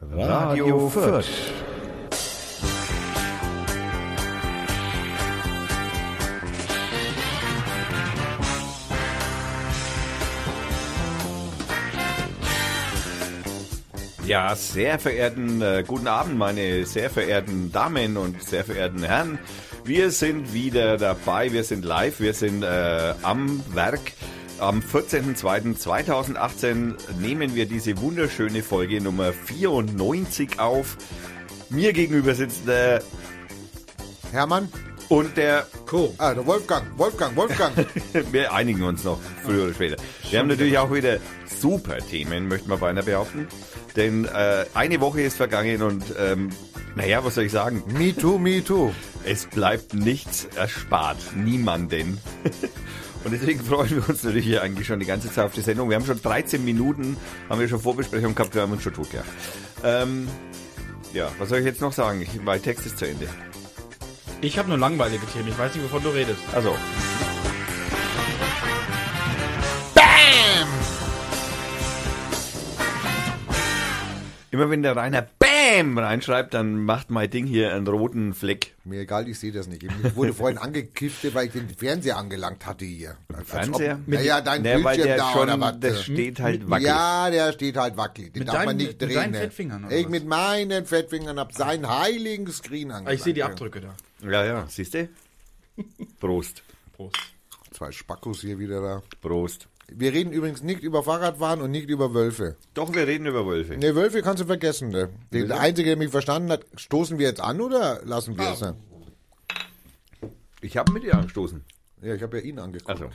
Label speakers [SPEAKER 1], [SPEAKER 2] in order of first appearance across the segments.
[SPEAKER 1] Radio Fürth. Ja, sehr verehrten äh, guten Abend, meine sehr verehrten Damen und sehr verehrten Herren. Wir sind wieder dabei, wir sind live, wir sind äh, am Werk. Am 14.02.2018 nehmen wir diese wunderschöne Folge Nummer 94 auf. Mir gegenüber sitzt der
[SPEAKER 2] Hermann.
[SPEAKER 1] und der
[SPEAKER 2] Co. Ah, der Wolfgang, Wolfgang, Wolfgang.
[SPEAKER 1] Wir einigen uns noch früher oder später. Wir haben natürlich auch wieder super Themen, möchte man beinahe behaupten. Denn äh, eine Woche ist vergangen und ähm, naja, was soll ich sagen?
[SPEAKER 2] me too, me too.
[SPEAKER 1] Es bleibt nichts erspart. Niemanden. Und deswegen freuen wir uns natürlich hier eigentlich schon die ganze Zeit auf die Sendung. Wir haben schon 13 Minuten, haben wir schon Vorbesprechung gehabt, wir haben uns schon tot gehabt. Ähm, ja, was soll ich jetzt noch sagen? Ich, mein Text ist zu Ende.
[SPEAKER 3] Ich habe nur langweilige Themen. Ich weiß nicht, wovon du redest.
[SPEAKER 1] Also. Immer wenn der Rainer BAM reinschreibt, dann macht mein Ding hier einen roten Fleck.
[SPEAKER 2] Mir egal, ich sehe das nicht. Ich wurde vorhin angekifft, weil ich den Fernseher angelangt hatte hier. Als
[SPEAKER 1] Fernseher?
[SPEAKER 2] Ob, naja, dein
[SPEAKER 1] Ne, weil
[SPEAKER 2] Bildschirm
[SPEAKER 1] der
[SPEAKER 2] da
[SPEAKER 1] schon,
[SPEAKER 2] oder was? Hm?
[SPEAKER 1] der steht halt wackelig.
[SPEAKER 2] Ja, der steht halt wackelig. Den
[SPEAKER 3] Mit
[SPEAKER 2] darf man
[SPEAKER 3] deinen-
[SPEAKER 2] nicht
[SPEAKER 3] mit
[SPEAKER 2] drehen.
[SPEAKER 3] deinen
[SPEAKER 2] ne?
[SPEAKER 3] Fettfingern, oder
[SPEAKER 2] Ich
[SPEAKER 3] was?
[SPEAKER 2] mit meinen Fettfingern hab seinen heiligen Screen
[SPEAKER 3] Ah,
[SPEAKER 2] angelangt.
[SPEAKER 3] ich sehe die Abdrücke da.
[SPEAKER 1] Ja, ja, siehst du? Prost.
[SPEAKER 3] Prost.
[SPEAKER 2] Zwei Spackos hier wieder da.
[SPEAKER 1] Prost.
[SPEAKER 2] Wir reden übrigens nicht über Fahrradfahren und nicht über Wölfe.
[SPEAKER 1] Doch, wir reden über Wölfe.
[SPEAKER 2] Ne, Wölfe kannst du vergessen. Ne? Der Einzige, der mich verstanden hat, stoßen wir jetzt an oder lassen
[SPEAKER 1] Ah.
[SPEAKER 2] wir es? Ne?
[SPEAKER 1] Ich habe mit dir angestoßen.
[SPEAKER 2] Ja, ich habe ja ihn angeguckt.
[SPEAKER 1] Also.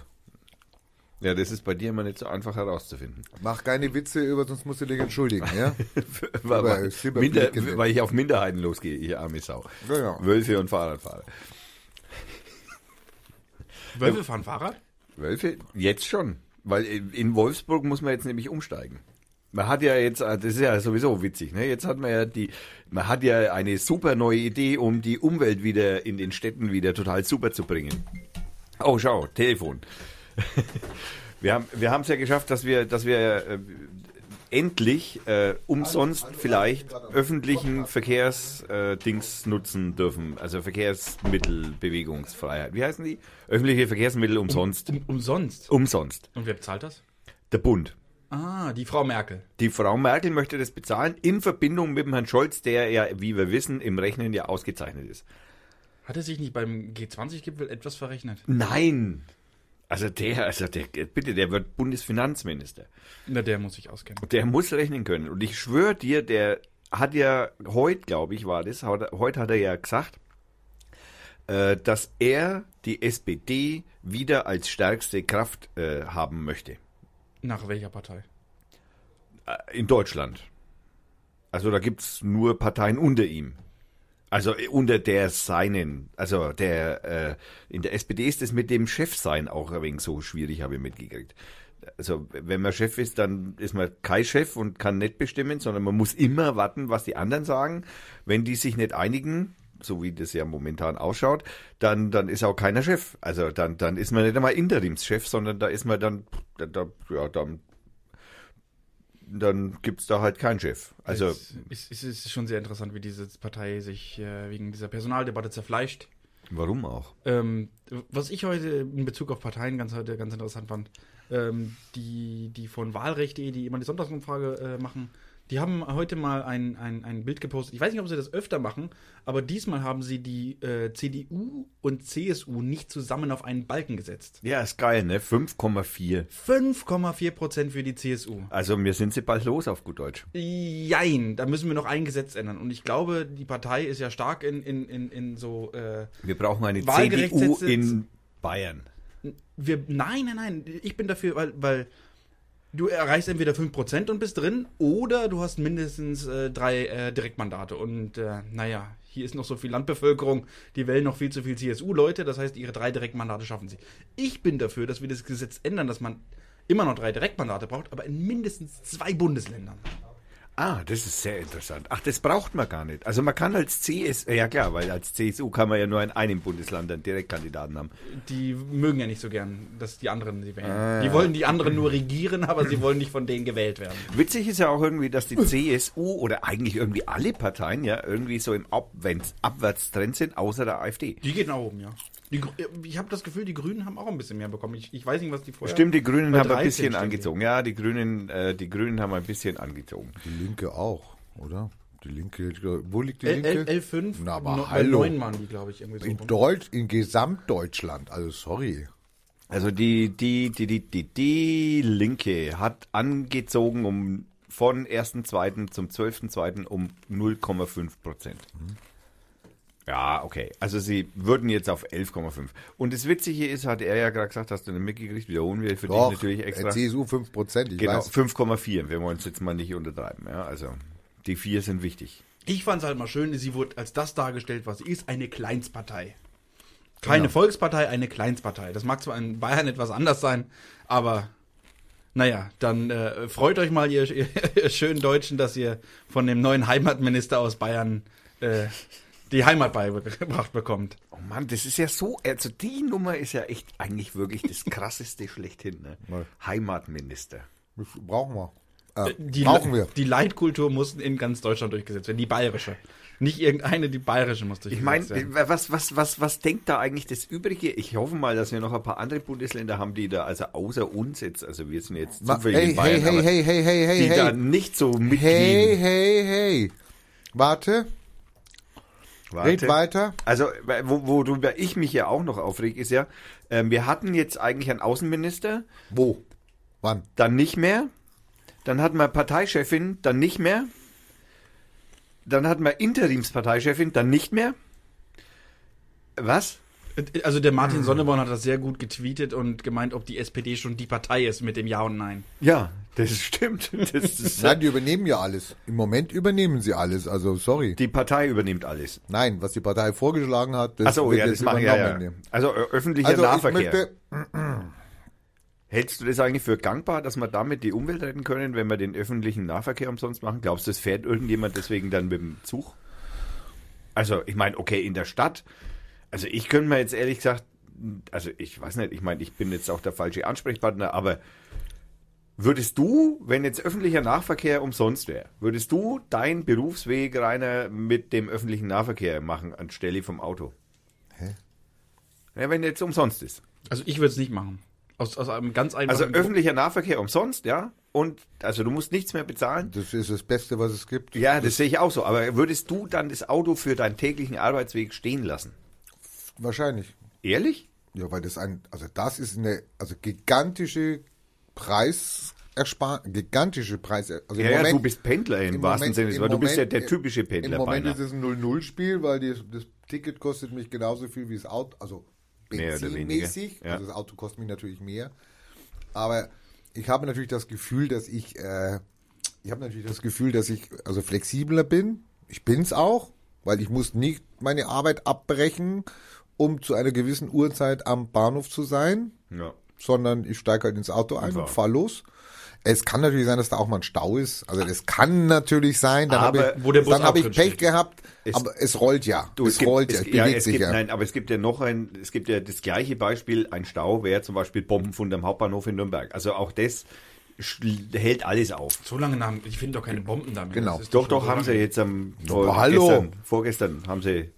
[SPEAKER 1] Ja, das ist bei dir immer nicht so einfach herauszufinden.
[SPEAKER 2] Mach keine Witze über, sonst musst du dich entschuldigen, ja?
[SPEAKER 1] weil,
[SPEAKER 2] Aber
[SPEAKER 1] weil,
[SPEAKER 2] es sind wir
[SPEAKER 1] Minder,
[SPEAKER 2] Blicken, ne?
[SPEAKER 1] weil ich auf Minderheiten losgehe, ihr arme Sau.
[SPEAKER 2] Ja, ja.
[SPEAKER 1] Wölfe und Fahrradfahrer.
[SPEAKER 3] Wölfe fahren Fahrrad?
[SPEAKER 1] Wölfe? Jetzt schon. Weil äh, in Wolfsburg muss man jetzt nämlich umsteigen. Man hat ja jetzt, äh, das ist ja sowieso witzig, ne? Jetzt hat man ja die, man hat ja eine super neue Idee, um die Umwelt wieder in den Städten wieder total super zu bringen. Oh, schau, Telefon. Wir haben wir es ja geschafft, dass wir, dass wir äh, endlich äh, umsonst vielleicht öffentlichen Verkehrsdings äh, Dings nutzen dürfen. Also Verkehrsmittel, Bewegungsfreiheit. Wie heißen die? Öffentliche Verkehrsmittel umsonst.
[SPEAKER 3] Um, umsonst.
[SPEAKER 1] Umsonst.
[SPEAKER 3] Und wer bezahlt das?
[SPEAKER 1] Der Bund.
[SPEAKER 3] Ah, die Frau Merkel.
[SPEAKER 1] Die Frau Merkel möchte das bezahlen in Verbindung mit dem Herrn Scholz, der ja, wie wir wissen, im Rechnen ja ausgezeichnet ist.
[SPEAKER 3] Hat er sich nicht beim G20-Gipfel etwas verrechnet?
[SPEAKER 1] Nein! Also der, also der, bitte, der wird Bundesfinanzminister.
[SPEAKER 3] Na, der muss sich auskennen.
[SPEAKER 1] Der muss rechnen können. Und ich schwöre dir, der hat ja heute, glaube ich, war das, hat, heute hat er ja gesagt, äh, dass er die SPD wieder als stärkste Kraft äh, haben möchte.
[SPEAKER 3] Nach welcher Partei?
[SPEAKER 1] In Deutschland. Also da gibt's nur Parteien unter ihm. Also äh, unter der seinen. Also der äh, in der SPD ist es mit dem Chefsein auch ein wenig so schwierig, habe ich mitgekriegt. Also wenn man Chef ist, dann ist man kein Chef und kann nicht bestimmen, sondern man muss immer warten, was die anderen sagen. Wenn die sich nicht einigen, so wie das ja momentan ausschaut, dann, dann ist auch keiner Chef. Also dann, dann ist man nicht einmal Interimschef, sondern da ist man dann, da, da, ja, dann dann gibt's da halt keinen Chef. Also
[SPEAKER 3] Es ist, es ist schon sehr interessant, wie diese Partei sich äh, wegen dieser Personaldebatte zerfleischt.
[SPEAKER 1] warum auch?
[SPEAKER 3] Ähm, was ich heute in Bezug auf Parteien ganz, heute ganz interessant fand, ähm, die, die von Wahlrecht.de, die immer die Sonntagsumfrage äh, machen, die haben heute mal ein, ein, ein Bild gepostet. Ich weiß nicht, ob sie das öfter machen, aber diesmal haben sie die äh, CDU und CSU nicht zusammen auf einen Balken gesetzt.
[SPEAKER 1] Ja, ist geil, ne? 5,4.
[SPEAKER 3] 5,4 Prozent für die CSU.
[SPEAKER 1] Also mir sind sie bald los auf gut Deutsch.
[SPEAKER 3] Jein, da müssen wir noch ein Gesetz ändern. Und ich glaube, die Partei ist ja stark in, in, in, in so äh,
[SPEAKER 1] Wir brauchen eine
[SPEAKER 3] Wahlgerecht
[SPEAKER 1] CDU
[SPEAKER 3] sitzt-
[SPEAKER 1] in Bayern.
[SPEAKER 3] Wir, nein, nein, nein. Ich bin dafür, weil, weil du erreichst entweder 5% und bist drin oder du hast mindestens äh, drei äh, Direktmandate. Und äh, naja, hier ist noch so viel Landbevölkerung, die wählen noch viel zu viel CSU-Leute, das heißt, ihre drei Direktmandate schaffen sie. Ich bin dafür, dass wir das Gesetz ändern, dass man immer noch drei Direktmandate braucht, aber in mindestens zwei Bundesländern.
[SPEAKER 1] Ah, das ist sehr interessant. Ach, das braucht man gar nicht. Also man kann als CSU, ja klar, weil als CSU kann man ja nur in einem Bundesland einen Direktkandidaten haben.
[SPEAKER 3] Die mögen ja nicht so gern, dass die anderen sie wählen. Die wollen die anderen nur regieren, aber sie wollen nicht von denen gewählt werden.
[SPEAKER 1] Witzig ist ja auch irgendwie, dass die CSU oder eigentlich irgendwie alle Parteien ja irgendwie so im Abwärts Abwärtstrend sind, außer der AfD.
[SPEAKER 3] Die geht nach oben, ja. Die, Grü- ich habe das Gefühl, die Grünen haben auch ein bisschen mehr bekommen. Ich, ich weiß nicht, was die vorher.
[SPEAKER 1] Stimmt, die Grünen
[SPEAKER 3] Bei
[SPEAKER 1] haben ein
[SPEAKER 3] 13
[SPEAKER 1] bisschen
[SPEAKER 3] stehen die.
[SPEAKER 1] angezogen. Ja, die Grünen, äh, die Grünen haben ein bisschen angezogen.
[SPEAKER 2] Die Linke auch, oder? Die Linke, wo liegt die
[SPEAKER 3] L- L-
[SPEAKER 2] Linke?
[SPEAKER 3] L5,
[SPEAKER 2] Na, aber
[SPEAKER 3] no- bei
[SPEAKER 2] hallo.
[SPEAKER 3] neun waren die, glaube ich, irgendwie so.
[SPEAKER 2] In
[SPEAKER 3] rum.
[SPEAKER 2] Deutsch, in Gesamtdeutschland, also sorry.
[SPEAKER 1] Also die, die, die, die, die, die Linke hat angezogen um von 1.2. zum 12.2. um 0,5 Prozent. Ja, okay. Also sie würden jetzt auf 11,5. Und das Witzige ist, hat er ja gerade gesagt, hast du nicht mitgekriegt, wiederholen wir für
[SPEAKER 2] Doch, äh,
[SPEAKER 1] dich natürlich extra.
[SPEAKER 2] CSU 5 Prozent, ich
[SPEAKER 1] Genau,
[SPEAKER 2] weiß.
[SPEAKER 1] 5,4. Wir wollen es jetzt mal nicht untertreiben. Ja, also die 4 sind wichtig.
[SPEAKER 3] Ich fand es halt mal schön, sie wurde als das dargestellt, was sie ist, eine Kleinstpartei. Keine
[SPEAKER 2] Genau.
[SPEAKER 3] Volkspartei, eine Kleinstpartei. Das mag zwar in Bayern etwas anders sein, aber naja, dann äh, freut euch mal, ihr, ihr schönen Deutschen, dass ihr von dem neuen Heimatminister aus Bayern äh, die Heimat beigebracht bekommt.
[SPEAKER 1] Oh Mann, das ist ja so, also die Nummer ist ja echt eigentlich wirklich das krasseste schlechthin. Ne?
[SPEAKER 2] Mal.
[SPEAKER 1] Heimatminister.
[SPEAKER 2] Brauchen wir. Äh,
[SPEAKER 3] Die,
[SPEAKER 2] brauchen wir.
[SPEAKER 3] Die Leitkultur muss in ganz Deutschland durchgesetzt werden, die bayerische. Nicht irgendeine, die bayerische muss
[SPEAKER 1] Ich
[SPEAKER 3] durchgesetzt
[SPEAKER 1] meine,
[SPEAKER 3] werden.
[SPEAKER 1] was, was, was, was denkt da eigentlich das Übrige? Ich hoffe mal, dass wir noch ein paar andere Bundesländer haben, die da, also außer uns jetzt, also wir sind jetzt
[SPEAKER 2] Ma-
[SPEAKER 1] zufällig
[SPEAKER 2] Hey,
[SPEAKER 1] in Bayern,
[SPEAKER 2] hey, hey,
[SPEAKER 1] aber
[SPEAKER 2] hey, hey, hey,
[SPEAKER 1] die
[SPEAKER 2] hey,
[SPEAKER 1] da
[SPEAKER 2] hey.
[SPEAKER 1] nicht so
[SPEAKER 2] Hey,
[SPEAKER 1] mitgehen.
[SPEAKER 2] hey, hey. Warte, red weiter.
[SPEAKER 1] Also, wo, worüber ich mich ja auch noch aufreg, ist ja, ähm, wir hatten jetzt eigentlich einen Außenminister,
[SPEAKER 2] Wo? Wann?
[SPEAKER 1] dann nicht mehr. Dann hatten wir Parteichefin, dann nicht mehr. Dann hatten wir Interimsparteichefin, dann nicht mehr. Was?
[SPEAKER 3] Also der
[SPEAKER 1] Hm.
[SPEAKER 3] Martin Sonneborn hat das sehr gut getweetet und gemeint, ob die SPD schon die Partei ist mit dem Ja und Nein.
[SPEAKER 1] Ja, das stimmt. Das ist,
[SPEAKER 2] Nein, die übernehmen ja alles. Im Moment übernehmen sie alles, also sorry.
[SPEAKER 1] die Partei übernimmt alles.
[SPEAKER 2] Nein, was die Partei vorgeschlagen hat, das
[SPEAKER 1] Achso,
[SPEAKER 2] wird
[SPEAKER 1] ja, das
[SPEAKER 2] jetzt
[SPEAKER 1] machen ja, ja.
[SPEAKER 2] übernommen.
[SPEAKER 1] Also ö- öffentlicher
[SPEAKER 2] Also ich
[SPEAKER 1] Nahverkehr.
[SPEAKER 2] möchte,
[SPEAKER 1] Hältst du das eigentlich für gangbar, dass wir damit die Umwelt retten können, wenn wir den öffentlichen Nahverkehr umsonst machen? Glaubst du, es fährt irgendjemand deswegen dann mit dem Zug? Also, ich meine, okay, in der Stadt. Also, ich könnte mir jetzt ehrlich gesagt, also ich weiß nicht, ich meine, ich bin jetzt auch der falsche Ansprechpartner, aber würdest du, wenn jetzt öffentlicher Nahverkehr umsonst wäre, würdest du deinen Berufsweg reiner mit dem öffentlichen Nahverkehr machen anstelle vom Auto?
[SPEAKER 2] Hä?
[SPEAKER 1] Ja, wenn jetzt umsonst ist.
[SPEAKER 3] Also ich würde es nicht machen. Aus, aus einem ganz
[SPEAKER 2] Genau.
[SPEAKER 3] einfachen
[SPEAKER 1] Also öffentlicher Nahverkehr umsonst, ja? Und also du musst nichts mehr bezahlen.
[SPEAKER 2] das ist das Beste, was es gibt.
[SPEAKER 1] Ja, das sehe ich auch so. Aber würdest du dann das Auto für deinen täglichen Arbeitsweg stehen lassen?
[SPEAKER 2] Wahrscheinlich.
[SPEAKER 1] Ehrlich?
[SPEAKER 2] Ja, weil das ein, also das ist eine, also gigantische Preiserspar, gigantische Preis, also
[SPEAKER 1] Ja, ja, du bist Pendler im,
[SPEAKER 2] im
[SPEAKER 1] wahrsten
[SPEAKER 2] Moment-
[SPEAKER 1] Sinne des
[SPEAKER 2] im
[SPEAKER 1] Wortes. Du bist ja
[SPEAKER 2] Moment-
[SPEAKER 1] der typische
[SPEAKER 2] im
[SPEAKER 1] Pendler
[SPEAKER 2] Moment ist
[SPEAKER 1] beinahe.
[SPEAKER 2] es ein 0-0-Spiel, weil die, das Ticket kostet mich genauso viel wie das Auto, also
[SPEAKER 1] Mehr oder weniger,
[SPEAKER 2] benzinmäßig,
[SPEAKER 1] ja.
[SPEAKER 2] also das Auto kostet mich natürlich mehr, aber ich habe natürlich das Gefühl, dass ich, äh, ich habe natürlich das Gefühl, dass ich also flexibler bin, ich bin's auch, weil ich muss nicht meine Arbeit abbrechen, um zu einer gewissen Uhrzeit am Bahnhof zu sein,
[SPEAKER 1] Ja.
[SPEAKER 2] sondern ich steige halt ins Auto ein
[SPEAKER 1] Ja.
[SPEAKER 2] und fahre los. Es kann natürlich sein, dass da auch mal ein Stau ist. Also das kann natürlich sein. Dann
[SPEAKER 1] Aber
[SPEAKER 2] habe ich,
[SPEAKER 3] wo der Bus
[SPEAKER 2] dann habe
[SPEAKER 3] auch
[SPEAKER 2] ich
[SPEAKER 3] drin
[SPEAKER 2] Pech
[SPEAKER 3] steht.
[SPEAKER 2] gehabt, aber es rollt ja.
[SPEAKER 1] Du,
[SPEAKER 2] es, rollt ja,
[SPEAKER 1] es,
[SPEAKER 2] ich bin
[SPEAKER 1] ja,
[SPEAKER 2] nicht
[SPEAKER 1] es gibt,
[SPEAKER 2] sicher.
[SPEAKER 1] nein, aber es gibt ja noch ein, es gibt ja das gleiche Beispiel, ein Stau wäre zum Beispiel Bombenfund am Hauptbahnhof in Nürnberg. Also auch das schl- hält alles auf.
[SPEAKER 3] so lange Namen, ich finde doch keine Bomben damit.
[SPEAKER 2] Genau.
[SPEAKER 3] Das ist
[SPEAKER 1] Doch,
[SPEAKER 3] schon
[SPEAKER 1] doch,
[SPEAKER 3] so
[SPEAKER 1] haben
[SPEAKER 3] lange.
[SPEAKER 1] sie jetzt am
[SPEAKER 2] Aber hallo.
[SPEAKER 1] Gestern, vorgestern haben sie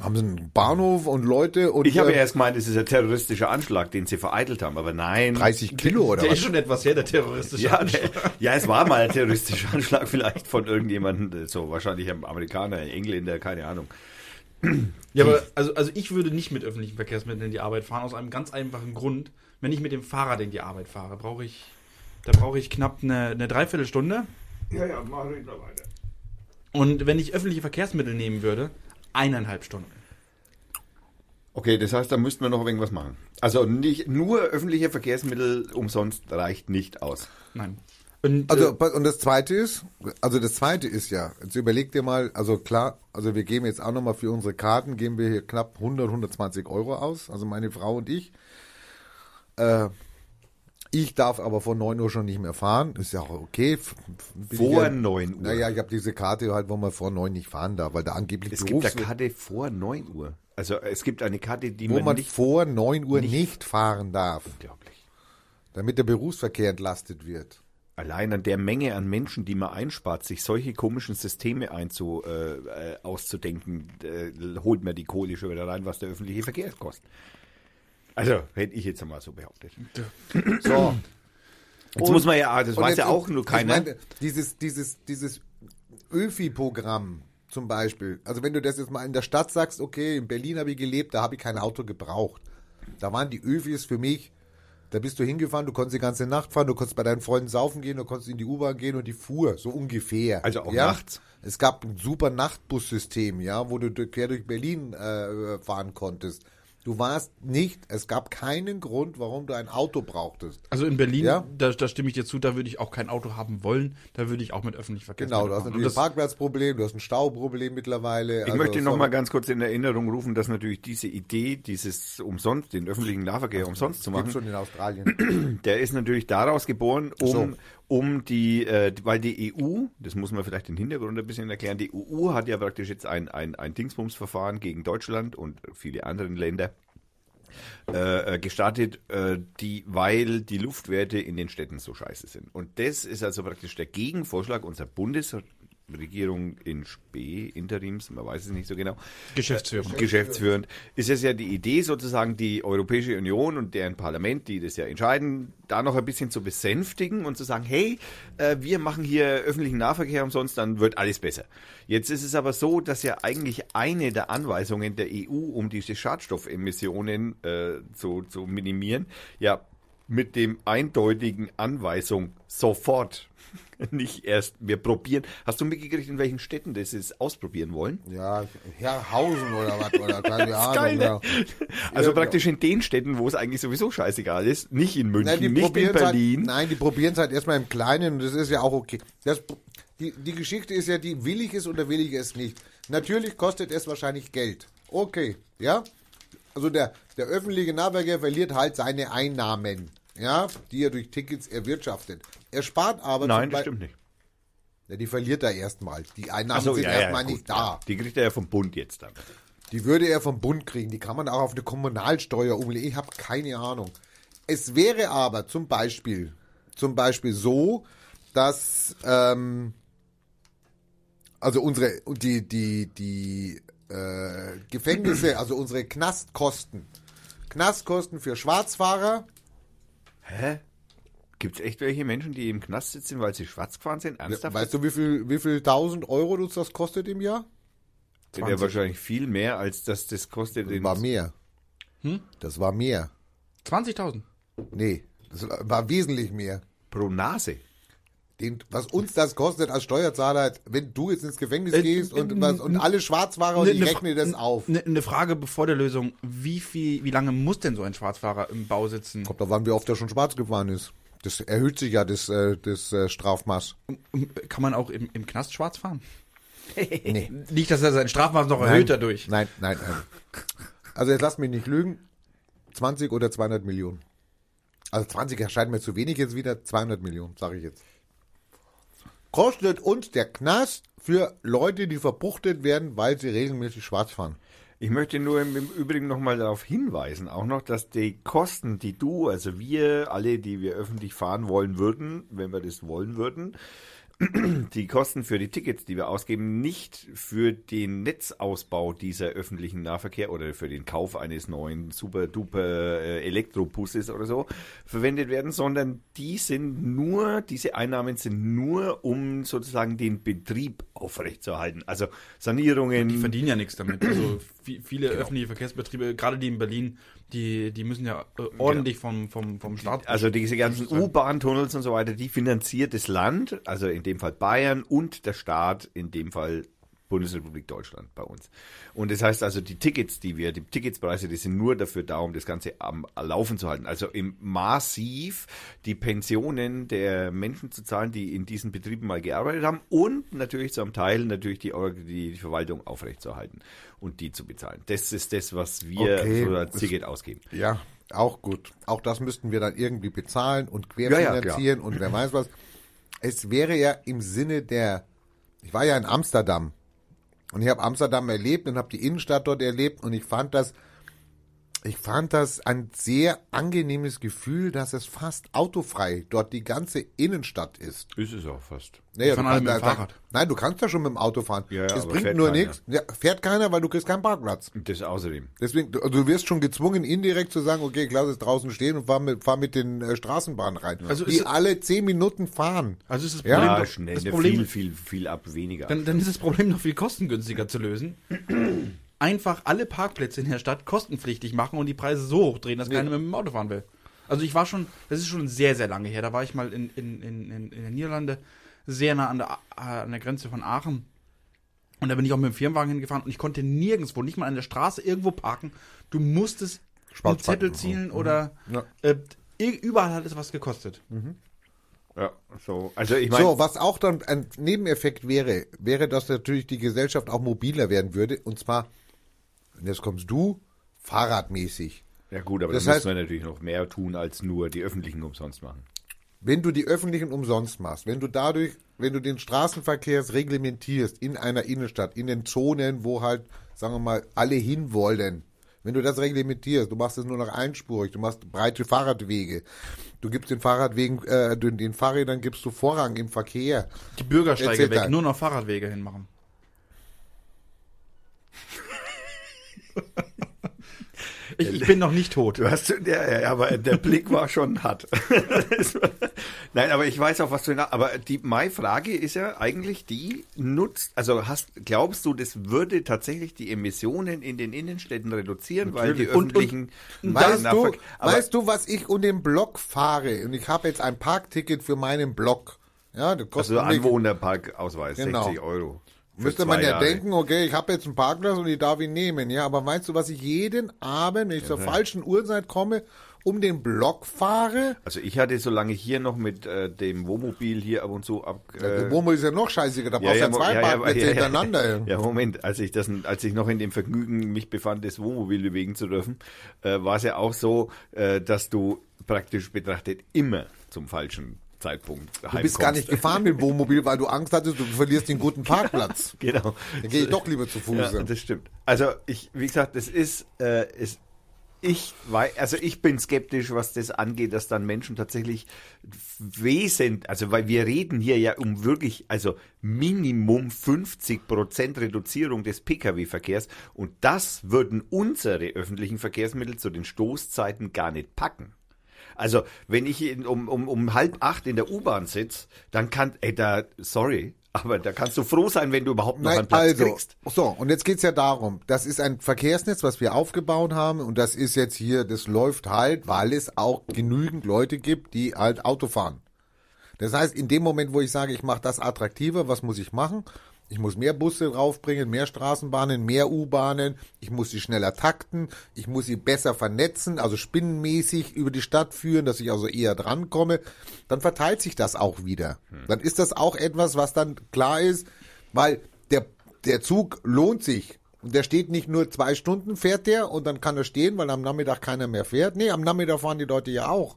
[SPEAKER 2] Haben sie einen Bahnhof und Leute und
[SPEAKER 1] Ich habe
[SPEAKER 2] äh,
[SPEAKER 1] ja erst gemeint, es ist ein terroristischer Anschlag, den sie vereitelt haben, aber nein.
[SPEAKER 2] 30 Kilo oder
[SPEAKER 3] Der ist
[SPEAKER 2] was?
[SPEAKER 3] schon etwas her, der terroristische
[SPEAKER 1] ja,
[SPEAKER 3] Anschlag.
[SPEAKER 1] ne, ja, es war mal ein terroristischer Anschlag vielleicht von irgendjemandem, äh, so wahrscheinlich einem Amerikaner, einem Engländer, keine Ahnung.
[SPEAKER 3] Ja, aber also, also ich würde nicht mit öffentlichen Verkehrsmitteln in die Arbeit fahren, aus einem ganz einfachen Grund. Wenn ich mit dem Fahrrad in die Arbeit fahre, brauche ich, da brauche ich knapp eine, eine Dreiviertelstunde.
[SPEAKER 1] Ja, ja, mach weiter.
[SPEAKER 3] Und wenn ich öffentliche Verkehrsmittel nehmen würde, eineinhalb Stunden.
[SPEAKER 1] Okay, das heißt, da müssten wir noch irgendwas machen. Also nicht nur öffentliche Verkehrsmittel umsonst reicht nicht aus.
[SPEAKER 3] Nein. Und,
[SPEAKER 2] Also
[SPEAKER 3] äh,
[SPEAKER 2] pass- und das zweite ist, also das zweite ist ja, jetzt überleg dir mal, also klar, also wir geben jetzt auch nochmal für unsere Karten, geben wir hier knapp 100, 120 Euro aus, also meine Frau und ich. Äh, Ich darf aber vor 9 Uhr schon nicht mehr fahren. Ist ja auch okay. F- f- bin ich
[SPEAKER 1] Vor
[SPEAKER 2] ja-
[SPEAKER 1] 9 Uhr.
[SPEAKER 2] Naja, ich habe diese Karte halt, wo man vor 9 nicht fahren darf, weil da angeblich
[SPEAKER 1] es gibt eine
[SPEAKER 2] Berufs-
[SPEAKER 1] Karte vor 9 Uhr. Also es gibt eine Karte, die
[SPEAKER 2] wo
[SPEAKER 1] man,
[SPEAKER 2] man
[SPEAKER 1] nicht...
[SPEAKER 2] vor 9 Uhr nicht, fahren darf,
[SPEAKER 1] Unglaublich.
[SPEAKER 2] damit der Berufsverkehr entlastet wird.
[SPEAKER 1] Allein an der Menge an Menschen, die man einspart, sich solche komischen Systeme einzu, äh, äh, auszudenken, äh, holt mir die Kohle schon wieder rein, was der öffentliche Verkehr kostet. Also, hätte ich jetzt mal so behauptet.
[SPEAKER 2] So.
[SPEAKER 1] Jetzt muss man ja, ah, das
[SPEAKER 2] Und
[SPEAKER 1] weiß
[SPEAKER 2] jetzt-
[SPEAKER 1] ja auch nur
[SPEAKER 2] ich
[SPEAKER 1] keiner.
[SPEAKER 2] meine, dieses, dieses, dieses Öfi-Programm zum Beispiel. Also wenn du das jetzt mal in der Stadt sagst, okay, in Berlin habe ich gelebt, da habe ich kein Auto gebraucht. Da waren die Öfis für mich. Da bist du hingefahren, du konntest die ganze Nacht fahren, du konntest bei deinen Freunden saufen gehen, du konntest in die U-Bahn gehen und die fuhr, so ungefähr.
[SPEAKER 1] Also auch
[SPEAKER 2] ja?
[SPEAKER 1] nachts?
[SPEAKER 2] Es gab ein super Nachtbussystem, ja, wo du durch- quer durch Berlin äh, fahren konntest. Du warst nicht, es gab keinen Grund, warum du ein Auto brauchtest.
[SPEAKER 4] Also in Berlin,
[SPEAKER 2] Ja.
[SPEAKER 4] da, da stimme ich dir zu, da würde ich auch kein Auto haben wollen, da würde ich auch mit öffentlichen Verkehr
[SPEAKER 2] Genau, du hast natürlich ein
[SPEAKER 4] das,
[SPEAKER 2] Parkplatzproblem, du hast ein Stauproblem mittlerweile. Also
[SPEAKER 1] Ich möchte noch mal ganz kurz in Erinnerung rufen, dass natürlich diese Idee, dieses umsonst, den öffentlichen Nahverkehr umsonst zu
[SPEAKER 2] Gibt
[SPEAKER 1] machen,
[SPEAKER 2] schon in Australien.
[SPEAKER 1] der ist natürlich daraus geboren, um,
[SPEAKER 2] so.
[SPEAKER 1] um die, äh, weil die EU, das muss man vielleicht den Hintergrund ein bisschen erklären, die EU hat ja praktisch jetzt ein, ein, ein Dingsbumsverfahren gegen Deutschland und viele andere Länder äh, äh, gestartet, äh, die, weil die Luftwerte in den Städten so scheiße sind. Und das ist also praktisch der Gegenvorschlag unserer Bundesregierung in Spee, Interims, man weiß es nicht so genau,
[SPEAKER 4] Geschäftsführung.
[SPEAKER 2] Äh,
[SPEAKER 1] geschäftsführend, ist es ja die Idee sozusagen, die Europäische Union und deren Parlament, die das ja entscheiden, da noch ein bisschen zu besänftigen und zu sagen, hey, äh, wir machen hier öffentlichen Nahverkehr umsonst, dann wird alles besser. Jetzt ist es aber so, dass ja eigentlich eine der Anweisungen der EU, um diese Schadstoffemissionen äh, zu, zu minimieren, ja mit dem eindeutigen Anweisung sofort, nicht erst, wir probieren. Hast du mitgekriegt, in welchen Städten das ist, ausprobieren wollen?
[SPEAKER 2] ja, Herrhausen oder was, oder keine
[SPEAKER 1] Das ist
[SPEAKER 2] Ahnung.
[SPEAKER 1] geil, ne?
[SPEAKER 2] ja.
[SPEAKER 1] Also
[SPEAKER 2] Ja,
[SPEAKER 1] praktisch in den Städten, wo es eigentlich sowieso scheißegal ist, nicht in München,
[SPEAKER 2] Nein, die
[SPEAKER 1] nicht in
[SPEAKER 2] probieren es halt,
[SPEAKER 1] Berlin.
[SPEAKER 2] nein, die probieren es halt erstmal im Kleinen und das ist ja auch okay. Das, die, die Geschichte ist ja die, will ich es oder will ich es nicht. Natürlich kostet es wahrscheinlich Geld. Okay, ja? Also der, der öffentliche Nahverkehr verliert halt seine Einnahmen, ja, die er durch Tickets erwirtschaftet. Er spart aber
[SPEAKER 1] Nein, das
[SPEAKER 2] Beispiel-
[SPEAKER 1] stimmt nicht.
[SPEAKER 2] Ja, die verliert er erstmal. Die Einnahmen
[SPEAKER 1] Also
[SPEAKER 2] sind
[SPEAKER 1] ja, ja,
[SPEAKER 2] erstmal
[SPEAKER 1] gut,
[SPEAKER 2] nicht da.
[SPEAKER 1] Die kriegt er ja vom Bund jetzt dann.
[SPEAKER 2] Die würde er vom Bund kriegen. Die kann man auch auf eine Kommunalsteuer umlegen. Ich habe keine Ahnung. Es wäre aber zum Beispiel, zum Beispiel so, dass ähm, also unsere die die die äh, Gefängnisse, also unsere Knastkosten, Knastkosten für Schwarzfahrer
[SPEAKER 1] Hä? Gibt es echt welche Menschen, die im Knast sitzen, weil sie schwarz gefahren sind? Ernsthaft?
[SPEAKER 2] Weißt du, wie viel, wie viel tausend Euro uns das kostet im Jahr?
[SPEAKER 1] sind ja wahrscheinlich viel mehr, als das das kostet. Den
[SPEAKER 2] War mehr. Das war mehr.
[SPEAKER 4] 20.000.
[SPEAKER 2] Nee, das war wesentlich mehr.
[SPEAKER 1] pro Nase.
[SPEAKER 2] Den, was uns das kostet als Steuerzahler, wenn du jetzt ins Gefängnis
[SPEAKER 4] Äh,
[SPEAKER 2] gehst und,
[SPEAKER 4] n-
[SPEAKER 2] was, und
[SPEAKER 4] n-
[SPEAKER 2] alle Schwarzfahrer
[SPEAKER 3] Ne,
[SPEAKER 2] und ich rechne das auf.
[SPEAKER 4] Eine ne Frage bevor der Lösung, wie viel, wie lange muss denn so ein Schwarzfahrer im Bau sitzen?
[SPEAKER 2] Kommt da wann wie oft er schon schwarz gefahren ist. Das erhöht sich ja das, äh, das äh, Strafmaß.
[SPEAKER 4] Kann man auch im, im Knast schwarz fahren?
[SPEAKER 2] Nee.
[SPEAKER 4] Nicht, dass er sein Strafmaß noch erhöht dadurch.
[SPEAKER 2] Nein, nein, nein. Also jetzt lass mich nicht lügen. 20 oder 200 Millionen. Also 20 erscheint mir zu wenig jetzt wieder. 200 Millionen, sage ich jetzt. Kostet uns der Knast für Leute, die verbuchtet werden, weil sie regelmäßig schwarz fahren.
[SPEAKER 1] Ich möchte nur im, im Übrigen nochmal darauf hinweisen, auch noch, dass die Kosten, die du, also wir alle, die wir öffentlich fahren wollen würden, wenn wir das wollen würden, die Kosten für die Tickets, die wir ausgeben, nicht für den Netzausbau dieser öffentlichen Nahverkehr oder für den Kauf eines neuen super-duper äh, Elektrobusses oder so verwendet werden, sondern die sind nur, diese Einnahmen sind nur, um sozusagen den Betrieb aufrechtzuerhalten. Also Sanierungen.
[SPEAKER 4] Die verdienen ja nichts damit. Also vi- viele öffentliche Verkehrsbetriebe, gerade die in Berlin, die, die müssen ja äh, ordentlich vom, vom, vom Staat.
[SPEAKER 1] Also diese ganzen U-Bahn-Tunnels und so weiter, die finanziert das Land, also in dem Fall Bayern und der Staat, in dem Fall Bundesrepublik Deutschland bei uns. Und das heißt also, die Tickets, die wir, die Ticketspreise, die sind nur dafür da, um das Ganze am Laufen zu halten. Also im Massiv die Pensionen der Menschen zu zahlen, die in diesen Betrieben mal gearbeitet haben und natürlich zum Teil natürlich die, Or- die Verwaltung aufrechtzuerhalten und die zu bezahlen. Das ist das, was wir
[SPEAKER 2] Okay.
[SPEAKER 1] so als Ticket ausgeben.
[SPEAKER 2] Ja, Auch gut. Auch das müssten wir dann irgendwie bezahlen und
[SPEAKER 1] ja, klar.
[SPEAKER 2] querfinanzieren und wer weiß was. Es wäre ja im Sinne der. Ich war ja in Amsterdam und ich habe Amsterdam erlebt und habe die Innenstadt dort erlebt und ich fand das. Ich fand das ein sehr angenehmes Gefühl, dass es fast autofrei dort die ganze Innenstadt ist.
[SPEAKER 1] Ist es auch fast.
[SPEAKER 2] Naja,
[SPEAKER 4] fahren
[SPEAKER 2] du
[SPEAKER 4] alle mit
[SPEAKER 2] kannst
[SPEAKER 4] dem
[SPEAKER 2] da- da-
[SPEAKER 4] Fahrrad.
[SPEAKER 2] Nein, du kannst ja schon mit dem Auto fahren.
[SPEAKER 1] Ja, ja,
[SPEAKER 2] es
[SPEAKER 1] aber
[SPEAKER 2] bringt
[SPEAKER 1] fährt
[SPEAKER 2] nur
[SPEAKER 1] keiner.
[SPEAKER 2] nichts. Ja, fährt keiner, weil du kriegst keinen Parkplatz.
[SPEAKER 1] Das außerdem.
[SPEAKER 2] Deswegen, du, also du wirst schon gezwungen, indirekt zu sagen, okay, ich lass es draußen stehen und fahr mit, fahr mit den äh, Straßenbahnen rein.
[SPEAKER 4] Also
[SPEAKER 2] die
[SPEAKER 4] ist-
[SPEAKER 2] alle zehn Minuten fahren.
[SPEAKER 4] Also ist das
[SPEAKER 2] Ja,
[SPEAKER 4] Problem,
[SPEAKER 1] Ja,
[SPEAKER 4] doch,
[SPEAKER 1] schnell,
[SPEAKER 4] das
[SPEAKER 1] ne,
[SPEAKER 4] Problem
[SPEAKER 1] viel, viel, viel ab weniger.
[SPEAKER 4] dann, dann ist das Problem noch viel kostengünstiger zu lösen. Einfach alle Parkplätze in der Stadt kostenpflichtig machen und die Preise so hochdrehen, dass keiner mit dem Auto fahren will. Also ich war schon, das ist schon sehr, sehr lange her. Da war ich mal in, in, in, in, in den Niederlande, sehr nah an der, A- äh, an der Grenze von Aachen. Und da bin ich auch mit dem Firmenwagen hingefahren und ich konnte nirgendwo, nicht mal an der Straße irgendwo parken. Du musstest einen
[SPEAKER 2] Schwarz
[SPEAKER 4] Zettel
[SPEAKER 2] parken. Mhm.
[SPEAKER 4] ziehen oder
[SPEAKER 2] Ja.
[SPEAKER 4] äh, ir- überall hat es was gekostet.
[SPEAKER 1] ja, so. Also ich meine,
[SPEAKER 2] So, was auch dann ein Nebeneffekt wäre, wäre, dass natürlich die Gesellschaft auch mobiler werden würde. Und zwar, und jetzt kommst du, fahrradmäßig.
[SPEAKER 1] ja gut, aber
[SPEAKER 2] das
[SPEAKER 1] das
[SPEAKER 2] heißt-
[SPEAKER 1] muss man natürlich noch mehr tun, als nur die öffentlichen umsonst machen.
[SPEAKER 2] Wenn du die öffentlichen umsonst machst, wenn du dadurch, wenn du den Straßenverkehr reglementierst in einer Innenstadt, in den Zonen, wo halt, sagen wir mal, alle hinwollen, wenn du das reglementierst, du machst es nur noch einspurig, du machst breite Fahrradwege, du gibst den Fahrradwegen, äh, den, den Fahrrädern gibst du Vorrang im Verkehr.
[SPEAKER 4] Die Bürgersteige
[SPEAKER 2] Erzähl
[SPEAKER 4] weg,
[SPEAKER 2] dein.
[SPEAKER 4] nur noch Fahrradwege hinmachen. ich, ich bin noch nicht tot.
[SPEAKER 1] Du hast, ja, ja, aber der Blick war schon hart. Nein, aber ich weiß auch, was du hina- Aber die, meine Frage ist ja eigentlich die, nutzt, also hast, glaubst du, das würde tatsächlich die Emissionen in den Innenstädten reduzieren, weil die
[SPEAKER 4] Natürlich. Und- und-
[SPEAKER 1] öffentlichen
[SPEAKER 2] Weißt du,
[SPEAKER 1] Nahverkehr- aber
[SPEAKER 2] weißt du, was ich um den Block fahre? Und ich habe jetzt ein Parkticket für meinen Block. Ja, das kostet
[SPEAKER 1] also
[SPEAKER 2] mich-
[SPEAKER 1] Anwohnerparkausweis,
[SPEAKER 2] Genau.
[SPEAKER 1] 60 Euro. für
[SPEAKER 2] Müsste
[SPEAKER 1] zwei
[SPEAKER 2] man ja
[SPEAKER 1] Jahre.
[SPEAKER 2] denken, okay, ich habe jetzt einen Parkplatz und ich darf ihn nehmen, ja, aber meinst du, was ich jeden Abend, wenn ich zur falschen Uhrzeit komme, um den Block fahre?
[SPEAKER 1] Also ich hatte, solange ich hier noch mit äh, dem Wohnmobil hier ab und zu ab.
[SPEAKER 2] Äh,
[SPEAKER 1] Äh,
[SPEAKER 2] Wohnmobil ist ja noch scheißiger, da brauchst du ja,
[SPEAKER 1] Mo-
[SPEAKER 2] zwei Parkplätze
[SPEAKER 1] ja, ja.
[SPEAKER 2] hintereinander. ey.
[SPEAKER 1] Ja, Moment, als ich das, als ich noch in dem Vergnügen mich befand, das Wohnmobil bewegen zu dürfen, äh, war es ja auch so, äh, dass du praktisch betrachtet immer zum falschen Zeitpunkt
[SPEAKER 2] Du bist gar nicht gefahren mit dem Wohnmobil, weil du Angst hattest, du verlierst den guten Parkplatz.
[SPEAKER 1] Genau.
[SPEAKER 2] Dann gehe ich doch lieber zu Fuß.
[SPEAKER 1] Ja, das stimmt. Also ich, wie gesagt, das ist, äh, ist ich weiß, also ich bin skeptisch, was das angeht, dass dann Menschen tatsächlich wesentlich, also weil wir reden hier ja um wirklich, also Minimum 50 Prozent Reduzierung des Pkw-Verkehrs und das würden unsere öffentlichen Verkehrsmittel zu den Stoßzeiten gar nicht packen. Also, wenn ich in, um, um, um halb acht in der U-Bahn sitze, dann kann, ey, da, sorry, aber da kannst du froh sein, wenn du überhaupt noch
[SPEAKER 2] Nein,
[SPEAKER 1] einen Platz
[SPEAKER 2] also,
[SPEAKER 1] kriegst.
[SPEAKER 2] So, und jetzt geht's ja darum, das ist ein Verkehrsnetz, was wir aufgebaut haben und das ist jetzt hier, das läuft halt, weil es auch genügend Leute gibt, die halt Auto fahren. Das heißt, in dem Moment, wo ich sage, ich mache das attraktiver, was muss ich machen? Ich muss mehr Busse draufbringen, mehr Straßenbahnen, mehr U-Bahnen, ich muss sie schneller takten, ich muss sie besser vernetzen, also spinnenmäßig über die Stadt führen, dass ich also eher drankomme. Dann verteilt sich das auch wieder. Dann ist das auch etwas, was dann klar ist, weil der, der Zug lohnt sich. Und der steht nicht nur zwei Stunden, fährt der und dann kann er stehen, weil am Nachmittag keiner mehr fährt. Nee, am Nachmittag fahren die Leute ja auch.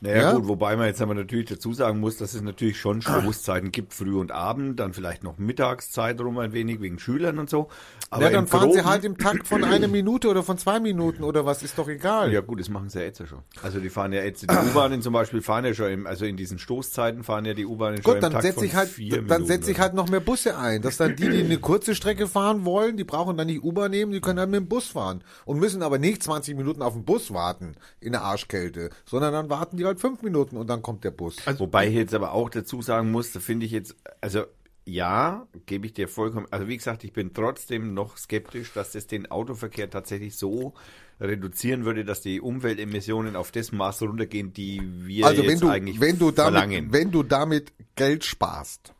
[SPEAKER 1] Naja,
[SPEAKER 2] Ja?
[SPEAKER 1] gut, wobei man jetzt aber natürlich dazu sagen muss, dass es natürlich schon Stoßzeiten gibt, früh und abend, dann vielleicht noch Mittagszeit rum ein wenig wegen Schülern und so. Aber
[SPEAKER 2] ja, dann
[SPEAKER 1] im
[SPEAKER 2] fahren sie
[SPEAKER 1] Groben-
[SPEAKER 2] halt im Takt von einer Minute oder von zwei Minuten oder was, ist doch egal.
[SPEAKER 1] Ja gut, das machen sie ja jetzt ja schon. Also die fahren ja jetzt, die U-Bahnen zum Beispiel fahren ja schon, im, also in diesen Stoßzeiten fahren ja die U-Bahnen schon
[SPEAKER 2] Gut,
[SPEAKER 1] im
[SPEAKER 2] dann
[SPEAKER 1] Takt
[SPEAKER 2] setze
[SPEAKER 1] von
[SPEAKER 2] ich halt,
[SPEAKER 1] vier
[SPEAKER 2] dann
[SPEAKER 1] Minuten
[SPEAKER 2] setze ich
[SPEAKER 1] oder
[SPEAKER 2] halt noch mehr Busse ein, dass dann die, die eine kurze Strecke fahren wollen, die brauchen dann nicht U-Bahn nehmen, die können dann mit dem Bus fahren und müssen aber nicht 20 Minuten auf den Bus warten in der Arschkälte, sondern dann warten die halt fünf Minuten und dann kommt der Bus.
[SPEAKER 1] Wobei ich jetzt aber auch dazu sagen muss, da finde ich jetzt, also ja, gebe ich dir vollkommen, also wie gesagt, ich bin trotzdem noch skeptisch, dass das den Autoverkehr tatsächlich so reduzieren würde, dass die Umweltemissionen auf das Maß runtergehen, die wir
[SPEAKER 2] Also wenn
[SPEAKER 1] jetzt
[SPEAKER 2] du,
[SPEAKER 1] eigentlich
[SPEAKER 2] wenn, du damit,
[SPEAKER 1] verlangen.
[SPEAKER 2] wenn du damit Geld sparst,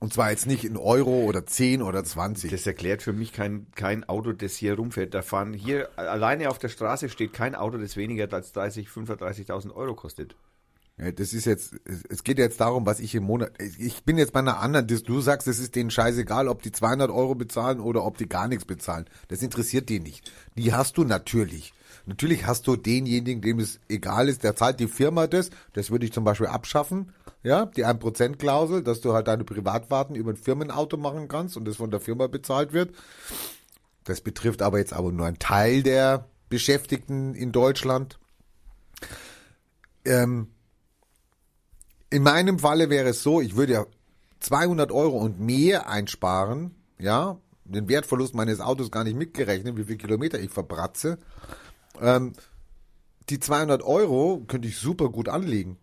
[SPEAKER 2] und zwar jetzt nicht in Euro oder 10 oder 20.
[SPEAKER 1] das erklärt für mich kein, kein Auto, das hier rumfährt. Da fahren hier alleine auf der Straße steht kein Auto, das weniger als 30, 35.000 Euro kostet.
[SPEAKER 2] Ja, das ist jetzt, es- es geht jetzt darum, was ich im Monat, ich bin jetzt bei einer anderen, Dis- du sagst, es ist denen scheißegal, ob die 200 Euro bezahlen oder ob die gar nichts bezahlen. Das interessiert die nicht. Die hast du natürlich. Natürlich hast du denjenigen, dem es egal ist, der zahlt die Firma das. Das würde ich zum Beispiel abschaffen. Ja, die 1%-Klausel, dass du halt deine Privatfahrten über ein Firmenauto machen kannst und das von der Firma bezahlt wird. Das betrifft aber jetzt aber nur einen Teil der Beschäftigten in Deutschland. Ähm, in meinem Falle wäre es so, ich würde ja 200 Euro und mehr einsparen, ja, den Wertverlust meines Autos gar nicht mitgerechnet, wie viele Kilometer ich verbratze. Ähm, die 200 Euro könnte ich super gut anlegen.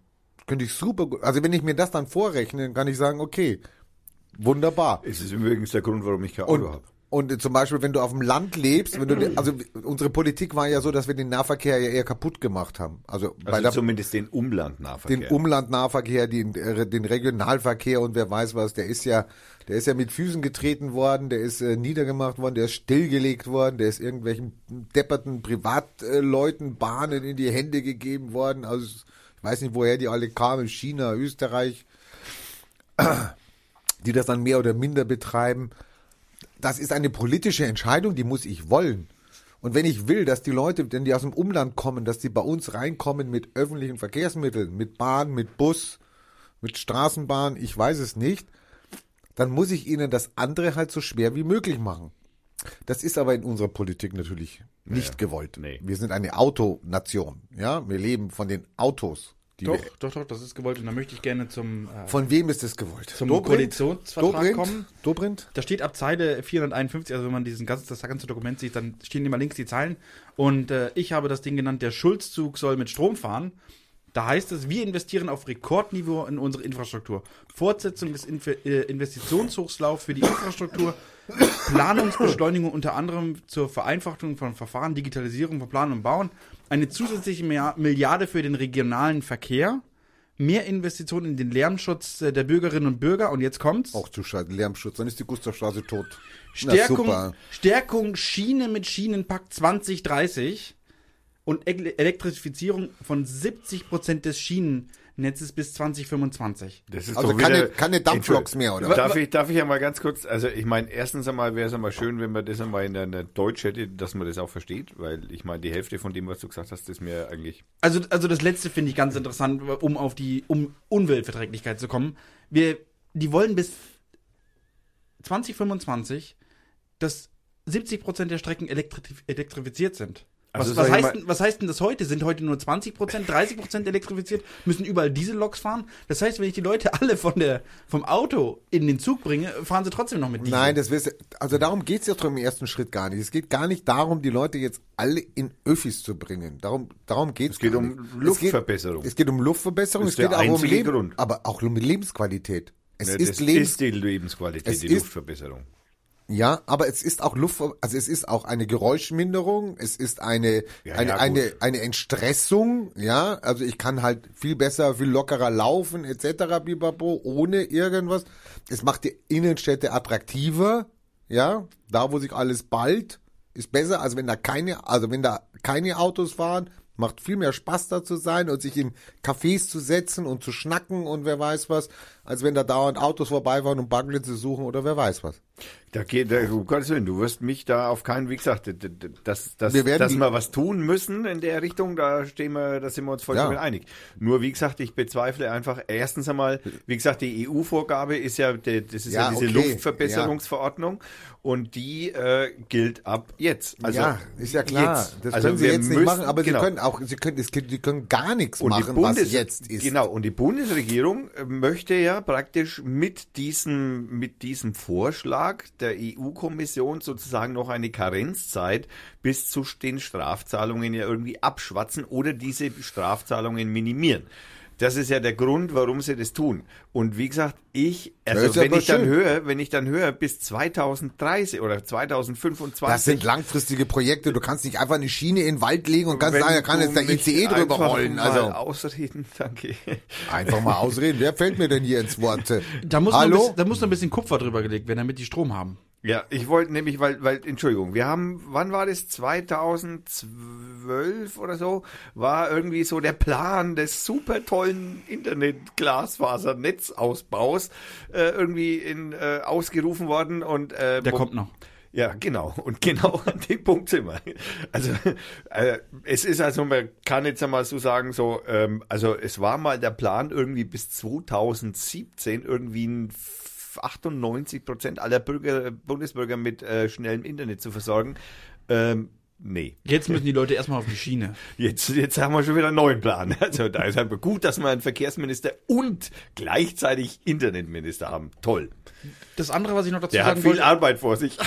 [SPEAKER 2] Könnte ich super gut, also wenn ich mir das dann vorrechne, kann ich sagen, okay, wunderbar.
[SPEAKER 1] Es ist übrigens der Grund, warum ich kein Auto
[SPEAKER 2] Und,
[SPEAKER 1] habe.
[SPEAKER 2] und zum Beispiel, wenn du auf dem Land lebst, wenn du, also unsere Politik war ja so, dass wir den Nahverkehr ja eher kaputt gemacht haben. Also, bei
[SPEAKER 1] Also
[SPEAKER 2] der,
[SPEAKER 1] zumindest den Umlandnahverkehr.
[SPEAKER 2] den Umlandnahverkehr, den, äh, den Regionalverkehr und wer weiß was, der ist ja, der ist ja mit Füßen getreten worden, der ist äh, niedergemacht worden, der ist stillgelegt worden, der ist irgendwelchen depperten Privatleuten äh, Bahnen in die Hände gegeben worden. Also es- ich weiß nicht, woher die alle kamen, China, Österreich, die das dann mehr oder minder betreiben. Das ist eine politische Entscheidung, die muss ich wollen. Und wenn ich will, dass die Leute, wenn die aus dem Umland kommen, dass die bei uns reinkommen mit öffentlichen Verkehrsmitteln, mit Bahn, mit Bus, mit Straßenbahn, ich weiß es nicht, dann muss ich ihnen das andere halt so schwer wie möglich machen. Das ist aber in unserer Politik natürlich nicht gewollt.
[SPEAKER 1] nee.
[SPEAKER 2] Wir sind eine Autonation, ja, wir leben von den Autos. Die
[SPEAKER 3] Doch,
[SPEAKER 2] wir,
[SPEAKER 3] doch, doch, das ist gewollt. Und da möchte ich gerne zum, äh,
[SPEAKER 2] von wem ist das gewollt?
[SPEAKER 3] zum Koalitionsvertrag
[SPEAKER 2] Dobrindt?
[SPEAKER 3] kommen.
[SPEAKER 2] Dobrindt?
[SPEAKER 3] Da steht ab Zeile 451, also wenn man diesen ganzen, das ganze Dokument sieht, dann stehen immer links die Zeilen. Und äh, ich habe das Ding genannt, der Schulzzug soll mit Strom fahren. Da heißt es, wir investieren auf Rekordniveau in unsere Infrastruktur. Fortsetzung des Inf äh, Investitionshochslaufs für die Infrastruktur, Planungsbeschleunigung unter anderem zur Vereinfachung von Verfahren, Digitalisierung von Planen und Bauen, eine zusätzliche Mia- Milliarde für den regionalen Verkehr, mehr Investitionen in den Lärmschutz äh, der Bürgerinnen und Bürger und jetzt kommt's.
[SPEAKER 2] Auch zuschalten, Lärmschutz, dann ist die Gustavstraße tot. Na,
[SPEAKER 3] Stärkung,
[SPEAKER 2] super.
[SPEAKER 3] Stärkung Schiene mit Schienenpakt 2030 und Ele- Elektrifizierung von 70% des Schienennetzes bis 2025.
[SPEAKER 1] Das ist
[SPEAKER 2] Also
[SPEAKER 1] doch
[SPEAKER 2] keine-
[SPEAKER 1] wieder-
[SPEAKER 2] keine Dampfloks
[SPEAKER 1] Entschuldigung.
[SPEAKER 2] mehr, oder
[SPEAKER 1] Darf ich, darf ich ja mal ganz kurz, also ich meine, erstens einmal wäre es einmal schön, wenn man das einmal in einer Deutsch hätte, dass man das auch versteht, weil ich meine, die Hälfte von dem, was du gesagt hast, ist mir eigentlich.
[SPEAKER 3] Also, also das letzte finde ich ganz interessant, um auf die um Umweltverträglichkeit zu kommen. Wir, die wollen bis 2025, dass 70% der Strecken elektri elektrifiziert sind. Was,
[SPEAKER 1] Also sag
[SPEAKER 3] was,
[SPEAKER 1] ich
[SPEAKER 3] heißt,
[SPEAKER 1] mal-
[SPEAKER 3] denn- was heißt denn das heute? Sind heute nur 20%, 30% elektrifiziert, müssen überall Dieselloks fahren? Das heißt, wenn ich die Leute alle von der, vom Auto in den Zug bringe, fahren sie trotzdem noch mit Diesel.
[SPEAKER 2] Nein, das wirst du- also darum geht's ja drum im ersten Schritt gar nicht. Es geht gar nicht darum, die Leute jetzt alle in Öffis zu bringen. Darum, darum geht's
[SPEAKER 1] Es geht
[SPEAKER 2] gar
[SPEAKER 1] um
[SPEAKER 2] nicht.
[SPEAKER 1] Luftverbesserung.
[SPEAKER 2] Es geht, es geht um Luftverbesserung,
[SPEAKER 1] Das
[SPEAKER 2] es
[SPEAKER 1] ist
[SPEAKER 2] geht
[SPEAKER 1] der
[SPEAKER 2] auch um
[SPEAKER 1] einzige
[SPEAKER 2] Leben,
[SPEAKER 1] Grund.
[SPEAKER 2] aber auch um Lebensqualität. Es
[SPEAKER 1] Ne,
[SPEAKER 2] ist
[SPEAKER 1] das
[SPEAKER 2] Lebens
[SPEAKER 1] ist die Lebensqualität,
[SPEAKER 2] Es
[SPEAKER 1] die
[SPEAKER 2] ist-
[SPEAKER 1] Luftverbesserung.
[SPEAKER 2] Ja, aber es ist auch Luft, also es ist auch eine Geräuschminderung, es ist eine,
[SPEAKER 1] Ja,
[SPEAKER 2] eine,
[SPEAKER 1] ja, gut.
[SPEAKER 2] eine, eine Entstressung, ja, also ich kann halt viel besser, viel lockerer laufen, etc., bibabo, ohne irgendwas. Es macht die Innenstädte attraktiver, ja, da wo sich alles ballt, ist besser, als wenn da keine, also wenn da keine Autos fahren, macht viel mehr Spaß da zu sein und sich in Cafés zu setzen und zu schnacken und wer weiß was, als wenn da dauernd Autos vorbeifahren und Parkplätze suchen oder wer weiß was.
[SPEAKER 1] Da geht, da, um Gottes Willen, du wirst mich da auf keinen, wie gesagt, d- d- d- dass, dass,
[SPEAKER 2] Wir werden
[SPEAKER 1] dass
[SPEAKER 2] die-
[SPEAKER 1] wir was tun müssen in der Richtung, da stehen wir, da sind wir uns vollkommen
[SPEAKER 2] Ja.
[SPEAKER 1] einig. Nur, wie gesagt, ich bezweifle einfach, erstens einmal, wie gesagt, die EU-Vorgabe ist ja, d- das ist ja,
[SPEAKER 2] Ja,
[SPEAKER 1] diese
[SPEAKER 2] okay,
[SPEAKER 1] Luftverbesserungsverordnung und die äh, gilt ab jetzt. Also,
[SPEAKER 2] ja, ist ja klar.
[SPEAKER 1] Jetzt.
[SPEAKER 2] Das
[SPEAKER 1] Also
[SPEAKER 2] können sie
[SPEAKER 1] wir
[SPEAKER 2] jetzt nicht
[SPEAKER 1] müssen-
[SPEAKER 2] machen, aber
[SPEAKER 1] genau.
[SPEAKER 2] sie können auch, sie können, es, können- sie können gar nichts
[SPEAKER 1] Und
[SPEAKER 2] machen,
[SPEAKER 1] die Bundes
[SPEAKER 2] was jetzt ist.
[SPEAKER 1] Genau, und die Bundesregierung äh, möchte ja praktisch mit diesem, mit diesem Vorschlag der EU-Kommission sozusagen noch eine Karenzzeit bis zu den Strafzahlungen ja irgendwie abschwatzen oder diese Strafzahlungen minimieren. Das ist ja der Grund, warum sie das tun. Und wie gesagt, ich, also
[SPEAKER 2] ist ja
[SPEAKER 1] wenn ich dann
[SPEAKER 2] schön.
[SPEAKER 1] höre, wenn ich dann höre, bis 2030 oder 2025.
[SPEAKER 2] Das sind langfristige Projekte. Du kannst nicht einfach eine Schiene in den Wald legen und kannst
[SPEAKER 1] wenn
[SPEAKER 2] sagen, da kann
[SPEAKER 1] du
[SPEAKER 2] jetzt der
[SPEAKER 1] mich
[SPEAKER 2] ICE drüber
[SPEAKER 1] einfach
[SPEAKER 2] rollen.
[SPEAKER 1] mal
[SPEAKER 2] Also
[SPEAKER 1] Ausreden, danke.
[SPEAKER 2] einfach mal ausreden. Wer fällt mir denn hier ins Wort?
[SPEAKER 3] Da muss, noch ein
[SPEAKER 2] Hallo?
[SPEAKER 3] bisschen, da muss noch ein bisschen Kupfer drüber gelegt werden, damit die Strom haben.
[SPEAKER 1] Ja, ich wollte nämlich, weil, weil, Entschuldigung, wir haben, wann war das? 2012 oder so, war irgendwie so der Plan des super tollen Internet-Glasfasernetzausbaus äh, irgendwie in, äh, ausgerufen worden und äh,
[SPEAKER 3] Der
[SPEAKER 1] wo-
[SPEAKER 3] kommt noch.
[SPEAKER 1] Ja, genau. Und genau an dem Punkt sind wir. Also äh, es ist also, man kann jetzt einmal so sagen, so, ähm, also es war mal der Plan, irgendwie bis 2017 irgendwie ein 98 Prozent aller Bürger, Bundesbürger mit äh, schnellem Internet zu versorgen. Ähm, nee.
[SPEAKER 4] Jetzt müssen die Leute erstmal auf die Schiene.
[SPEAKER 1] Jetzt, jetzt haben wir schon wieder einen neuen Plan. Also da ist aber gut, dass wir einen Verkehrsminister und gleichzeitig Internetminister haben. Toll.
[SPEAKER 4] Das andere, was ich noch dazu
[SPEAKER 1] Der hat
[SPEAKER 4] sagen
[SPEAKER 1] viel
[SPEAKER 4] wollte,
[SPEAKER 1] Arbeit vor sich.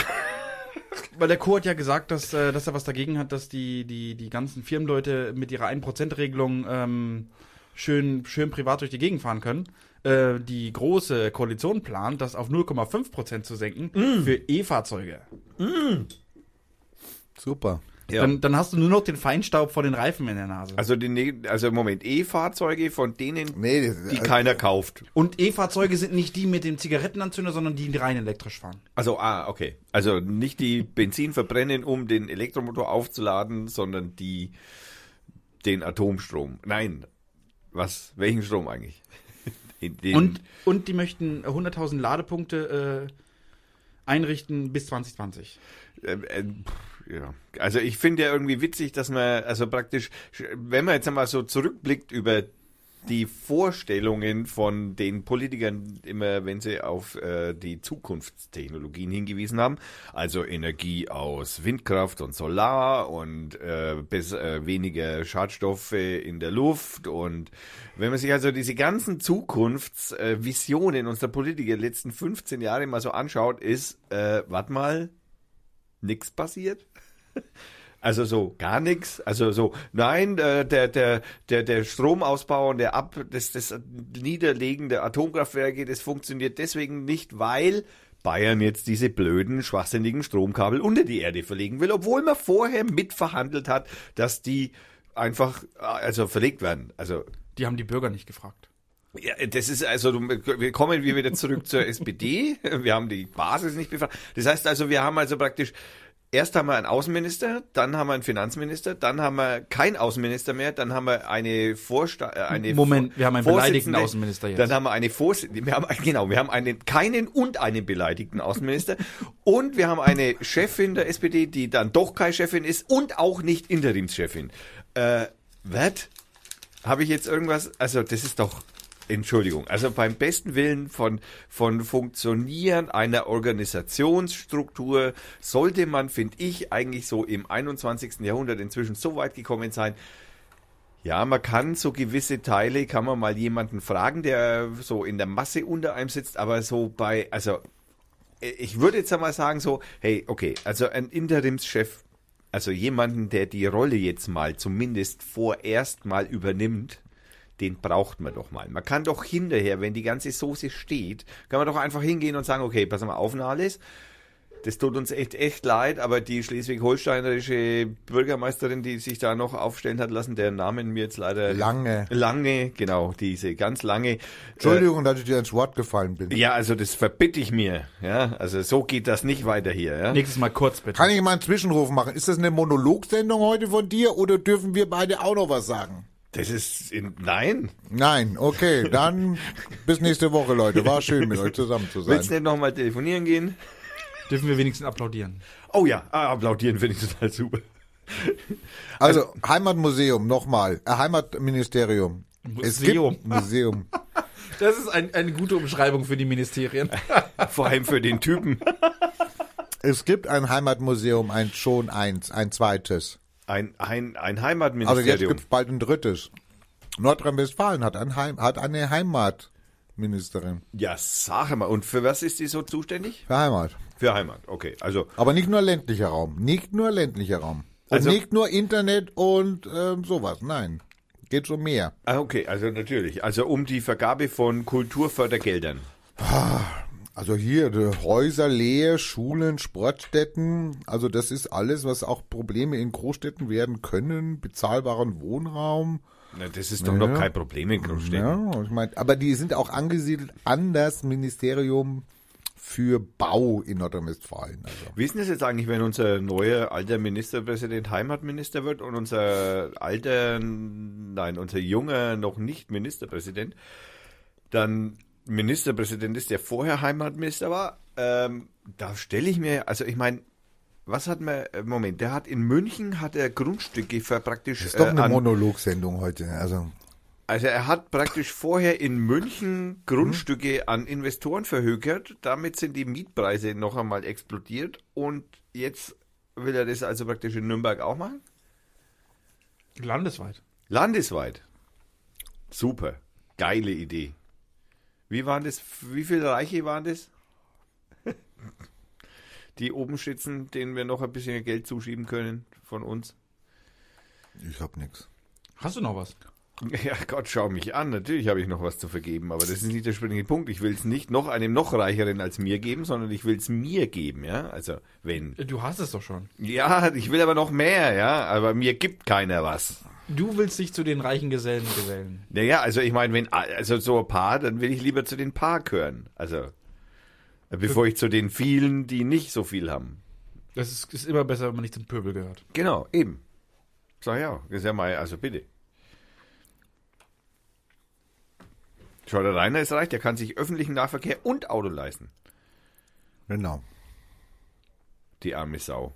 [SPEAKER 4] weil der Co. hat ja gesagt, dass, äh, dass er was dagegen hat, dass die, die, die ganzen Firmenleute mit ihrer 1%-Regelung ähm, schön, schön privat durch die Gegend fahren können. Äh, die große Koalition plant, das auf 0,5% zu senken
[SPEAKER 1] Mm.
[SPEAKER 4] für E-Fahrzeuge.
[SPEAKER 2] Super.
[SPEAKER 1] Ja.
[SPEAKER 4] Dann, dann hast du nur noch den Feinstaub von den Reifen in der Nase.
[SPEAKER 1] Also, die, ne- also Moment, E-Fahrzeuge von denen,
[SPEAKER 2] Nee, das, also
[SPEAKER 1] die keiner kauft.
[SPEAKER 4] Und E-Fahrzeuge sind nicht die mit dem Zigarettenanzünder, sondern die, die rein elektrisch fahren.
[SPEAKER 1] Also, ah, okay. Also nicht die Benzin verbrennen, um den Elektromotor aufzuladen, sondern die den Atomstrom. Nein, was? Welchen Strom eigentlich? In den,
[SPEAKER 4] Und, und die möchten 100.000 Ladepunkte äh, einrichten bis 2020.
[SPEAKER 1] Ähm, ähm, pff, ja. Also ich finde ja irgendwie witzig, dass man, also praktisch, wenn man jetzt einmal so zurückblickt über die Vorstellungen von den Politikern, immer wenn sie auf äh, die Zukunftstechnologien hingewiesen haben, also Energie aus Windkraft und Solar und äh, bis, äh, weniger Schadstoffe in der Luft und wenn man sich also diese ganzen Zukunftsvisionen äh, Visionen unserer Politiker der letzten 15 Jahre mal so anschaut, ist, äh, warte mal, nichts passiert. Also so gar nichts. Also so nein, äh, der der der der Stromausbau und der ab das das Niederlegen der Atomkraftwerke, das funktioniert deswegen nicht, weil Bayern jetzt diese blöden schwachsinnigen Stromkabel unter die Erde verlegen will, obwohl man vorher mitverhandelt hat, dass die einfach äh, also verlegt werden. Also
[SPEAKER 4] Die haben die Bürger nicht gefragt.
[SPEAKER 1] ja, das ist also, du- wir kommen wir wieder zurück zur SPD. Wir haben die Basis nicht befragt. Das heißt also, wir haben also praktisch, erst haben wir einen Außenminister, dann haben wir einen Finanzminister, dann haben wir keinen Außenminister mehr, dann haben wir eine Vorsta äh, eine
[SPEAKER 4] Moment,
[SPEAKER 1] Vor-
[SPEAKER 4] wir haben einen beleidigten
[SPEAKER 1] Vorsitzende,
[SPEAKER 4] Außenminister jetzt.
[SPEAKER 1] Dann haben wir eine Vors wir haben ein- genau, wir haben einen keinen und einen beleidigten Außenminister und wir haben eine Chefin der SPD, die dann doch keine Chefin ist und auch nicht Interimschefin. Äh, what? Habe ich jetzt irgendwas? Also, das ist doch. Entschuldigung, also beim besten Willen von, von Funktionieren einer Organisationsstruktur sollte man, finde ich, eigentlich so im 21. Jahrhundert inzwischen so weit gekommen sein. Ja, man kann so gewisse Teile, kann man mal jemanden fragen, der so in der Masse unter einem sitzt, aber so bei, also ich würde jetzt einmal sagen so, hey, okay, also ein Interimschef, also jemanden, der die Rolle jetzt mal zumindest vorerst mal übernimmt, den braucht man doch mal. Man kann doch hinterher, wenn die ganze Soße steht, kann man doch einfach hingehen und sagen, okay, pass mal auf, Nahles, das tut uns echt, echt leid, aber die schleswig-holsteinerische Bürgermeisterin, die sich da noch aufstellen hat lassen, deren Namen mir jetzt leider...
[SPEAKER 2] Lange.
[SPEAKER 1] Lange, genau, diese ganz lange... äh,
[SPEAKER 2] Entschuldigung, dass ich dir ins Wort gefallen bin.
[SPEAKER 1] ja, also das verbitte ich mir. Ja, also so geht das nicht weiter hier. Ja?
[SPEAKER 4] Nächstes Mal kurz bitte.
[SPEAKER 2] Kann ich mal einen Zwischenruf machen? Ist das eine Monologsendung heute von dir oder dürfen wir beide auch noch was sagen?
[SPEAKER 1] Das ist in, nein.
[SPEAKER 2] Nein, okay, dann bis nächste Woche, Leute. War schön, mit euch zusammen zu sein.
[SPEAKER 1] Willst du nicht nochmal telefonieren gehen?
[SPEAKER 4] Dürfen wir wenigstens applaudieren.
[SPEAKER 1] Oh ja, ah, applaudieren finde ich total super.
[SPEAKER 2] Also, Heimatmuseum, nochmal. Äh, Heimatministerium. Es gibt-
[SPEAKER 4] Museum.
[SPEAKER 2] Museum.
[SPEAKER 4] Das ist ein, eine gute Umschreibung für die Ministerien.
[SPEAKER 1] Vor allem für den Typen.
[SPEAKER 2] Es gibt ein Heimatmuseum, ein schon eins, ein zweites.
[SPEAKER 1] Ein, ein, ein
[SPEAKER 2] Also jetzt
[SPEAKER 1] Heimatministerium.
[SPEAKER 2] gibt's bald ein drittes. Nordrhein-Westfalen hat, ein Heim, hat eine Heimatministerin.
[SPEAKER 1] ja, sag mal. Und für was ist die so zuständig?
[SPEAKER 2] Für Heimat.
[SPEAKER 1] Für Heimat. Okay, also
[SPEAKER 2] Aber nicht nur ländlicher Raum. Nicht nur ländlicher Raum. Und
[SPEAKER 1] Also-
[SPEAKER 2] nicht nur Internet und ähm, sowas. Nein. Geht um mehr.
[SPEAKER 1] ah, okay, also natürlich, also um die Vergabe von Kulturfördergeldern.
[SPEAKER 2] Also hier äh, Häuser, Lehe, Schulen, Sportstätten. Also das ist alles, was auch Probleme in Großstädten werden können. Bezahlbaren Wohnraum.
[SPEAKER 1] Na, das ist doch noch kein Problem in Großstädten.
[SPEAKER 2] Ja, und ich mein, aber die sind auch angesiedelt an das Ministerium für Bau in Nordrhein-Westfalen. Also.
[SPEAKER 1] Wie ist denn das jetzt eigentlich, wenn unser neuer alter Ministerpräsident Heimatminister wird und unser alter, nein, unser junger noch nicht Ministerpräsident, dann Ministerpräsident ist, der vorher Heimatminister war? Ähm, da stelle ich mir, also ich meine, was hat man, äh, Moment, der hat in München hat er Grundstücke für praktisch.
[SPEAKER 2] Ist doch
[SPEAKER 1] äh,
[SPEAKER 2] eine
[SPEAKER 1] an-
[SPEAKER 2] Monologsendung heute. Also,
[SPEAKER 1] Also er hat praktisch vorher in München Grundstücke an Investoren verhökert. Damit sind die Mietpreise noch einmal explodiert. Und jetzt will er das also praktisch in Nürnberg auch machen?
[SPEAKER 3] Landesweit.
[SPEAKER 1] Landesweit. Super. Geile Idee. Wie waren das? Wie viele Reiche waren das? Die oben sitzen, denen wir noch ein bisschen Geld zuschieben können von uns.
[SPEAKER 2] ich hab nix.
[SPEAKER 3] Hast du noch was?
[SPEAKER 1] Ja, Gott, schau mich an. Natürlich habe ich noch was zu vergeben, aber das ist nicht der springende Punkt. Ich will es nicht noch einem noch reicheren als mir geben, sondern ich will es mir geben, ja? Also, wenn.
[SPEAKER 3] Du hast es doch schon.
[SPEAKER 1] Ja, ich will aber noch mehr, ja? Aber mir gibt keiner was.
[SPEAKER 3] Du willst dich zu den reichen Gesellen gesellen.
[SPEAKER 1] Naja, also ich meine, wenn also so ein Paar, dann will ich lieber zu den Paar gehören. Also bevor ich zu den vielen, die nicht so viel haben.
[SPEAKER 3] Das ist, ist immer besser, wenn man nicht zum Pöbel gehört.
[SPEAKER 1] Genau, eben. Sag ja, das ist ja mal, also bitte. Schau, der Rainer ist reich, der kann sich öffentlichen Nahverkehr und Auto leisten.
[SPEAKER 2] Genau.
[SPEAKER 1] Die arme Sau.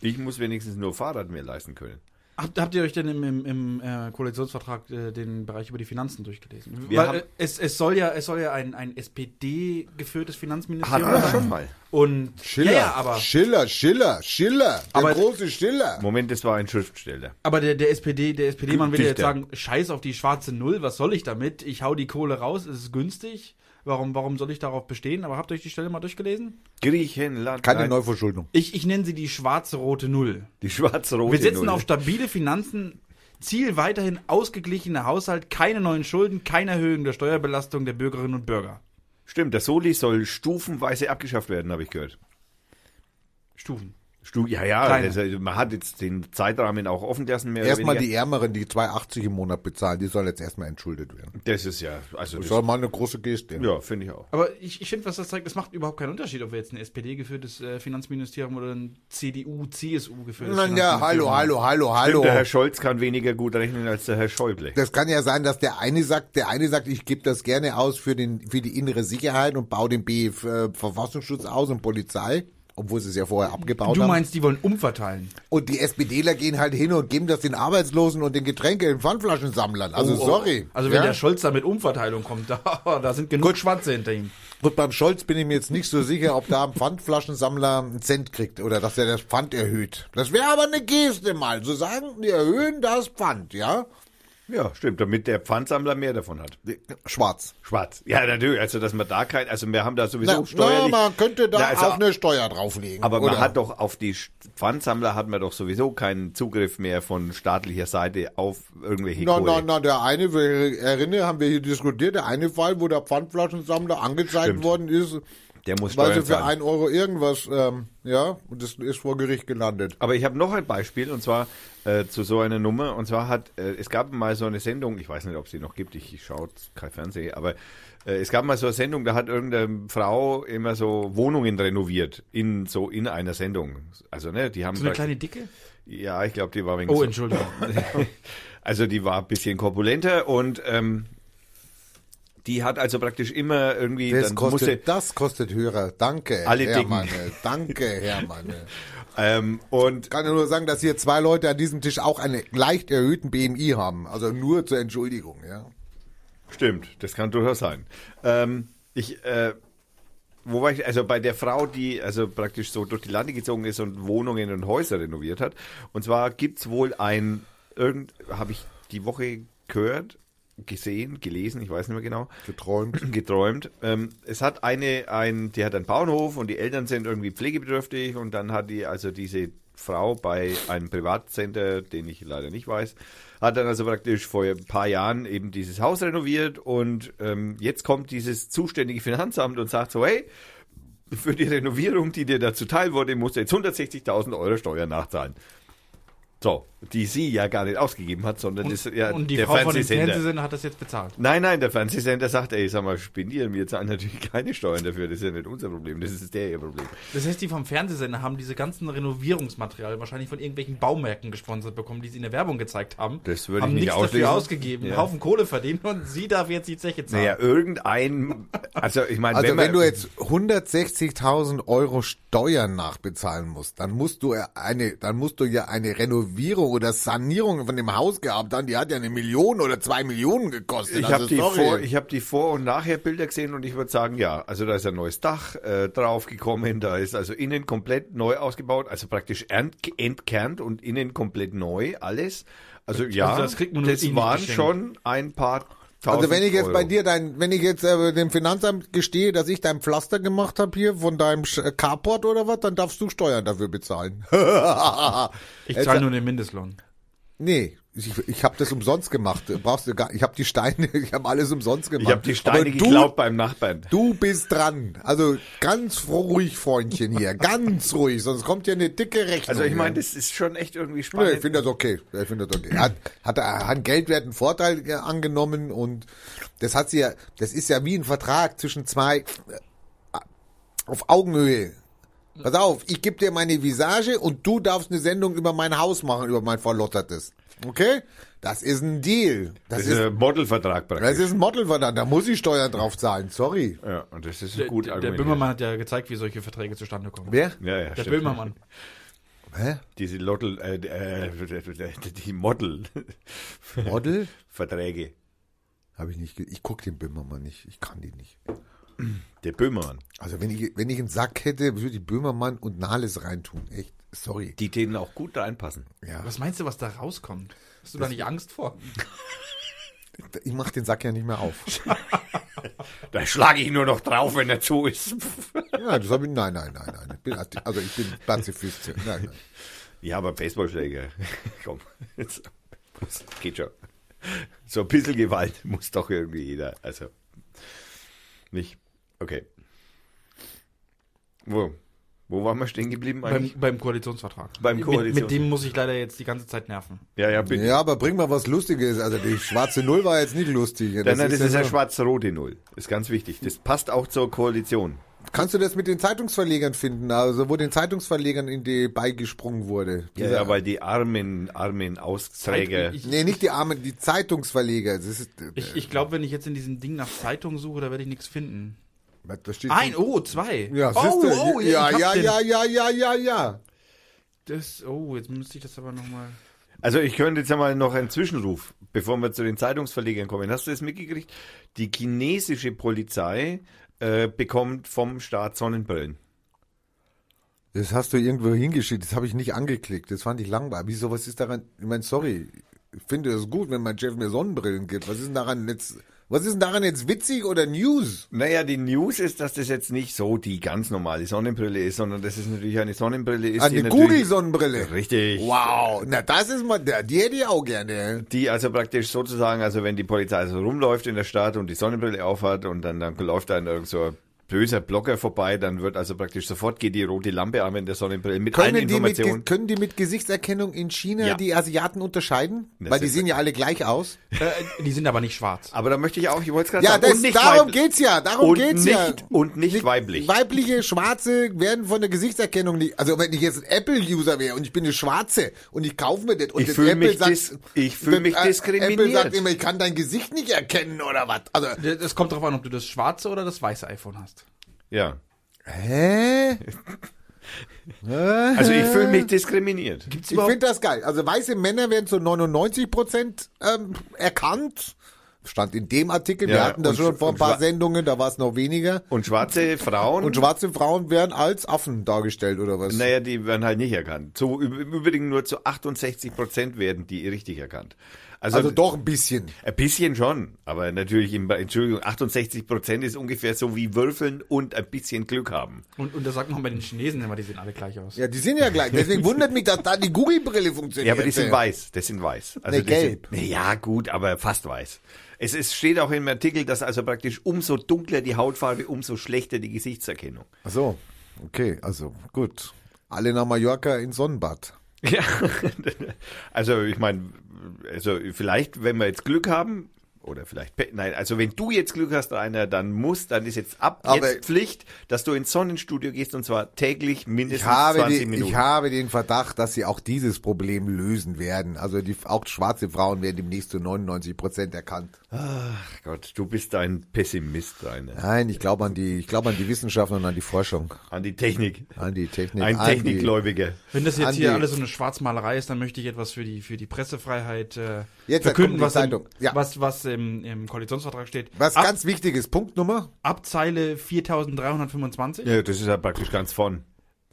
[SPEAKER 1] Ich muss wenigstens nur Fahrrad mir leisten können.
[SPEAKER 3] Habt, habt ihr euch denn im, im, im äh, Koalitionsvertrag äh, den Bereich über die Finanzen durchgelesen?
[SPEAKER 1] Wir haben-
[SPEAKER 3] Weil, äh, es, es soll ja, es soll ja ein, ein SPD-geführtes
[SPEAKER 1] Hatten
[SPEAKER 3] Finanzministerium
[SPEAKER 1] wir
[SPEAKER 3] sein.
[SPEAKER 1] schon mal.
[SPEAKER 3] Und
[SPEAKER 2] Schiller.
[SPEAKER 3] Ja, ja, aber,
[SPEAKER 2] Schiller, Schiller, Schiller. Der
[SPEAKER 3] Aber-
[SPEAKER 2] große Schiller.
[SPEAKER 1] Moment, das war ein Schriftsteller.
[SPEAKER 3] aber der, der SPD, der SPD-Mann will ja jetzt
[SPEAKER 1] Dichter.
[SPEAKER 3] sagen, scheiß auf die schwarze Null, was soll ich damit? Ich hau die Kohle raus, es ist günstig. Warum, warum soll ich darauf bestehen? Aber habt ihr euch die Stelle mal durchgelesen?
[SPEAKER 1] Griechenland.
[SPEAKER 2] Keine
[SPEAKER 1] nein,
[SPEAKER 2] Neuverschuldung.
[SPEAKER 3] Ich, ich nenne sie die schwarze-rote Null.
[SPEAKER 1] die schwarz-rote.
[SPEAKER 3] Wir setzen
[SPEAKER 1] Null.
[SPEAKER 3] auf stabile Finanzen. Ziel weiterhin ausgeglichener Haushalt, keine neuen Schulden, keine Erhöhung der Steuerbelastung der Bürgerinnen und Bürger.
[SPEAKER 1] Stimmt, der Soli soll stufenweise abgeschafft werden, habe ich gehört.
[SPEAKER 3] Stufen.
[SPEAKER 1] Stu ja, ja,
[SPEAKER 3] Kleine.
[SPEAKER 1] also man hat jetzt den Zeitrahmen auch offen lassen. Mehr oder
[SPEAKER 2] Erstmal
[SPEAKER 1] weniger.
[SPEAKER 2] die Ärmeren, die 2,80 im Monat bezahlen, die sollen jetzt erstmal entschuldet werden.
[SPEAKER 1] Das ist ja, also
[SPEAKER 2] Das
[SPEAKER 1] das,
[SPEAKER 2] ist doch mal eine große Geste.
[SPEAKER 1] ja, finde ich auch.
[SPEAKER 3] Aber ich, ich finde, was das zeigt, das macht überhaupt keinen Unterschied, ob wir jetzt ein SPD-geführtes äh, Finanzministerium oder ein CDU, CSU-geführtes
[SPEAKER 2] Na ja, hallo, hallo, hallo, hallo.
[SPEAKER 1] Stimmt, der Herr Scholz kann weniger gut rechnen als der Herr Schäuble.
[SPEAKER 2] Das kann ja sein, dass der eine sagt, der eine sagt, ich gebe das gerne aus für den für die innere Sicherheit und baue den BF, äh, Verfassungsschutz aus und Polizei, obwohl sie es ja vorher abgebaut
[SPEAKER 3] Du
[SPEAKER 2] haben.
[SPEAKER 3] meinst, die wollen umverteilen.
[SPEAKER 2] und die SPDler gehen halt hin und geben das den Arbeitslosen und den Getränke in Pfandflaschensammlern. Also
[SPEAKER 1] Oh,
[SPEAKER 2] sorry.
[SPEAKER 3] Also wenn der Scholz da mit Umverteilung kommt, da, da sind genug Schwanze hinter ihm.
[SPEAKER 2] Gut, beim Scholz bin ich mir jetzt nicht so sicher, ob da ein Pfandflaschensammler einen Cent kriegt oder dass er das Pfand erhöht. Das wäre aber eine Geste mal, zu sagen, wir erhöhen das Pfand, ja?
[SPEAKER 1] Ja, stimmt, damit der Pfandsammler mehr davon hat.
[SPEAKER 2] Schwarz.
[SPEAKER 1] Schwarz. Ja, natürlich, also dass man da kein, also wir haben da
[SPEAKER 2] Na,
[SPEAKER 1] sowieso
[SPEAKER 2] na,
[SPEAKER 1] steuerlich.
[SPEAKER 2] man könnte da
[SPEAKER 1] Na, also-
[SPEAKER 2] auch eine Steuer drauflegen.
[SPEAKER 1] aber man
[SPEAKER 2] oder?
[SPEAKER 1] hat doch auf die Sch- Pfandsammler hat man doch sowieso keinen Zugriff mehr von staatlicher Seite auf irgendwelche
[SPEAKER 2] Na,
[SPEAKER 1] Kohle.
[SPEAKER 2] na, na, der eine, wir erinnern, haben wir hier diskutiert, der eine Fall, wo der Pfandflaschensammler angezeigt
[SPEAKER 1] Stimmt.
[SPEAKER 2] worden ist,
[SPEAKER 1] Der muss
[SPEAKER 2] weil
[SPEAKER 1] Steuern
[SPEAKER 2] sie Also für
[SPEAKER 1] zahlen.
[SPEAKER 2] 1 Euro irgendwas, ähm, ja, und das ist vor Gericht gelandet.
[SPEAKER 1] Aber ich habe noch ein Beispiel und zwar äh, zu so einer Nummer. Und zwar hat äh, es gab mal so eine Sendung, ich weiß nicht, ob es die noch gibt, ich, ich schaue kein Fernsehen, aber äh, es gab mal so eine Sendung, da hat irgendeine Frau immer so Wohnungen renoviert in so in einer Sendung. Also ne, die haben
[SPEAKER 3] So eine
[SPEAKER 1] praktisch-
[SPEAKER 3] kleine Dicke?
[SPEAKER 1] ja, ich glaube, die war wegen
[SPEAKER 3] Oh,
[SPEAKER 1] so-
[SPEAKER 3] Entschuldigung.
[SPEAKER 1] also die war ein bisschen korpulenter und ähm, die hat also praktisch immer irgendwie
[SPEAKER 2] Das
[SPEAKER 1] dann musste,
[SPEAKER 2] kostet, das kostet Hörer. Danke,
[SPEAKER 1] Alle Dicken.
[SPEAKER 2] Hermann. Danke, Hermann.
[SPEAKER 1] ähm, und
[SPEAKER 2] Ich kann ja nur sagen, dass hier zwei Leute an diesem Tisch auch einen leicht erhöhten BMI haben. Also nur zur Entschuldigung, ja.
[SPEAKER 1] Stimmt, das kann durchaus sein. Ähm, ich, äh, wo war ich? Also bei der Frau, die also praktisch so durch die Lande gezogen ist und Wohnungen und Häuser renoviert hat. Und zwar gibt's wohl ein, irgend, habe ich die Woche gehört, gesehen, gelesen, ich weiß nicht mehr genau
[SPEAKER 2] Geträumt.
[SPEAKER 1] geträumt. Ähm, es hat eine, ein, die hat einen Bauernhof und die Eltern sind irgendwie pflegebedürftig und dann hat die also diese Frau bei einem Privatcenter, den ich leider nicht weiß, hat dann also praktisch vor ein paar Jahren eben dieses Haus renoviert und ähm, jetzt kommt dieses zuständige Finanzamt und sagt so, hey, für die Renovierung, die dir dazu teil wurde, musst du jetzt 160.000 Euro Steuern nachzahlen. So, die sie ja gar nicht ausgegeben hat, sondern das, ja,
[SPEAKER 3] und die
[SPEAKER 1] der
[SPEAKER 3] Frau von dem
[SPEAKER 1] Fernsehsender.
[SPEAKER 3] Fernsehsender hat das jetzt bezahlt.
[SPEAKER 1] Nein, nein, der Fernsehsender sagt, ey, sag mal, spinnt ihr? Wir zahlen natürlich keine Steuern dafür. Das ist ja nicht unser Problem, das ist der ihr Problem.
[SPEAKER 3] Das heißt, die vom Fernsehsender haben diese ganzen Renovierungsmaterial wahrscheinlich von irgendwelchen Baumärkten gesponsert bekommen, die sie in der Werbung gezeigt haben.
[SPEAKER 1] Das würde
[SPEAKER 3] haben
[SPEAKER 1] ich nicht
[SPEAKER 3] nichts
[SPEAKER 1] ausschließen.
[SPEAKER 3] dafür ausgegeben,
[SPEAKER 1] Ja.
[SPEAKER 3] einen Haufen Kohle verdient und sie darf jetzt die Zeche zahlen.
[SPEAKER 1] Naja, irgendein, also ich meine,
[SPEAKER 2] Also wenn,
[SPEAKER 1] man-
[SPEAKER 2] du jetzt 160.000 Euro Steuern nachbezahlen musst, dann musst du ja eine, dann musst du ja eine Renovierung oder Sanierung von dem Haus gehabt haben. Die hat ja eine Million oder zwei Millionen gekostet.
[SPEAKER 1] ich
[SPEAKER 2] Also
[SPEAKER 1] habe die,
[SPEAKER 2] sorry.
[SPEAKER 1] Vor- ich hab die Vor- und Nachher-Bilder gesehen und ich würde sagen, ja, also da ist ein neues Dach äh, draufgekommen, da ist also innen komplett neu ausgebaut, also praktisch ent- entkernt und innen komplett neu, alles. Also ja,
[SPEAKER 3] das kriegt man nur eh
[SPEAKER 1] das
[SPEAKER 3] nicht
[SPEAKER 1] waren
[SPEAKER 3] geschenkt.
[SPEAKER 1] schon ein paar tausend
[SPEAKER 2] also wenn ich jetzt
[SPEAKER 1] Euro.
[SPEAKER 2] bei dir dein, wenn ich jetzt äh, dem Finanzamt gestehe, dass ich dein Pflaster gemacht habe hier von deinem Sch- äh, Carport oder was, dann darfst du Steuern dafür bezahlen.
[SPEAKER 3] ich
[SPEAKER 2] Jetzt-
[SPEAKER 3] zahle nur den Mindestlohn.
[SPEAKER 2] Nee, ich, ich habe das umsonst gemacht. Du Brauchst du gar, ich habe die Steine, ich habe alles umsonst gemacht.
[SPEAKER 1] ich habe die Steine
[SPEAKER 2] Aber du,
[SPEAKER 1] geklaut beim Nachbarn.
[SPEAKER 2] Du bist dran. Also ganz ruhig, Freundchen hier. Ganz ruhig, sonst kommt ja eine dicke Rechnung.
[SPEAKER 1] Also ich meine,
[SPEAKER 2] hier.
[SPEAKER 1] das ist schon echt irgendwie
[SPEAKER 2] Nee,
[SPEAKER 1] spannend.
[SPEAKER 2] ich finde das okay. Ich finde das okay. Hat, hat, hat Geldwert einen Vorteil äh, angenommen und das hat sie ja, das ist ja wie ein Vertrag zwischen zwei äh, auf Augenhöhe. Pass auf, ich gebe dir meine Visage und du darfst eine Sendung über mein Haus machen, über mein verlottertes. Okay? Das ist ein Deal. Das,
[SPEAKER 1] das ist
[SPEAKER 2] ist,
[SPEAKER 1] ein Äh, Modelvertrag
[SPEAKER 2] das
[SPEAKER 1] praktisch.
[SPEAKER 2] ist ein Modelvertrag, da muss ich Steuern drauf zahlen, sorry.
[SPEAKER 1] Ja, und das ist
[SPEAKER 3] Der,
[SPEAKER 1] Äh, gut
[SPEAKER 3] der der
[SPEAKER 1] argumentiert.
[SPEAKER 3] Böhmermann hat ja gezeigt, wie solche Verträge zustande kommen.
[SPEAKER 2] Wer?
[SPEAKER 1] Ja, ja,
[SPEAKER 3] Der
[SPEAKER 1] stimmt.
[SPEAKER 3] Böhmermann.
[SPEAKER 2] Hä?
[SPEAKER 1] Diese Lottel, äh, äh, die Model-Verträge.
[SPEAKER 2] Model? Habe ich nicht. ge- Ich gucke den Böhmermann nicht. Ich kann den nicht.
[SPEAKER 1] Der Böhmermann.
[SPEAKER 2] Also wenn ich, wenn ich einen Sack hätte, würde ich Böhmermann und Nahles reintun. Echt. Sorry.
[SPEAKER 1] Die denen auch gut reinpassen.
[SPEAKER 2] Ja.
[SPEAKER 3] Was meinst du, was da rauskommt? Hast du da nicht Angst vor?
[SPEAKER 2] Ich mache den Sack ja nicht mehr auf.
[SPEAKER 1] Da schlage ich nur noch drauf, wenn er zu ist.
[SPEAKER 2] Ja, das habe ich. Nein, nein, nein, nein. Ich bin, Ati- also ich bin Pazifist. Nein, nein.
[SPEAKER 1] Ja, aber Baseballschläger. Komm. Jetzt. Geht schon. So ein bisschen Gewalt muss doch irgendwie jeder. Also. Nicht. Okay. Wo? Wo waren wir stehen geblieben
[SPEAKER 3] Beim,
[SPEAKER 1] eigentlich?
[SPEAKER 3] beim Koalitionsvertrag.
[SPEAKER 1] Beim
[SPEAKER 3] Mit, mit
[SPEAKER 1] Koalitions-
[SPEAKER 3] dem muss ich leider jetzt die ganze Zeit nerven.
[SPEAKER 1] ja, ja, bitte.
[SPEAKER 2] Ja, aber bring mal was Lustiges. Also die schwarze Null war jetzt nicht lustig.
[SPEAKER 1] Das, nein, das ist also ja
[SPEAKER 2] nur-
[SPEAKER 1] schwarz-rote Null. Ist ganz wichtig. Das passt auch zur Koalition.
[SPEAKER 2] Kannst du das mit den Zeitungsverlegern finden? Also wo den Zeitungsverlegern in die beigesprungen wurde.
[SPEAKER 1] Ja, ja, Halt, weil die armen, armen Austräger.
[SPEAKER 3] Ich,
[SPEAKER 2] Nee, nicht die Armen, die Zeitungsverleger. Das ist,
[SPEAKER 3] ich, ich glaube, wenn ich jetzt in diesem Ding nach Zeitung suche, da werde ich nichts finden.
[SPEAKER 2] das äh, steht
[SPEAKER 3] Ein, oh, zwei.
[SPEAKER 2] Ja,
[SPEAKER 3] oh,
[SPEAKER 2] siehste,
[SPEAKER 3] oh,
[SPEAKER 2] ja,
[SPEAKER 3] ich hab
[SPEAKER 2] ja,
[SPEAKER 3] den.
[SPEAKER 2] ja, ja, ja, ja, ja.
[SPEAKER 3] Das, oh, jetzt müsste ich das aber nochmal.
[SPEAKER 1] Also ich könnte jetzt einmal noch einen Zwischenruf, bevor wir zu den Zeitungsverlegern kommen. Hast du das mitgekriegt? Die chinesische Polizei äh, bekommt vom Staat Sonnenbrillen.
[SPEAKER 2] Das hast du irgendwo hingeschickt, das habe ich nicht angeklickt, das fand ich langweilig. Wieso, was ist daran, ich meine, sorry, ich finde es gut, wenn mein Chef mir Sonnenbrillen gibt. Was ist denn daran jetzt, was ist denn daran jetzt witzig oder News?
[SPEAKER 1] Naja, die News ist, dass das jetzt nicht so die ganz normale Sonnenbrille ist, sondern dass es natürlich eine Sonnenbrille ist, die
[SPEAKER 2] Eine
[SPEAKER 1] natürlich-
[SPEAKER 2] Google-Sonnenbrille.
[SPEAKER 1] Richtig.
[SPEAKER 2] Wow, na das ist mal, die hätte ich auch gerne.
[SPEAKER 1] Die also praktisch sozusagen, also wenn die Polizei so rumläuft in der Stadt und die Sonnenbrille aufhat und dann, dann läuft da irgend so ein böser Blocker vorbei, dann wird also praktisch sofort geht die rote Lampe an in der Sonnenbrille mit allen
[SPEAKER 2] Können die mit,
[SPEAKER 1] Informationen.
[SPEAKER 2] Ge- können die mit Gesichtserkennung in China
[SPEAKER 1] Ja.
[SPEAKER 2] die Asiaten unterscheiden?
[SPEAKER 1] Das
[SPEAKER 2] Weil die
[SPEAKER 1] ist-
[SPEAKER 2] sehen ja alle gleich aus.
[SPEAKER 3] Äh, die sind aber nicht schwarz.
[SPEAKER 1] Aber da möchte ich auch, ich wollte es gerade
[SPEAKER 2] Ja,
[SPEAKER 1] sagen,
[SPEAKER 2] das,
[SPEAKER 1] und nicht
[SPEAKER 2] darum
[SPEAKER 1] weiblich.
[SPEAKER 2] geht's ja, darum
[SPEAKER 1] und
[SPEAKER 2] geht's
[SPEAKER 1] nicht,
[SPEAKER 2] ja.
[SPEAKER 1] Und nicht, weiblich.
[SPEAKER 2] Weibliche Schwarze werden von der Gesichtserkennung nicht. Also wenn ich jetzt ein Apple-User wäre und ich bin eine Schwarze und ich kaufe mir das und
[SPEAKER 1] Ich
[SPEAKER 2] das
[SPEAKER 1] fühl
[SPEAKER 2] Apple
[SPEAKER 1] mich dis- ich fühl
[SPEAKER 2] das-
[SPEAKER 1] mich
[SPEAKER 2] äh, Apple
[SPEAKER 1] diskriminiert.
[SPEAKER 2] sagt immer, ich kann dein Gesicht nicht erkennen oder was. Also
[SPEAKER 3] Es kommt drauf an, ob du das schwarze oder das weiße iPhone hast.
[SPEAKER 1] Ja.
[SPEAKER 2] hä?
[SPEAKER 1] Also ich fühle mich diskriminiert.
[SPEAKER 3] Gibt's
[SPEAKER 2] Ich finde das geil. Also weiße Männer werden zu 99 Prozent ähm, erkannt. Stand in dem Artikel. Wir
[SPEAKER 1] Ja,
[SPEAKER 2] hatten das
[SPEAKER 1] und
[SPEAKER 2] schon
[SPEAKER 1] schw-
[SPEAKER 2] vor ein
[SPEAKER 1] und
[SPEAKER 2] paar
[SPEAKER 1] schwa-
[SPEAKER 2] Sendungen, da war es noch weniger.
[SPEAKER 1] Und schwarze Frauen,
[SPEAKER 2] Und schwarze Frauen werden als Affen dargestellt oder was?
[SPEAKER 1] naja, die werden halt nicht erkannt. Zu, Im Übrigen nur zu 68 Prozent werden die richtig erkannt. Also,
[SPEAKER 2] Also doch ein bisschen.
[SPEAKER 1] ein bisschen schon, aber natürlich, im, Entschuldigung, 68 Prozent ist ungefähr so wie Würfeln und ein bisschen Glück haben.
[SPEAKER 3] Und, und das sagt man bei den Chinesen immer, die sehen alle gleich aus.
[SPEAKER 2] Ja, die sind ja gleich. Deswegen wundert mich, dass da die Google-Brille funktioniert.
[SPEAKER 1] Ja, aber die sind weiß, das sind weiß. Also
[SPEAKER 2] Nee,
[SPEAKER 1] die sind-
[SPEAKER 2] gelb.
[SPEAKER 1] Nee, ja, gut, aber fast weiß. Es, es steht auch im Artikel, dass also praktisch umso dunkler die Hautfarbe, umso schlechter die Gesichtserkennung.
[SPEAKER 2] Ach so. Okay, also gut. Alle nach Mallorca ins Sonnenbad.
[SPEAKER 1] Ja, also ich meine, also vielleicht, wenn wir jetzt Glück haben, oder vielleicht, Pe- nein, also wenn du jetzt Glück hast, einer, dann muss, dann ist jetzt ab
[SPEAKER 2] Aber-
[SPEAKER 1] jetzt Pflicht, dass du ins Sonnenstudio gehst und zwar täglich mindestens
[SPEAKER 2] Ich habe,
[SPEAKER 1] 20
[SPEAKER 2] den,
[SPEAKER 1] Minuten.
[SPEAKER 2] ich habe den Verdacht, dass sie auch dieses Problem lösen werden. Also die, auch schwarze Frauen werden demnächst zu 99 Prozent erkannt.
[SPEAKER 1] Ach Gott, du bist ein Pessimist, einer.
[SPEAKER 2] Nein, ich glaube an die, ich glaube an die Wissenschaft und an die Forschung,
[SPEAKER 1] An die Technik.
[SPEAKER 2] an die Technik.
[SPEAKER 1] Ein
[SPEAKER 2] an die-
[SPEAKER 1] Technikgläubiger.
[SPEAKER 3] Wenn das jetzt
[SPEAKER 2] Andi.
[SPEAKER 3] hier alles so eine Schwarzmalerei ist, dann möchte ich etwas für die, für die Pressefreiheit äh,
[SPEAKER 2] Jetzt kommt
[SPEAKER 3] verkünden,
[SPEAKER 2] die
[SPEAKER 3] was, im,
[SPEAKER 2] Zeitung. Ja.
[SPEAKER 3] was, was im, im Koalitionsvertrag steht.
[SPEAKER 2] Was
[SPEAKER 1] Ah.
[SPEAKER 3] ab,
[SPEAKER 2] ganz wichtig ist, Punktnummer.
[SPEAKER 3] ab Zeile 4325.
[SPEAKER 1] Ja, das ist ja praktisch ganz vorn.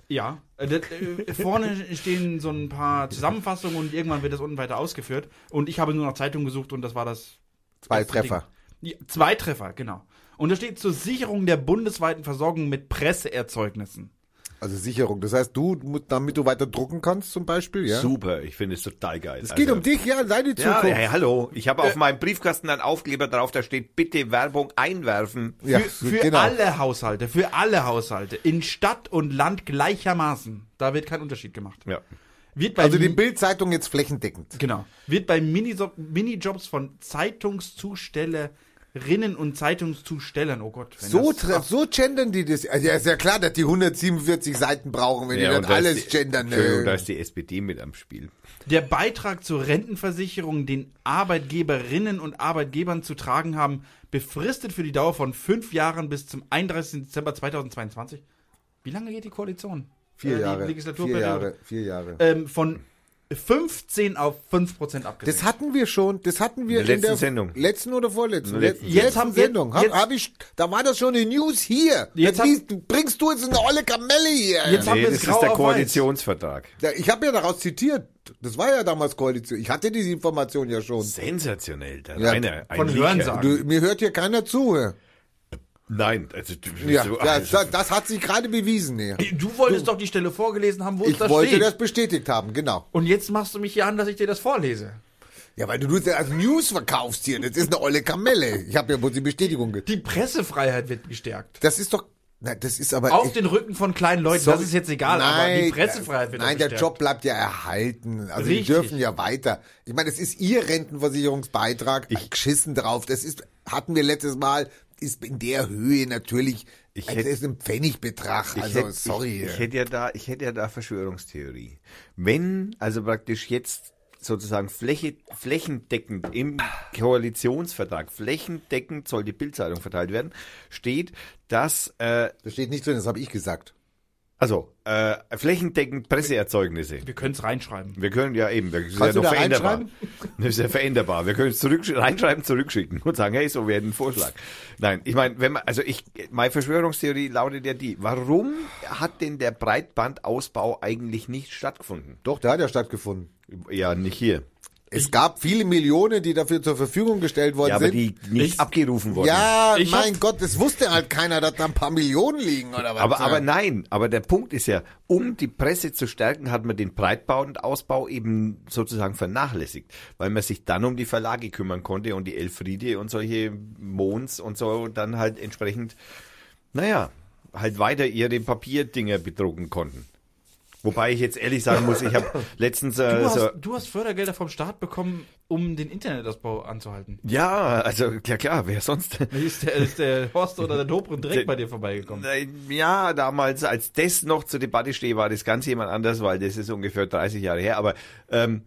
[SPEAKER 3] Ja, äh, das, äh, vorne stehen so ein paar Zusammenfassungen und irgendwann wird das unten weiter ausgeführt. Und ich habe nur nach Zeitung gesucht und das war das.
[SPEAKER 2] Zwei
[SPEAKER 3] erste
[SPEAKER 2] Treffer.
[SPEAKER 3] Ding. Ja, zwei Treffer, genau. Und da steht zur Sicherung der bundesweiten Versorgung mit Presseerzeugnissen.
[SPEAKER 2] Also Sicherung. Das heißt, du, mu- damit du weiter drucken kannst zum Beispiel, ja?
[SPEAKER 1] Super, ich finde es total geil. Also,
[SPEAKER 2] Es geht um dich, ja, deine
[SPEAKER 1] Ja,
[SPEAKER 2] Zukunft. Äh,
[SPEAKER 1] ja, ja, hallo. Ich habe auf meinem Briefkasten einen Aufkleber drauf, da steht bitte Werbung einwerfen.
[SPEAKER 2] Ja,
[SPEAKER 3] für für
[SPEAKER 2] genau.
[SPEAKER 3] alle Haushalte, für alle Haushalte, in Stadt und Land gleichermaßen. Da wird kein Unterschied gemacht.
[SPEAKER 1] Ja.
[SPEAKER 3] Wird bei
[SPEAKER 2] Also die
[SPEAKER 3] Mi-
[SPEAKER 2] Bildzeitung jetzt flächendeckend.
[SPEAKER 3] genau. Wird bei Miniso- Minijobs von Zeitungszustellerinnen und Zeitungszustellern, oh Gott. wenn
[SPEAKER 2] So,
[SPEAKER 3] das-
[SPEAKER 2] tre- so gendern die das. Also, ja, ist ja klar, dass die 147 Seiten brauchen, wenn die dann
[SPEAKER 1] und da ist
[SPEAKER 2] alles
[SPEAKER 1] die,
[SPEAKER 2] gendern.
[SPEAKER 1] Entschuldigung, da
[SPEAKER 2] äh.
[SPEAKER 1] ist die SPD mit am Spiel.
[SPEAKER 3] Der Beitrag zur Rentenversicherung, den Arbeitgeberinnen und Arbeitgebern zu tragen haben, befristet für die Dauer von fünf Jahren bis zum 31. Dezember 2022. Wie lange geht die Koalition? Äh,
[SPEAKER 2] Vier
[SPEAKER 3] die
[SPEAKER 2] Jahre. Vier
[SPEAKER 3] Legislaturperiode.
[SPEAKER 2] Jahre. Vier Jahre.
[SPEAKER 3] Ähm, von 15 auf 5 Prozent abgesenkt.
[SPEAKER 2] Das hatten wir schon, das hatten wir
[SPEAKER 1] In der
[SPEAKER 2] in der
[SPEAKER 1] letzten Sendung.
[SPEAKER 2] Letzten oder vorletzten?
[SPEAKER 1] In der letzten
[SPEAKER 2] Letzten-
[SPEAKER 3] Jetzt haben wir-
[SPEAKER 2] Sendung. Hab,
[SPEAKER 3] jetzt-
[SPEAKER 2] hab ich, da war das schon die News hier.
[SPEAKER 3] Jetzt
[SPEAKER 2] Jetzt
[SPEAKER 3] haben-
[SPEAKER 2] liest, bringst du jetzt eine olle Kamelle hier.
[SPEAKER 3] Jetzt haben
[SPEAKER 1] Nee,
[SPEAKER 3] wir
[SPEAKER 1] das
[SPEAKER 3] es
[SPEAKER 1] ist
[SPEAKER 3] grau
[SPEAKER 1] der
[SPEAKER 3] auf weiß.
[SPEAKER 1] Koalitionsvertrag.
[SPEAKER 2] Ja, ich habe ja daraus zitiert. Das war ja damals Koalition. Ich hatte diese Information ja schon.
[SPEAKER 1] Sensationell, der
[SPEAKER 2] Ja,
[SPEAKER 1] Rainer. Ein
[SPEAKER 3] von
[SPEAKER 1] Leaker.
[SPEAKER 3] Hörensagen.
[SPEAKER 2] Du, mir hört hier keiner zu. hä?
[SPEAKER 1] Nein, also du,
[SPEAKER 2] Ja,
[SPEAKER 1] so,
[SPEAKER 2] ja
[SPEAKER 1] also,
[SPEAKER 2] das, das hat sich gerade bewiesen. Ja.
[SPEAKER 3] Du wolltest doch die Stelle vorgelesen haben, wo es
[SPEAKER 2] Ich
[SPEAKER 3] da
[SPEAKER 2] wollte
[SPEAKER 3] steht.
[SPEAKER 2] das bestätigt haben, genau.
[SPEAKER 3] Und jetzt machst du mich hier an, dass ich dir das vorlese.
[SPEAKER 2] Ja, weil du das als News verkaufst hier. Das ist eine olle Kamelle. Ich habe ja wohl die Bestätigung. ge-
[SPEAKER 3] Die Pressefreiheit wird gestärkt.
[SPEAKER 2] Das ist doch. Na, das ist aber.
[SPEAKER 3] Auf
[SPEAKER 2] ich-
[SPEAKER 3] den Rücken von kleinen Leuten,
[SPEAKER 2] Sorry.
[SPEAKER 3] das ist jetzt egal, aber die Pressefreiheit wird
[SPEAKER 2] Nein,
[SPEAKER 3] auch
[SPEAKER 2] der
[SPEAKER 3] gestärkt.
[SPEAKER 2] Job bleibt ja erhalten. Also
[SPEAKER 3] Richtig.
[SPEAKER 2] die dürfen ja weiter. Ich meine, es ist ihr Rentenversicherungsbeitrag. Ich geschissen drauf. Das ist hatten wir letztes Mal ist in der Höhe natürlich
[SPEAKER 1] Ich
[SPEAKER 2] also
[SPEAKER 1] hätte-
[SPEAKER 2] das ist ein Pfennigbetrag.
[SPEAKER 1] ich
[SPEAKER 2] Also
[SPEAKER 1] hätte-
[SPEAKER 2] sorry.
[SPEAKER 1] Ich, ich hätte ja da, ich hätte ja da Verschwörungstheorie. Wenn, also praktisch jetzt sozusagen Fläche, flächendeckend im Koalitionsvertrag, flächendeckend soll die Bildzeitung verteilt werden, steht, dass äh,
[SPEAKER 2] das steht nicht drin, das habe ich gesagt.
[SPEAKER 1] Also, äh, flächendeckend Presseerzeugnisse.
[SPEAKER 3] Wir können es reinschreiben.
[SPEAKER 1] Wir können ja eben, das ist
[SPEAKER 2] Kannst
[SPEAKER 1] ja
[SPEAKER 2] du
[SPEAKER 1] noch
[SPEAKER 2] da
[SPEAKER 1] veränderbar.
[SPEAKER 2] reinschreiben?
[SPEAKER 1] Das ist ja veränderbar. Wir können es zurück, reinschreiben, zurückschicken und sagen, hey, so wäre ein Vorschlag. Nein, ich meine, wenn man, also ich, meine Verschwörungstheorie lautet ja die, warum hat denn der Breitbandausbau eigentlich nicht stattgefunden?
[SPEAKER 2] Doch, der hat ja stattgefunden.
[SPEAKER 1] Ja, nicht hier.
[SPEAKER 2] Es gab viele Millionen, die dafür zur Verfügung gestellt worden
[SPEAKER 1] Ja, aber
[SPEAKER 2] sind.
[SPEAKER 1] die nicht abgerufen wurden.
[SPEAKER 2] ja,
[SPEAKER 3] Ich hab-
[SPEAKER 2] mein Gott, das wusste halt keiner, dass da ein paar Millionen liegen oder was.
[SPEAKER 1] Aber, aber nein, aber der Punkt ist ja, um die Presse zu stärken, hat man den Breitbandausbau eben sozusagen vernachlässigt, weil man sich dann um die Verlage kümmern konnte und die Elfriede und solche Mons und so dann halt entsprechend, naja, halt weiter ihre Papierdinger bedrucken konnten. Wobei ich jetzt ehrlich sagen muss, ich habe letztens
[SPEAKER 3] Du,
[SPEAKER 1] äh, so,
[SPEAKER 3] hast, du hast Fördergelder vom Staat bekommen, um den Internetausbau anzuhalten.
[SPEAKER 1] ja, also ja klar, wer sonst?
[SPEAKER 3] Ist der, ist der Horst oder der Dobrin direkt bei dir vorbeigekommen?
[SPEAKER 1] Ja, damals, als das noch zur Debatte steht, war das ganz jemand anders, weil das ist ungefähr 30 Jahre her. Aber ähm,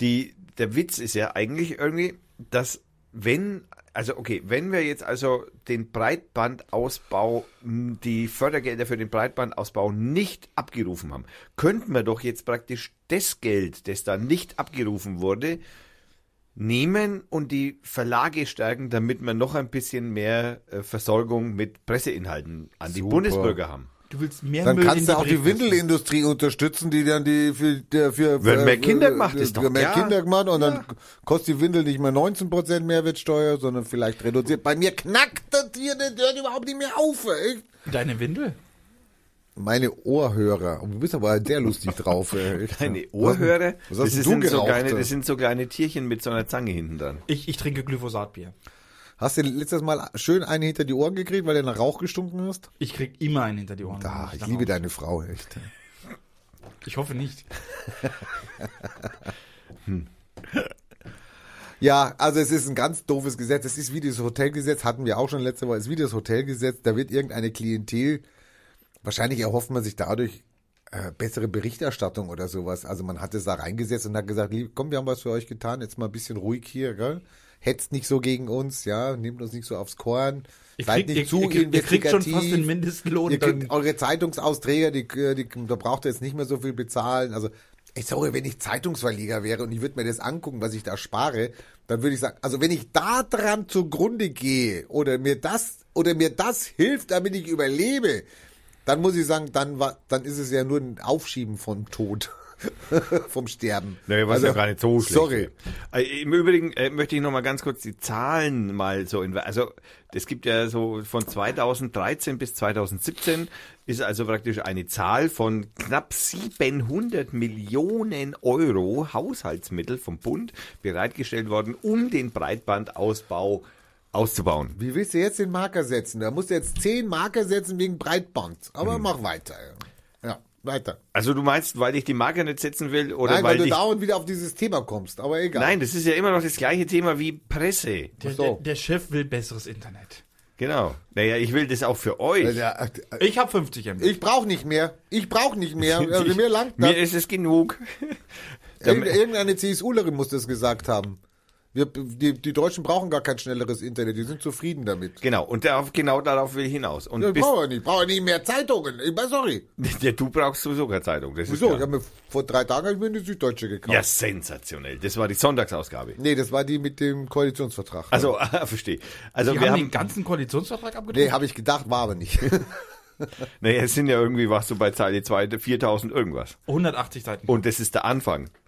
[SPEAKER 1] die, der Witz ist ja eigentlich irgendwie, dass wenn, also okay, wenn wir jetzt also den Breitbandausbau, m, die Fördergelder für den Breitbandausbau nicht abgerufen haben, könnten wir doch jetzt praktisch das Geld, das da nicht abgerufen wurde, nehmen und die Verlage stärken, damit wir noch ein bisschen mehr äh, Versorgung mit Presseinhalten an die
[SPEAKER 2] Super.
[SPEAKER 1] Bundesbürger haben.
[SPEAKER 3] Du willst mehr
[SPEAKER 2] Dann
[SPEAKER 3] Müll in
[SPEAKER 2] kannst
[SPEAKER 3] die
[SPEAKER 2] du auch die
[SPEAKER 3] Briefkästen.
[SPEAKER 2] Windelindustrie unterstützen, die dann die für, der, für
[SPEAKER 1] Wenn
[SPEAKER 2] für-
[SPEAKER 1] mehr
[SPEAKER 2] für-
[SPEAKER 1] Kinder gemacht,
[SPEAKER 2] für-
[SPEAKER 1] ist doch
[SPEAKER 2] für mehr
[SPEAKER 1] klar.
[SPEAKER 2] Kinder gemacht und dann kostet die Windel nicht mehr 19% Mehrwertsteuer, sondern vielleicht reduziert. Bei mir knackt das hier, das hört überhaupt nicht mehr auf. ey.
[SPEAKER 3] Deine Windel?
[SPEAKER 2] Meine Ohrhörer. Und du bist aber sehr lustig drauf. ey.
[SPEAKER 1] Deine Ohrhörer,
[SPEAKER 2] Was hast
[SPEAKER 1] das,
[SPEAKER 2] du
[SPEAKER 1] sind so
[SPEAKER 2] geraucht?
[SPEAKER 1] kleine, das sind so kleine Tierchen mit so einer Zange hinten dran.
[SPEAKER 3] Ich, ich trinke Glyphosatbier.
[SPEAKER 2] Hast du letztes Mal schön eine hinter die Ohren gekriegt, weil du nach Rauch gestunken hast?
[SPEAKER 3] Ich krieg immer einen hinter die Ohren.
[SPEAKER 2] Ah, ich liebe deine Frau, echt.
[SPEAKER 4] Ich hoffe nicht.
[SPEAKER 2] Ja, also es ist ein ganz doofes Gesetz. Es ist wie das Hotelgesetz, hatten wir auch schon letzte Woche, es ist wie das Hotelgesetz, da wird irgendeine Klientel, wahrscheinlich erhofft man sich dadurch äh, bessere Berichterstattung oder sowas. Also man hat es da reingesetzt und hat gesagt, lieb, komm, wir haben was für euch getan, jetzt mal ein bisschen ruhig hier, gell? Hetzt nicht so gegen uns, ja, nehmt uns nicht so aufs Korn, seid nicht zu
[SPEAKER 3] ihr, ihr kriegt schon fast den
[SPEAKER 2] investigativ.
[SPEAKER 3] Mindestlohn.
[SPEAKER 2] Ihr
[SPEAKER 3] dann-
[SPEAKER 2] kriegt eure Zeitungsausträger, die, äh, die, da braucht ihr jetzt nicht mehr so viel bezahlen. Also, ey, sorry, wenn ich Zeitungsverleger wäre und ich würde mir das angucken, was ich da spare, dann würde ich sagen, also wenn ich da dran zugrunde gehe oder mir das, oder mir das hilft, damit ich überlebe, dann muss ich sagen, dann war, dann ist es ja nur ein Aufschieben vom Tod, vom Sterben.
[SPEAKER 1] Naja, was
[SPEAKER 2] Also,
[SPEAKER 1] ja gar nicht so schlecht.
[SPEAKER 2] Sorry.
[SPEAKER 1] wäre. Äh, Im Übrigen äh, möchte ich noch mal ganz kurz die Zahlen mal so in, also es gibt ja so von 2013 bis 2017 ist also praktisch eine Zahl von knapp 700 Millionen Euro Haushaltsmittel vom Bund bereitgestellt worden, um den Breitbandausbau auszubauen.
[SPEAKER 2] Wie willst du jetzt den Marker setzen? Da musst du jetzt zehn Marker setzen wegen Breitband. Aber
[SPEAKER 1] Mhm.
[SPEAKER 2] mach weiter. Ja, weiter.
[SPEAKER 1] Also du meinst, weil ich die Marke nicht setzen will oder
[SPEAKER 2] Nein,
[SPEAKER 1] weil,
[SPEAKER 2] weil, du
[SPEAKER 1] dich,
[SPEAKER 2] dauernd wieder auf dieses Thema kommst, aber egal.
[SPEAKER 1] Nein, das ist ja immer noch das gleiche Thema wie Presse.
[SPEAKER 4] Der,
[SPEAKER 2] Ach so.
[SPEAKER 4] der, der Chef will besseres Internet.
[SPEAKER 1] Genau. Naja, ich will das auch für euch.
[SPEAKER 2] Ja, äh, äh,
[SPEAKER 4] Ich habe 50 MB.
[SPEAKER 2] Ich brauche nicht mehr. Ich brauche nicht mehr. Also mir langt das.
[SPEAKER 1] Mir ist es genug.
[SPEAKER 2] Irgend- Irgendeine CSUlerin muss das gesagt haben. Wir, die, die Deutschen brauchen gar kein schnelleres Internet. Die sind zufrieden damit.
[SPEAKER 1] Genau, und darauf, genau darauf will ich hinaus. Und
[SPEAKER 2] Ja, Ich
[SPEAKER 1] bis,
[SPEAKER 2] brauche nicht. brauche nicht mehr Zeitungen. Ich, sorry.
[SPEAKER 1] ja, du brauchst sowieso keine Zeitung. Das
[SPEAKER 2] Wieso?
[SPEAKER 1] Ist
[SPEAKER 2] Ich
[SPEAKER 1] klar.
[SPEAKER 2] hab mir, vor drei Tagen habe ich mir eine Süddeutsche gekauft.
[SPEAKER 1] ja, sensationell. Das war die Sonntagsausgabe.
[SPEAKER 2] Nee, das war die mit dem Koalitionsvertrag.
[SPEAKER 1] Also, verstehe. Also,
[SPEAKER 4] Die
[SPEAKER 1] wir
[SPEAKER 4] den
[SPEAKER 1] haben,
[SPEAKER 4] ganzen Koalitionsvertrag abgedruckt.
[SPEAKER 2] Nee, habe ich gedacht, war aber nicht.
[SPEAKER 1] naja, es sind ja irgendwie, warst du bei Zeile 2, 4000 irgendwas.
[SPEAKER 4] 180 Seiten.
[SPEAKER 1] Und das ist der Anfang.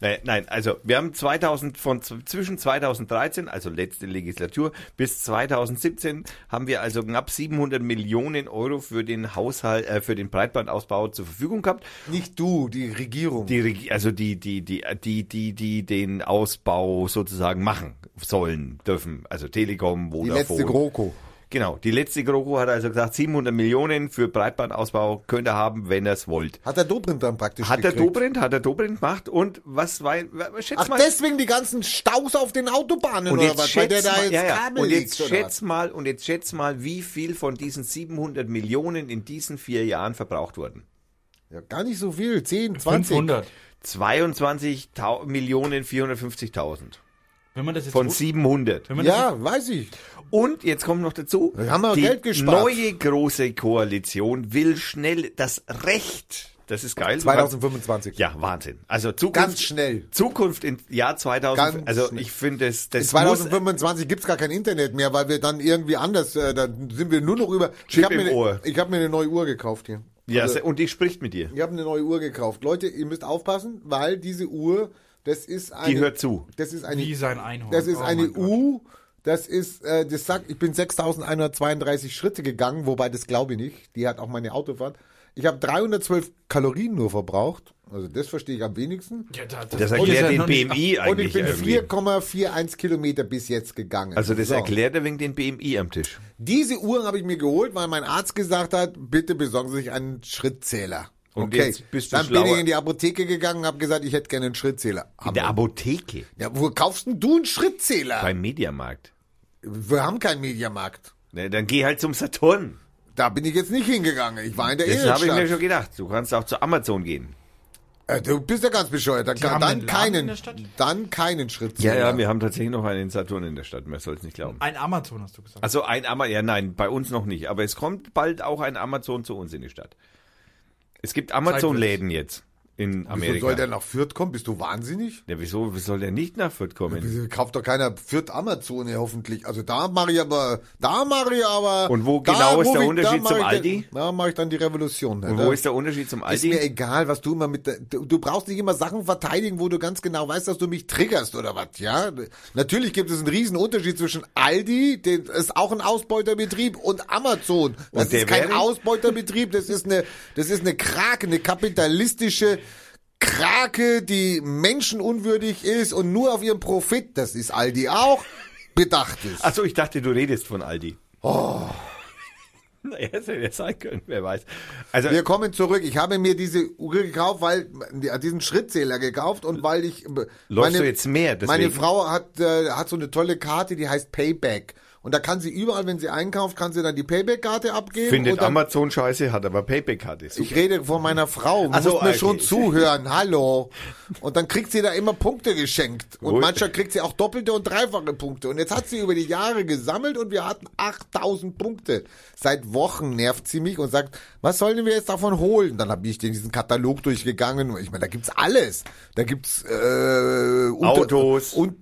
[SPEAKER 1] Naja, nein, also wir haben 2000 von z- zwischen 2013, also letzte Legislatur, bis 2017 haben wir also knapp 700 Millionen Euro für den Haushalt, äh, für den Breitbandausbau zur Verfügung gehabt.
[SPEAKER 2] nicht du, die Regierung.
[SPEAKER 1] die, Reg- also die, die, die, die, die, die den Ausbau sozusagen machen sollen, dürfen. Also Telekom,
[SPEAKER 2] die
[SPEAKER 1] Vodafone.
[SPEAKER 2] letzte GroKo.
[SPEAKER 1] Genau. Die letzte GroKo hat also gesagt, 700 Millionen für Breitbandausbau könnt ihr haben, wenn ihr es wollt.
[SPEAKER 2] Hat der Dobrindt dann praktisch
[SPEAKER 1] Hat der
[SPEAKER 2] gekriegt.
[SPEAKER 1] Dobrindt, hat der Dobrindt gemacht und was war, wa- schätz
[SPEAKER 2] Ach,
[SPEAKER 1] mal.
[SPEAKER 2] deswegen die ganzen Staus auf den Autobahnen
[SPEAKER 1] und
[SPEAKER 2] oder
[SPEAKER 1] jetzt
[SPEAKER 2] was?
[SPEAKER 1] schätz
[SPEAKER 2] Weil der da
[SPEAKER 1] mal,
[SPEAKER 2] jetzt
[SPEAKER 1] ja, ja.
[SPEAKER 2] Kabel
[SPEAKER 1] und jetzt
[SPEAKER 2] legt, oder was?
[SPEAKER 1] schätz mal, und jetzt schätz mal, wie viel von diesen 700 Millionen in diesen vier Jahren verbraucht wurden.
[SPEAKER 2] Ja, gar nicht so viel. 10, 20.
[SPEAKER 4] 500.
[SPEAKER 1] 22 Millionen 450.000
[SPEAKER 4] Wenn man das jetzt
[SPEAKER 1] von
[SPEAKER 4] so-
[SPEAKER 1] 700.
[SPEAKER 4] wenn man das
[SPEAKER 2] Ja, weiß ich.
[SPEAKER 1] Und jetzt kommt noch dazu,
[SPEAKER 2] Wir haben aber
[SPEAKER 1] die
[SPEAKER 2] Geld gespart.
[SPEAKER 1] neue große Koalition will schnell das Recht, das ist geil.
[SPEAKER 2] 2025.
[SPEAKER 1] Ja, Wahnsinn. Also Zukunft,
[SPEAKER 2] Ganz schnell.
[SPEAKER 1] Zukunft im Jahr 2000.
[SPEAKER 2] Ganz
[SPEAKER 1] also
[SPEAKER 2] schnell.
[SPEAKER 1] ich finde das, das muss,
[SPEAKER 2] 2025 gibt's gar kein Internet mehr, weil wir dann irgendwie anders, äh, dann sind wir nur noch über. ich habe
[SPEAKER 1] im
[SPEAKER 2] mir, ne-
[SPEAKER 1] Ohr.
[SPEAKER 2] ich hab mir eine neue Uhr gekauft hier.
[SPEAKER 1] ja,
[SPEAKER 2] also,
[SPEAKER 1] und die spricht mit dir.
[SPEAKER 2] ich habe eine neue Uhr gekauft. Leute, ihr müsst aufpassen, weil diese Uhr, das ist eine.
[SPEAKER 1] Die hört zu.
[SPEAKER 2] Das ist
[SPEAKER 4] Wie
[SPEAKER 2] eine,
[SPEAKER 4] sein Einhorn.
[SPEAKER 2] das ist
[SPEAKER 4] Oh
[SPEAKER 2] eine
[SPEAKER 4] mein Gott.
[SPEAKER 2] U. Das ist, äh, das sagt, ich bin 6132 Schritte gegangen, wobei das glaube ich nicht. Die hat auch meine Autofahrt. Ich habe 312 Kalorien nur verbraucht. Also das verstehe ich am wenigsten.
[SPEAKER 4] Ja, da,
[SPEAKER 1] Das
[SPEAKER 4] hier ist
[SPEAKER 1] erklärt
[SPEAKER 4] ja
[SPEAKER 1] den
[SPEAKER 4] noch nicht-
[SPEAKER 1] BMI
[SPEAKER 2] Und ich
[SPEAKER 1] eigentlich.
[SPEAKER 2] bin
[SPEAKER 1] irgendwie.
[SPEAKER 2] 4,41 Kilometer bis jetzt gegangen.
[SPEAKER 1] Also das
[SPEAKER 2] So.
[SPEAKER 1] erklärt er wegen den BMI am Tisch.
[SPEAKER 2] Diese Uhr habe ich mir geholt, weil mein Arzt gesagt hat, bitte besorgen Sie sich einen Schrittzähler.
[SPEAKER 1] Und
[SPEAKER 2] okay.
[SPEAKER 1] jetzt bist du
[SPEAKER 2] Dann bin
[SPEAKER 1] schlauer.
[SPEAKER 2] ich in die Apotheke gegangen und habe gesagt, ich hätte gerne einen Schrittzähler.
[SPEAKER 1] In
[SPEAKER 2] Haben
[SPEAKER 1] der
[SPEAKER 2] wir.
[SPEAKER 1] Apotheke,
[SPEAKER 2] ja, wo kaufst denn du einen Schrittzähler?
[SPEAKER 1] beim Mediamarkt.
[SPEAKER 2] wir haben keinen Mediamarkt.
[SPEAKER 1] Ne, dann geh halt zum Saturn.
[SPEAKER 2] Da bin ich jetzt nicht hingegangen. Ich war in der
[SPEAKER 1] Das habe ich mir schon
[SPEAKER 2] Innenstadt.
[SPEAKER 1] gedacht. Du kannst auch zu Amazon gehen.
[SPEAKER 2] Äh, du bist ja ganz bescheuert. Dann,
[SPEAKER 4] haben
[SPEAKER 2] dann
[SPEAKER 4] einen Laden in
[SPEAKER 2] keinen,
[SPEAKER 4] der Stadt?
[SPEAKER 2] dann
[SPEAKER 1] Ja,
[SPEAKER 2] keinen Schrittzähler.
[SPEAKER 1] ja, wir haben tatsächlich noch einen Saturn in der Stadt, man soll es nicht glauben.
[SPEAKER 4] Ein Amazon hast du gesagt.
[SPEAKER 1] Also ein Amazon, ja nein, bei uns noch nicht, aber es kommt bald auch ein Amazon zu uns in die Stadt. Es gibt Amazon-Läden jetzt in
[SPEAKER 2] Wieso
[SPEAKER 1] Amerika.
[SPEAKER 2] soll der nach Fürth kommen? Bist du wahnsinnig?
[SPEAKER 1] ja, wieso soll der nicht nach Fürth kommen?
[SPEAKER 2] Wieso Äh, Kauft doch keiner Fürth Amazon hier hoffentlich. Also da mache ich aber, da mache ich aber.
[SPEAKER 1] Und wo
[SPEAKER 2] da
[SPEAKER 1] genau ist der
[SPEAKER 2] ruf
[SPEAKER 1] Unterschied
[SPEAKER 2] mache
[SPEAKER 1] zum
[SPEAKER 2] ich
[SPEAKER 1] Aldi?
[SPEAKER 2] Den, da mache ich dann die Revolution. ne?
[SPEAKER 1] Und wo ist der Unterschied zum
[SPEAKER 2] ist mir
[SPEAKER 1] Aldi?
[SPEAKER 2] egal, was du immer mit der, du, du brauchst nicht immer Sachen verteidigen, wo du ganz genau weißt, dass du mich triggerst oder was, ja? Natürlich gibt es einen riesen Unterschied zwischen Aldi, den ist auch ein Ausbeuterbetrieb und Amazon. Das
[SPEAKER 1] Und der
[SPEAKER 2] ist kein
[SPEAKER 1] wäre?
[SPEAKER 2] Ausbeuterbetrieb, das ist eine das ist eine Krake, eine kapitalistische Krake, die menschenunwürdig ist und nur auf ihren Profit, das ist Aldi auch, bedacht ist. Oh.
[SPEAKER 1] Achso, ich dachte, du redest von Aldi. Er hätte ja sein können, wer weiß. Also,
[SPEAKER 2] Wir kommen zurück. Ich habe mir diese Uhr gekauft, weil diesen Schrittzähler gekauft und weil ich äh,
[SPEAKER 1] läufst
[SPEAKER 2] meine,
[SPEAKER 1] du jetzt mehr?
[SPEAKER 2] meine
[SPEAKER 1] deswegen?
[SPEAKER 2] Frau hat äh, hat so eine tolle Karte, die heißt Payback und da kann sie überall, wenn sie einkauft, kann sie dann die Payback Karte abgeben
[SPEAKER 1] findet
[SPEAKER 2] und dann,
[SPEAKER 1] Amazon scheiße, hat aber Payback-Karte. Super.
[SPEAKER 2] ich rede von meiner Frau,
[SPEAKER 1] Ach
[SPEAKER 2] muss
[SPEAKER 1] so,
[SPEAKER 2] mir
[SPEAKER 1] okay.
[SPEAKER 2] schon zuhören. Hallo. Und dann kriegt sie da immer Punkte geschenkt und
[SPEAKER 1] Gut.
[SPEAKER 2] manchmal kriegt sie auch doppelte und dreifache Punkte und jetzt hat sie über die Jahre gesammelt und wir hatten 8000 Punkte. Seit Wochen nervt sie mich und sagt, was sollen wir jetzt davon holen? Dann habe ich den diesen Katalog durchgegangen. Ich meine, da gibt's alles. Da gibt's äh, unter-
[SPEAKER 1] Autos.
[SPEAKER 2] und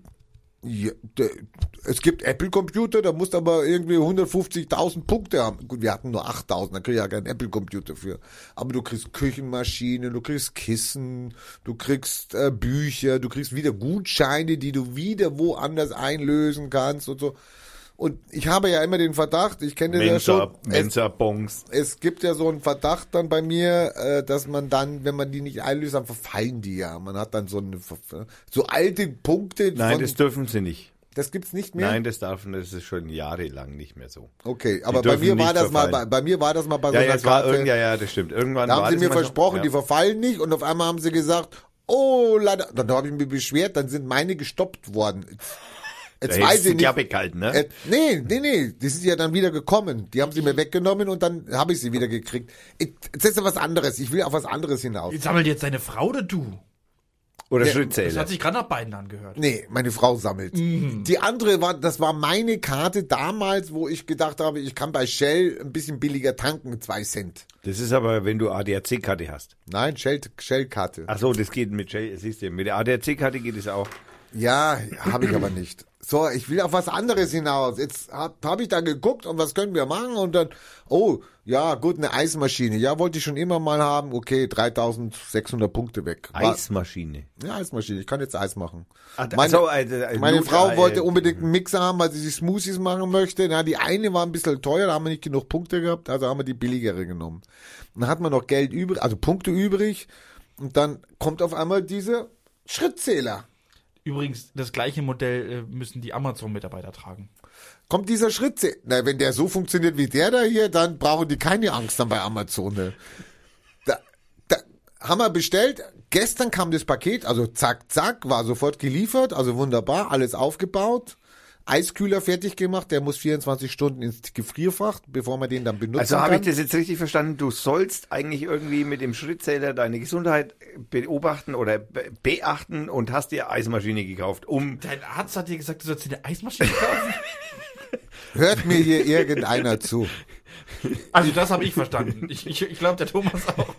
[SPEAKER 2] ja, d- es gibt Apple-Computer, da musst du aber irgendwie 150.000 Punkte haben. Gut, wir hatten nur 8.000, da krieg ich ja keinen Apple-Computer für. Aber du kriegst Küchenmaschinen, du kriegst Kissen, du kriegst äh, Bücher, du kriegst wieder Gutscheine, die du wieder woanders einlösen kannst und so. Und ich habe ja immer den Verdacht, ich kenne das ja schon.
[SPEAKER 1] Mensa,
[SPEAKER 2] es-
[SPEAKER 1] Mensa-Bongs.
[SPEAKER 2] es gibt ja so einen Verdacht dann bei mir, äh, dass man dann, wenn man die nicht einlöst, dann verfallen die ja. Man hat dann so eine ver- so alte Punkte.
[SPEAKER 1] Nein,
[SPEAKER 2] von,
[SPEAKER 1] das dürfen sie nicht.
[SPEAKER 2] das gibt's nicht mehr.
[SPEAKER 1] Nein, das darf das ist schon jahrelang nicht mehr so.
[SPEAKER 2] Okay, aber bei
[SPEAKER 1] dürfen
[SPEAKER 2] mir war
[SPEAKER 1] nicht
[SPEAKER 2] das mal, bei,
[SPEAKER 1] verfallen.
[SPEAKER 2] bei mir war das mal bei so
[SPEAKER 1] Ja,
[SPEAKER 2] einer
[SPEAKER 1] ja, es war
[SPEAKER 2] Karte.
[SPEAKER 1] irgend, ja, ja, das stimmt. Irgendwann
[SPEAKER 2] Da
[SPEAKER 1] war
[SPEAKER 2] haben sie
[SPEAKER 1] das
[SPEAKER 2] mir
[SPEAKER 1] mal so-
[SPEAKER 2] versprochen,
[SPEAKER 1] ja.
[SPEAKER 2] die verfallen nicht und auf einmal haben sie gesagt, oh, leider, dann habe ich mich beschwert, dann sind meine gestoppt worden. Jetzt- Jetzt
[SPEAKER 1] Da hättest
[SPEAKER 2] weiß
[SPEAKER 1] du
[SPEAKER 2] ich
[SPEAKER 1] die
[SPEAKER 2] nicht.
[SPEAKER 1] Klappe gehalten, ne?
[SPEAKER 2] Äh, nee, nee, nee, die sind ja dann wieder gekommen. Die haben sie mir weggenommen und dann habe ich sie wieder gekriegt. Ich, jetzt ist ja was anderes. Ich will auf was anderes hinaus.
[SPEAKER 3] Jetzt sammelt jetzt deine Frau oder du?
[SPEAKER 1] Oder
[SPEAKER 2] Ja,
[SPEAKER 3] Das
[SPEAKER 1] Schrittzähler.
[SPEAKER 3] hat sich gerade nach beiden angehört.
[SPEAKER 2] Nee, meine Frau sammelt.
[SPEAKER 1] Mhm.
[SPEAKER 2] Die andere war, das war meine Karte damals, wo ich gedacht habe, ich kann bei Shell ein bisschen billiger tanken, zwei Cent.
[SPEAKER 1] Das ist aber, wenn du ADAC-Karte hast.
[SPEAKER 2] Nein, Shell, Shell-Karte.
[SPEAKER 1] Ach so, das geht mit, Shell- siehst du, mit der ADAC-Karte geht es auch.
[SPEAKER 2] Ja, habe ich aber nicht. So, ich will auf was anderes hinaus. Jetzt habe hab ich da geguckt und was können wir machen und dann, oh, ja, gut, eine Eismaschine. Ja, wollte ich schon immer mal haben. Okay, 3600 Punkte weg. War-
[SPEAKER 1] Eismaschine.
[SPEAKER 2] Ja, Eismaschine. Ich kann jetzt Eis machen.
[SPEAKER 1] Ah, da-
[SPEAKER 2] meine
[SPEAKER 1] so, also, äh,
[SPEAKER 2] meine
[SPEAKER 1] Nut-
[SPEAKER 2] Frau
[SPEAKER 1] äh,
[SPEAKER 2] wollte unbedingt einen Mixer haben, weil sie sich Smoothies machen möchte. Na, die eine war ein bisschen teuer, da haben wir nicht genug Punkte gehabt, also haben wir die billigere genommen. Dann hat man noch Geld übrig, also Punkte übrig. Und dann kommt auf einmal dieser Schrittzähler.
[SPEAKER 3] Übrigens, das gleiche Modell äh, müssen die Amazon-Mitarbeiter tragen.
[SPEAKER 2] Kommt dieser Schrittzähler. Na, wenn der so funktioniert wie der da hier, dann brauchen die keine Angst dann bei Amazon. Ne? Da, da haben wir bestellt. Gestern kam das Paket, also zack, zack, war sofort geliefert, also wunderbar, alles aufgebaut. Eiskühler fertig gemacht, der muss 24 Stunden ins Gefrierfach, bevor man den dann benutzen
[SPEAKER 1] Also
[SPEAKER 2] kann.
[SPEAKER 1] habe ich das jetzt richtig verstanden? Du sollst eigentlich irgendwie mit dem Schrittzähler deine Gesundheit beobachten oder be- beachten und hast dir Eismaschine gekauft, um
[SPEAKER 3] Dein Arzt hat dir gesagt, du sollst dir eine Eismaschine kaufen?
[SPEAKER 2] Hört mir hier irgendeiner zu.
[SPEAKER 3] also das habe ich verstanden. Ich, ich, ich glaube, der Thomas auch.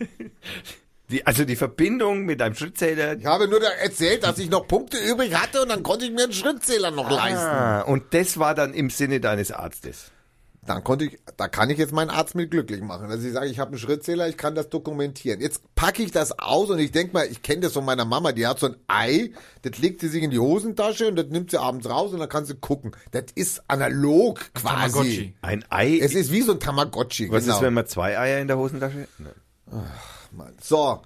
[SPEAKER 1] die, also die Verbindung mit deinem Schrittzähler.
[SPEAKER 2] Ich habe nur da erzählt, dass ich noch Punkte übrig hatte und dann konnte ich mir einen Schrittzähler noch leisten.
[SPEAKER 1] Ah, und das war dann im Sinne deines Arztes.
[SPEAKER 2] dann konnte ich, da kann ich jetzt meinen Arzt mit glücklich machen. Also ich sage, ich habe einen Schrittzähler, ich kann das dokumentieren. Jetzt packe ich das aus und ich denke mal, ich kenne das von meiner Mama, die hat so ein Ei, das legt sie sich in die Hosentasche und das nimmt sie abends raus und dann kann sie gucken. Das ist analog quasi.
[SPEAKER 3] Tamagotchi.
[SPEAKER 1] Ein Ei.
[SPEAKER 2] Es ist wie so ein Tamagotchi.
[SPEAKER 1] was
[SPEAKER 2] genau.
[SPEAKER 1] ist, wenn man zwei Eier in der Hosentasche? Ne.
[SPEAKER 2] So,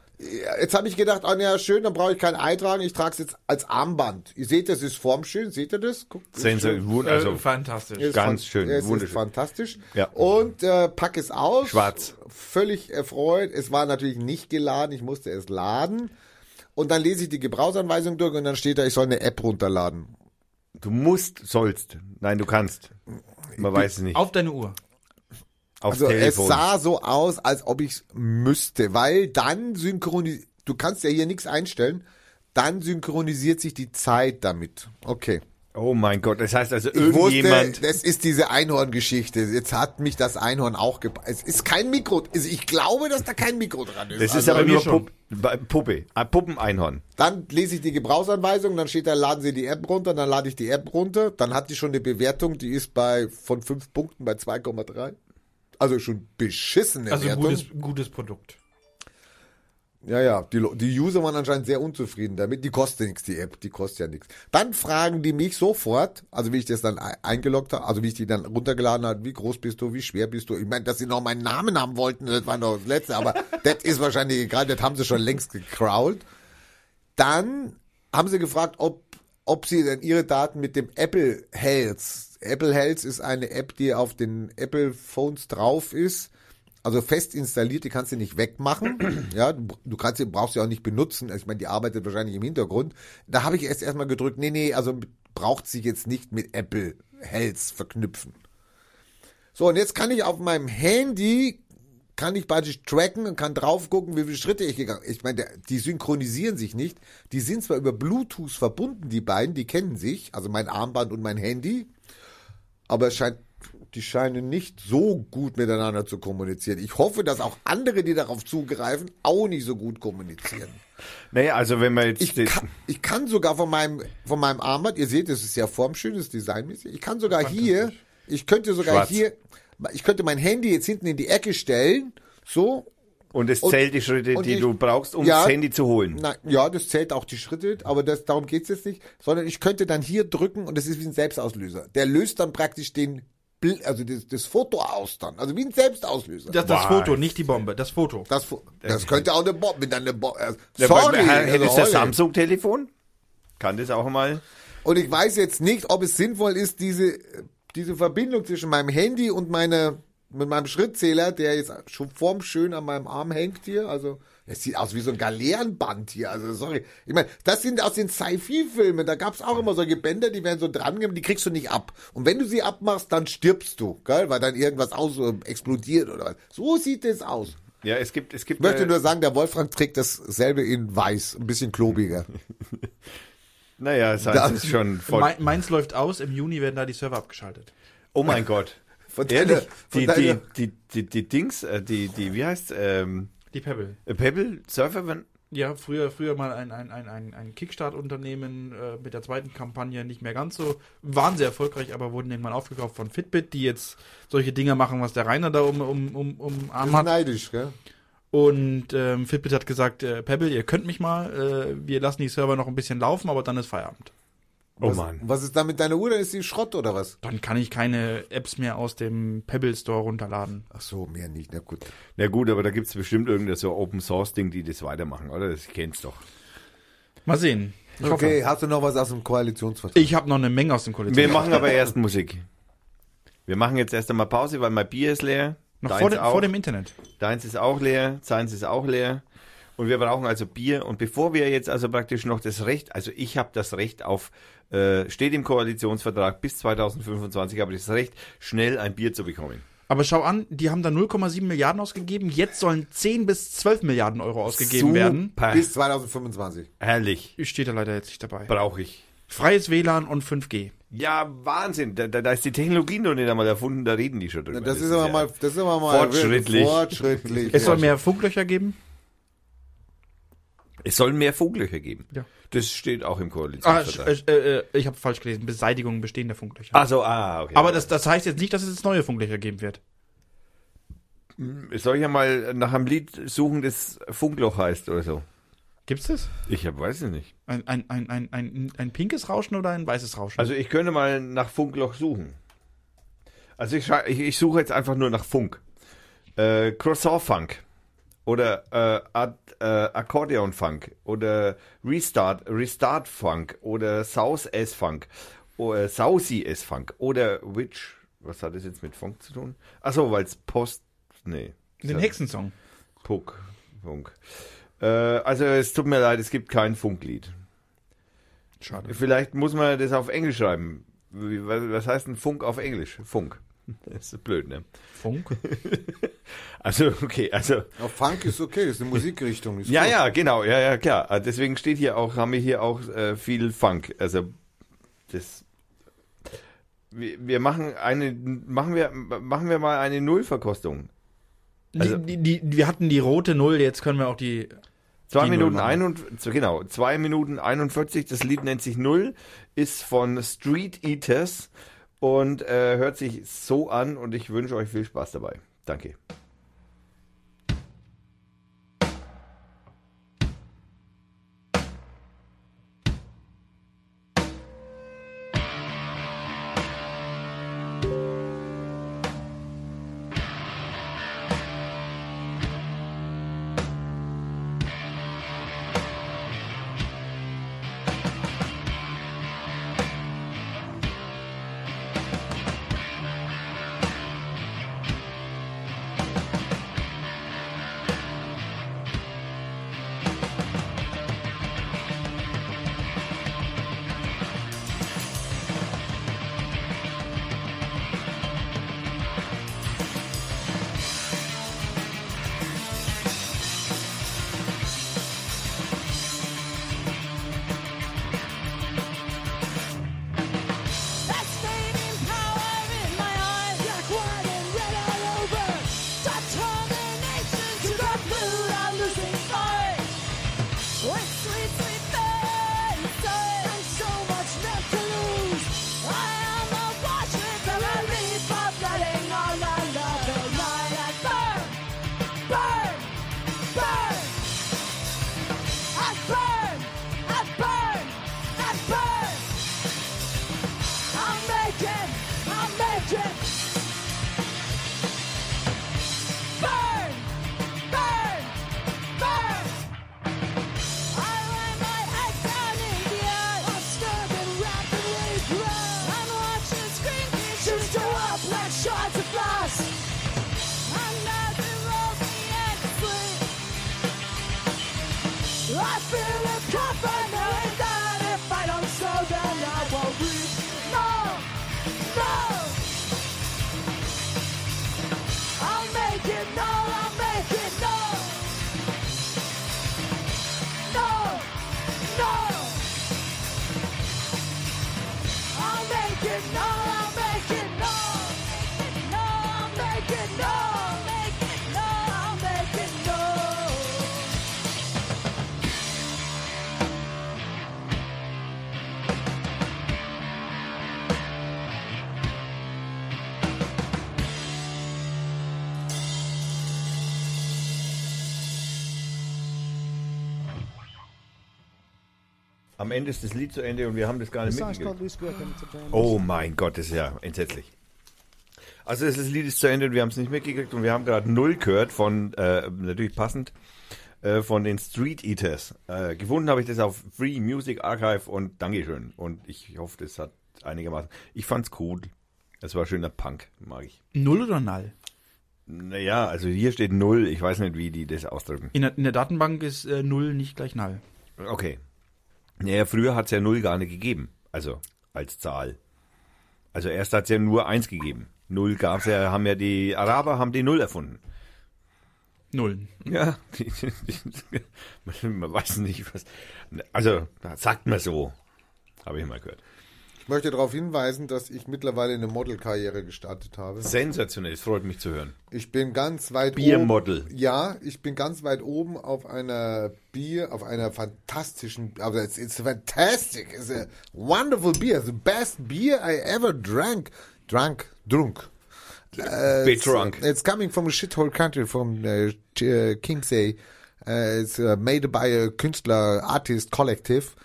[SPEAKER 2] jetzt habe ich gedacht, oh ja, schön, dann brauche ich kein Ei tragen, ich trage es jetzt als Armband. Ihr seht, das ist formschön, seht ihr das? Guckt, ist schön.
[SPEAKER 1] Sensor, wund- also
[SPEAKER 3] äh, fantastisch.
[SPEAKER 2] Ist
[SPEAKER 1] Ganz
[SPEAKER 2] fan-
[SPEAKER 1] schön,
[SPEAKER 2] es Ist
[SPEAKER 1] wunderschön.
[SPEAKER 2] fantastisch.
[SPEAKER 1] Ja.
[SPEAKER 2] Und äh, pack es aus.
[SPEAKER 1] Schwarz.
[SPEAKER 2] Völlig erfreut. Es war natürlich nicht geladen. Ich musste es laden. Und dann lese ich die Gebrauchsanweisung durch und dann steht da, ich soll eine App runterladen.
[SPEAKER 1] du musst, sollst. Nein, du kannst. Man weiß es nicht.
[SPEAKER 3] Auf deine Uhr.
[SPEAKER 1] Auf
[SPEAKER 2] Also
[SPEAKER 1] Telefon.
[SPEAKER 2] es sah so aus, als ob ich es müsste, weil dann synchronisiert, du kannst ja hier nichts einstellen, dann synchronisiert sich die Zeit damit. Okay.
[SPEAKER 1] oh mein Gott, das heißt also
[SPEAKER 2] Ich
[SPEAKER 1] irgendjemand.
[SPEAKER 2] wusste, das ist diese Einhorn-Geschichte. Jetzt hat mich das Einhorn auch gepackt. Es ist kein Mikro. Also Ich glaube, dass da kein Mikro dran ist.
[SPEAKER 1] das ist
[SPEAKER 2] also,
[SPEAKER 1] aber
[SPEAKER 3] bei mir
[SPEAKER 1] nur
[SPEAKER 3] schon.
[SPEAKER 1] Pupp, bei- Puppe, Ah, Puppeneinhorn.
[SPEAKER 2] dann lese ich die Gebrauchsanweisung, dann steht da, laden Sie die App runter, dann lade ich die App runter. Dann hat die schon eine Bewertung, die ist bei von fünf Punkten bei 2,3. Also schon beschissene
[SPEAKER 3] Also ein
[SPEAKER 2] Wertung.
[SPEAKER 3] gutes, gutes Produkt.
[SPEAKER 2] Ja, ja, die, Lo- die User waren anscheinend sehr unzufrieden damit. Die kostet nichts, die App, die kostet ja nichts. Dann fragen die mich sofort, also wie ich das dann ei- eingeloggt habe, also wie ich die dann runtergeladen habe, wie groß bist du, wie schwer bist du. Ich meine, dass sie noch meinen Namen haben wollten, das war noch das Letzte, aber das ist wahrscheinlich egal, das haben sie schon längst gecrawlt. Dann haben sie gefragt, ob, ob sie denn ihre Daten mit dem Apple Health Apple Health ist eine App, die auf den Apple Phones drauf ist. Also fest installiert, die kannst du nicht wegmachen. Ja, du, du kannst sie, brauchst sie auch nicht benutzen. Also ich meine, die arbeitet wahrscheinlich im Hintergrund. Da habe ich erst erstmal gedrückt, nee, nee, also braucht sie jetzt nicht mit Apple Health verknüpfen. So, und jetzt kann ich auf meinem Handy, kann ich praktisch tracken und kann drauf gucken, wie viele Schritte ich gegangen bin. Ich meine, der- die synchronisieren sich nicht. Die sind zwar über Bluetooth verbunden, die beiden, die kennen sich, also mein Armband und mein Handy, aber es scheint, die scheinen nicht so gut miteinander zu kommunizieren. Ich hoffe, dass auch andere, die darauf zugreifen, auch nicht so gut kommunizieren.
[SPEAKER 1] Naja, also wenn man jetzt
[SPEAKER 2] Ich
[SPEAKER 1] das-
[SPEAKER 2] kann, ich kann sogar von meinem, von meinem Armband, ihr seht, es ist ja formschönes Designmäßig, ich kann sogar hier, ich könnte sogar
[SPEAKER 1] Schwarz.
[SPEAKER 2] hier, ich könnte mein Handy jetzt hinten in die Ecke stellen, so,
[SPEAKER 1] und es
[SPEAKER 2] und-
[SPEAKER 1] zählt die Schritte,
[SPEAKER 2] und
[SPEAKER 1] die
[SPEAKER 2] ich-
[SPEAKER 1] du brauchst, um
[SPEAKER 2] Ja.
[SPEAKER 1] das Handy zu holen.
[SPEAKER 2] na, ja, das zählt auch die Schritte, aber das, darum geht's jetzt nicht, sondern ich könnte dann hier drücken und das ist wie ein Selbstauslöser. Der löst dann praktisch den, Bild- also das, das Foto aus dann, also wie ein Selbstauslöser.
[SPEAKER 3] Das, das
[SPEAKER 1] Wow.
[SPEAKER 3] Foto, nicht die Bombe, das Foto.
[SPEAKER 2] das, Fo- das könnte auch eine Bombe, dann eine Bombe, äh,
[SPEAKER 1] Ja,
[SPEAKER 2] sorry.
[SPEAKER 1] weil- Herr, Hättest du ein
[SPEAKER 2] also, sorry.
[SPEAKER 1] Samsung-Telefon? Kann das auch mal?
[SPEAKER 2] Und ich weiß jetzt nicht, ob es sinnvoll ist, diese, diese Verbindung zwischen meinem Handy und meiner, mit meinem Schrittzähler, der jetzt schon formschön an meinem Arm hängt hier. Also, es sieht aus wie so ein Galeerenband hier. Also, sorry. Ich meine, das sind aus den Sci-Fi-Filmen. Da gab's auch immer solche Bänder, die werden so drangegangen, die kriegst du nicht ab. Und wenn du sie abmachst, dann stirbst du, gell? Weil dann irgendwas aus äh, explodiert oder was. So sieht es aus.
[SPEAKER 1] Ja, es gibt, es gibt.
[SPEAKER 2] Ich möchte
[SPEAKER 1] äh,
[SPEAKER 2] nur sagen, der Wolfgang trägt dasselbe in weiß, ein bisschen klobiger.
[SPEAKER 1] naja, es
[SPEAKER 2] Das-
[SPEAKER 1] heißt, es ist schon voll.
[SPEAKER 3] Mei- Meins läuft aus, im Juni werden da die Server abgeschaltet.
[SPEAKER 1] Oh mein Gott.
[SPEAKER 2] Von
[SPEAKER 1] Ehrlich, die,
[SPEAKER 2] von
[SPEAKER 1] die,
[SPEAKER 2] deiner-
[SPEAKER 1] die, die, die Dings, äh, die, die, wie heißt, ähm,
[SPEAKER 3] Die Pebble.
[SPEAKER 1] Pebble Surfer, wenn,
[SPEAKER 3] Ja, früher, früher mal ein, ein, ein, ein, ein Kickstart-Unternehmen äh, mit der zweiten Kampagne nicht mehr ganz so. Waren sehr erfolgreich, aber wurden irgendwann aufgekauft von Fitbit, die jetzt solche Dinge machen, was der Rainer da um, um, um, um
[SPEAKER 2] Das
[SPEAKER 3] Arm
[SPEAKER 2] ist
[SPEAKER 3] hat.
[SPEAKER 2] neidisch, gell?
[SPEAKER 3] Und ähm, Fitbit hat gesagt, äh, Pebble, ihr könnt mich mal, äh, wir lassen die Server noch ein bisschen laufen, aber dann ist Feierabend.
[SPEAKER 1] oh
[SPEAKER 2] was,
[SPEAKER 1] Mann.
[SPEAKER 2] Was ist da mit deiner Uhr? Dann ist die Schrott oder was?
[SPEAKER 3] Dann kann ich keine Apps mehr aus dem Pebble Store runterladen.
[SPEAKER 2] Ach so, mehr nicht. Na gut.
[SPEAKER 1] Na gut, aber da gibt's bestimmt irgendein so Open Source Ding, die das weitermachen, oder? Das kennst doch.
[SPEAKER 3] Mal sehen. Ich
[SPEAKER 2] okay, hast du noch was aus dem Koalitionsvertrag?
[SPEAKER 3] Ich habe noch eine Menge aus dem Kollektiv.
[SPEAKER 1] Wir machen aber erst Musik. Wir machen jetzt erst einmal Pause, weil mein Bier ist leer.
[SPEAKER 3] noch
[SPEAKER 1] deins
[SPEAKER 3] vor, dem-
[SPEAKER 1] auch.
[SPEAKER 3] vor dem Internet.
[SPEAKER 1] Deins ist auch leer, seins ist auch leer. Und wir brauchen also Bier. Und bevor wir jetzt also praktisch noch das Recht, also ich habe das Recht auf, äh, steht im Koalitionsvertrag bis 2025 habe ich das Recht, schnell ein Bier zu bekommen.
[SPEAKER 3] Aber schau an, die haben da 0,7 Milliarden ausgegeben. Jetzt sollen 10 bis 12 Milliarden Euro ausgegeben werden.
[SPEAKER 1] Super.
[SPEAKER 2] Bis 2025.
[SPEAKER 1] Herrlich.
[SPEAKER 3] Steht da leider jetzt nicht dabei.
[SPEAKER 1] Brauche ich.
[SPEAKER 3] Freies WLAN und 5G.
[SPEAKER 1] Ja, Wahnsinn. Da, da, da ist die Technologie noch nicht einmal erfunden, da reden die schon drüber.
[SPEAKER 2] Das ist
[SPEAKER 1] ja
[SPEAKER 2] aber mal, das ist aber mal
[SPEAKER 1] Fortschrittlich.
[SPEAKER 2] Fortschrittlich.
[SPEAKER 3] Es soll mehr Funklöcher geben.
[SPEAKER 1] Es soll mehr Funklöcher geben.
[SPEAKER 3] Ja.
[SPEAKER 1] Das steht auch im
[SPEAKER 3] Ah, sch-
[SPEAKER 1] Koalitionsvertrag.
[SPEAKER 3] äh, äh, ich habe falsch gelesen. Beseitigung bestehender Funklöcher.
[SPEAKER 1] Ach so, ah, okay.
[SPEAKER 3] Aber das, das heißt jetzt nicht, dass es jetzt neue Funklöcher geben wird.
[SPEAKER 1] soll ich ja mal nach einem Lied suchen, das Funkloch heißt oder so?
[SPEAKER 3] Gibt's das?
[SPEAKER 1] Ich hab, weiß es nicht.
[SPEAKER 3] Ein, ein, ein, ein, ein, ein pinkes Rauschen oder ein weißes Rauschen?
[SPEAKER 1] Also ich könnte mal nach Funkloch suchen. Also ich, schrei- ich, ich suche jetzt einfach nur nach Funk. Äh, Croissant Funk oder äh, Ad, äh, Akkordeon Funk oder Restart Restart Funk oder South S Funk oder Saucy S Funk oder Witch. Was hat das jetzt mit Funk zu tun? Achso, weil es Post. Nee.
[SPEAKER 3] den
[SPEAKER 1] Ja.
[SPEAKER 3] Hexensong.
[SPEAKER 1] Puck. Funk. Äh, also es tut mir leid, es gibt kein Funklied.
[SPEAKER 3] Schade.
[SPEAKER 1] Vielleicht muss man das auf Englisch schreiben. Wie- Was was heißt ein Funk auf Englisch? Funk. Das ist blöd, ne?
[SPEAKER 3] Funk?
[SPEAKER 1] Also, okay, also.
[SPEAKER 2] Ja, Funk ist okay, ist eine Musikrichtung. Ist
[SPEAKER 1] Ja,
[SPEAKER 2] gut.
[SPEAKER 1] ja, genau, ja, ja, klar. Also Deswegen steht hier auch, haben wir hier auch äh, viel Funk. Also, das. Wir, wir machen eine, machen wir, machen wir mal eine Nullverkostung. Also-
[SPEAKER 3] die, die, die, wir hatten die rote Null, jetzt können wir auch die.
[SPEAKER 1] Zwei
[SPEAKER 3] Die Null
[SPEAKER 1] Minuten
[SPEAKER 3] machen.
[SPEAKER 1] ein und, so, genau, zwei Minuten 41, das Lied nennt sich Null, ist von Street Eaters und äh, hört sich so an und ich wünsche euch viel Spaß dabei. Danke.
[SPEAKER 5] I feel a cup and knowing that if I don't slow down, I won't breathe. No, no. I'll make it, no, I'll make it, no. No, no. I'll make it, no, I'll make it, no. No, I'll make it, no. No, I'll make it, no.
[SPEAKER 1] Am Ende ist das Lied zu Ende und wir haben das gar nicht
[SPEAKER 6] It's nice not
[SPEAKER 1] mitgekriegt.
[SPEAKER 6] loose work and it's a jam.
[SPEAKER 1] Oh mein Gott, das ist ja entsetzlich. Also das Lied ist zu Ende und wir haben es nicht mitgekriegt und wir haben gerade null gehört von, äh, natürlich passend, äh, von den Street Eaters. Äh, gefunden habe ich das auf Free Music Archive und Dankeschön. Und ich hoffe, das hat einigermaßen... Ich fand's cool. Es war schöner Punk, mag ich.
[SPEAKER 3] Null oder Null?
[SPEAKER 1] Naja, also hier steht null. Ich weiß nicht, wie die das ausdrücken.
[SPEAKER 3] In der, in der Datenbank ist äh, Null nicht gleich Null.
[SPEAKER 1] Okay. Naja, früher hat's ja null gar nicht gegeben. Also als Zahl. Also erst hat's ja nur eins gegeben. Null gab's ja, haben ja die Araber haben die Null erfunden.
[SPEAKER 3] Null.
[SPEAKER 1] Ja, die, die, die, man, man weiß nicht was. Also sagt man so, habe ich mal gehört.
[SPEAKER 2] Ich möchte darauf hinweisen, dass ich mittlerweile eine Modelkarriere gestartet habe.
[SPEAKER 1] Sensationell, es freut mich zu hören.
[SPEAKER 2] Ich bin ganz weit
[SPEAKER 1] Biermodel.
[SPEAKER 2] oben. Ja, ich bin ganz weit oben auf einer Bier, auf einer fantastischen, aber it's, it's fantastic, it's a wonderful beer, the best beer I ever drank. Drunk, drunk. Uh,
[SPEAKER 1] Be drunk.
[SPEAKER 2] It's, it's coming from a shithole country, from uh, Ch- uh, Kingsay. Uh, it's uh, made by a Künstler artist collective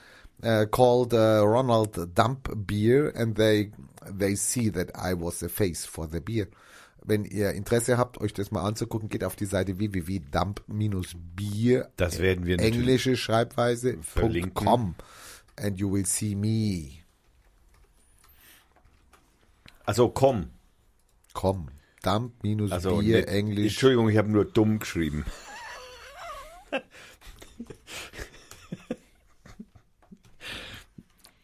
[SPEAKER 2] uh, called uh, Ronald Dump Beer, and they they see that I was the face for the beer. Wenn ihr Interesse habt, euch das mal anzugucken, geht auf die Seite www.dump-bier,
[SPEAKER 1] Das werden wir natürlich-
[SPEAKER 2] englische Schreibweise,
[SPEAKER 1] Verlinken.
[SPEAKER 2] .com, and you will see me.
[SPEAKER 1] Also komm.
[SPEAKER 2] Com. Dump-bier,
[SPEAKER 1] Also nicht-
[SPEAKER 2] englisch.
[SPEAKER 1] Entschuldigung, ich habe nur dumm geschrieben.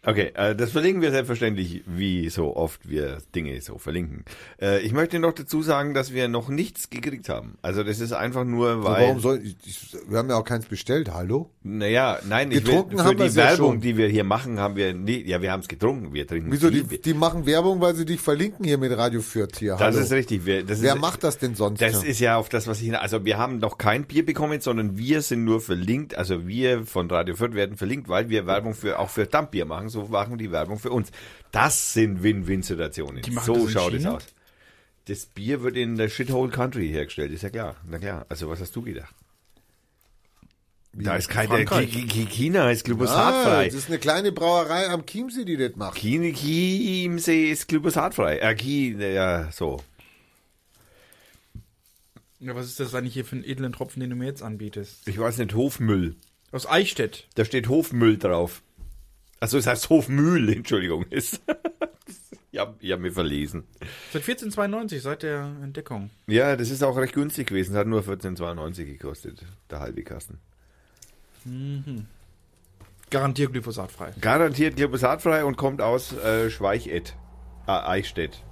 [SPEAKER 1] Okay, äh, das verlinken wir selbstverständlich, wie so oft wir Dinge so verlinken. Äh, ich möchte noch dazu sagen, dass wir noch nichts gekriegt haben. Also das ist einfach nur,
[SPEAKER 2] So,
[SPEAKER 1] weil,
[SPEAKER 2] warum soll ich, ich, wir haben ja auch keins bestellt, hallo?
[SPEAKER 1] naja, nein, ich will,
[SPEAKER 2] Getrunken
[SPEAKER 1] für
[SPEAKER 2] haben
[SPEAKER 1] die
[SPEAKER 2] wir's ja
[SPEAKER 1] Werbung,
[SPEAKER 2] schon.
[SPEAKER 1] die wir hier machen, haben wir, nie, ja, wir haben es getrunken, wir trinken
[SPEAKER 2] Wieso? Die,
[SPEAKER 1] Bier.
[SPEAKER 2] die machen Werbung, weil sie dich verlinken hier mit Radio Fürth hier.
[SPEAKER 1] Das
[SPEAKER 2] hallo.
[SPEAKER 1] ist richtig. Wir, das
[SPEAKER 2] Wer
[SPEAKER 1] ist,
[SPEAKER 2] macht das denn sonst?
[SPEAKER 1] Das ist ja auf das, was ich. hin- Also, wir haben noch kein Bier bekommen, sondern wir sind nur verlinkt. Also, wir von Radio Fürth werden verlinkt, weil wir Werbung für, auch für Dampbier machen. So machen die Werbung für uns. Das sind Win-Win-Situationen.
[SPEAKER 3] Die machen
[SPEAKER 1] So
[SPEAKER 3] das in
[SPEAKER 1] schaut es
[SPEAKER 3] China?
[SPEAKER 1] aus. Das Bier wird in der Shithole Country hergestellt, ist ja klar. Na klar. Also, was hast du gedacht? da ist kein. Der,
[SPEAKER 3] Frankreich.
[SPEAKER 1] Ki- Ki- China ist
[SPEAKER 2] ah,
[SPEAKER 1] glyphosatfrei.
[SPEAKER 2] das ist eine kleine Brauerei am Chiemsee, die das macht.
[SPEAKER 1] Chini- Chiemsee ist glyphosatfrei. Äh, Chie, ja, so.
[SPEAKER 3] Ja, was ist das eigentlich hier für einen edlen Tropfen, den du mir jetzt anbietest?
[SPEAKER 1] Ich weiß nicht, Hofmüll.
[SPEAKER 3] Aus Eichstätt.
[SPEAKER 1] Da steht Hofmüll drauf. Also es heißt Hofmühl, Entschuldigung. Ist. ich habe hab mir verlesen.
[SPEAKER 3] Seit 1492, seit der Entdeckung.
[SPEAKER 1] Ja, das ist auch recht günstig gewesen. Hat nur 14,92 gekostet, der halbe Kasten.
[SPEAKER 3] Garantiert glyphosatfrei.
[SPEAKER 1] Garantiert glyphosatfrei und kommt aus äh, Schweichett. Äh, Eichstätt.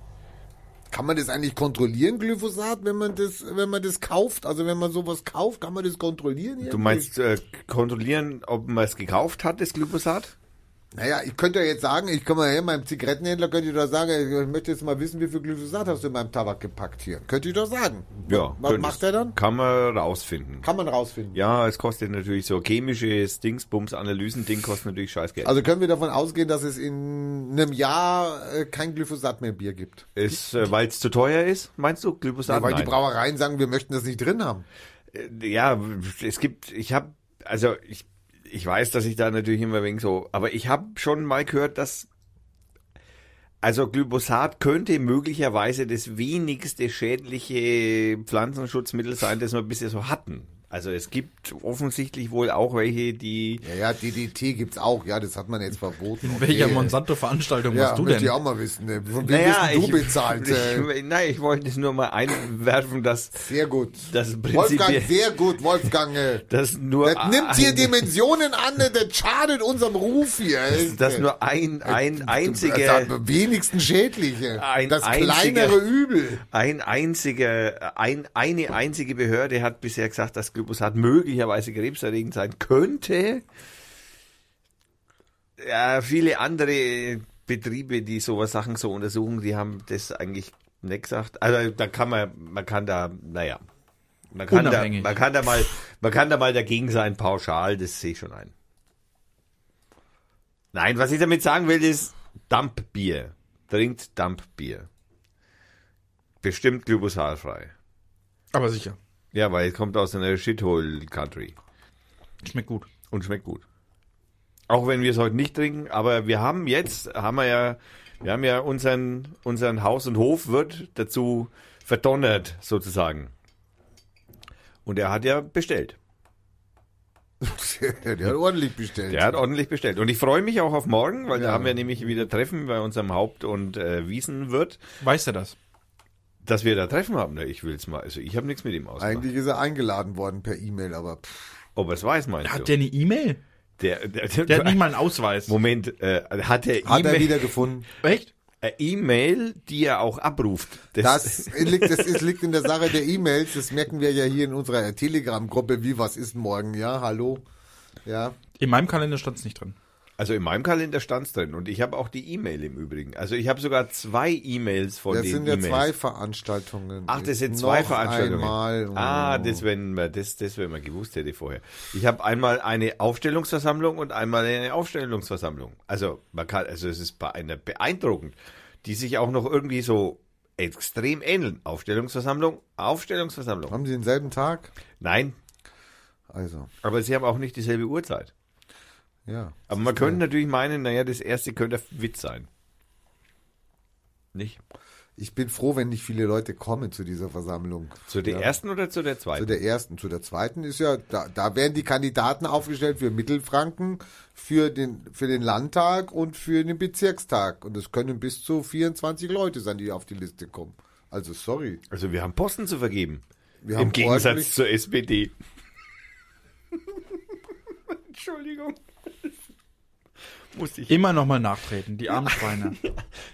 [SPEAKER 2] Kann man das eigentlich kontrollieren, Glyphosat, wenn man das, wenn man das kauft? Also wenn man sowas kauft, kann man das kontrollieren?
[SPEAKER 1] Du
[SPEAKER 2] irgendwie?
[SPEAKER 1] meinst äh, kontrollieren, ob man es gekauft hat, das Glyphosat?
[SPEAKER 2] Naja, ich könnte ja jetzt sagen, ich komme mal her, meinem Zigarettenhändler könnte ich doch sagen, ich möchte jetzt mal wissen, wie viel Glyphosat hast du in meinem Tabak gepackt hier. Könnte ich doch sagen. Was
[SPEAKER 1] könntest.
[SPEAKER 2] macht er dann?
[SPEAKER 1] Kann man rausfinden.
[SPEAKER 2] Kann man rausfinden.
[SPEAKER 1] Ja, es kostet natürlich so chemisches Dingsbums-Analysen-Ding kostet natürlich scheiß Geld.
[SPEAKER 2] Also können wir davon ausgehen, dass es in einem Jahr äh, kein Glyphosat mehr im Bier gibt.
[SPEAKER 1] ist, äh, weil es zu teuer ist, meinst du, Glyphosat?
[SPEAKER 2] Ja, weil
[SPEAKER 1] Nein.
[SPEAKER 2] die Brauereien sagen, wir möchten das nicht drin haben.
[SPEAKER 1] Äh, ja, es gibt, ich habe, also ich, ich weiß, dass ich da natürlich immer wegen so, aber ich habe schon mal gehört, dass also Glyphosat könnte möglicherweise das wenigste schädliche Pflanzenschutzmittel sein, das wir bisher so hatten. Also es gibt offensichtlich wohl auch welche, die
[SPEAKER 2] Ja, ja, DDT gibt's auch, ja, das hat man jetzt verboten.
[SPEAKER 3] In welcher
[SPEAKER 2] Okay.
[SPEAKER 3] Monsanto-Veranstaltung
[SPEAKER 2] Ja,
[SPEAKER 3] warst du
[SPEAKER 2] möchte
[SPEAKER 3] denn?
[SPEAKER 2] ich auch mal wissen. Ne? Von wem bist denn du bezahlt?
[SPEAKER 1] Ich,
[SPEAKER 2] äh?
[SPEAKER 1] ich, nein, ich wollte es nur mal einwerfen, dass
[SPEAKER 2] sehr gut.
[SPEAKER 1] das
[SPEAKER 2] Wolfgang,
[SPEAKER 1] prinzipiell Ah.
[SPEAKER 2] sehr gut, Wolfgang. äh.
[SPEAKER 1] dass nur
[SPEAKER 2] Das nimmt hier
[SPEAKER 1] ein-
[SPEAKER 2] Dimensionen an, äh, das schadet unserem Ruf hier. äh.
[SPEAKER 1] dass nur ein ein
[SPEAKER 2] Das
[SPEAKER 1] einziger
[SPEAKER 2] am wenigsten schädliche.
[SPEAKER 1] Ein
[SPEAKER 2] das
[SPEAKER 1] einziger-
[SPEAKER 2] kleinere Übel.
[SPEAKER 1] ein einziger ein eine einzige Behörde hat bisher gesagt, dass Glyphosat möglicherweise krebserregend sein könnte. Ja, viele andere Betriebe, die sowas Sachen so untersuchen, die haben das eigentlich nicht gesagt. Also da kann man man kann da naja man kann
[SPEAKER 3] Unabhängig.
[SPEAKER 1] da man kann da mal man kann da mal dagegen sein pauschal, das sehe ich schon ein. Nein, was ich damit sagen will, ist Dampfbier. Trinkt Dampfbier. Bestimmt glyphosatfrei.
[SPEAKER 4] Aber sicher.
[SPEAKER 1] Ja, weil es kommt aus einer Shithole-Country
[SPEAKER 4] Schmeckt gut.
[SPEAKER 1] und schmeckt gut. Auch wenn wir es heute nicht trinken, aber wir haben jetzt, haben wir ja, wir haben ja unseren, unseren Haus- und Hofwirt dazu verdonnert, sozusagen. Und er hat ja bestellt.
[SPEAKER 2] Der hat ordentlich bestellt.
[SPEAKER 1] Der hat ordentlich bestellt. Und ich freue mich auch auf morgen, weil da
[SPEAKER 2] Ja.
[SPEAKER 1] haben wir nämlich wieder Treffen bei unserem Haupt- und äh, Wiesenwirt,
[SPEAKER 3] Weißt du das?
[SPEAKER 1] dass wir da Treffen haben. Na, Ich will's mal, also ich habe nichts mit ihm ausgemacht.
[SPEAKER 2] Eigentlich ist er eingeladen worden per E-Mail, aber pff,
[SPEAKER 1] Ob er es weiß, meinst
[SPEAKER 3] Hat
[SPEAKER 1] du?
[SPEAKER 3] der eine E-Mail?
[SPEAKER 1] Der, der, der,
[SPEAKER 3] Der hat nicht mal einen Ausweis.
[SPEAKER 1] Moment, äh, hat er
[SPEAKER 2] hat er
[SPEAKER 1] E-Mail,
[SPEAKER 2] wieder gefunden.
[SPEAKER 3] Echt?
[SPEAKER 1] eine E-Mail, die er auch abruft?
[SPEAKER 2] Das liegt, das ist, liegt in der Sache der E-Mails. Das merken wir ja hier in unserer Telegram-Gruppe. Wie, was ist morgen? Ja, hallo. Ja,
[SPEAKER 3] In meinem Kalender stand es nicht drin.
[SPEAKER 1] Also in meinem Kalender stand's drin und ich habe auch die E-Mail im Übrigen. Also ich habe sogar zwei E-Mails von
[SPEAKER 2] das
[SPEAKER 1] den
[SPEAKER 2] sind ja
[SPEAKER 1] E-Mails.
[SPEAKER 2] zwei Veranstaltungen.
[SPEAKER 1] Ach, das sind zwei
[SPEAKER 2] Noch
[SPEAKER 1] Veranstaltungen.
[SPEAKER 2] Einmal. Oh.
[SPEAKER 1] Ah, das wenn man das, das wenn man gewusst hätte vorher. Ich habe einmal eine Aufstellungsversammlung und einmal eine Aufstellungsversammlung. Also man kann, also es ist bei einer beeindruckend, die sich auch noch irgendwie so extrem ähneln. Aufstellungsversammlung, Aufstellungsversammlung.
[SPEAKER 2] Haben Sie denselben Tag?
[SPEAKER 1] Nein,
[SPEAKER 2] Also,
[SPEAKER 1] aber sie haben auch nicht dieselbe Uhrzeit.
[SPEAKER 2] ja.
[SPEAKER 1] Aber man könnte natürlich meinen, naja, das erste könnte ein Witz sein. Nicht?
[SPEAKER 2] Ich bin froh, wenn nicht viele Leute kommen zu dieser Versammlung.
[SPEAKER 1] Zu der
[SPEAKER 2] ja.
[SPEAKER 1] ersten oder zu der
[SPEAKER 2] Zu
[SPEAKER 1] zweiten?
[SPEAKER 2] der ersten. Zu der zweiten ist ja, da, da werden die Kandidaten aufgestellt für Mittelfranken, für den, für den Landtag und für den Bezirkstag. Und es können bis zu 24 Leute sein, die auf die Liste kommen. Also sorry.
[SPEAKER 1] also wir haben Posten zu vergeben.
[SPEAKER 2] Wir
[SPEAKER 1] Im
[SPEAKER 2] haben
[SPEAKER 1] Gegensatz
[SPEAKER 2] ordentlich-
[SPEAKER 1] zur SPD. Entschuldigung. Musste ich.
[SPEAKER 3] Immer nochmal nachtreten, die armen Schweine.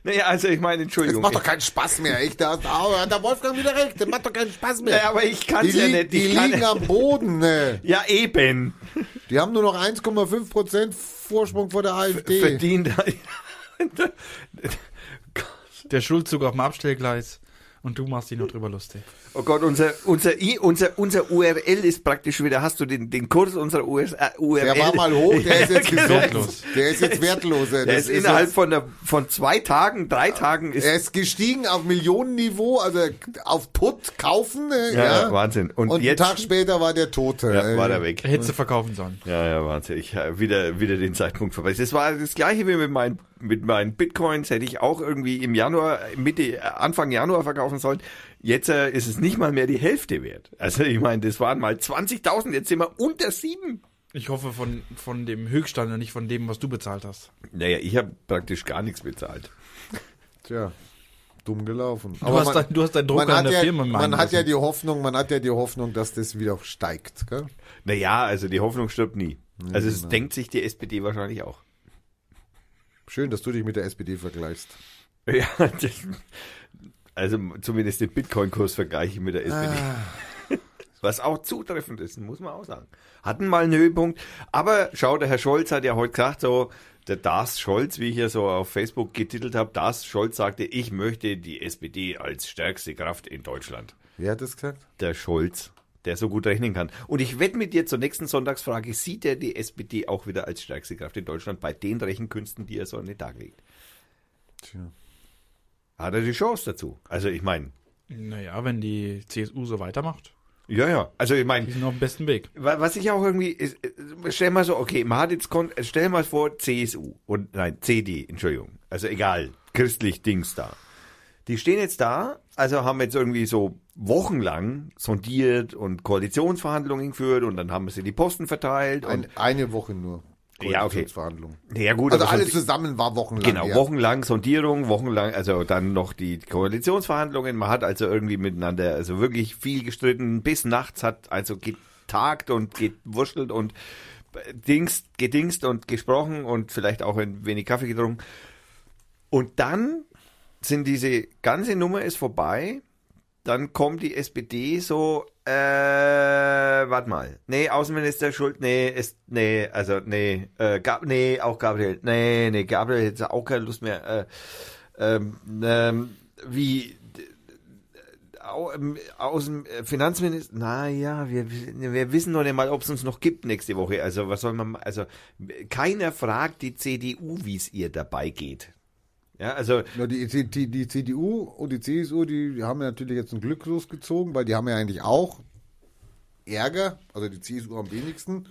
[SPEAKER 1] Naja, also ich meine,
[SPEAKER 2] Es
[SPEAKER 1] Entschuldigung.
[SPEAKER 2] macht doch keinen Spaß mehr, echt. Da hast- au, hat der Wolfgang wieder recht. Das macht doch keinen Spaß mehr.
[SPEAKER 1] naja, aber ich kann
[SPEAKER 2] die
[SPEAKER 1] es ja
[SPEAKER 2] liegen-
[SPEAKER 1] nicht.
[SPEAKER 2] die
[SPEAKER 1] Ich kann,
[SPEAKER 2] liegen am Boden. Ne?
[SPEAKER 1] ja, eben.
[SPEAKER 2] Die haben nur noch 1,5 Prozent Vorsprung vor der AfD.
[SPEAKER 1] Verdient.
[SPEAKER 3] Der Schulzug auf dem Abstellgleis und du machst dich noch drüber lustig.
[SPEAKER 1] Oh Gott, unser, unser, I- unser, unser URL ist praktisch wieder. Hast du den, den Kurs unserer US, äh, URL?
[SPEAKER 2] Der war mal hoch, der ist jetzt
[SPEAKER 1] genau.
[SPEAKER 2] gesunken.
[SPEAKER 3] Wertlos.
[SPEAKER 2] Der ist jetzt wertlos. ey.
[SPEAKER 1] Der ist
[SPEAKER 2] Das
[SPEAKER 1] innerhalb
[SPEAKER 2] jetzt-
[SPEAKER 1] von, der, von zwei Tagen, drei Tagen ist.
[SPEAKER 2] er ist gestiegen auf Millionenniveau, also auf Put kaufen. äh,
[SPEAKER 1] Ja,
[SPEAKER 2] Ja,
[SPEAKER 1] ja, Wahnsinn. Und
[SPEAKER 2] Und,
[SPEAKER 1] jetzt-
[SPEAKER 2] einen Tag später war der Tote. äh,
[SPEAKER 1] ja,
[SPEAKER 2] ey.
[SPEAKER 1] war er weg.
[SPEAKER 3] Hättest du verkaufen sollen.
[SPEAKER 1] Ja, ja, Wahnsinn. Ich äh, wieder, wieder den Zeitpunkt vorbei. Das war das gleiche wie mit meinen, mit meinen Bitcoins. Hätte ich auch irgendwie im Januar, Mitte, äh, Anfang Januar verkaufen sollen. Jetzt äh, ist es nicht mal mehr die Hälfte wert. Also ich meine, das waren mal 20.000, jetzt sind wir unter sieben.
[SPEAKER 3] Ich hoffe von, von dem Höchststand und nicht von dem, was du bezahlt hast.
[SPEAKER 1] Naja, ich habe praktisch gar nichts bezahlt.
[SPEAKER 2] Tja, dumm gelaufen.
[SPEAKER 3] Du, hast, dein, du hast deinen Drucker
[SPEAKER 2] man
[SPEAKER 3] an
[SPEAKER 2] hat,
[SPEAKER 3] der
[SPEAKER 2] ja,
[SPEAKER 3] Firma machen
[SPEAKER 2] man hat ja
[SPEAKER 3] lassen.
[SPEAKER 2] die Hoffnung, man hat ja die Hoffnung, dass das wieder steigt. Gell?
[SPEAKER 1] Naja, also die Hoffnung stirbt nie. Also es denkt sich die SPD wahrscheinlich auch.
[SPEAKER 2] Schön, dass du dich mit der SPD vergleichst.
[SPEAKER 1] Ja, das, also zumindest den Bitcoin-Kurs vergleiche ich mit der SPD. Was auch zutreffend ist, muss man auch sagen. Hatten mal einen Höhepunkt. Aber schau, der Herr Scholz hat ja heute gesagt, so, der Das Scholz, wie ich ja so auf Facebook getitelt habe, Das Scholz sagte, ich möchte die SPD als stärkste Kraft in Deutschland.
[SPEAKER 2] Wer hat das gesagt?
[SPEAKER 1] Der Scholz, der so gut rechnen kann. Und ich wette mit dir zur nächsten Sonntagsfrage, sieht er die SPD auch wieder als stärkste Kraft in Deutschland bei den Rechenkünsten, die er so an den Tag legt?
[SPEAKER 2] Tja.
[SPEAKER 1] Hat er die Chance dazu? Also ich meine,
[SPEAKER 3] Naja, wenn die CSU so weitermacht,
[SPEAKER 1] Ja, ja. Also ich
[SPEAKER 3] die
[SPEAKER 1] meine,
[SPEAKER 3] sind auf dem besten Weg.
[SPEAKER 1] wa- was ich auch irgendwie, ist, äh, stell mal so, okay, man hat jetzt, kon- äh, stell mal vor, CSU und nein, CD, Entschuldigung. Also egal, christlich Dings da. Die stehen jetzt da, also haben jetzt irgendwie so wochenlang sondiert und Koalitionsverhandlungen geführt und dann haben sie die Posten verteilt.
[SPEAKER 2] Ein,
[SPEAKER 1] Und,
[SPEAKER 2] eine Woche nur.
[SPEAKER 1] Ja, okay.
[SPEAKER 2] Koalitionsverhandlung.
[SPEAKER 1] ja gut,
[SPEAKER 2] Also
[SPEAKER 1] aber so-
[SPEAKER 2] alles zusammen war wochenlang.
[SPEAKER 1] Genau,
[SPEAKER 2] ja.
[SPEAKER 1] wochenlang Sondierung, wochenlang, also dann noch die Koalitionsverhandlungen. Man hat also irgendwie miteinander, also wirklich viel gestritten. Bis nachts hat also getagt und gewurschtelt und äh, dingst, gedingst und gesprochen und vielleicht auch ein wenig Kaffee getrunken. Und dann sind diese ganze Nummer ist vorbei. Dann kommt die SPD so, äh, warte mal. Nee, Außenminister Schuld, nee, ist, nee, also, nee, äh, Gab, nee, auch Gabriel, nee, nee, Gabriel hätte auch keine Lust mehr, äh, ähm, ähm, wie, d- d- au, ähm, Außen, äh, Finanzminister, naja, wir, wir wissen noch nicht mal, ob es uns noch gibt nächste Woche. Also, was soll man, ma- also, keiner fragt die CDU, wie es ihr dabei geht. Ja, also,
[SPEAKER 2] Nur die, die, die CDU und die CSU, die haben ja natürlich jetzt ein Glück losgezogen, weil die haben ja eigentlich auch Ärger, also die CSU am wenigsten.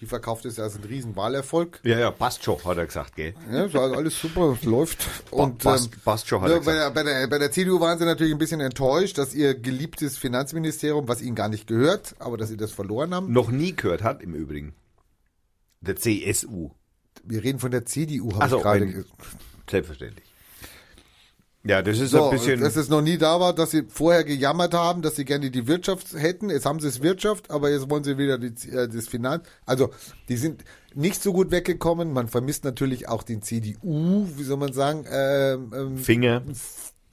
[SPEAKER 2] Die verkauft es ja als einen riesen Wahlerfolg.
[SPEAKER 1] ja, ja, passt schon, hat er gesagt, gell?
[SPEAKER 2] Ja, es war alles super, es läuft. Und ähm,
[SPEAKER 1] passt, passt schon, hat
[SPEAKER 2] ne,
[SPEAKER 1] er
[SPEAKER 2] bei,
[SPEAKER 1] gesagt.
[SPEAKER 2] der, bei, der, bei der CDU waren sie natürlich ein bisschen enttäuscht, dass ihr geliebtes Finanzministerium, was ihnen gar nicht gehört, aber dass sie das verloren haben.
[SPEAKER 1] noch nie gehört hat, im Übrigen. Der CSU.
[SPEAKER 2] Wir reden von der CDU,
[SPEAKER 1] Ach
[SPEAKER 2] habe
[SPEAKER 1] so,
[SPEAKER 2] ich gerade
[SPEAKER 1] wenn-
[SPEAKER 2] gesagt.
[SPEAKER 1] Selbstverständlich. Ja, das ist
[SPEAKER 2] So,
[SPEAKER 1] ein bisschen.
[SPEAKER 2] dass es noch nie da war, dass sie vorher gejammert haben, dass sie gerne die Wirtschaft hätten. Jetzt haben sie es Wirtschaft, aber jetzt wollen sie wieder die, äh, das Finanz. Also, die sind nicht so gut weggekommen. Man vermisst natürlich auch den CDU, wie soll man sagen, ähm, ähm,
[SPEAKER 1] Finger.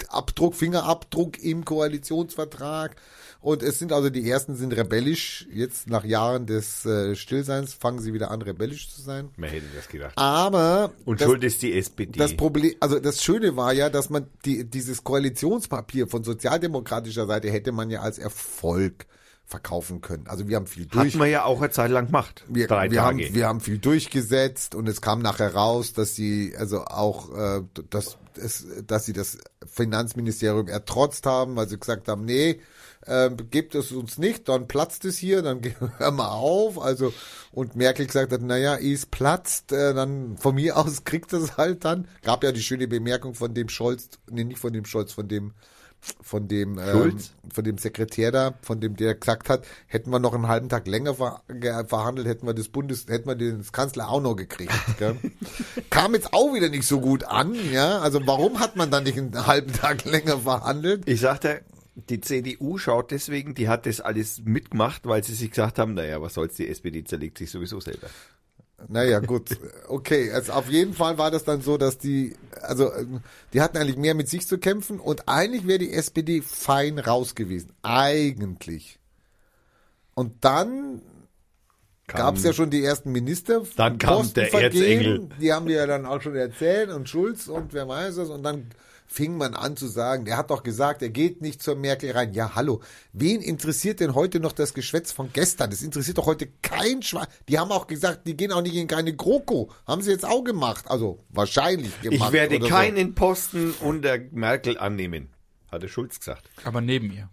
[SPEAKER 2] Abdruck, Fingerabdruck im Koalitionsvertrag. Und es sind also die ersten sind rebellisch. Jetzt nach Jahren des äh, Stillseins fangen sie wieder an, rebellisch zu sein.
[SPEAKER 1] Mehr hätte das gedacht.
[SPEAKER 2] Aber
[SPEAKER 1] Und
[SPEAKER 2] Ah, das-
[SPEAKER 1] schuld ist die SPD.
[SPEAKER 2] das Problem, also das Schöne war ja, dass man die, dieses Koalitionspapier von sozialdemokratischer Seite hätte man ja als Erfolg verkaufen können. Also wir haben viel
[SPEAKER 1] hat
[SPEAKER 2] durch.
[SPEAKER 1] man ja auch eine Zeit lang gemacht.
[SPEAKER 2] Wir,
[SPEAKER 1] drei
[SPEAKER 2] wir,
[SPEAKER 1] Tage.
[SPEAKER 2] Haben, wir haben viel durchgesetzt und es kam nachher raus, dass sie also auch äh, dass, dass, dass sie das Finanzministerium ertrotzt haben, weil sie gesagt haben, nee, äh, gebt es uns nicht, dann platzt es hier, dann hören wir auf. Also und Merkel gesagt hat, naja, es platzt, äh, dann von mir aus kriegt es halt dann. Gab ja die schöne Bemerkung von dem Scholz, nee, nicht von dem Scholz, von dem von dem ähm,
[SPEAKER 1] Schulz?
[SPEAKER 2] von dem Sekretär da, von dem der gesagt hat, hätten wir noch einen halben Tag länger ver ge- verhandelt, hätten wir das Bundes, hätten wir den Kanzler auch noch gekriegt. Gell? Kam jetzt auch wieder nicht so gut an, ja. Also warum hat man dann nicht einen halben Tag länger verhandelt?
[SPEAKER 1] ich sagte, die CDU schaut deswegen, die hat das alles mitgemacht, weil sie sich gesagt haben, naja, was soll's, die SPD zerlegt sich sowieso selber.
[SPEAKER 2] Naja, gut. Okay, also auf jeden Fall war das dann so, dass die, also ähm, die hatten eigentlich mehr mit sich zu kämpfen und eigentlich wäre die SPD fein raus gewesen. Eigentlich. Und dann gab es ja schon die ersten Minister.
[SPEAKER 1] Dann kam der Erzengel.
[SPEAKER 2] Die haben wir ja dann auch schon erzählt und Schulz und wer weiß es. Und dann fing man an zu sagen, der hat doch gesagt, er geht nicht zur Merkel rein. Ja, hallo, wen interessiert denn heute noch das Geschwätz von gestern? Das interessiert doch heute kein Schwein. Die haben auch gesagt, die gehen auch nicht in keine GroKo. Haben sie jetzt auch gemacht. Also wahrscheinlich gemacht.
[SPEAKER 1] Ich werde
[SPEAKER 2] oder
[SPEAKER 1] keinen Posten unter Merkel annehmen, hatte Schulz gesagt.
[SPEAKER 4] Aber neben ihr.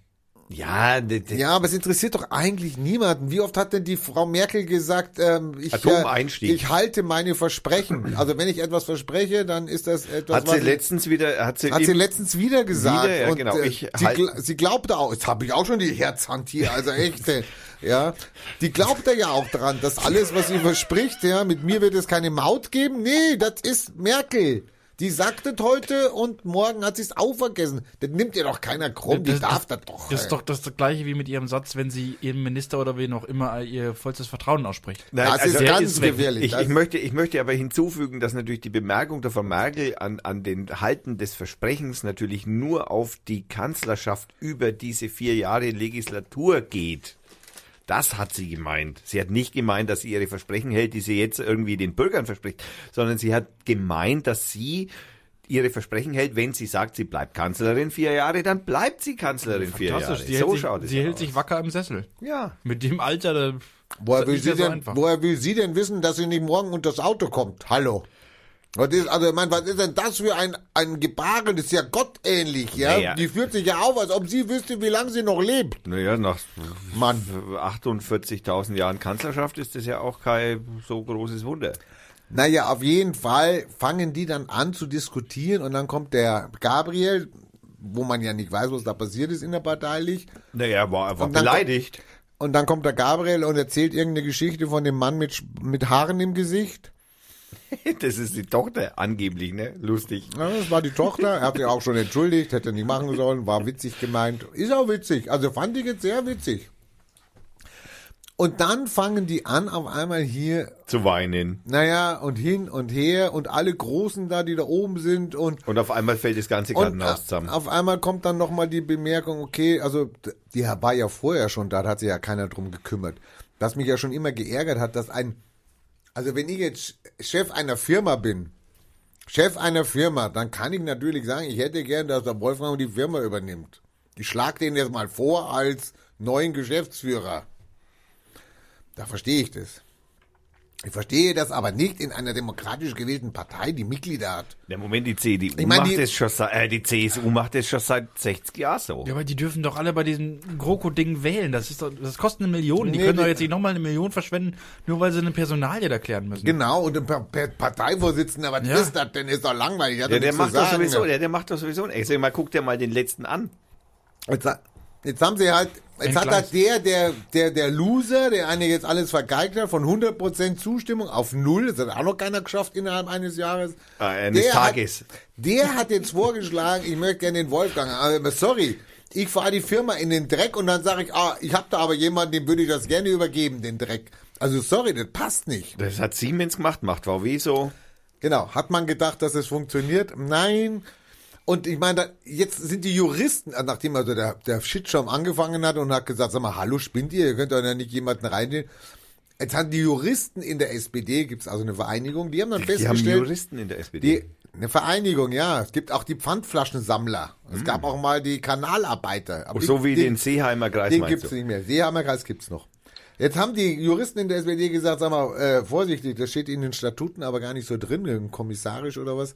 [SPEAKER 1] Ja, d- d-
[SPEAKER 2] Ja, aber es interessiert doch eigentlich niemanden. Wie oft hat denn die Frau Merkel gesagt, ähm, ich,
[SPEAKER 1] Atomeinstieg.
[SPEAKER 2] äh, ich halte meine Versprechen. Also wenn ich etwas verspreche, dann ist das etwas,
[SPEAKER 1] hat sie
[SPEAKER 2] ich-
[SPEAKER 1] letztens wieder, hat sie,
[SPEAKER 2] hat sie
[SPEAKER 1] im-
[SPEAKER 2] letztens wieder gesagt.
[SPEAKER 1] Wieder, ja,
[SPEAKER 2] und,
[SPEAKER 1] genau.
[SPEAKER 2] äh,
[SPEAKER 1] Ich
[SPEAKER 2] sie,
[SPEAKER 1] halt-
[SPEAKER 2] gl sie glaubte auch, jetzt habe ich auch schon die Herzhand hier, also echt. ey. ja, die glaubte ja auch dran, dass alles, was sie verspricht, ja, mit mir wird es keine Maut geben. Nee, das ist Merkel. Die sagt es heute und morgen hat sie es auch vergessen. Das nimmt ihr doch keiner krumm, die
[SPEAKER 4] Das-
[SPEAKER 2] darf das doch. äh.
[SPEAKER 4] Das ist
[SPEAKER 2] ey.
[SPEAKER 4] doch das, ist das gleiche wie mit ihrem Satz, wenn sie ihrem Minister oder wen auch immer ihr vollstes Vertrauen ausspricht.
[SPEAKER 1] Nein, also
[SPEAKER 2] das ist
[SPEAKER 4] der
[SPEAKER 2] ganz
[SPEAKER 4] ist weg.
[SPEAKER 2] gefährlich.
[SPEAKER 1] Ich,
[SPEAKER 2] das
[SPEAKER 1] ich, möchte, ich möchte aber hinzufügen, dass natürlich die Bemerkung der Frau Merkel an, an den Halten des Versprechens natürlich nur auf die Kanzlerschaft über diese vier Jahre Legislatur geht. Das hat sie gemeint. Sie hat nicht gemeint, dass sie ihre Versprechen hält, die sie jetzt irgendwie den Bürgern verspricht, sondern sie hat gemeint, dass sie ihre Versprechen hält, wenn sie sagt, sie bleibt Kanzlerin vier Jahre, dann bleibt sie Kanzlerin vier Jahre.
[SPEAKER 4] Fantastisch, sie
[SPEAKER 1] so
[SPEAKER 4] hält,
[SPEAKER 1] schaut
[SPEAKER 4] sich,
[SPEAKER 1] es
[SPEAKER 4] sie hält
[SPEAKER 1] aus.
[SPEAKER 4] sich wacker im Sessel.
[SPEAKER 1] Ja,
[SPEAKER 4] Mit dem Alter, da
[SPEAKER 2] Woher
[SPEAKER 4] das
[SPEAKER 2] will,
[SPEAKER 4] ist
[SPEAKER 2] sie
[SPEAKER 4] ja so
[SPEAKER 2] denn,
[SPEAKER 4] einfach.
[SPEAKER 2] woher will sie denn wissen, dass sie nicht morgen unter das Auto kommt? Hallo. Was ist, also, ich meine, was ist denn das für ein, ein Gebaren? Das ist ja gottähnlich, ja?
[SPEAKER 1] Naja.
[SPEAKER 2] Die führt sich ja auf, als ob sie wüsste, wie lange sie noch lebt.
[SPEAKER 1] naja, nach
[SPEAKER 2] Mann.
[SPEAKER 1] 48.000 Jahren Kanzlerschaft ist das ja auch kein so großes Wunder.
[SPEAKER 2] Naja, auf jeden Fall fangen die dann an zu diskutieren und dann kommt der Gabriel, wo man ja nicht weiß, was da passiert ist innerparteilich.
[SPEAKER 1] Naja, war einfach
[SPEAKER 2] Und dann-
[SPEAKER 1] beleidigt.
[SPEAKER 2] Und dann kommt der Gabriel und erzählt irgendeine Geschichte von dem Mann mit, Sch- mit Haaren im Gesicht.
[SPEAKER 1] Das ist die Tochter, angeblich, ne? Lustig.
[SPEAKER 2] Ja, das war die Tochter, er hat sich auch schon entschuldigt, hätte er nicht machen sollen, war witzig gemeint. Ist auch witzig, also fand ich jetzt sehr witzig. Und dann fangen die an, auf einmal hier,
[SPEAKER 1] Zu weinen.
[SPEAKER 2] naja, und hin und her und alle Großen da, die da oben sind und
[SPEAKER 1] Und auf einmal fällt das ganze
[SPEAKER 2] und äh,
[SPEAKER 1] Kartenhaus zusammen.
[SPEAKER 2] auf einmal kommt dann nochmal die Bemerkung, okay, also d- die war ja vorher schon da, da hat sich ja keiner drum gekümmert. Was mich ja schon immer geärgert hat, dass ein, also wenn ich jetzt Sch- Chef einer Firma bin, Chef einer Firma, dann kann ich natürlich sagen, ich hätte gern, dass der Wolfram die Firma übernimmt. Ich schlag den jetzt mal vor als neuen Geschäftsführer. Da verstehe ich das. Ich verstehe das aber nicht in einer demokratisch gewählten Partei, die Mitglieder hat.
[SPEAKER 1] Der Moment, die CDU
[SPEAKER 2] Ich meine,
[SPEAKER 1] macht
[SPEAKER 2] die-
[SPEAKER 1] das schon seit, äh, die CSU macht das schon seit 60 Jahren so.
[SPEAKER 3] Ja, aber die dürfen doch alle bei diesem GroKo-Ding wählen. Das, ist doch, das kostet eine Million. Die
[SPEAKER 2] Nee,
[SPEAKER 3] können doch
[SPEAKER 2] die-
[SPEAKER 3] jetzt nicht nochmal eine Million verschwenden, nur weil sie eine Personalie da klären müssen.
[SPEAKER 2] Genau, und ein Pa- Pa- Parteivorsitzender, was
[SPEAKER 3] Ja.
[SPEAKER 2] ist das denn? Ist doch langweilig. Hat
[SPEAKER 1] Ja, der
[SPEAKER 2] doch nichts zu
[SPEAKER 1] macht das
[SPEAKER 2] sagen.
[SPEAKER 1] sowieso, der, der macht das sowieso. Ey, sag mal, guck dir mal den letzten an.
[SPEAKER 2] Jetzt, ha- jetzt haben sie halt, jetzt hat halt der, der, der, der Loser, der eine jetzt alles vergeigt hat, von 100% Zustimmung auf Null, das hat auch noch keiner geschafft innerhalb eines Jahres.
[SPEAKER 1] Äh, eines
[SPEAKER 2] der
[SPEAKER 1] Tages.
[SPEAKER 2] Hat, der hat jetzt vorgeschlagen, ich möchte gerne den Wolfgang, aber sorry. Ich fahre die Firma in den Dreck und dann sage ich, ah, ich habe da aber jemanden, dem würde ich das gerne übergeben, den Dreck. Also sorry, das passt nicht.
[SPEAKER 1] Das hat Siemens gemacht, macht VW so.
[SPEAKER 2] Genau, hat man gedacht, dass es funktioniert? Nein. Und ich meine, da- jetzt sind die Juristen, äh, nachdem also der, der Shitstorm angefangen hat und hat gesagt, sag mal, hallo, spinnt ihr? Ihr könnt doch ja nicht jemanden reinnehmen. Jetzt haben die Juristen in der SPD, gibt's also eine Vereinigung, die haben dann
[SPEAKER 1] Die haben
[SPEAKER 2] festgestellt,
[SPEAKER 1] Juristen in der SPD.
[SPEAKER 2] die, eine Vereinigung, ja. Es gibt auch die Pfandflaschensammler. Es gab auch mal die Kanalarbeiter. Aber
[SPEAKER 1] Hm. Oh, so
[SPEAKER 2] die-
[SPEAKER 1] wie
[SPEAKER 2] die-
[SPEAKER 1] den Seeheimer Kreis
[SPEAKER 2] den
[SPEAKER 1] meinst
[SPEAKER 2] gibt's
[SPEAKER 1] du?
[SPEAKER 2] nicht mehr. Seeheimer Kreis gibt's noch. Jetzt haben die Juristen in der SPD gesagt, sag mal, äh, vorsichtig, das steht in den Statuten aber gar nicht so drin, im kommissarisch oder was.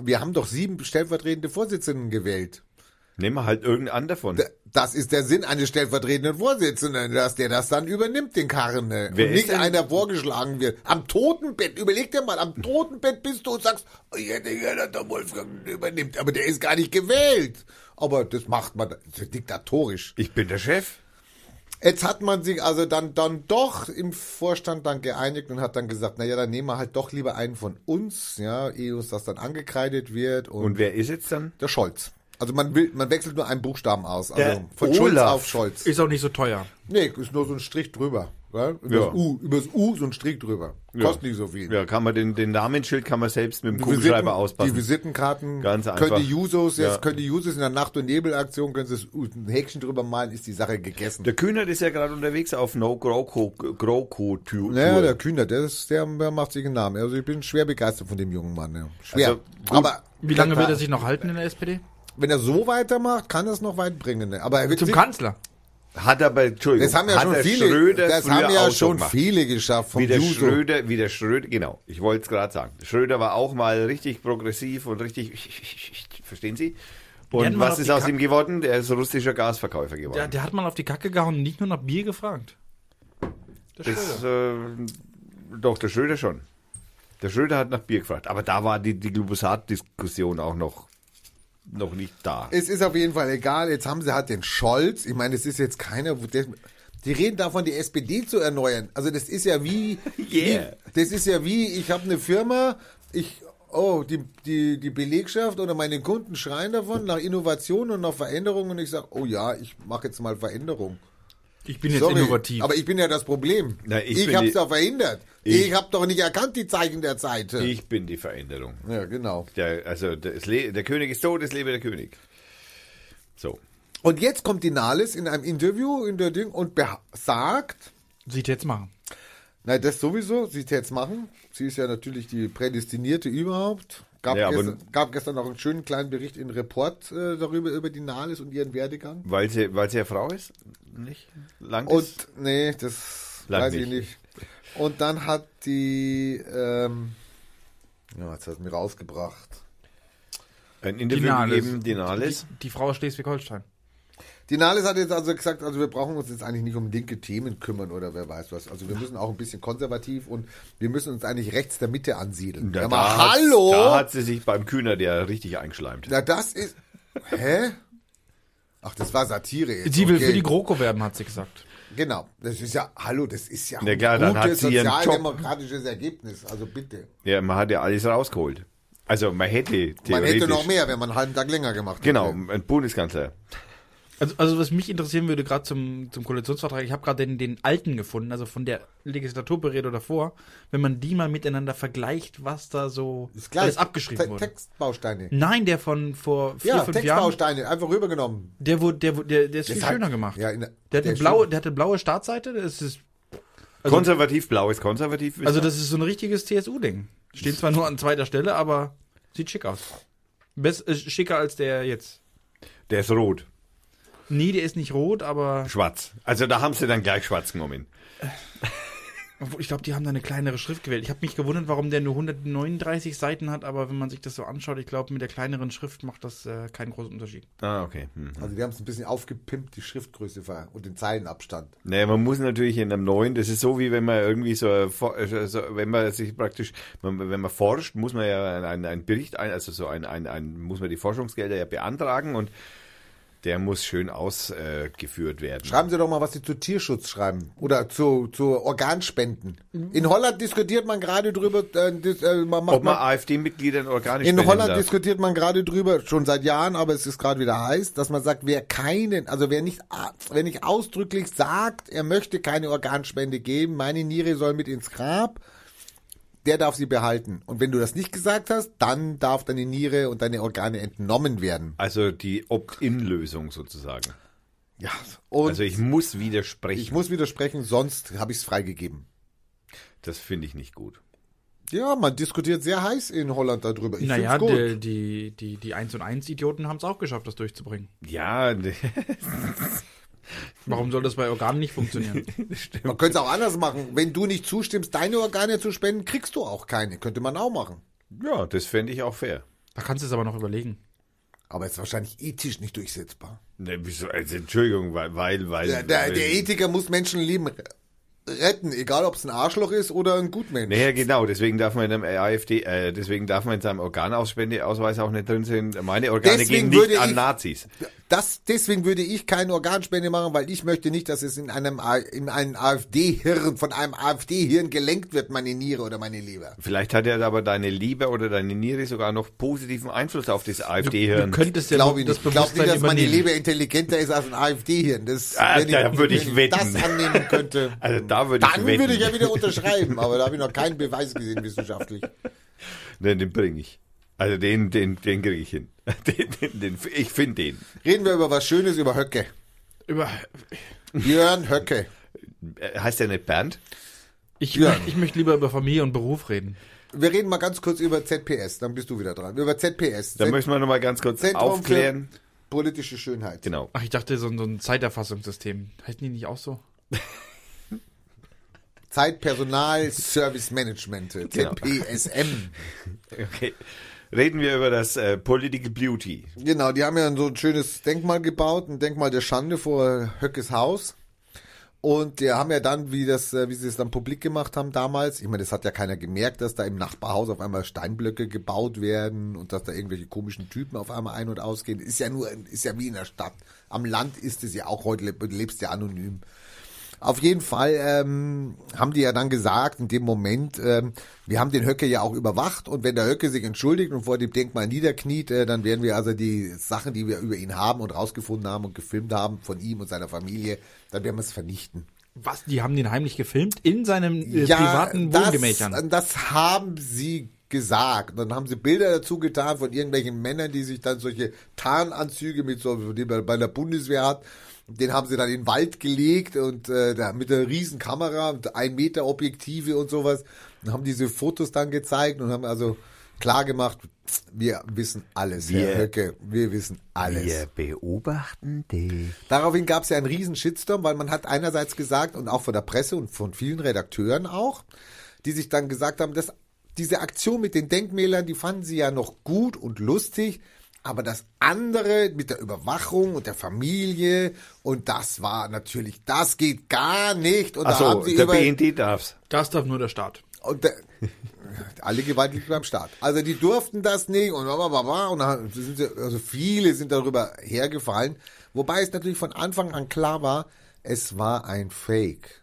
[SPEAKER 2] Wir haben doch sieben stellvertretende Vorsitzenden gewählt.
[SPEAKER 1] Nehmen wir halt irgendeinen anderen davon.
[SPEAKER 2] D- Das ist der Sinn eines stellvertretenden Vorsitzenden, dass der das dann übernimmt, den Karren. Ne?
[SPEAKER 1] Wer
[SPEAKER 2] und
[SPEAKER 1] ist
[SPEAKER 2] nicht
[SPEAKER 1] denn-
[SPEAKER 2] einer vorgeschlagen wird. Am Totenbett, überleg dir mal, am Totenbett bist du und sagst, oh, ich hätte gerne, dass der Wolfgang übernimmt, aber der ist gar nicht gewählt. Aber das macht man, das ist diktatorisch.
[SPEAKER 1] Ich bin der Chef.
[SPEAKER 2] Jetzt hat man sich also dann, dann doch im Vorstand dann geeinigt und hat dann gesagt, naja, dann nehmen wir halt doch lieber einen von uns, ja, ehe uns das dann angekreidet wird und,
[SPEAKER 1] Und wer ist jetzt dann?
[SPEAKER 2] der Scholz. Also man will, man wechselt nur einen Buchstaben aus. Also
[SPEAKER 1] Der
[SPEAKER 2] von Schulz
[SPEAKER 1] Olaf.
[SPEAKER 2] auf Scholz.
[SPEAKER 3] Ist auch nicht so teuer.
[SPEAKER 2] Nee, ist nur so ein Strich drüber. Ja? Über,
[SPEAKER 1] Ja.
[SPEAKER 2] Das U, über das U so ein Strich drüber. Kostet nicht so viel.
[SPEAKER 1] Ja, kann man den, den Namensschild kann man selbst mit dem
[SPEAKER 2] Die
[SPEAKER 1] Kugelschreiber
[SPEAKER 2] Visiten- Die
[SPEAKER 1] auspassen.
[SPEAKER 2] Visitenkarten
[SPEAKER 1] Ganz
[SPEAKER 2] können die
[SPEAKER 1] einfach.
[SPEAKER 2] Jusos jetzt,
[SPEAKER 1] Ja.
[SPEAKER 2] können die Jusos in der Nacht- und Nebelaktion, können sie das U- ein Häkchen drüber malen, ist die Sache gegessen.
[SPEAKER 1] Der Kühnert ist ja gerade unterwegs auf No Groco-Tour.
[SPEAKER 2] Naja, der Kühner, der, ist, der, der macht sich einen Namen. Also ich bin schwer begeistert von dem jungen Mann. Ja. Schwer.
[SPEAKER 1] Also, gut.
[SPEAKER 2] Aber
[SPEAKER 3] Wie lange
[SPEAKER 2] klar,
[SPEAKER 3] wird er sich noch halten in der SPD?
[SPEAKER 2] Wenn er so weitermacht, kann das noch weit bringen. Ne? Aber er wird
[SPEAKER 3] Zum
[SPEAKER 2] sich-
[SPEAKER 3] Kanzler.
[SPEAKER 1] hat aber, Entschuldigung,
[SPEAKER 2] das haben ja
[SPEAKER 1] hat
[SPEAKER 2] schon
[SPEAKER 1] der
[SPEAKER 2] viele.
[SPEAKER 1] Schröder
[SPEAKER 2] das
[SPEAKER 1] früher
[SPEAKER 2] haben ja
[SPEAKER 1] auch
[SPEAKER 2] schon
[SPEAKER 1] gemacht.
[SPEAKER 2] viele geschafft vom
[SPEAKER 1] Wie der
[SPEAKER 2] Juso.
[SPEAKER 1] Schröder, wie der Schröder, genau, ich wollte es gerade sagen. Schröder war auch mal richtig progressiv und richtig, verstehen Sie?
[SPEAKER 3] Lernen
[SPEAKER 1] Und
[SPEAKER 3] wir
[SPEAKER 1] was
[SPEAKER 3] noch
[SPEAKER 1] ist
[SPEAKER 3] die
[SPEAKER 1] aus
[SPEAKER 3] Kack-
[SPEAKER 1] ihm geworden? Der ist russischer Gasverkäufer geworden.
[SPEAKER 3] Der, der hat mal auf die Kacke gehauen und nicht nur nach Bier gefragt.
[SPEAKER 1] Das, äh, doch, der Schröder schon. Der Schröder hat nach Bier gefragt. Aber da war die, die Globosat-Diskussion auch noch, noch nicht da.
[SPEAKER 2] Es ist auf jeden Fall egal. Jetzt haben sie halt den Scholz. Ich meine, es ist jetzt keiner, wo der, die reden davon, die SPD zu erneuern. Also das ist ja wie,
[SPEAKER 1] Yeah.
[SPEAKER 2] wie das ist ja wie, ich habe eine Firma, ich oh, die, die, die Belegschaft oder meine Kunden schreien davon nach Innovation und nach Veränderung und ich sage, oh ja, ich mache jetzt mal Veränderung.
[SPEAKER 3] Ich bin jetzt
[SPEAKER 2] Sorry,
[SPEAKER 3] innovativ.
[SPEAKER 2] Aber ich bin ja das Problem.
[SPEAKER 1] Na, ich
[SPEAKER 2] ich
[SPEAKER 1] bin
[SPEAKER 2] habe
[SPEAKER 1] die-
[SPEAKER 2] es doch verhindert.
[SPEAKER 1] Ich-
[SPEAKER 2] Ich, habe doch nicht erkannt die Zeichen der Zeit.
[SPEAKER 1] Ich bin die Veränderung.
[SPEAKER 2] ja, genau.
[SPEAKER 1] Der, also der, es le- der König ist tot, es lebe der König. So.
[SPEAKER 2] Und jetzt kommt die Nahles in einem Interview in der Ding und beha- sagt,
[SPEAKER 3] Sieht jetzt machen.
[SPEAKER 2] Nein, das sowieso, sie hätte jetzt machen. Sie ist ja natürlich die Prädestinierte überhaupt. Gab,
[SPEAKER 1] Ja, aber-
[SPEAKER 2] gestern, gab gestern noch einen schönen kleinen Bericht in Report äh, darüber, über die Nahles und ihren Werdegang.
[SPEAKER 1] Weil sie, weil sie ja Frau ist? Nicht? Lang ist?
[SPEAKER 2] Und, nee, das
[SPEAKER 1] Lang
[SPEAKER 2] weiß ich
[SPEAKER 1] nicht.
[SPEAKER 2] nicht. Und dann hat die, ähm, ja, jetzt hat mir rausgebracht.
[SPEAKER 1] Ein Interview
[SPEAKER 3] Nahles.
[SPEAKER 1] gegeben, die Nahles.
[SPEAKER 3] Die, die Frau aus Schleswig-Holstein.
[SPEAKER 2] Die Nahles hat jetzt also gesagt, also wir brauchen uns jetzt eigentlich nicht um linke Themen kümmern oder wer weiß was. Also wir müssen auch ein bisschen konservativ und wir müssen uns eigentlich rechts der Mitte ansiedeln.
[SPEAKER 1] Da,
[SPEAKER 2] Ja,
[SPEAKER 1] da
[SPEAKER 2] mal,
[SPEAKER 1] hat's-
[SPEAKER 2] hallo!
[SPEAKER 1] Da hat sie sich beim Kühner der richtig eingeschleimt.
[SPEAKER 2] Na, das ist. Hä? Ach, das war Satire jetzt.
[SPEAKER 3] Sie will
[SPEAKER 2] okay.
[SPEAKER 3] für die GroKo werben, hat sie gesagt.
[SPEAKER 2] Genau. Das ist ja, hallo, das ist ja
[SPEAKER 1] Na klar, dann hat sie ihren Job.
[SPEAKER 2] sozialdemokratisches Ergebnis. Also bitte.
[SPEAKER 1] Ja, man hat ja alles rausgeholt. Also man hätte theoretisch.
[SPEAKER 2] Man hätte noch mehr, wenn man einen halben Tag länger gemacht hätte.
[SPEAKER 1] Genau, ein Bundeskanzler.
[SPEAKER 3] Also, also was mich interessieren würde, gerade zum, zum Koalitionsvertrag, ich habe gerade den, den alten gefunden, also von der Legislaturperiode davor, wenn man die mal miteinander vergleicht, was da so
[SPEAKER 2] Ist gleich.
[SPEAKER 3] alles abgeschrieben
[SPEAKER 2] Te-
[SPEAKER 3] wurde.
[SPEAKER 2] Textbausteine.
[SPEAKER 3] Nein, der von vor vier,
[SPEAKER 2] Ja,
[SPEAKER 3] fünf Jahren,
[SPEAKER 2] Textbausteine, einfach rübergenommen.
[SPEAKER 3] der, wurde, der, wurde- der, der ist viel
[SPEAKER 2] Deshalb-
[SPEAKER 3] schöner gemacht.
[SPEAKER 2] Ja, in der,
[SPEAKER 3] Der hat,
[SPEAKER 2] der
[SPEAKER 3] eine blaue, der hat eine blaue Startseite, das ist,
[SPEAKER 1] konservativ, blau ist konservativ. wisst
[SPEAKER 3] also
[SPEAKER 1] ihr?
[SPEAKER 3] das ist so ein richtiges CSU-Ding. Steht zwar nur an zweiter Stelle, aber sieht schick aus. Bess, äh, schicker als der jetzt.
[SPEAKER 1] der ist rot,
[SPEAKER 3] Nee, der ist nicht rot, aber
[SPEAKER 1] schwarz. Also da haben sie dann gleich um schwarz genommen.
[SPEAKER 3] Obwohl, Ich glaube, die haben da eine kleinere Schrift gewählt. Ich habe mich gewundert, warum der nur 139 Seiten hat, aber wenn man sich das so anschaut, ich glaube, mit der kleineren Schrift macht das äh, keinen großen Unterschied.
[SPEAKER 1] Ah, okay. Hm.
[SPEAKER 2] Also wir haben es ein bisschen aufgepimpt, die Schriftgröße ver- und den Zeilenabstand.
[SPEAKER 1] Naja, man muss natürlich in einem neuen, das ist so wie wenn man irgendwie so, ein For- äh, so wenn man sich praktisch, wenn wenn man forscht, muss man ja einen, einen Bericht ein, also so ein, ein, ein, muss man die Forschungsgelder ja beantragen und der muss schön ausgeführt werden.
[SPEAKER 2] Schreiben Sie doch mal, was Sie zu Tierschutz schreiben oder zu, zu Organspenden.
[SPEAKER 3] Mhm.
[SPEAKER 2] In Holland diskutiert man gerade drüber, äh, dis, äh, man macht
[SPEAKER 1] Ob man AfD-Mitgliedern organisch
[SPEAKER 2] In Holland
[SPEAKER 1] darf.
[SPEAKER 2] diskutiert man gerade drüber, schon seit Jahren, aber es ist gerade wieder heiß, dass man sagt, wer keinen, also wer nicht, a- wer nicht ausdrücklich sagt, er möchte keine Organspende geben, meine Niere soll mit ins Grab, der darf sie behalten. Und wenn du das nicht gesagt hast, dann darf deine Niere und deine Organe entnommen werden.
[SPEAKER 1] Also die Opt-in-Lösung sozusagen.
[SPEAKER 2] Ja. Und
[SPEAKER 1] Also ich muss widersprechen.
[SPEAKER 2] ich muss widersprechen, sonst habe ich es freigegeben.
[SPEAKER 1] das finde ich nicht gut.
[SPEAKER 2] Ja, man diskutiert sehr heiß in Holland darüber. Ich
[SPEAKER 3] naja,
[SPEAKER 2] find's gut.
[SPEAKER 3] die, die, die, die 1 und 1 Idioten haben es auch geschafft, das durchzubringen.
[SPEAKER 1] Ja, das
[SPEAKER 3] Warum soll das bei Organen nicht funktionieren?
[SPEAKER 1] stimmt.
[SPEAKER 2] Man könnte es auch anders machen. Wenn du nicht zustimmst, deine Organe zu spenden, kriegst du auch keine. Könnte man auch machen.
[SPEAKER 1] Ja, das fände ich auch fair.
[SPEAKER 3] da kannst du es aber noch überlegen.
[SPEAKER 2] Aber ist wahrscheinlich ethisch nicht durchsetzbar.
[SPEAKER 1] Ne, wieso? Also, Entschuldigung, weil, weil, weil.
[SPEAKER 2] Der, der,
[SPEAKER 1] Also, weil-
[SPEAKER 2] der Ethiker muss Menschenleben re- retten, egal ob es ein Arschloch ist oder ein Gutmensch.
[SPEAKER 1] naja, genau, deswegen darf man in einem AfD, äh, deswegen darf man in seinem Organauspendeausweis auch nicht drin sind. Meine Organe
[SPEAKER 2] Deswegen
[SPEAKER 1] gehen
[SPEAKER 2] würde
[SPEAKER 1] nicht an
[SPEAKER 2] ich-
[SPEAKER 1] Nazis.
[SPEAKER 2] Das, deswegen würde ich keine Organspende machen, weil ich möchte nicht, dass es in einem, A- in einem AfD-Hirn, von einem AfD-Hirn gelenkt wird, meine Niere oder meine Leber.
[SPEAKER 1] Vielleicht hat er aber deine Leber oder deine Niere sogar noch positiven Einfluss auf das
[SPEAKER 3] Du
[SPEAKER 1] AfD-Hirn.
[SPEAKER 3] könntest ja
[SPEAKER 2] Glaube ich
[SPEAKER 3] das
[SPEAKER 2] nicht. Ich glaube nicht, dass meine
[SPEAKER 3] übernehmen.
[SPEAKER 2] Leber intelligenter ist als ein AfD-Hirn. Das,
[SPEAKER 1] Ah,
[SPEAKER 2] wenn
[SPEAKER 1] da würde ich
[SPEAKER 2] wenn
[SPEAKER 1] wetten.
[SPEAKER 2] das annehmen könnte.
[SPEAKER 1] Also da würde ich
[SPEAKER 2] Dann
[SPEAKER 1] wetten.
[SPEAKER 2] würde ich ja wieder unterschreiben, aber da habe ich noch keinen Beweis gesehen wissenschaftlich.
[SPEAKER 1] Ne, den bringe ich. Also den, den, den kriege ich hin. Den, den, den, ich finde den.
[SPEAKER 2] Reden wir über was Schönes, über Höcke.
[SPEAKER 3] Über,
[SPEAKER 2] Björn Höcke.
[SPEAKER 1] Äh, Heißt der nicht Bernd?
[SPEAKER 3] ich,
[SPEAKER 2] Ja.
[SPEAKER 3] ich möchte lieber über Familie und Beruf reden.
[SPEAKER 2] Wir reden mal ganz kurz über ZPS, dann bist du wieder dran. Über ZPS,
[SPEAKER 1] Da
[SPEAKER 2] Z-
[SPEAKER 1] möchten wir nochmal ganz kurz
[SPEAKER 2] Zentrum
[SPEAKER 1] aufklären.
[SPEAKER 2] politische Schönheit.
[SPEAKER 1] Genau.
[SPEAKER 3] Ach, ich dachte, so, ein- so ein Zeiterfassungssystem. Heißen die nicht auch so?
[SPEAKER 2] Zeitpersonal Service Management,
[SPEAKER 1] Genau.
[SPEAKER 2] ZPSM.
[SPEAKER 1] Okay. Reden wir über das äh, Political Beauty.
[SPEAKER 2] Genau. die haben ja so ein schönes Denkmal gebaut, ein Denkmal der Schande vor Höckes Haus. Und die haben ja dann, wie, das, äh, wie sie es dann publik gemacht haben damals, ich meine, das hat ja keiner gemerkt, dass da im Nachbarhaus auf einmal Steinblöcke gebaut werden und dass da irgendwelche komischen Typen auf einmal ein- und ausgehen. Ist ja nur, ist ja wie in der Stadt. Am Land ist es ja auch heute, le- lebst ja anonym. Auf jeden Fall ähm, haben die ja dann gesagt, in dem Moment, ähm, wir haben den Höcke ja auch überwacht und wenn der Höcke sich entschuldigt und vor dem Denkmal niederkniet, äh, dann werden wir also die Sachen, die wir über ihn haben und rausgefunden haben und gefilmt haben von ihm und seiner Familie, dann werden wir es vernichten.
[SPEAKER 3] Was? Die haben den heimlich gefilmt in seinem äh, privaten Wohngemächern.
[SPEAKER 2] Das, das haben sie gesagt. Und dann haben sie Bilder dazu getan von irgendwelchen Männern, die sich dann solche Tarnanzüge mit so, die man bei der Bundeswehr hat. Den haben sie dann in den Wald gelegt und äh, da mit einer riesen Kamera, und ein Meter Objektive und sowas. Und haben diese Fotos dann gezeigt und haben also klar gemacht, wir wissen alles, Herr
[SPEAKER 1] Wir-
[SPEAKER 2] Höcke, wir wissen alles.
[SPEAKER 1] beobachten dich.
[SPEAKER 2] Daraufhin gab es ja einen riesen Shitstorm, weil man hat einerseits gesagt und auch von der Presse und von vielen Redakteuren auch, die sich dann gesagt haben, dass diese Aktion mit den Denkmälern, die fanden sie ja noch gut und lustig, aber das andere mit der Überwachung und der Familie und das war natürlich, das geht gar nicht. Und da
[SPEAKER 1] Achso,
[SPEAKER 2] haben sie
[SPEAKER 1] der
[SPEAKER 2] über
[SPEAKER 1] BND darf's.
[SPEAKER 3] Das darf nur der Staat.
[SPEAKER 2] Und der, alle Gewalt liegt beim Staat. Also die durften das nicht und blablabla. und dann sind sie, also viele sind darüber hergefallen. Wobei es natürlich von Anfang an klar war, es war ein Fake.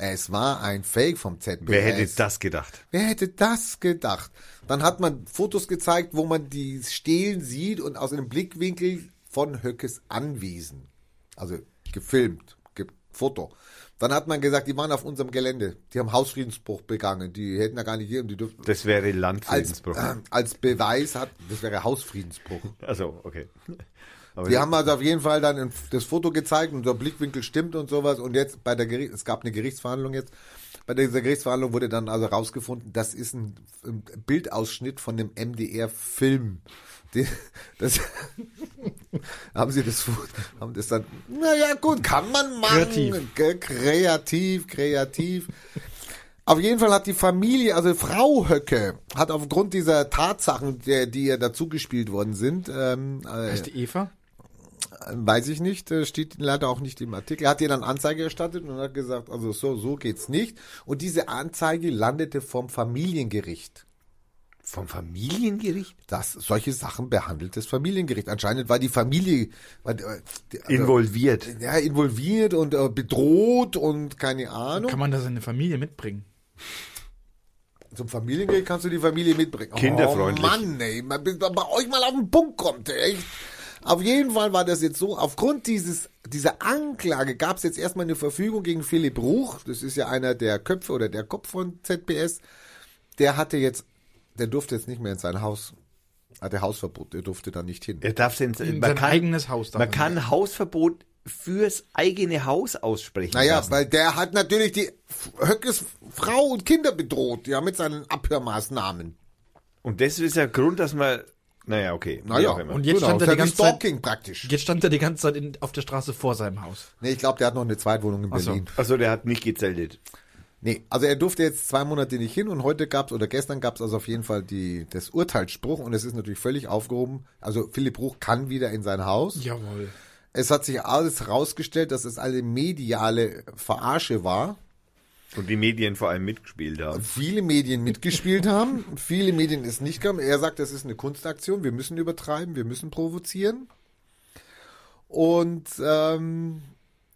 [SPEAKER 2] Es war ein Fake vom ZBS.
[SPEAKER 1] Wer hätte das gedacht?
[SPEAKER 2] Wer hätte das gedacht? Dann hat man Fotos gezeigt, wo man die Stelen sieht und aus einem Blickwinkel von Höckes Anwesen. Also gefilmt, ge Foto. Dann hat man gesagt, die waren auf unserem Gelände. Die haben Hausfriedensbruch begangen. Die hätten ja gar nicht hier und die dürften.
[SPEAKER 1] Das wäre
[SPEAKER 2] Als,
[SPEAKER 1] Landfriedensbruch.
[SPEAKER 2] äh, als Beweis hat, das wäre Hausfriedensbruch.
[SPEAKER 1] Also, okay. Aber
[SPEAKER 2] Die haben also auf jeden Fall dann ein- das Foto gezeigt und der Blickwinkel stimmt und sowas. Und jetzt bei der Gericht, es gab eine Gerichtsverhandlung jetzt. Bei dieser Gerichtsverhandlung wurde dann also rausgefunden, das ist ein, ein Bildausschnitt von dem MDR-Film. Die- Das haben sie das Foto, haben das dann, naja, gut, kann man machen.
[SPEAKER 4] Kreativ.
[SPEAKER 2] Ge- Kreativ, kreativ. Auf jeden Fall hat die Familie, also Frau Höcke, hat aufgrund dieser Tatsachen, der, die ihr dazugespielt worden sind, ähm, äh,
[SPEAKER 4] Ist die Eva?
[SPEAKER 2] Weiß ich nicht, äh, steht leider auch nicht im Artikel. Er hat ihr dann Anzeige erstattet und hat gesagt, also so, so geht's nicht. Und diese Anzeige landete vom Familiengericht.
[SPEAKER 1] vom Familiengericht?
[SPEAKER 2] Das, solche Sachen behandelt das Familiengericht. Anscheinend war die Familie war, äh, die- also,
[SPEAKER 1] Involviert.
[SPEAKER 2] ja, involviert und äh, bedroht und keine Ahnung.
[SPEAKER 4] Kann man das in eine Familie mitbringen?
[SPEAKER 2] Zum Familiengericht kannst du die Familie mitbringen.
[SPEAKER 1] Kinderfreundlich.
[SPEAKER 2] Oh Mann, ey, man- bis man bei euch mal auf den Punkt kommt, ey, echt. Auf jeden Fall war das jetzt so, aufgrund dieses, dieser Anklage gab es jetzt erstmal eine Verfügung gegen Philipp Ruch, das ist ja einer der Köpfe oder der Kopf von ZBS, der hatte jetzt, der durfte jetzt nicht mehr in sein Haus, hatte Hausverbot, der durfte da nicht hin.
[SPEAKER 1] Er darf sein,
[SPEAKER 4] In
[SPEAKER 1] man
[SPEAKER 4] sein
[SPEAKER 1] kann,
[SPEAKER 4] eigenes Haus darf
[SPEAKER 1] Man
[SPEAKER 4] er
[SPEAKER 1] kann Hausverbot fürs eigene Haus aussprechen.
[SPEAKER 2] Naja,
[SPEAKER 1] lassen.
[SPEAKER 2] weil der hat natürlich die Höckes Frau und Kinder bedroht, ja, mit seinen Abhörmaßnahmen.
[SPEAKER 1] Und das ist ja Grund, dass man. Naja, okay. wie
[SPEAKER 2] Naja,
[SPEAKER 1] auch immer.
[SPEAKER 4] Und jetzt stand er
[SPEAKER 2] das
[SPEAKER 4] die
[SPEAKER 2] ist
[SPEAKER 4] ganze Zeit-
[SPEAKER 2] Stalking praktisch.
[SPEAKER 4] Jetzt stand er die ganze Zeit in, auf der Straße vor seinem Haus.
[SPEAKER 2] Nee, ich glaube, der hat noch eine Zweitwohnung in
[SPEAKER 4] so.
[SPEAKER 2] Berlin.
[SPEAKER 1] Also der hat nicht gezeltet.
[SPEAKER 2] Nee, also er durfte jetzt zwei Monate nicht hin und heute gab's oder gestern gab's also auf jeden Fall die, das Urteilsspruch und es ist natürlich völlig aufgehoben. Also Philipp Ruch kann wieder in sein Haus.
[SPEAKER 4] Jawohl.
[SPEAKER 2] Es hat sich alles herausgestellt, dass es alle mediale Verarsche war.
[SPEAKER 1] Und die Medien vor allem mitgespielt haben.
[SPEAKER 2] Viele Medien mitgespielt haben, viele Medien es nicht kamen. Er sagt, das ist eine Kunstaktion, wir müssen übertreiben, wir müssen provozieren. Und ähm,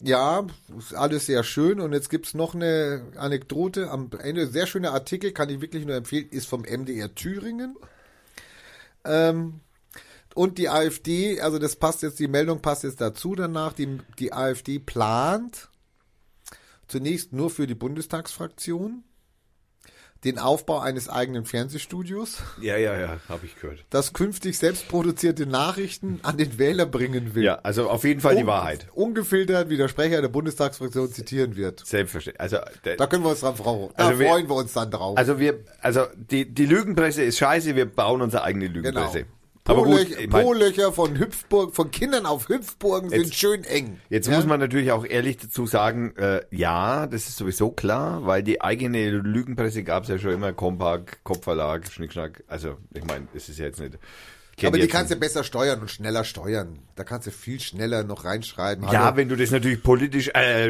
[SPEAKER 2] ja, ist alles sehr schön. Und jetzt gibt's noch eine Anekdote am Ende. Sehr schöner Artikel, kann ich wirklich nur empfehlen, ist vom MDR Thüringen. Ähm, und die AfD, also das passt jetzt, die Meldung passt jetzt dazu danach. Die, die AfD plant zunächst nur für die Bundestagsfraktion den Aufbau eines eigenen Fernsehstudios,
[SPEAKER 1] Ja, ja, ja, habe ich gehört.
[SPEAKER 2] das künftig selbstproduzierte Nachrichten an den Wähler bringen will.
[SPEAKER 1] Ja, also auf jeden Fall die
[SPEAKER 2] Un-
[SPEAKER 1] Wahrheit.
[SPEAKER 2] Ungefiltert, wie der Sprecher der Bundestagsfraktion zitieren wird.
[SPEAKER 1] Selbstverständlich. Also, der,
[SPEAKER 2] Da können wir uns dran freuen. Da
[SPEAKER 1] Also wir-
[SPEAKER 2] freuen wir uns dann drauf.
[SPEAKER 1] also wir, also die, die Lügenpresse ist scheiße, wir bauen unsere eigene
[SPEAKER 2] genau.
[SPEAKER 1] Lügenpresse. Aber gut,
[SPEAKER 2] Polöch,
[SPEAKER 1] ich mein,
[SPEAKER 2] Polöcher von Hüpfburg, von Kindern auf Hüpfburgen sind
[SPEAKER 1] Jetzt-
[SPEAKER 2] schön eng.
[SPEAKER 1] Jetzt muss man natürlich auch ehrlich dazu sagen, äh, ja, das ist sowieso klar, weil die eigene Lügenpresse gab es ja schon immer, Kompag, Kopfverlag, Schnickschnack. Also, ich meine, es ist ja jetzt nicht. ich kenn
[SPEAKER 2] Aber die
[SPEAKER 1] jetzt
[SPEAKER 2] kannst du
[SPEAKER 1] nicht.
[SPEAKER 2] besser steuern und schneller steuern. Da kannst du viel schneller noch reinschreiben.
[SPEAKER 1] ja,
[SPEAKER 2] Hallo,
[SPEAKER 1] wenn du das natürlich politisch. Äh,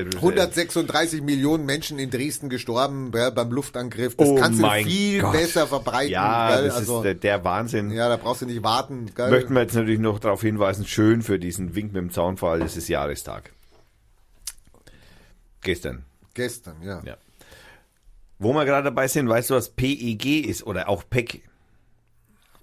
[SPEAKER 1] äh,
[SPEAKER 2] 136 Millionen Menschen in Dresden gestorben ja, beim Luftangriff. Das
[SPEAKER 1] Oh
[SPEAKER 2] kannst du
[SPEAKER 1] mein
[SPEAKER 2] viel
[SPEAKER 1] Gott.
[SPEAKER 2] besser verbreiten.
[SPEAKER 1] äh, Ja,
[SPEAKER 2] gell?
[SPEAKER 1] das
[SPEAKER 2] also,
[SPEAKER 1] ist der, der Wahnsinn.
[SPEAKER 2] ja, da brauchst du nicht warten. Gell?
[SPEAKER 1] Möchten wir jetzt natürlich noch darauf hinweisen, schön für diesen Wink mit dem Zaunfall, es ist Jahrestag. Gestern.
[SPEAKER 2] Gestern, ja.
[SPEAKER 1] Ja. Wo wir gerade dabei sind, weißt du, was PEG ist oder auch E PEG?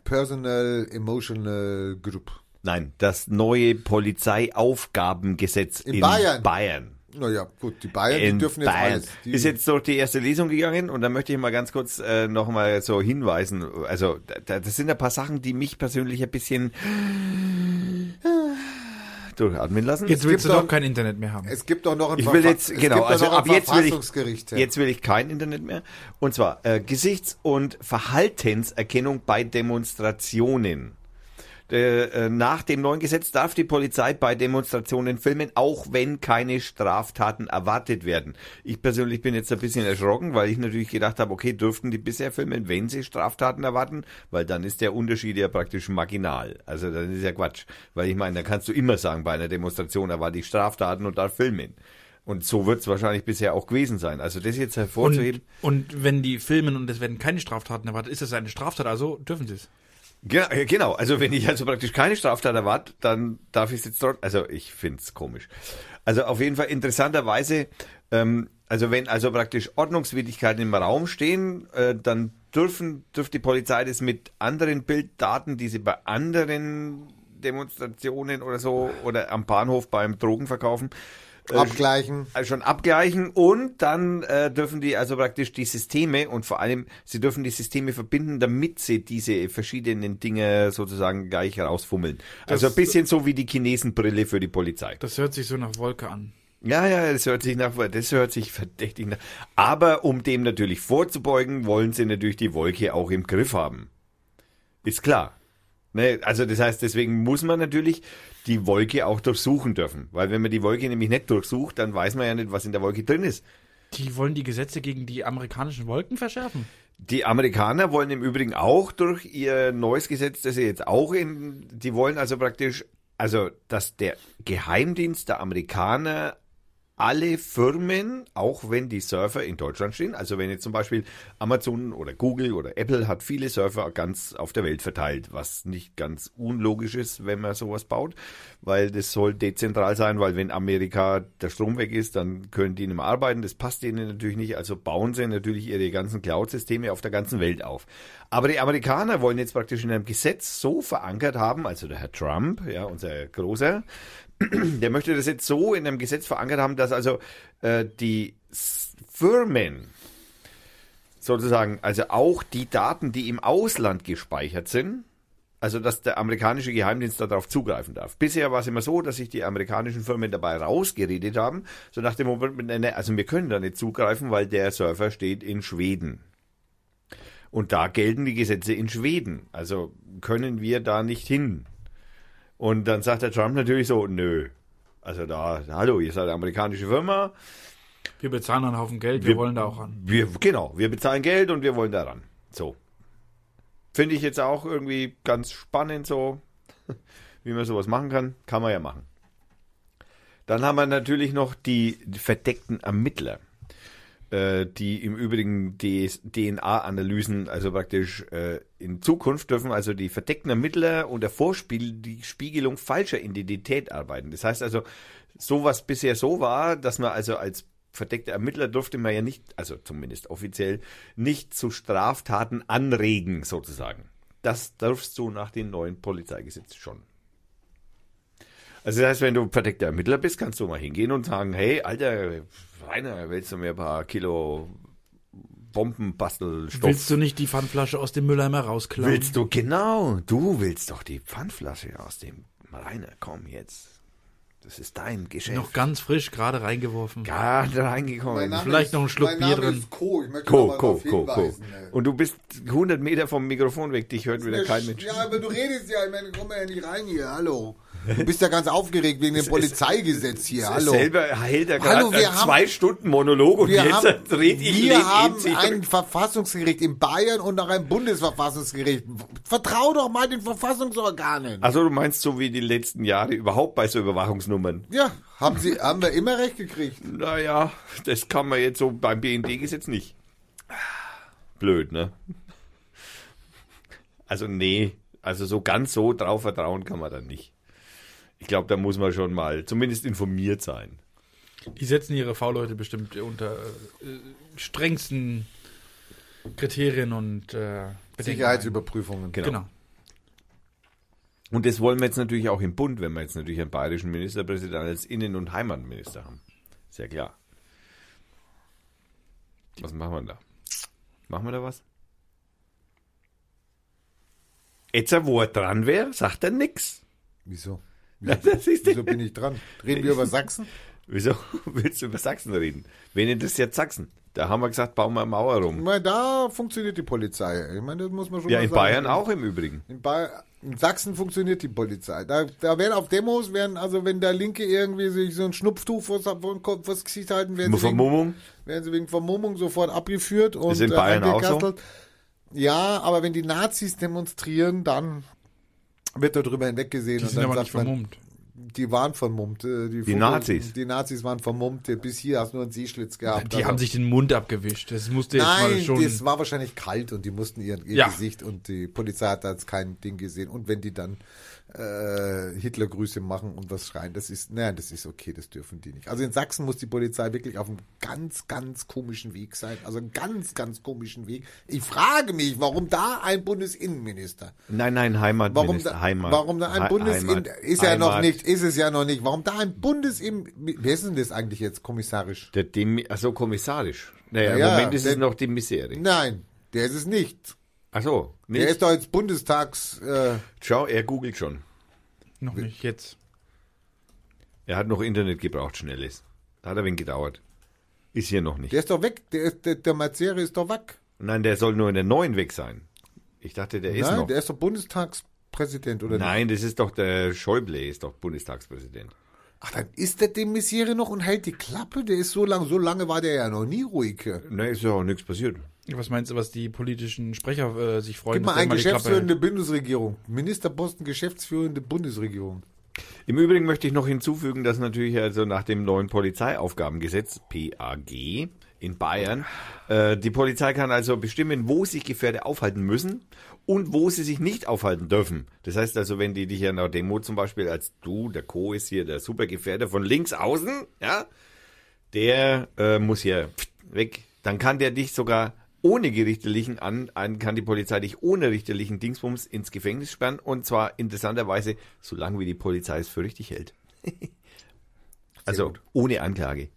[SPEAKER 2] Personal Emotional Group.
[SPEAKER 1] Nein, das neue Polizeiaufgabengesetz
[SPEAKER 2] In
[SPEAKER 1] in,
[SPEAKER 2] Bayern.
[SPEAKER 1] Bayern.
[SPEAKER 2] Naja, gut, die Bayern,
[SPEAKER 1] In
[SPEAKER 2] die dürfen jetzt
[SPEAKER 1] Bayern.
[SPEAKER 2] alles. Die,
[SPEAKER 1] ist jetzt durch die erste Lesung gegangen und da möchte ich mal ganz kurz äh, nochmal so hinweisen. Also, da- da, das sind ein paar Sachen, die mich persönlich ein bisschen durchatmen lassen.
[SPEAKER 4] Jetzt willst du
[SPEAKER 2] gibt
[SPEAKER 4] doch
[SPEAKER 2] doch-
[SPEAKER 4] kein Internet mehr haben.
[SPEAKER 2] es gibt doch noch ein
[SPEAKER 1] Ich will
[SPEAKER 2] Verfa-
[SPEAKER 1] jetzt,
[SPEAKER 2] es
[SPEAKER 1] genau,
[SPEAKER 2] gibt
[SPEAKER 1] also
[SPEAKER 2] doch noch
[SPEAKER 1] ab
[SPEAKER 2] ein
[SPEAKER 1] jetzt will, ich,
[SPEAKER 2] Verfassungsgericht.
[SPEAKER 1] jetzt will ich kein Internet mehr. Und zwar äh, Gesichts- und Verhaltenserkennung bei Demonstrationen. Äh, äh, Nach dem neuen Gesetz darf die Polizei bei Demonstrationen filmen, auch wenn keine Straftaten erwartet werden. Ich persönlich bin jetzt ein bisschen erschrocken, weil ich natürlich gedacht habe, okay, dürften die bisher filmen, wenn sie Straftaten erwarten, weil dann ist der Unterschied ja praktisch marginal. Also dann ist ja Quatsch, weil ich meine, dann kannst du immer sagen, bei einer Demonstration erwarte ich Straftaten und darf filmen. Und so wird es wahrscheinlich bisher auch gewesen sein. Also das jetzt hervorzuheben.
[SPEAKER 3] Und, und wenn die filmen und es werden keine Straftaten erwartet, ist das eine Straftat, also dürfen sie es.
[SPEAKER 1] Ge- äh, genau, also wenn ich also praktisch keine Straftat erwarte, dann darf ich es jetzt dort. Also ich find's komisch. Also auf jeden Fall interessanterweise, ähm, also wenn also praktisch Ordnungswidrigkeiten im Raum stehen, äh, dann dürfen dürft die Polizei das mit anderen Bilddaten, die sie bei anderen Demonstrationen oder so oder am Bahnhof beim Drogenverkaufen äh,
[SPEAKER 2] Abgleichen.
[SPEAKER 1] also schon abgleichen und dann äh, dürfen die also praktisch die Systeme und vor allem sie dürfen die Systeme verbinden, damit sie diese verschiedenen Dinge sozusagen gleich rausfummeln. also ein bisschen so wie die Chinesenbrille für die Polizei.
[SPEAKER 3] Das hört sich so nach Wolke an.
[SPEAKER 1] Ja, ja, das hört sich nach, das hört sich verdächtig nach. Aber um dem natürlich vorzubeugen, wollen sie natürlich die Wolke auch im Griff haben. Ist klar. Ne, also das heißt, deswegen muss man natürlich die Wolke auch durchsuchen dürfen. Weil wenn man die Wolke nämlich nicht durchsucht, dann weiß man ja nicht, was in der Wolke drin ist.
[SPEAKER 3] Die wollen die Gesetze gegen die amerikanischen Wolken verschärfen.
[SPEAKER 1] Die Amerikaner wollen im Übrigen auch durch ihr neues Gesetz, das sie jetzt auch in, die wollen also praktisch, also dass der Geheimdienst der Amerikaner alle Firmen, auch wenn die Surfer in Deutschland stehen, also wenn jetzt zum Beispiel Amazon oder Google oder Apple hat viele Surfer ganz auf der Welt verteilt, was nicht ganz unlogisch ist, wenn man sowas baut, weil das soll dezentral sein, weil wenn Amerika der Strom weg ist, dann können die nicht mehr arbeiten, das passt denen natürlich nicht, also bauen sie natürlich ihre ganzen Cloud-Systeme auf der ganzen Welt auf. Aber die Amerikaner wollen jetzt praktisch in einem Gesetz so verankert haben, also der Herr Trump, ja, unser großer, der möchte das jetzt so in einem Gesetz verankert haben, dass also äh, die S- Firmen sozusagen, also auch die Daten, die im Ausland gespeichert sind, also dass der amerikanische Geheimdienst darauf zugreifen darf. Bisher war es immer so, dass sich die amerikanischen Firmen dabei rausgeredet haben, so nach dem Moment, ne, ne, also wir können da nicht zugreifen, weil der Surfer steht in Schweden. Und da gelten die Gesetze in Schweden. Also können wir da nicht hin. Und dann sagt der Trump natürlich so, nö. Also da, hallo, ihr seid eine amerikanische Firma.
[SPEAKER 3] Wir bezahlen einen Haufen Geld, wir,
[SPEAKER 1] Wir-
[SPEAKER 3] wollen da auch ran.
[SPEAKER 1] Wir, genau, wir bezahlen Geld und wir wollen daran. So. Finde ich jetzt auch irgendwie ganz spannend so, wie man sowas machen kann. Kann man ja machen. Dann haben wir natürlich noch die verdeckten Ermittler, äh, die im Übrigen die DNA-Analysen, also praktisch äh, in Zukunft dürfen also die verdeckten Ermittler unter Vorspiel die Spiegelung falscher Identität arbeiten. Das heißt also, sowas bisher so war, dass man also als verdeckter Ermittler durfte man ja nicht, also zumindest offiziell, nicht zu Straftaten anregen, sozusagen. Das darfst du nach dem neuen Polizeigesetz schon. Also das heißt, wenn du verdeckter Ermittler bist, kannst du mal hingehen und sagen, hey, Alter, Rainer, willst du mir ein paar Kilo Bombenbastelstoff?
[SPEAKER 3] Willst du nicht die Pfandflasche aus dem Mülleimer rausklauen?
[SPEAKER 1] Willst du, genau, du willst doch die Pfandflasche aus dem Rainer, komm jetzt. Das ist dein Geschäft.
[SPEAKER 3] Noch ganz frisch, gerade reingeworfen.
[SPEAKER 1] gerade reingekommen.
[SPEAKER 3] Vielleicht noch einen Schluck
[SPEAKER 2] mein
[SPEAKER 3] Bier
[SPEAKER 2] Name
[SPEAKER 3] drin.
[SPEAKER 2] Ist Co. Ich möchte noch
[SPEAKER 1] Co,
[SPEAKER 2] mal
[SPEAKER 1] Co,
[SPEAKER 2] darauf
[SPEAKER 1] Co, Co.
[SPEAKER 2] hinweisen, ey.
[SPEAKER 1] Und du bist 100 Meter vom Mikrofon weg, dich hört wieder kein Mensch.
[SPEAKER 2] Ja, aber du redest ja, ich meine, komm mal ja nicht rein hier, hallo. Du bist ja ganz aufgeregt wegen dem Polizeigesetz hier, hallo.
[SPEAKER 1] Selber hält er gerade
[SPEAKER 2] Hallo, wir
[SPEAKER 1] einen
[SPEAKER 2] haben-
[SPEAKER 1] zwei Stunden Monolog und
[SPEAKER 2] Wir
[SPEAKER 1] jetzt
[SPEAKER 2] haben,
[SPEAKER 1] dreht ihn
[SPEAKER 2] wir haben
[SPEAKER 1] sich
[SPEAKER 2] ein Verfassungsgericht in Bayern und noch ein Bundesverfassungsgericht. Vertrau doch mal den Verfassungsorganen.
[SPEAKER 1] Also du meinst so wie die letzten Jahre überhaupt bei so Überwachungsnummern?
[SPEAKER 2] Ja, haben, sie, haben wir immer recht gekriegt.
[SPEAKER 1] Naja, das kann man jetzt so beim BND-Gesetz nicht. Blöd, ne? Also nee, also so ganz so drauf vertrauen kann man dann nicht. Ich glaube, da muss man schon mal zumindest informiert sein.
[SPEAKER 3] Die setzen ihre V-Leute bestimmt unter äh, strengsten Kriterien und äh, Bedenken
[SPEAKER 2] Sicherheitsüberprüfungen.
[SPEAKER 3] ein. Genau.
[SPEAKER 1] Und das wollen wir jetzt natürlich auch im Bund, wenn wir jetzt natürlich einen bayerischen Ministerpräsidenten als Innen- und Heimatminister haben. Ist ja klar. Was machen wir da? Machen wir da was? Jetzt, wo er dran wäre, sagt er nix.
[SPEAKER 2] Wieso?
[SPEAKER 1] Das ist
[SPEAKER 2] Wieso bin ich dran? Reden wir über Sachsen?
[SPEAKER 1] Wieso willst du über Sachsen reden? Wen interessiert Sachsen? Da haben wir gesagt, bauen wir eine Mauer
[SPEAKER 2] Ich
[SPEAKER 1] rum.
[SPEAKER 2] meine, da funktioniert die Polizei. Ich meine, das muss man schon
[SPEAKER 1] Ja,
[SPEAKER 2] mal
[SPEAKER 1] in
[SPEAKER 2] sagen.
[SPEAKER 1] Bayern auch im Übrigen.
[SPEAKER 2] In, Bayern, in Sachsen funktioniert die Polizei. Da, da werden auf Demos, werden, also wenn der Linke irgendwie sich so ein Schnupftuch vor den Kopf, vors Gesicht halten, werden sie, wegen,
[SPEAKER 1] Vermummung?
[SPEAKER 2] werden sie wegen Vermummung sofort abgeführt und
[SPEAKER 1] in
[SPEAKER 2] äh,
[SPEAKER 1] Bayern auch so?
[SPEAKER 2] eingekastelt. Ja, aber wenn die Nazis demonstrieren, dann wird darüber hinweggesehen.
[SPEAKER 3] Die
[SPEAKER 2] und
[SPEAKER 3] sind
[SPEAKER 2] dann
[SPEAKER 3] aber
[SPEAKER 2] sagt
[SPEAKER 3] nicht
[SPEAKER 2] man,
[SPEAKER 3] vermummt.
[SPEAKER 2] die waren vermummt. äh, Die, Vogel-
[SPEAKER 1] Nazis.
[SPEAKER 2] Die Nazis waren vermummt. äh, Bis hier hast du nur einen Seeschlitz gehabt. also
[SPEAKER 3] Die haben sich den Mund abgewischt. Das musste jetzt mal
[SPEAKER 2] Nein,
[SPEAKER 3] schon.
[SPEAKER 2] das war wahrscheinlich kalt und die mussten ihren, ihr
[SPEAKER 3] Ja.
[SPEAKER 2] Gesicht und die Polizei hat da jetzt kein Ding gesehen. Und wenn die dann äh, Hitlergrüße machen und was schreien, das ist, naja, das ist okay, das dürfen die nicht. Also in Sachsen muss die Polizei wirklich auf einem ganz, ganz komischen Weg sein. Also einen ganz, ganz komischen Weg. Ich frage mich, warum da ein Bundesinnenminister?
[SPEAKER 1] Nein, nein,
[SPEAKER 2] Warum
[SPEAKER 1] Heimatminister.
[SPEAKER 2] da,
[SPEAKER 1] Heimat.
[SPEAKER 2] warum da ein
[SPEAKER 1] He-
[SPEAKER 2] Bundesin
[SPEAKER 1] Heimat.
[SPEAKER 2] ist ja noch
[SPEAKER 1] Heimat.
[SPEAKER 2] nicht, ist es ja noch nicht. Warum da ein Bundesin wer ist denn das eigentlich jetzt kommissarisch?
[SPEAKER 1] Der Dem also kommissarisch. Naja,
[SPEAKER 2] Ja,
[SPEAKER 1] im Moment ist
[SPEAKER 2] der-
[SPEAKER 1] es noch die Misere.
[SPEAKER 2] Nein, der ist es nicht.
[SPEAKER 1] Ach so,
[SPEAKER 2] Der
[SPEAKER 1] nicht?
[SPEAKER 2] ist doch jetzt Bundestags. Äh,
[SPEAKER 1] Schau, er googelt schon.
[SPEAKER 3] noch nicht jetzt.
[SPEAKER 1] Er hat noch Internet gebraucht, schnelles. Da hat er wen gedauert. Ist hier noch nicht.
[SPEAKER 2] der ist doch weg. Der, ist, der, der Mazere ist doch weg.
[SPEAKER 1] Nein, der soll nur in der neuen weg sein. Ich dachte, der ist
[SPEAKER 2] Nein,
[SPEAKER 1] noch.
[SPEAKER 2] der ist doch Bundestagspräsident, oder nicht?
[SPEAKER 1] Nein, das ist doch der Schäuble, ist doch Bundestagspräsident.
[SPEAKER 2] Ach, dann ist der dem Messiere noch und hält die Klappe. Der ist so lange, so lange war der ja noch nie ruhig.
[SPEAKER 1] Na, ist ja auch nichts passiert.
[SPEAKER 3] Was meinst du, was die politischen Sprecher äh, sich freuen?
[SPEAKER 2] Gib mal
[SPEAKER 3] dass der
[SPEAKER 2] ein
[SPEAKER 3] die Klappe
[SPEAKER 2] geschäftsführende Bundesregierung. Ministerposten geschäftsführende Bundesregierung.
[SPEAKER 1] Im Übrigen möchte ich noch hinzufügen, dass natürlich also nach dem neuen Polizeiaufgabengesetz, PAG, in Bayern, äh, die Polizei kann also bestimmen, wo sich Gefährder aufhalten müssen und wo sie sich nicht aufhalten dürfen. Das heißt also, wenn die dich an der Demo zum Beispiel als du, der Co ist hier der Supergefährder von links außen, ja, der äh, muss hier pft, weg. Dann kann der dich sogar ohne gerichtlichen an, an kann die Polizei dich ohne richterlichen Dingsbums ins Gefängnis sperren und zwar interessanterweise solange wie die Polizei es für richtig hält. also ohne Anklage.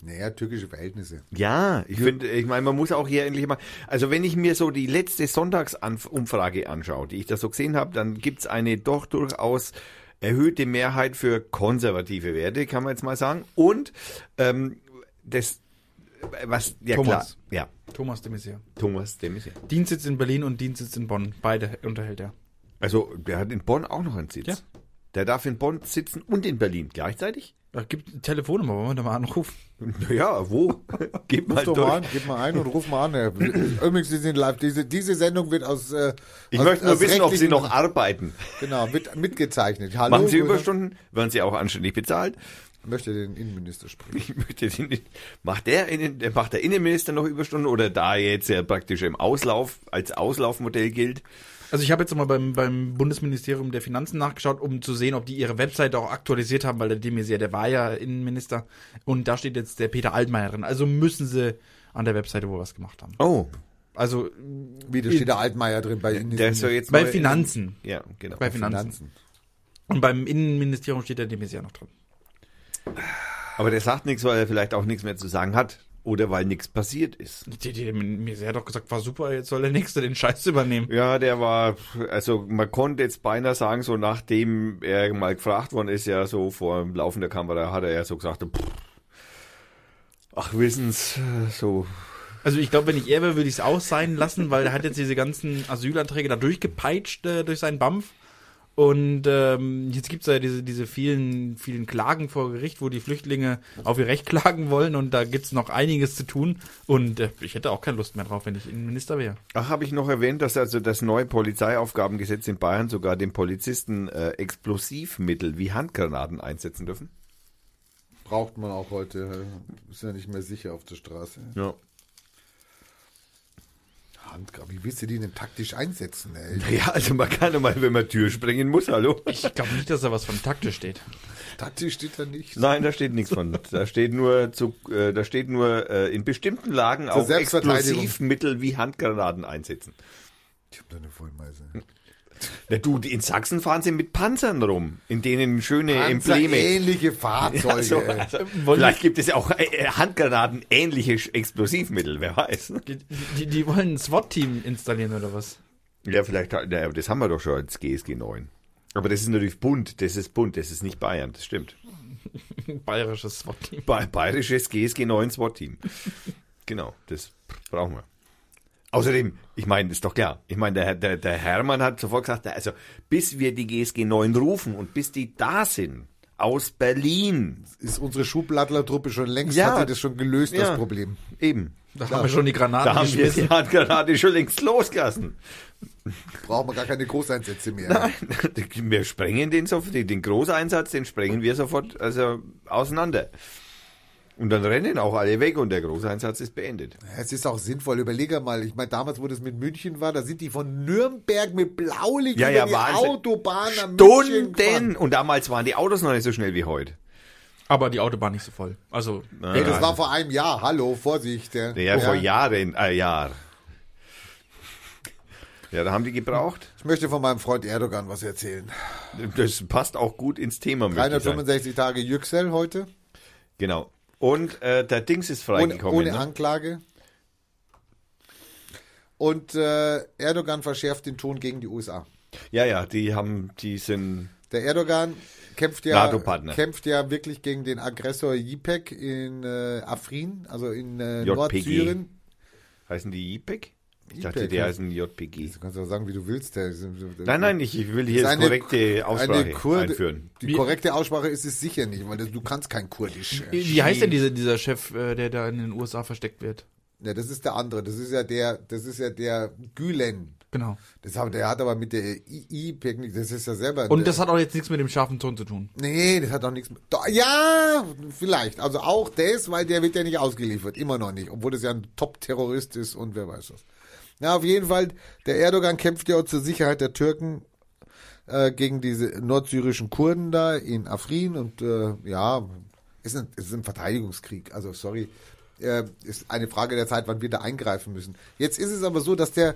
[SPEAKER 2] Naja, türkische Verhältnisse.
[SPEAKER 1] Ja, ich finde, ich meine, man muss auch hier endlich mal. Also wenn ich mir so die letzte Sonntagsumfrage anschaue, die ich da so gesehen habe, dann gibt's eine doch durchaus erhöhte Mehrheit für konservative Werte, kann man jetzt mal sagen. Und ähm, das, was ja
[SPEAKER 3] Thomas.
[SPEAKER 1] klar, ja,
[SPEAKER 3] hält. Thomas de Maizière.
[SPEAKER 1] Thomas, dem ist ja.
[SPEAKER 3] Dienstsitz in Berlin und Dienstsitz in Bonn. Beide unterhält er.
[SPEAKER 1] Also der hat in Bonn auch noch einen Sitz.
[SPEAKER 3] Ja.
[SPEAKER 1] Der darf in Bonn sitzen und in Berlin gleichzeitig.
[SPEAKER 3] Da gibt eine Telefonnummer, wollen wir da mal anrufen?
[SPEAKER 1] Naja, wo? Gib mal
[SPEAKER 2] Ruf doch
[SPEAKER 1] durch.
[SPEAKER 2] mal an, gib mal ein und ruf mal an. Herr. Übrigens, Sie sind live. Diese, diese Sendung wird aus. Äh,
[SPEAKER 1] Ich
[SPEAKER 2] aus,
[SPEAKER 1] möchte nur
[SPEAKER 2] aus
[SPEAKER 1] wissen, ob Sie
[SPEAKER 2] rechtlichen-
[SPEAKER 1] noch arbeiten.
[SPEAKER 2] Genau, mit, mitgezeichnet. Hallo,
[SPEAKER 1] Machen Sie
[SPEAKER 2] guten-
[SPEAKER 1] Überstunden? Werden Sie auch anständig bezahlt?
[SPEAKER 2] Möchte den Innenminister sprechen.
[SPEAKER 1] Ich möchte den, nicht- macht der, Innen- der- macht der Innenminister noch Überstunden oder da jetzt ja praktisch im Auslauf als Auslaufmodell gilt?
[SPEAKER 3] Also ich habe jetzt mal beim, beim Bundesministerium der Finanzen nachgeschaut, um zu sehen, ob die ihre Webseite auch aktualisiert haben, weil der Demisier, der war ja Innenminister und da steht jetzt der Peter Altmaier drin. Also müssen sie an der Webseite wohl was gemacht haben.
[SPEAKER 1] Oh,
[SPEAKER 3] Also
[SPEAKER 2] Wie, da steht der Altmaier drin bei Ihnen.
[SPEAKER 1] der ist doch jetzt
[SPEAKER 3] bei
[SPEAKER 1] neu-
[SPEAKER 3] Finanzen.
[SPEAKER 1] Ja, genau.
[SPEAKER 3] Bei Finanzen.
[SPEAKER 2] Finanzen.
[SPEAKER 3] Und beim Innenministerium steht der Demisier noch drin.
[SPEAKER 1] Aber der sagt nichts, weil er vielleicht auch nichts mehr zu sagen hat oder weil nichts passiert ist.
[SPEAKER 3] Der Demisier hat doch gesagt, war super, jetzt soll der Nächste den Scheiß übernehmen.
[SPEAKER 1] Ja, der war, also man konnte jetzt beinahe sagen, so nachdem er mal gefragt worden ist, ja so vor laufender Kamera, hat er ja so gesagt, pff, ach wissen's, so
[SPEAKER 3] Also ich glaube, wenn ich er wäre, würde ich es auch sein lassen, weil er hat jetzt diese ganzen Asylanträge da durchgepeitscht äh, durch seinen BAMF. Und ähm, jetzt gibt es ja diese, diese vielen, vielen Klagen vor Gericht, wo die Flüchtlinge auf ihr Recht klagen wollen und da gibt es noch einiges zu tun. Und äh, ich hätte auch keine Lust mehr drauf, wenn ich Innenminister wäre.
[SPEAKER 1] Ach, habe ich noch erwähnt, dass also das neue Polizeiaufgabengesetz in Bayern sogar den Polizisten äh, Explosivmittel wie Handgranaten einsetzen dürfen?
[SPEAKER 2] Braucht man auch heute. äh, Ist ja nicht mehr sicher auf der Straße.
[SPEAKER 1] Ja.
[SPEAKER 2] Handgrab. Wie willst du die denn taktisch einsetzen, ey?
[SPEAKER 1] Ja, also man kann doch mal, wenn man Tür sprengen muss, hallo?
[SPEAKER 3] Ich glaube nicht, dass da was von taktisch steht.
[SPEAKER 2] Taktisch steht da nicht.
[SPEAKER 1] Nein, da steht nichts von. Da steht nur zu, äh, da steht nur äh, in bestimmten Lagen auch
[SPEAKER 2] Selbstverteidigung.
[SPEAKER 1] Explosivmittel wie Handgranaten einsetzen.
[SPEAKER 2] Ich hab da eine Vollmeise.
[SPEAKER 1] Na du, in Sachsen fahren sie mit Panzern rum, in denen schöne Embleme.
[SPEAKER 2] ähnliche Fahrzeuge.
[SPEAKER 1] Also,
[SPEAKER 2] ey.
[SPEAKER 1] also, vielleicht gibt es auch äh, Handgranaten ähnliche Sch- Explosivmittel, wer weiß.
[SPEAKER 3] Die, die, die wollen ein SWAT-Team installieren oder was?
[SPEAKER 1] Ja, vielleicht, hat- naja, aber das haben wir doch schon als GSG 9. Aber das ist natürlich bunt, das ist bunt, das ist nicht Bayern, das stimmt.
[SPEAKER 3] Ein bayerisches SWAT-Team.
[SPEAKER 1] Ba Bayerisches GSG 9 SWAT-Team. genau, das brauchen wir. Außerdem, ich meine, ist doch klar, ich meine, der, der, der Hermann hat sofort gesagt, na, also bis wir die GSG 9 rufen und bis die da sind, aus Berlin,
[SPEAKER 2] Ist unsere Schubladlertruppe schon längst,
[SPEAKER 1] Ja.
[SPEAKER 2] hat sie das schon gelöst,
[SPEAKER 1] Ja.
[SPEAKER 2] das Problem.
[SPEAKER 1] eben,
[SPEAKER 3] Da haben wir schon die Granaten
[SPEAKER 1] Da haben wir die Handgranate schon längst losgelassen.
[SPEAKER 2] Brauchen wir gar keine Großeinsätze mehr.
[SPEAKER 1] Wir sprengen den sofort, den Großeinsatz, den sprengen wir sofort also auseinander. Und dann rennen auch alle weg und der Großeinsatz ist beendet.
[SPEAKER 2] Es ist auch sinnvoll. Überlege mal, ich meine, damals, wo das mit München war, da sind die von Nürnberg mit Blaulicht
[SPEAKER 1] Ja, ja,
[SPEAKER 2] die
[SPEAKER 1] Wahnsinn.
[SPEAKER 2] Autobahn am München gefahren.
[SPEAKER 1] Stunden! Und damals waren die Autos noch nicht so schnell wie heute.
[SPEAKER 3] Aber die Autobahn nicht so voll. Also,
[SPEAKER 2] Ey, das war vor einem Jahr. Hallo, Vorsicht. Ja,
[SPEAKER 1] ja, vor Jahren, äh, Jahr. Ja, da haben die gebraucht.
[SPEAKER 2] Ich möchte von meinem Freund Erdogan was erzählen.
[SPEAKER 1] Das passt auch gut ins Thema. möchte ich sagen.
[SPEAKER 2] 365 Tage Yüksel heute.
[SPEAKER 1] Genau. Und äh, der Dings ist
[SPEAKER 2] Ohne,
[SPEAKER 1] freigekommen.
[SPEAKER 2] ohne
[SPEAKER 1] ne?
[SPEAKER 2] Anklage. Und äh, Erdogan verschärft den Ton gegen die USA.
[SPEAKER 1] Ja, ja, die haben, die sind.
[SPEAKER 2] Der Erdogan kämpft ja,
[SPEAKER 1] NATO-Partner.
[SPEAKER 2] kämpft ja wirklich gegen den Aggressor JIPEC in äh, Afrin, also in äh,
[SPEAKER 1] JPG.
[SPEAKER 2] Nordsyrien.
[SPEAKER 1] Heißen die JPEG? Ich dachte,
[SPEAKER 2] JPEG,
[SPEAKER 1] die
[SPEAKER 2] ja.
[SPEAKER 1] heißen JPG.
[SPEAKER 2] Du kannst auch sagen, wie du willst. Der,
[SPEAKER 1] Nein, nein, ich, ich will hier
[SPEAKER 2] Ist
[SPEAKER 1] das
[SPEAKER 2] eine-
[SPEAKER 1] korrekte Aussprache
[SPEAKER 2] Kurde-
[SPEAKER 1] einführen.
[SPEAKER 2] Die korrekte Aussprache ist es sicher nicht, weil das, du kannst kein Kurdisch. äh,
[SPEAKER 3] wie wie heißt denn dieser, dieser Chef, äh, der da in den USA versteckt wird?
[SPEAKER 2] Ja, das ist der andere. Das ist ja der, das ist ja der Gülen.
[SPEAKER 3] Genau.
[SPEAKER 2] Das hat, der hat aber mit der IIPEC nichts. Das ist ja selber.
[SPEAKER 3] Und das hat auch jetzt nichts mit dem scharfen Ton zu tun.
[SPEAKER 2] Nee, das hat doch nichts. mit- Doch, Ja, vielleicht. Also auch das, weil der wird ja nicht ausgeliefert. Immer noch nicht. Obwohl das ja ein Top-Terrorist ist und wer weiß was. Na, auf jeden Fall, der Erdogan kämpft ja auch zur Sicherheit der Türken äh, gegen diese nordsyrischen Kurden da in Afrin und äh, ja, ist ein, ist ein Verteidigungskrieg. Also, sorry. Äh, ist eine Frage der Zeit, wann wir da eingreifen müssen. Jetzt ist es aber so, dass der.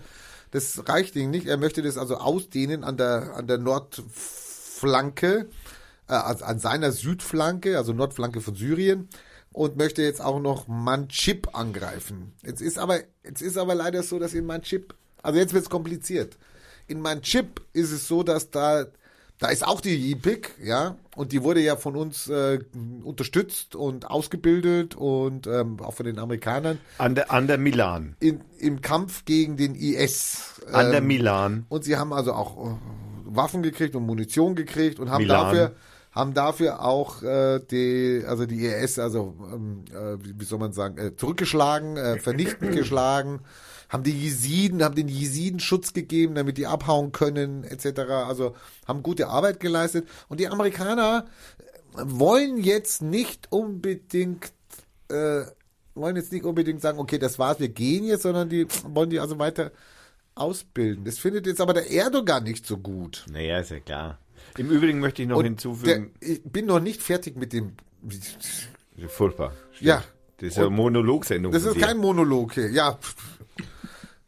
[SPEAKER 2] Das reicht ihm nicht. Er möchte das also ausdehnen an der, an der Nordflanke äh, an, an seiner Südflanke, also Nordflanke von Syrien und möchte jetzt auch noch Manchip angreifen. Jetzt ist aber jetzt ist aber leider so, dass in Manchip, also jetzt wird's kompliziert. In Manchip ist es so, dass da da ist auch die JPIC, ja, und die wurde ja von uns äh, unterstützt und ausgebildet und ähm, auch von den Amerikanern
[SPEAKER 1] An der, an der Milan.
[SPEAKER 2] in, im Kampf gegen den IS.
[SPEAKER 1] An der
[SPEAKER 2] ähm,
[SPEAKER 1] Milan.
[SPEAKER 2] und sie haben also auch äh, Waffen gekriegt und Munition gekriegt und haben
[SPEAKER 1] Milan.
[SPEAKER 2] dafür haben dafür auch äh, die also die IS also ähm, äh, wie wie soll man sagen äh, zurückgeschlagen, äh, vernichtend geschlagen, haben die Jesiden, haben den Jesiden Schutz gegeben, damit die abhauen können etc. Also haben gute Arbeit geleistet und die Amerikaner wollen jetzt nicht unbedingt äh, wollen jetzt nicht unbedingt sagen, okay, das war's, wir gehen jetzt, sondern die wollen die also weiter ausbilden. Das findet jetzt aber der Erdogan nicht so gut.
[SPEAKER 1] Naja, ist ja klar. Im Übrigen möchte ich noch
[SPEAKER 2] der,
[SPEAKER 1] hinzufügen.
[SPEAKER 2] ich bin noch nicht fertig mit dem.
[SPEAKER 1] furchtbar.
[SPEAKER 2] Ja,
[SPEAKER 1] Das ist ja eine Monologsendung.
[SPEAKER 2] das
[SPEAKER 1] von
[SPEAKER 2] ist
[SPEAKER 1] dir.
[SPEAKER 2] kein Monolog hier. Ja,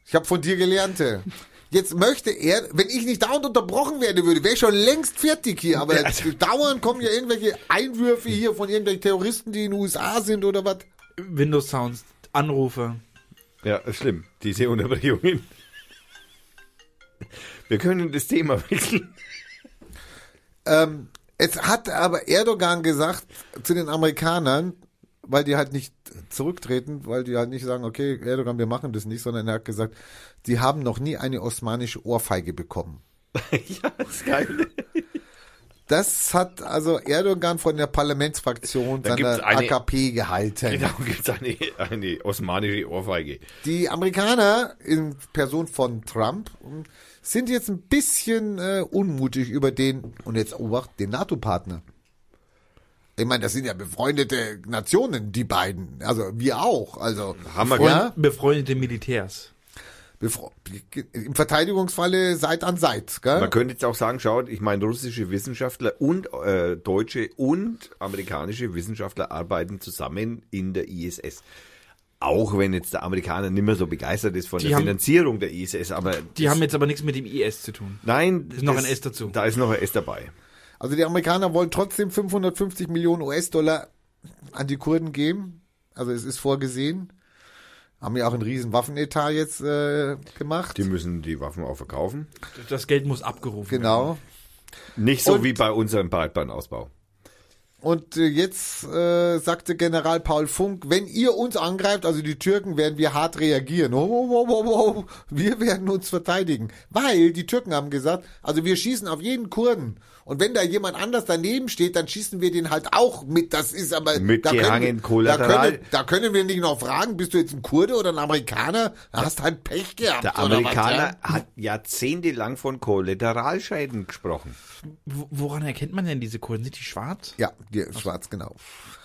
[SPEAKER 2] ich habe von dir gelernt. äh. Jetzt möchte er, wenn ich nicht dauernd unterbrochen werde würde, wäre ich schon längst fertig hier. Aber dauernd kommen ja irgendwelche Einwürfe hier von irgendwelchen Terroristen, die in den USA sind oder was.
[SPEAKER 3] Windows Sounds, Anrufe.
[SPEAKER 1] Ja, ist schlimm, diese Unterbrechungen. Wir können das Thema wechseln.
[SPEAKER 2] Ähm, es hat aber Erdogan gesagt zu den Amerikanern, weil die halt nicht zurücktreten, weil die halt nicht sagen, okay, Erdogan, wir machen das nicht, sondern er hat gesagt, die haben noch nie eine osmanische Ohrfeige bekommen.
[SPEAKER 1] ja, ist geil.
[SPEAKER 2] Das hat also Erdogan von der Parlamentsfraktion
[SPEAKER 1] Da gibt's
[SPEAKER 2] seiner
[SPEAKER 1] eine-
[SPEAKER 2] AKP gehalten.
[SPEAKER 1] Genau, gibt es eine, eine osmanische Ohrfeige.
[SPEAKER 2] Die Amerikaner in Person von Trump hm, sind jetzt ein bisschen äh, unmutig über den, und jetzt obacht, den NATO-Partner. Ich meine, das sind ja befreundete Nationen, die beiden. Also wir auch. Also
[SPEAKER 1] Hammer,
[SPEAKER 2] ja,
[SPEAKER 3] Befreundete Militärs.
[SPEAKER 2] befre- im Verteidigungsfalle Seit an Seit. Gell?
[SPEAKER 1] Man könnte jetzt auch sagen, schaut, ich meine, russische Wissenschaftler und äh, deutsche und amerikanische Wissenschaftler arbeiten zusammen in der ISS. Auch wenn jetzt der Amerikaner nicht mehr so begeistert ist von
[SPEAKER 3] Die
[SPEAKER 1] der
[SPEAKER 3] haben-
[SPEAKER 1] Finanzierung der ISS, aber
[SPEAKER 3] Die haben jetzt aber nichts mit dem IS zu tun.
[SPEAKER 1] nein,
[SPEAKER 3] ist noch ein S dazu.
[SPEAKER 1] Da ist noch ein S dabei.
[SPEAKER 2] Also die Amerikaner wollen trotzdem 550 Millionen US-Dollar an die Kurden geben. Also es ist vorgesehen. Haben ja auch einen riesen Waffenetat jetzt äh, gemacht.
[SPEAKER 1] Die müssen die Waffen auch verkaufen.
[SPEAKER 3] Das Geld muss abgerufen werden.
[SPEAKER 2] Genau.
[SPEAKER 1] Nicht so
[SPEAKER 2] Und-
[SPEAKER 1] wie bei unserem Breitbandausbau.
[SPEAKER 2] Und äh, jetzt äh, sagte General Paul Funk, wenn ihr uns angreift, also die Türken, werden wir hart reagieren. Oh, oh, oh, oh, oh. Wir werden uns verteidigen. Weil die Türken haben gesagt, also wir schießen auf jeden Kurden. Und wenn da jemand anders daneben steht, dann schießen wir den halt auch mit. Das ist aber da
[SPEAKER 1] Mitgehangen,
[SPEAKER 2] können, da,
[SPEAKER 1] kollateral.
[SPEAKER 2] können, da können wir nicht noch fragen, bist du jetzt ein Kurde oder ein Amerikaner? Da hast halt Pech gehabt.
[SPEAKER 1] Der
[SPEAKER 2] oder was,
[SPEAKER 1] Amerikaner
[SPEAKER 2] ja?
[SPEAKER 1] hat jahrzehntelang von Kollateralschäden gesprochen.
[SPEAKER 3] Wo- Woran erkennt man denn diese Kurden? Sind die schwarz?
[SPEAKER 2] Ja, die, schwarz, genau.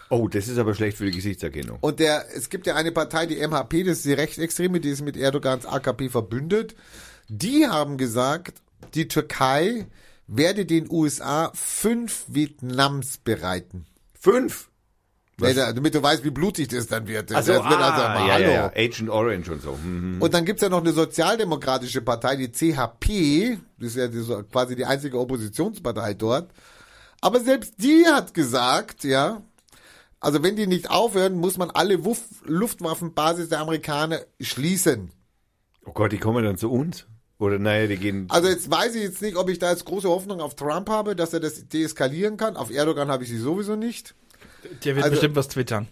[SPEAKER 1] Oh, das ist aber schlecht für die Gesichtserkennung.
[SPEAKER 2] Und der, es gibt ja eine Partei, die MHP, das ist die Rechtsextreme, die ist mit Erdogans AKP verbündet. Die haben gesagt, die Türkei werde den USA fünf Vietnams bereiten.
[SPEAKER 1] Fünf!
[SPEAKER 2] Nee, da, damit du weißt, wie blutig das dann wird.
[SPEAKER 1] Also,
[SPEAKER 2] das wird
[SPEAKER 1] ah, ja,
[SPEAKER 2] mal,
[SPEAKER 1] ja,
[SPEAKER 2] hallo.
[SPEAKER 1] ja. Agent Orange und so. Mhm.
[SPEAKER 2] Und dann gibt's ja noch eine sozialdemokratische Partei, die CHP, das ist ja die, so- quasi die einzige Oppositionspartei dort. Aber selbst die hat gesagt, ja, also wenn die nicht aufhören, muss man alle Wuff Luftwaffenbasis der Amerikaner schließen.
[SPEAKER 1] Oh Gott, die kommen dann zu uns? Oder naja, die gehen.
[SPEAKER 2] Also jetzt weiß ich jetzt nicht, ob ich da jetzt große Hoffnung auf Trump habe, dass er das deeskalieren kann. Auf Erdogan habe ich sie sowieso nicht.
[SPEAKER 3] Der wird
[SPEAKER 2] Also-
[SPEAKER 3] bestimmt was twittern.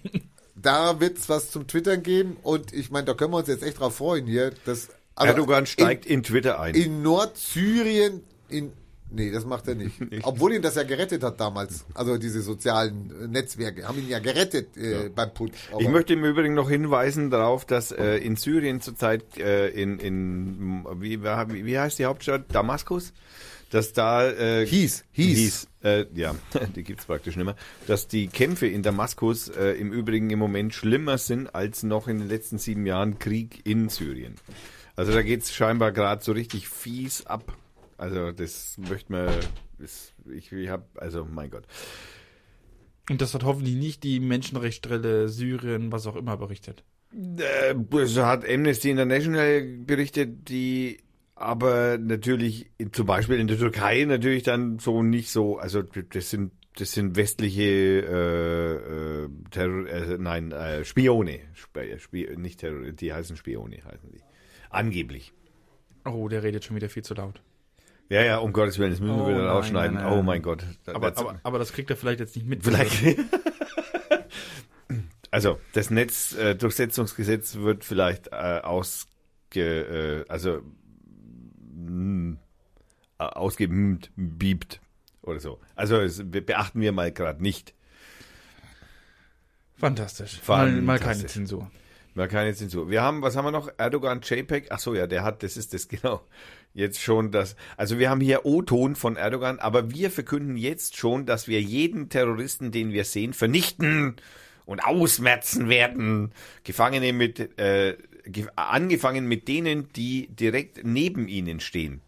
[SPEAKER 2] Da wird's was zum Twittern geben und ich meine, da können wir uns jetzt echt drauf freuen hier. Dass, also
[SPEAKER 1] Erdogan
[SPEAKER 2] in-
[SPEAKER 1] steigt in, Twitter ein.
[SPEAKER 2] in Nordsyrien in Nee, das macht er nicht. Obwohl ihn das ja gerettet hat damals. Also diese sozialen äh, Netzwerke haben ihn ja gerettet äh, beim Putsch. Aber
[SPEAKER 1] ich möchte im Übrigen noch hinweisen darauf, dass äh, in Syrien zurzeit äh, in, in wie, wie wie heißt die Hauptstadt? Damaskus? Dass da äh,
[SPEAKER 2] Hieß, hieß.
[SPEAKER 1] äh, ja, die gibt's praktisch nicht mehr. Dass die Kämpfe in Damaskus äh, im Übrigen im Moment schlimmer sind als noch in den letzten sieben Jahren Krieg in Syrien. Also da geht's scheinbar gerade so richtig fies ab. Also das möchte man. Ist, ich, ich habe also mein Gott.
[SPEAKER 3] Und das hat hoffentlich nicht die Menschenrechtsstelle Syrien, was auch immer, berichtet.
[SPEAKER 1] Äh, Das hat Amnesty International berichtet, die aber natürlich in- zum Beispiel in der Türkei natürlich dann so nicht so, also das sind das sind westliche äh, äh, Terror, äh, nein äh, Spione, Sp Spi nicht Terror, die heißen Spione heißen die angeblich.
[SPEAKER 3] Oh, der redet schon wieder viel zu laut.
[SPEAKER 1] Ja ja, um Gottes Willen, das müssen
[SPEAKER 3] Oh,
[SPEAKER 1] wir wieder
[SPEAKER 3] nein,
[SPEAKER 1] rausschneiden.
[SPEAKER 3] nein, nein.
[SPEAKER 1] Oh mein Gott,
[SPEAKER 3] Aber,
[SPEAKER 1] Das-
[SPEAKER 3] aber, aber das kriegt er vielleicht jetzt nicht mit.
[SPEAKER 1] Vielleicht. also, das Netzdurchsetzungsgesetz wird vielleicht äh, ausge, äh, also mm, äh, ausgebiebt biebt oder so. Also es, wir beachten wir mal gerade nicht.
[SPEAKER 3] Fantastisch. Mal, mal keine
[SPEAKER 1] Fantastisch.
[SPEAKER 3] Zensur.
[SPEAKER 1] Man kann jetzt hinzu. Wir haben, was haben wir noch? Erdogan JPEG. Ach so, ja, der hat, das ist das genau. Jetzt schon das. Also wir haben hier O-Ton von Erdogan, aber wir verkünden jetzt schon, dass wir jeden Terroristen, den wir sehen, vernichten und ausmerzen werden. Gefangene mit, äh, ge- angefangen mit denen, die direkt neben ihnen stehen.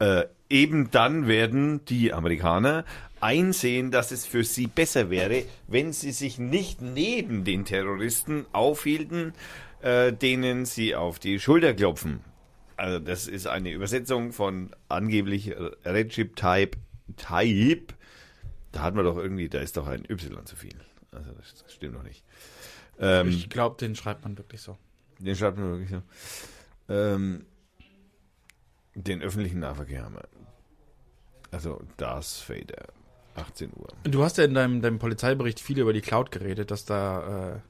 [SPEAKER 1] Äh, eben dann werden die Amerikaner einsehen, dass es für sie besser wäre, wenn sie sich nicht neben den Terroristen aufhielten, äh, denen sie auf die Schulter klopfen. Also das ist eine Übersetzung von angeblich äh, Recep Type Type. Da hat man doch irgendwie, da ist doch ein Y zu viel. Also das stimmt doch nicht. Ähm,
[SPEAKER 3] Ich glaube, den schreibt man wirklich so.
[SPEAKER 1] den schreibt man wirklich so. Ähm, den öffentlichen Nahverkehr haben wir. Also Darth Vader, 18 Uhr.
[SPEAKER 3] Du hast ja in deinem, deinem Polizeibericht viel über die Cloud geredet, dass da, äh,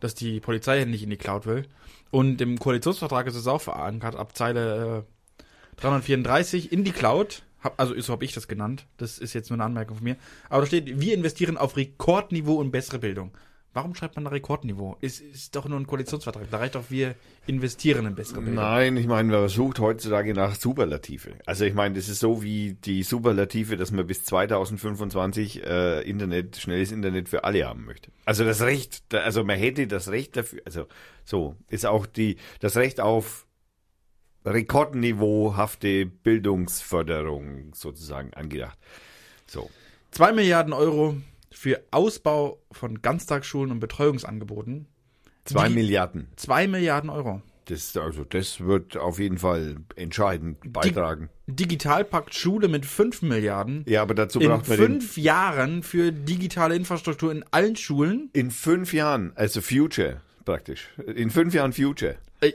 [SPEAKER 3] dass die Polizei nicht in die Cloud will. Und im Koalitionsvertrag ist es auch verankert, ab Zeile äh, 334 in die Cloud. Hab, also so habe ich das genannt. Das ist jetzt nur eine Anmerkung von mir. Aber da steht, wir investieren auf Rekordniveau in bessere Bildung. Warum schreibt man da Rekordniveau? Es ist doch nur ein Koalitionsvertrag. Da reicht doch, wir investieren in bessere Bildung.
[SPEAKER 1] Nein, ich meine, man sucht heutzutage nach Superlative. Also ich meine, das ist so wie die Superlative, dass man bis 2025 äh, Internet, schnelles Internet für alle haben möchte. Also das Recht, da, also man hätte das Recht dafür, also so, ist auch die, das Recht auf rekordniveauhafte Bildungsförderung sozusagen angedacht. So.
[SPEAKER 3] 2 Milliarden Euro für Ausbau von Ganztagsschulen und Betreuungsangeboten.
[SPEAKER 1] Zwei
[SPEAKER 3] Die-
[SPEAKER 1] Milliarden.
[SPEAKER 3] 2 Milliarden Euro.
[SPEAKER 1] Das, also das wird auf jeden Fall entscheidend beitragen.
[SPEAKER 3] Digitalpakt Schule mit 5 Milliarden.
[SPEAKER 1] ja, aber dazu
[SPEAKER 3] in
[SPEAKER 1] braucht man den,
[SPEAKER 3] fünf Jahren für digitale Infrastruktur in allen Schulen.
[SPEAKER 1] in fünf Jahren, also Future praktisch. In fünf Jahren Future.
[SPEAKER 3] Äh,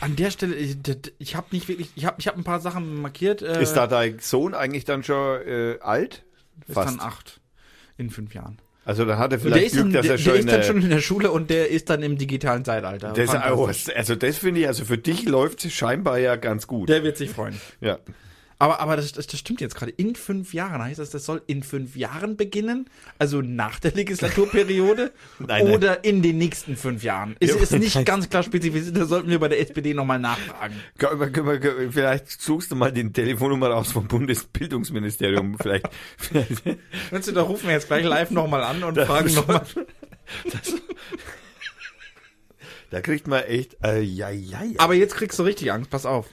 [SPEAKER 3] an der Stelle, ich, ich habe nicht wirklich, ich habe ich hab ein paar Sachen markiert. Äh,
[SPEAKER 1] Ist da dein Sohn eigentlich dann schon äh, alt?
[SPEAKER 3] ist
[SPEAKER 1] Fast.
[SPEAKER 3] dann acht in fünf Jahren.
[SPEAKER 1] also dann hat er
[SPEAKER 3] Der
[SPEAKER 1] vielleicht
[SPEAKER 3] ist, in,
[SPEAKER 1] Glück, dass
[SPEAKER 3] der,
[SPEAKER 1] er
[SPEAKER 3] der
[SPEAKER 1] schon,
[SPEAKER 3] ist dann
[SPEAKER 1] äh,
[SPEAKER 3] schon in der Schule und der ist dann im digitalen Zeitalter.
[SPEAKER 1] das,
[SPEAKER 3] Fantastisch.
[SPEAKER 1] also das finde ich, also für dich läuft scheinbar ja ganz gut.
[SPEAKER 3] der wird sich freuen.
[SPEAKER 1] ja.
[SPEAKER 3] Aber, aber das, das, das stimmt jetzt gerade. In fünf Jahren heißt das, das soll in fünf Jahren beginnen, also nach der Legislaturperiode
[SPEAKER 1] Nein, nein.
[SPEAKER 3] oder in den nächsten fünf Jahren. Es ist nicht ganz klar spezifiziert, da sollten wir bei der SPD nochmal nachfragen.
[SPEAKER 1] Können wir, können wir, können wir, vielleicht suchst du mal die Telefonnummer raus vom Bundesbildungsministerium. vielleicht, vielleicht
[SPEAKER 3] Meinst du, da rufen wir jetzt gleich live nochmal an und fragen nochmal.
[SPEAKER 1] da kriegt man echt. Äh, ja, ja, ja.
[SPEAKER 3] Aber jetzt kriegst du richtig Angst, pass auf.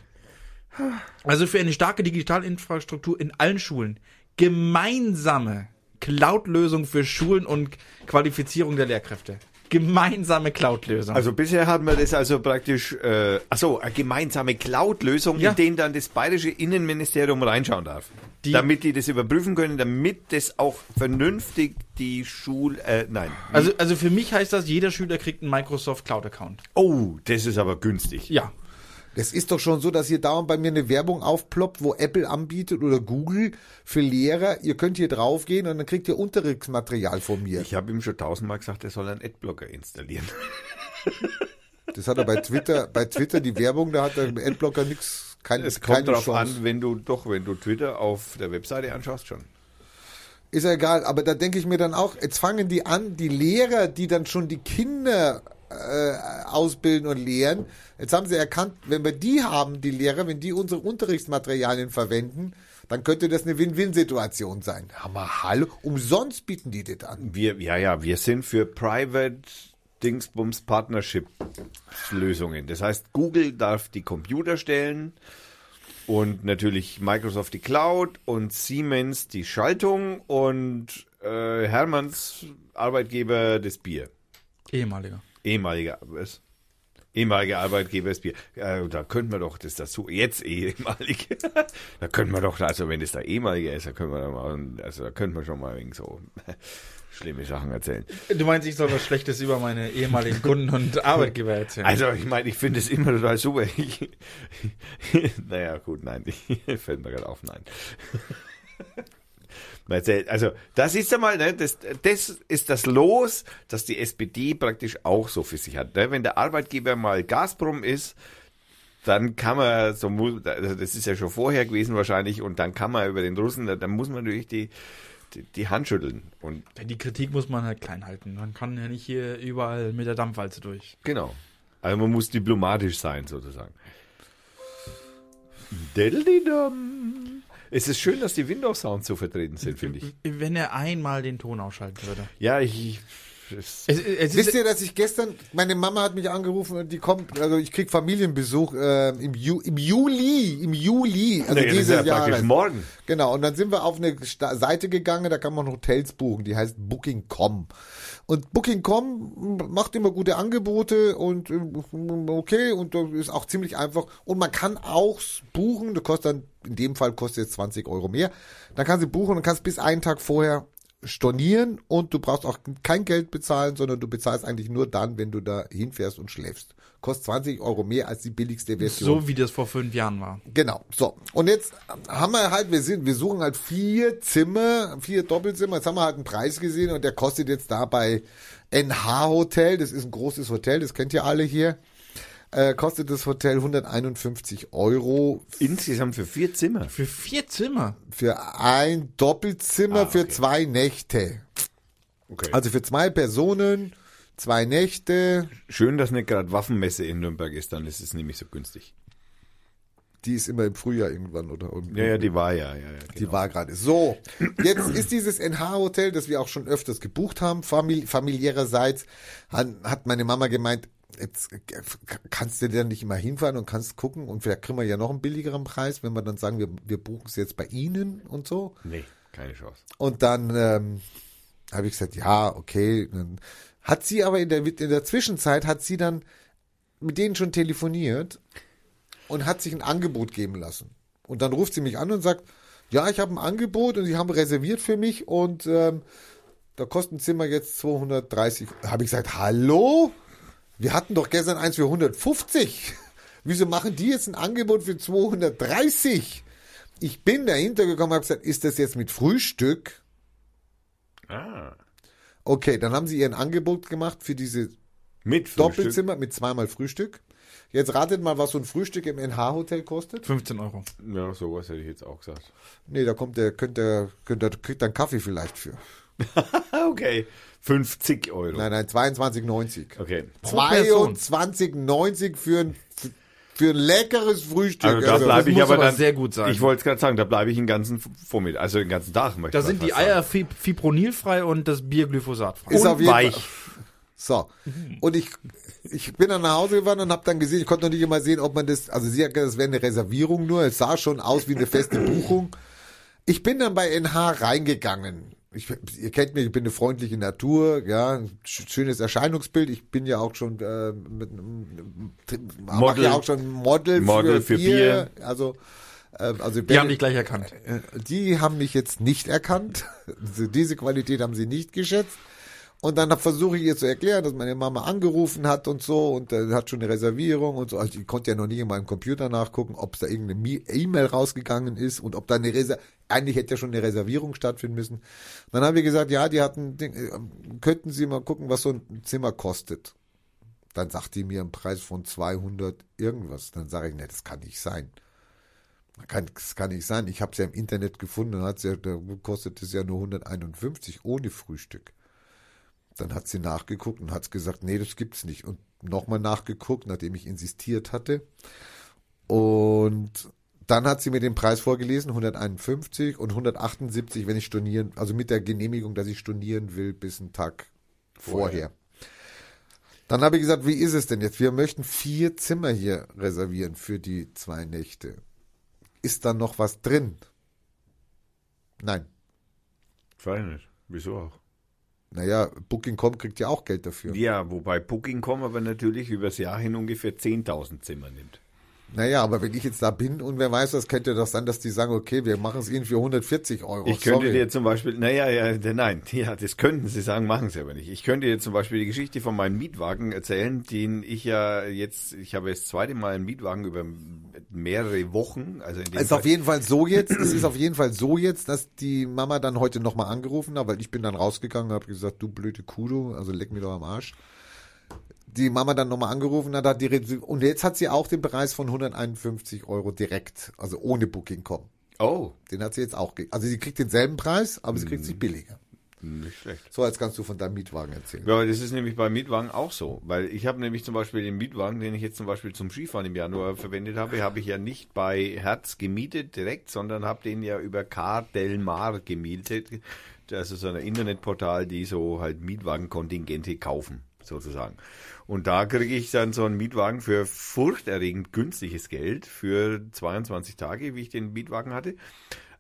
[SPEAKER 3] Also für eine starke Digitalinfrastruktur in allen Schulen. Gemeinsame Cloud-Lösung für Schulen und Qualifizierung der Lehrkräfte. Gemeinsame Cloud-Lösung.
[SPEAKER 1] Also bisher hat man das also praktisch, äh, achso, eine gemeinsame Cloud-Lösung,
[SPEAKER 3] Ja.
[SPEAKER 1] in denen dann das bayerische Innenministerium reinschauen darf.
[SPEAKER 3] Die-
[SPEAKER 1] damit die das überprüfen können, damit das auch vernünftig die Schul... Äh, nein.
[SPEAKER 3] also, also für mich heißt das, jeder Schüler kriegt einen Microsoft Cloud-Account.
[SPEAKER 1] Oh, das ist aber günstig.
[SPEAKER 3] Ja.
[SPEAKER 2] Das ist doch schon so, dass hier dauernd bei mir eine Werbung aufploppt, wo Apple anbietet oder Google für Lehrer. Ihr könnt hier draufgehen und dann kriegt ihr Unterrichtsmaterial von mir.
[SPEAKER 1] Ich habe ihm schon tausendmal gesagt, er soll einen Adblocker installieren.
[SPEAKER 2] Das hat er bei Twitter, bei Twitter die Werbung, da hat er im Adblocker nix, kein,
[SPEAKER 1] Es kommt
[SPEAKER 2] keine
[SPEAKER 1] darauf
[SPEAKER 2] Chance.
[SPEAKER 1] an, wenn du doch, wenn du Twitter auf der Webseite anschaust schon.
[SPEAKER 2] Ist ja egal, aber da denke ich mir dann auch, jetzt fangen die an, die Lehrer, die dann schon die Kinder äh, ausbilden und lehren, jetzt haben sie erkannt, wenn wir die haben, die Lehrer, wenn die unsere Unterrichtsmaterialien verwenden, dann könnte das eine Win-Win-Situation sein. Hammer, hallo, umsonst bieten die das an.
[SPEAKER 1] Wir, ja, ja, wir sind für Private Dingsbums Partnership Lösungen. Das heißt, Google darf die Computer stellen und natürlich Microsoft die Cloud und Siemens die Schaltung und äh, Hermanns Arbeitgeber das Bier.
[SPEAKER 3] Ehemaliger.
[SPEAKER 1] Ehemaliger, was? Ehemaliger Arbeitgeber ist Bier. Äh, da könnten wir doch das dazu, jetzt ehemalig. da könnten wir doch, also wenn es da ehemaliger ist, da können wir da mal, also da könnten wir schon mal wegen so schlimme Sachen erzählen.
[SPEAKER 3] Du meinst, ich soll was Schlechtes über meine ehemaligen Kunden und Arbeitgeber erzählen?
[SPEAKER 1] Also ich meine, ich finde es immer total super. Ich, naja, gut, nein, ich, fällt mir gerade auf, nein. Man erzählt, also das ist ja mal, ne, das, das ist das Los, das die SPD praktisch auch so für sich hat. Ne? Wenn der Arbeitgeber mal Gazprom ist, dann kann man, so mu- also das ist ja schon vorher gewesen wahrscheinlich, und dann kann man über den Russen, da- dann muss man natürlich die, die, die Hand schütteln. Und
[SPEAKER 3] Die Kritik muss man halt klein halten. Man kann ja nicht hier überall mit der Dampfwalze durch.
[SPEAKER 1] Genau. Also man muss diplomatisch sein, sozusagen. Diddlidum. Es ist schön, dass die Windows-Sounds so vertreten sind, finde ich.
[SPEAKER 3] Wenn er einmal den Ton ausschalten würde.
[SPEAKER 1] Ja, ich... Es,
[SPEAKER 3] Es, es
[SPEAKER 2] Wisst
[SPEAKER 3] ist,
[SPEAKER 2] ihr, dass ich gestern, meine Mama hat mich angerufen und die kommt, also ich krieg Familienbesuch äh, im, Ju, im Juli, im Juli, also
[SPEAKER 1] Nee, das ist
[SPEAKER 2] dieses
[SPEAKER 1] ja praktisch
[SPEAKER 2] Jahr.
[SPEAKER 1] morgen.
[SPEAKER 2] Genau, und dann sind wir auf eine Sta- Seite gegangen, da kann man Hotels buchen, die heißt Booking.com. Und Booking.com macht immer gute Angebote und ähm, okay, und das ist auch ziemlich einfach. Und man kann auch buchen, das kostet dann, in dem Fall kostet jetzt 20 Euro mehr. Dann kannst du buchen und kannst bis einen Tag vorher stornieren und du brauchst auch kein Geld bezahlen, sondern du bezahlst eigentlich nur dann, wenn du da hinfährst und schläfst. Kostet 20 Euro mehr als die billigste Version.
[SPEAKER 3] so wie das vor fünf Jahren war.
[SPEAKER 2] Genau, so. Und jetzt haben wir halt, wir sind, wir suchen halt vier Zimmer, vier Doppelzimmer. Jetzt haben wir halt einen Preis gesehen und der kostet jetzt da bei NH Hotel, das ist ein großes Hotel, das kennt ihr alle hier, äh, kostet das Hotel 151 Euro
[SPEAKER 1] Insgesamt für vier Zimmer.
[SPEAKER 3] Für vier Zimmer.
[SPEAKER 2] für ein Doppelzimmer für zwei Nächte.
[SPEAKER 1] Ah, Okay.
[SPEAKER 2] Also für zwei Personen, zwei Nächte,
[SPEAKER 1] schön, dass nicht gerade Waffenmesse in Nürnberg ist, dann ist es nämlich so günstig.
[SPEAKER 2] die ist immer im Frühjahr irgendwann oder im
[SPEAKER 1] Ja, ja, die war ja. ja, genau. ja
[SPEAKER 2] Die war gerade. So, jetzt ist dieses NH-Hotel, das wir auch schon öfters gebucht haben, famili familiärerseits, han- hat meine Mama gemeint, jetzt äh, k- kannst du denn nicht immer hinfahren und kannst gucken und vielleicht kriegen wir ja noch einen billigeren Preis, wenn wir dann sagen, wir, wir buchen es jetzt bei Ihnen und so.
[SPEAKER 1] Nee, keine Chance.
[SPEAKER 2] Und dann ähm, habe ich gesagt, ja, okay. Dann hat sie aber in der, in der Zwischenzeit, hat sie dann mit denen schon telefoniert und hat sich ein Angebot geben lassen. Und dann ruft sie mich an und sagt, ja, ich habe ein Angebot und sie haben reserviert für mich und ähm, da kostet ein Zimmer jetzt 230. Habe ich gesagt, hallo? Wir hatten doch gestern eins für 150. Wieso machen die jetzt ein Angebot für 230? Ich bin dahinter gekommen, habe gesagt, ist das jetzt mit Frühstück?
[SPEAKER 1] Ah.
[SPEAKER 2] Okay, dann haben sie ihr ein Angebot gemacht für diese
[SPEAKER 1] Mit Frühstück.
[SPEAKER 2] Doppelzimmer mit zweimal Frühstück. Jetzt ratet mal, was so ein Frühstück im NH-Hotel kostet.
[SPEAKER 3] 15 Euro.
[SPEAKER 1] Ja, sowas hätte ich jetzt auch gesagt.
[SPEAKER 2] Nee, da kommt der, könnt der, könnt der, kriegt er einen Kaffee vielleicht für.
[SPEAKER 1] Ah, Okay. 50 Euro.
[SPEAKER 2] Nein, nein, 22,90.
[SPEAKER 1] Okay.
[SPEAKER 2] 22,90 für ein, für ein leckeres Frühstück.
[SPEAKER 1] Also da
[SPEAKER 2] Also,
[SPEAKER 1] bleibe ich
[SPEAKER 3] muss
[SPEAKER 1] aber
[SPEAKER 3] aber
[SPEAKER 1] dann
[SPEAKER 3] sehr gut sein.
[SPEAKER 1] Ich wollte es gerade sagen, da bleibe ich den ganzen Vormittag, also den ganzen Tag. möchte
[SPEAKER 3] Da
[SPEAKER 1] ich
[SPEAKER 3] sind
[SPEAKER 1] fast
[SPEAKER 3] die Eier fib- fibronilfrei und das Bier glyphosatfrei.
[SPEAKER 2] ist
[SPEAKER 1] und
[SPEAKER 2] auf jeden
[SPEAKER 1] weich.
[SPEAKER 2] Fall. So.
[SPEAKER 1] Mhm.
[SPEAKER 2] Und ich, ich bin dann nach Hause gefahren und habe dann gesehen, ich konnte noch nicht immer sehen, ob man das, also sie hat gesagt, das wäre eine Reservierung nur, es sah schon aus wie eine feste Buchung. Ich bin dann bei NH reingegangen. Ich, ihr kennt mich, ich bin eine freundliche Natur, ja, sch- schönes Erscheinungsbild. Ich bin ja auch schon äh, mit, einem- mach
[SPEAKER 1] Model.
[SPEAKER 2] ja auch schon Model,
[SPEAKER 1] Model für
[SPEAKER 2] Also, ähm, also
[SPEAKER 4] Die haben dich gleich erkannt.
[SPEAKER 2] äh, die haben mich jetzt nicht erkannt. Also Diese Qualität haben sie nicht geschätzt. Und dann hab- versuche ich ihr zu erklären, dass meine Mama angerufen hat und so und äh, hat schon eine Reservierung und so. Also ich konnte ja noch nie in meinem Computer nachgucken, ob da irgendeine Mi- E-Mail rausgegangen ist und ob da eine Reservierung, eigentlich hätte ja schon eine Reservierung stattfinden müssen. Dann haben wir gesagt, ja, die hatten, Ding, äh, könnten Sie mal gucken, was so ein Zimmer kostet. Dann sagt die mir einen Preis von 200 irgendwas. Dann sage ich, ne, das kann nicht sein. Kann, das kann nicht sein. Ich habe es ja im Internet gefunden, dann hat's ja, da kostet es ja nur 151 ohne Frühstück. Dann hat sie nachgeguckt und hat gesagt, nee, das gibt's nicht. Und nochmal nachgeguckt, nachdem ich insistiert hatte. Und dann hat sie mir den Preis vorgelesen, 151 und 178, wenn ich stornieren, also mit der Genehmigung, dass ich stornieren will, bis einen Tag vorher. Dann habe ich gesagt, wie ist es denn jetzt? Wir möchten vier Zimmer hier reservieren für die zwei Nächte ist da noch was drin? Nein.
[SPEAKER 1] Ich weiß nicht. Wieso auch?
[SPEAKER 2] Naja, Booking.com kriegt ja auch Geld dafür.
[SPEAKER 1] Ja, wobei Booking.com aber natürlich übers Jahr hin ungefähr 10.000 Zimmer nimmt.
[SPEAKER 2] Naja, aber wenn ich jetzt da bin und wer weiß, das könnte doch sein, dass die sagen, okay, wir machen es ihnen für 140 Euro.
[SPEAKER 1] Ich könnte
[SPEAKER 2] Oh, Sorry.
[SPEAKER 1] dir zum Beispiel, naja, ja, d- nein, ja, das könnten sie sagen, machen sie aber nicht. Ich könnte dir zum Beispiel die Geschichte von meinem Mietwagen erzählen, den ich ja jetzt, ich habe jetzt das zweite Mal einen Mietwagen über mehrere Wochen, also in dem
[SPEAKER 2] es ist
[SPEAKER 1] Fall-
[SPEAKER 2] auf jeden Fall so jetzt, es ist auf jeden Fall so jetzt, dass die Mama dann heute nochmal angerufen hat, weil ich bin dann rausgegangen und habe gesagt, du blöde Kudo, also leck mir doch am Arsch. Die Mama dann nochmal angerufen hat, hat die Re- und jetzt hat sie auch den Preis von 151 Euro direkt, also ohne Booking.com.
[SPEAKER 1] Oh,
[SPEAKER 2] Den hat sie jetzt auch. ge- Also sie kriegt denselben Preis, aber sie kriegt
[SPEAKER 1] Mhm.
[SPEAKER 2] sich billiger.
[SPEAKER 1] nicht schlecht.
[SPEAKER 2] So, jetzt kannst du von deinem Mietwagen erzählen.
[SPEAKER 1] Ja, aber das ist nämlich beim Mietwagen auch so, weil ich habe nämlich zum Beispiel den Mietwagen, den ich jetzt zum Beispiel zum Skifahren im Januar verwendet habe, habe ich ja nicht bei Herz gemietet direkt, sondern habe den ja über Car del Mar gemietet. Das ist so ein Internetportal, die so halt Mietwagenkontingente kaufen, sozusagen. Und da kriege ich dann so einen Mietwagen für furchterregend günstiges Geld für 22 Tage, wie ich den Mietwagen hatte.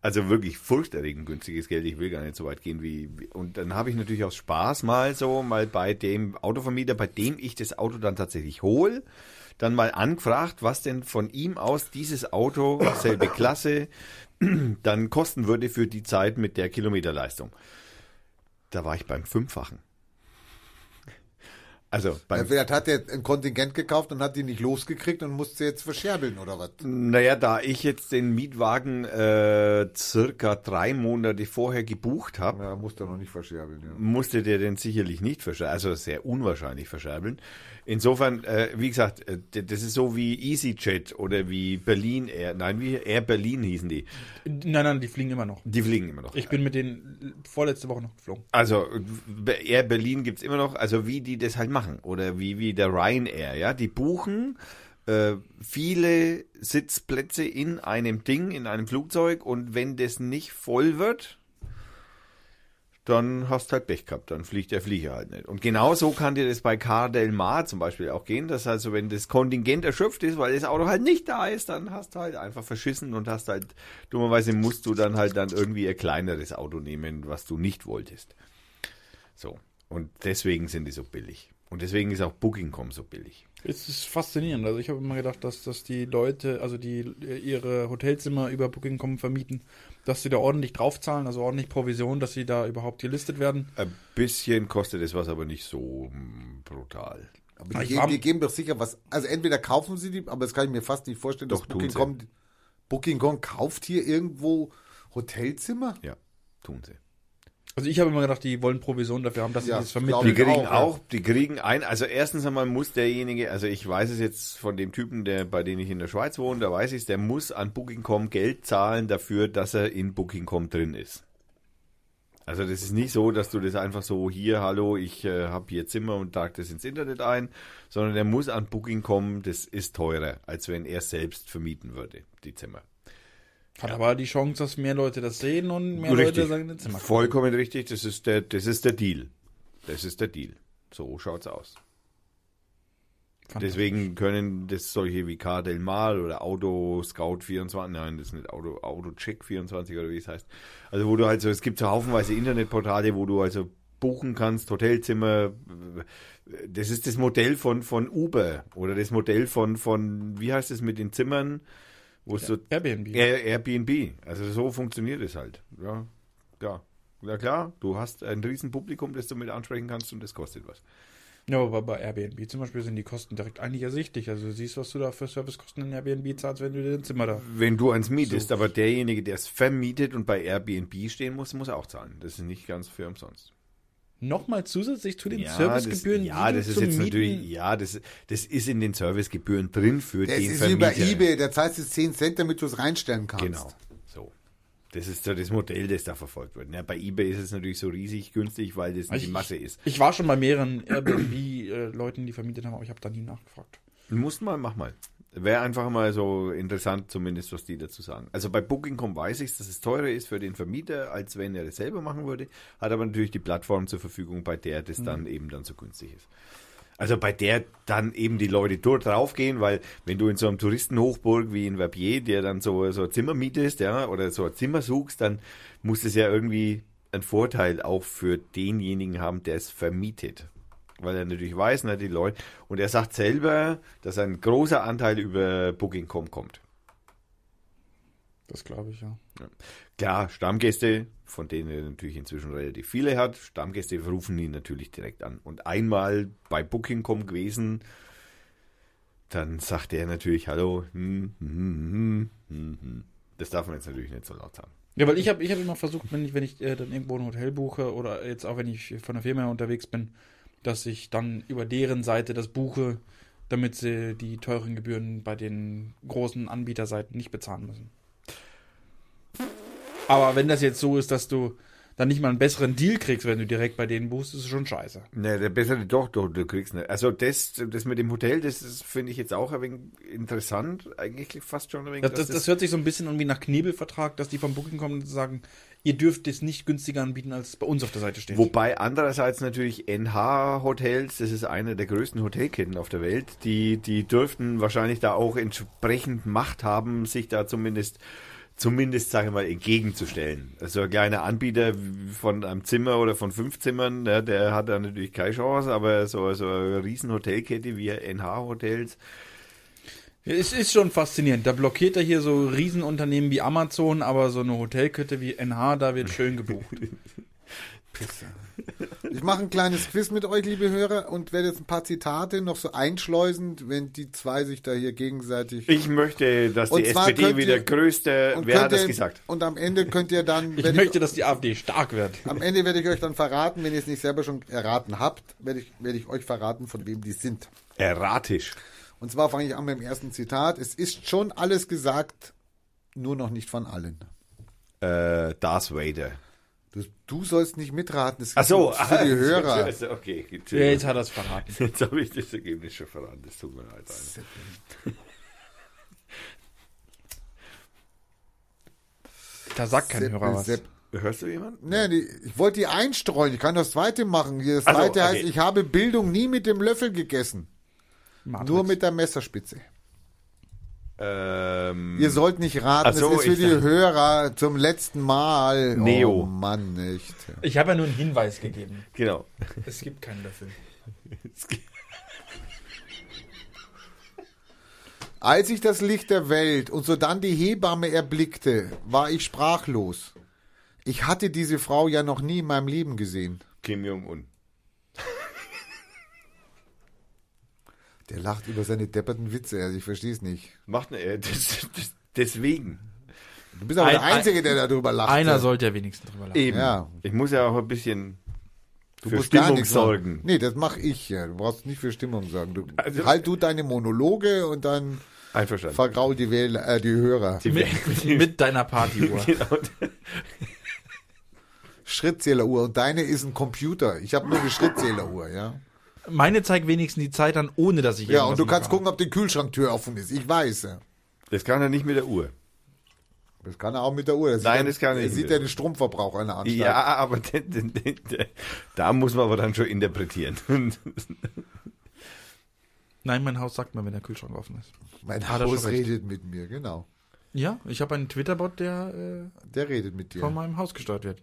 [SPEAKER 1] Also wirklich furchterregend günstiges Geld. Ich will gar nicht so weit gehen wie. wie- Und dann habe ich natürlich aus Spaß mal so, mal bei dem Autovermieter, bei dem ich das Auto dann tatsächlich hole, dann mal angefragt, was denn von ihm aus dieses Auto, selbe Klasse, dann kosten würde für die Zeit mit der Kilometerleistung. Da war ich beim Fünffachen. Also beim
[SPEAKER 2] Vielleicht hat er ein Kontingent gekauft und hat die nicht losgekriegt und musste jetzt verscherbeln oder was.
[SPEAKER 1] Naja, da ich jetzt den Mietwagen äh, circa drei Monate vorher gebucht habe,
[SPEAKER 2] Ja, musste noch nicht verscherbeln. Ja.
[SPEAKER 1] musste der den sicherlich nicht verscherbeln, also sehr unwahrscheinlich verscherbeln. Insofern, äh, wie gesagt, äh, d- das ist so wie EasyJet oder wie Berlin Air, nein, wie Air Berlin hießen die.
[SPEAKER 4] Nein, nein, die fliegen immer noch.
[SPEAKER 1] Die fliegen immer noch.
[SPEAKER 4] Ich bin mit denen vorletzte Woche noch geflogen.
[SPEAKER 1] Also äh, Air Berlin gibt's immer noch, also wie die das halt machen oder wie, wie der Ryanair, ja, die buchen äh, viele Sitzplätze in einem Ding, in einem Flugzeug und wenn das nicht voll wird, dann hast halt Pech gehabt, dann fliegt der Flieger halt nicht. Und genau so kann dir das bei Car del Mar zum Beispiel auch gehen, dass also wenn das Kontingent erschöpft ist, weil das Auto halt nicht da ist, dann hast du halt einfach verschissen und hast halt, dummerweise musst du dann halt dann irgendwie ein kleineres Auto nehmen, was du nicht wolltest. So. Und deswegen sind die so billig. Und deswegen ist auch Booking.com so billig.
[SPEAKER 4] Es ist faszinierend. Also ich habe immer gedacht, dass, dass die Leute, also die äh, ihre Hotelzimmer über Booking.com vermieten, dass sie da ordentlich draufzahlen, also ordentlich Provision, dass sie da überhaupt gelistet werden.
[SPEAKER 1] Ein bisschen kostet es was, aber nicht so mm, brutal.
[SPEAKER 2] Aber die,
[SPEAKER 4] Ich
[SPEAKER 2] geben,
[SPEAKER 4] war-
[SPEAKER 2] die geben doch sicher was. Also entweder kaufen sie die, aber das kann ich mir fast nicht vorstellen,
[SPEAKER 1] Doch,
[SPEAKER 2] dass
[SPEAKER 1] tun sie.
[SPEAKER 2] Booking.com Booking.com kauft hier irgendwo Hotelzimmer.
[SPEAKER 1] Ja, tun sie.
[SPEAKER 3] Also ich habe immer gedacht, die wollen Provision dafür haben, dass
[SPEAKER 2] Ja,
[SPEAKER 3] sie das vermitteln.
[SPEAKER 2] glaub
[SPEAKER 1] Die
[SPEAKER 2] ich
[SPEAKER 1] kriegen
[SPEAKER 2] auch, ja.
[SPEAKER 1] auch, die kriegen ein, also erstens einmal muss derjenige, also ich weiß es jetzt von dem Typen, der, bei dem ich in der Schweiz wohne, da weiß ich es, der muss an Booking.com Geld zahlen dafür, dass er in Booking.com drin ist. Also das ist nicht so, dass du das einfach so hier, hallo, ich äh, habe hier Zimmer und tag das ins Internet ein, sondern der muss an Booking.com, das ist teurer, als wenn er selbst vermieten würde, die Zimmer.
[SPEAKER 3] Hat aber die Chance, dass mehr Leute das sehen und mehr Leute sagen, jetzt mach.
[SPEAKER 1] Vollkommen richtig, das ist der, das ist der Deal. Das ist der Deal. So schaut's aus. Deswegen können das solche wie Car Del Mar oder Auto Scout 24, nein, das ist nicht Auto, Auto Check 24 oder wie es heißt. Also wo du halt so, es gibt so haufenweise Internetportale, wo du also buchen kannst, Hotelzimmer. Das ist das Modell von, von Uber oder das Modell von, von, wie heißt es mit den Zimmern, wo es so
[SPEAKER 3] Airbnb.
[SPEAKER 1] Air- Airbnb. Also so funktioniert es halt. Ja, ja. Na klar, du hast ein riesen Publikum, das du mit ansprechen kannst und das kostet was.
[SPEAKER 3] Ja, aber bei Airbnb zum Beispiel sind die Kosten direkt eigentlich ersichtlich. Also du siehst, was du da für Servicekosten in Airbnb zahlst, wenn du dir ein Zimmer da.
[SPEAKER 1] Wenn du eins mietest, aber derjenige, der es vermietet und bei Airbnb stehen muss, muss auch zahlen. Das ist nicht ganz für umsonst.
[SPEAKER 3] Nochmal zusätzlich zu den
[SPEAKER 1] Ja, das,
[SPEAKER 3] Servicegebühren,
[SPEAKER 1] ja,
[SPEAKER 3] die du
[SPEAKER 1] das ist
[SPEAKER 3] zum
[SPEAKER 1] jetzt
[SPEAKER 3] Mieten-
[SPEAKER 1] natürlich, ja, das, das ist in den Servicegebühren drin für
[SPEAKER 2] Das
[SPEAKER 1] den
[SPEAKER 2] ist wie
[SPEAKER 1] Vermieter.
[SPEAKER 2] bei eBay, da zahlst du 10 Cent, damit du es reinstellen kannst.
[SPEAKER 1] Genau. So. Das ist so das Modell, das da verfolgt wird. Ja, bei eBay ist es natürlich so riesig günstig, weil das
[SPEAKER 3] Also
[SPEAKER 1] die
[SPEAKER 3] ich-
[SPEAKER 1] Masse ist.
[SPEAKER 3] Ich war schon bei mehreren Airbnb-Leuten, die vermietet haben, aber ich habe da nie nachgefragt.
[SPEAKER 1] Musst mal, mach mal. Wäre einfach mal so interessant, zumindest was die dazu sagen. Also bei Booking.com weiß ich, dass es teurer ist für den Vermieter, als wenn er das selber machen würde, hat aber natürlich die Plattform zur Verfügung, bei der das dann eben dann so günstig ist. Also bei der dann eben die Leute dort draufgehen, weil wenn du in so einem Touristenhochburg wie in Verbier, der dann so, so ein Zimmer mietest, ja, oder so ein Zimmer suchst, dann muss es ja irgendwie einen Vorteil auch für denjenigen haben, der es vermietet. Weil er natürlich weiß, ne, die Leute. Und er sagt selber, dass ein großer Anteil über Booking.com kommt.
[SPEAKER 3] Das glaube ich, ja.
[SPEAKER 1] Klar, Stammgäste, von denen er natürlich inzwischen relativ viele hat, Stammgäste rufen ihn natürlich direkt an. Und einmal bei Booking.com gewesen, dann sagt er natürlich Hallo. Hm, hm, hm, hm, hm. Das darf man jetzt natürlich nicht so laut sagen.
[SPEAKER 3] Ja, weil ich habe ich hab immer versucht, wenn ich, wenn ich äh, dann irgendwo ein Hotel buche oder jetzt auch wenn ich von der Firma her unterwegs bin, dass ich dann über deren Seite das buche, damit sie die teuren Gebühren bei den großen Anbieterseiten nicht bezahlen müssen. Aber wenn das jetzt so ist, dass du dann nicht mal einen besseren Deal kriegst, wenn du direkt bei denen buchst, ist es schon scheiße.
[SPEAKER 1] Ne, der bessere doch, doch, du kriegst nicht. Also das, das mit dem Hotel, das ist- finde ich jetzt auch ein wenig interessant, eigentlich fast schon ein wenig.
[SPEAKER 3] Das,
[SPEAKER 1] dass
[SPEAKER 3] das, das hört sich so ein bisschen irgendwie nach Knebelvertrag, dass die vom Booking kommen und sagen, ihr dürft es nicht günstiger anbieten, als es bei uns auf der Seite steht.
[SPEAKER 1] Wobei andererseits natürlich NH Hotels, das ist eine der größten Hotelketten auf der Welt, die, die dürften wahrscheinlich da auch entsprechend Macht haben, sich da zumindest, zumindest, sage ich mal, entgegenzustellen. Also ein kleiner Anbieter von einem Zimmer oder von fünf Zimmern, ja, der hat da natürlich keine Chance, aber so, so eine riesen Hotelkette wie NH Hotels,
[SPEAKER 3] Ja, Es ist schon faszinierend. Da blockiert er hier so Riesenunternehmen wie Amazon, aber so eine Hotelkette wie NH, da wird schön gebucht.
[SPEAKER 2] Ich mache ein kleines Quiz mit euch, liebe Hörer, und werde jetzt ein paar Zitate noch so einschleusend, wenn die zwei sich da hier gegenseitig.
[SPEAKER 1] Ich möchte, dass
[SPEAKER 2] Und
[SPEAKER 1] die
[SPEAKER 2] zwar
[SPEAKER 1] SPD
[SPEAKER 2] könnt
[SPEAKER 1] wieder
[SPEAKER 2] ihr-
[SPEAKER 1] größte. Wer
[SPEAKER 2] könnt
[SPEAKER 1] hat das
[SPEAKER 2] ihr-
[SPEAKER 1] gesagt?
[SPEAKER 2] Und am Ende könnt ihr dann.
[SPEAKER 3] Ich
[SPEAKER 2] werd
[SPEAKER 3] möchte, dass die AfD stark wird.
[SPEAKER 2] am Ende werde ich euch dann verraten, wenn ihr es nicht selber schon erraten habt, werde ich, werde ich euch verraten, von wem die sind.
[SPEAKER 1] Erratisch.
[SPEAKER 2] Und zwar fange ich an mit dem ersten Zitat. Es ist schon alles gesagt, nur noch nicht von allen.
[SPEAKER 1] Äh, Darth Vader.
[SPEAKER 2] Du, du sollst nicht mitraten. Das
[SPEAKER 1] Ach so,
[SPEAKER 2] ist für die Hörer.
[SPEAKER 1] Also, okay, gut.
[SPEAKER 3] Ja, Jetzt hat er es verraten.
[SPEAKER 1] Jetzt habe ich das Ergebnis schon verraten. Das tut mir leid. Alter.
[SPEAKER 3] Da sagt kein Hörer was.
[SPEAKER 2] Sepp.
[SPEAKER 1] Hörst du jemanden?
[SPEAKER 2] Nee, die, ich wollte die einstreuen. Ich kann das zweite machen. Hier, Das
[SPEAKER 1] Ach so, okay.
[SPEAKER 2] zweite heißt, ich habe Bildung nie mit dem Löffel gegessen.
[SPEAKER 3] Matrix.
[SPEAKER 2] Nur mit der
[SPEAKER 1] Hm.
[SPEAKER 2] Messerspitze.
[SPEAKER 1] Ähm,
[SPEAKER 2] Ihr sollt nicht raten.
[SPEAKER 1] Ach so,
[SPEAKER 2] das ist für
[SPEAKER 1] ich
[SPEAKER 2] die
[SPEAKER 1] dachte-
[SPEAKER 2] Hörer zum letzten Mal.
[SPEAKER 1] Neo.
[SPEAKER 2] Oh Mann, nicht.
[SPEAKER 3] Ich habe ja nur einen Hinweis gegeben.
[SPEAKER 1] genau.
[SPEAKER 3] Es gibt keinen Löffel.
[SPEAKER 2] Als ich das Licht der Welt und sodann die Hebamme erblickte, war ich sprachlos. Ich hatte diese Frau ja noch nie in meinem Leben gesehen.
[SPEAKER 1] Kim Jong-un.
[SPEAKER 2] Der lacht über seine depperten Witze. Also ich verstehe es nicht.
[SPEAKER 1] Macht ne, äh, das, das, deswegen.
[SPEAKER 2] Du bist aber
[SPEAKER 3] Ein-
[SPEAKER 2] der Einzige, der darüber lacht.
[SPEAKER 3] Einer sollte ja wenigstens drüber lachen.
[SPEAKER 1] Eben.
[SPEAKER 2] Ja.
[SPEAKER 1] Ich muss ja auch ein bisschen
[SPEAKER 2] du
[SPEAKER 1] für
[SPEAKER 2] musst
[SPEAKER 1] Stimmung
[SPEAKER 2] gar nichts
[SPEAKER 1] sorgen.
[SPEAKER 2] Sagen. Nee, das mache ich ja. Du brauchst nicht für Stimmung sorgen. Du,
[SPEAKER 1] Also-
[SPEAKER 2] halt du deine Monologe und dann
[SPEAKER 1] einverstanden.
[SPEAKER 2] vergraul die, Wähler, äh, die Hörer.
[SPEAKER 1] Die
[SPEAKER 3] Mit, mit, mit deiner Partyuhr.
[SPEAKER 1] Genau.
[SPEAKER 2] Schrittzähleruhr. Und deine ist ein Computer. Ich habe nur eine Schrittzähleruhr, ja.
[SPEAKER 3] Meine zeigt wenigstens die Zeit an, ohne dass ich
[SPEAKER 2] Ja,
[SPEAKER 3] irgendwas
[SPEAKER 2] und du kannst
[SPEAKER 3] mache.
[SPEAKER 2] gucken, ob die Kühlschranktür offen ist. Ich weiß. ja.
[SPEAKER 1] Das kann er nicht mit der Uhr.
[SPEAKER 2] Das kann er auch mit der Uhr. Das
[SPEAKER 1] Nein,
[SPEAKER 2] sieht er-
[SPEAKER 1] das kann er
[SPEAKER 2] er
[SPEAKER 1] nicht
[SPEAKER 2] sieht
[SPEAKER 1] mit
[SPEAKER 2] ja
[SPEAKER 1] der
[SPEAKER 2] den Stromverbrauch einer Anstalt.
[SPEAKER 1] Ja, aber de, de, de, de, da muss man aber dann schon interpretieren.
[SPEAKER 3] Nein, mein Haus sagt mir, wenn der Kühlschrank offen ist.
[SPEAKER 2] Mein
[SPEAKER 3] Hat er
[SPEAKER 2] Haus
[SPEAKER 3] schon recht.
[SPEAKER 2] redet mit mir, genau.
[SPEAKER 3] Ja, ich habe einen Twitter-Bot, der
[SPEAKER 2] Der redet mit
[SPEAKER 3] äh, von
[SPEAKER 2] dir.
[SPEAKER 3] meinem Haus gesteuert wird.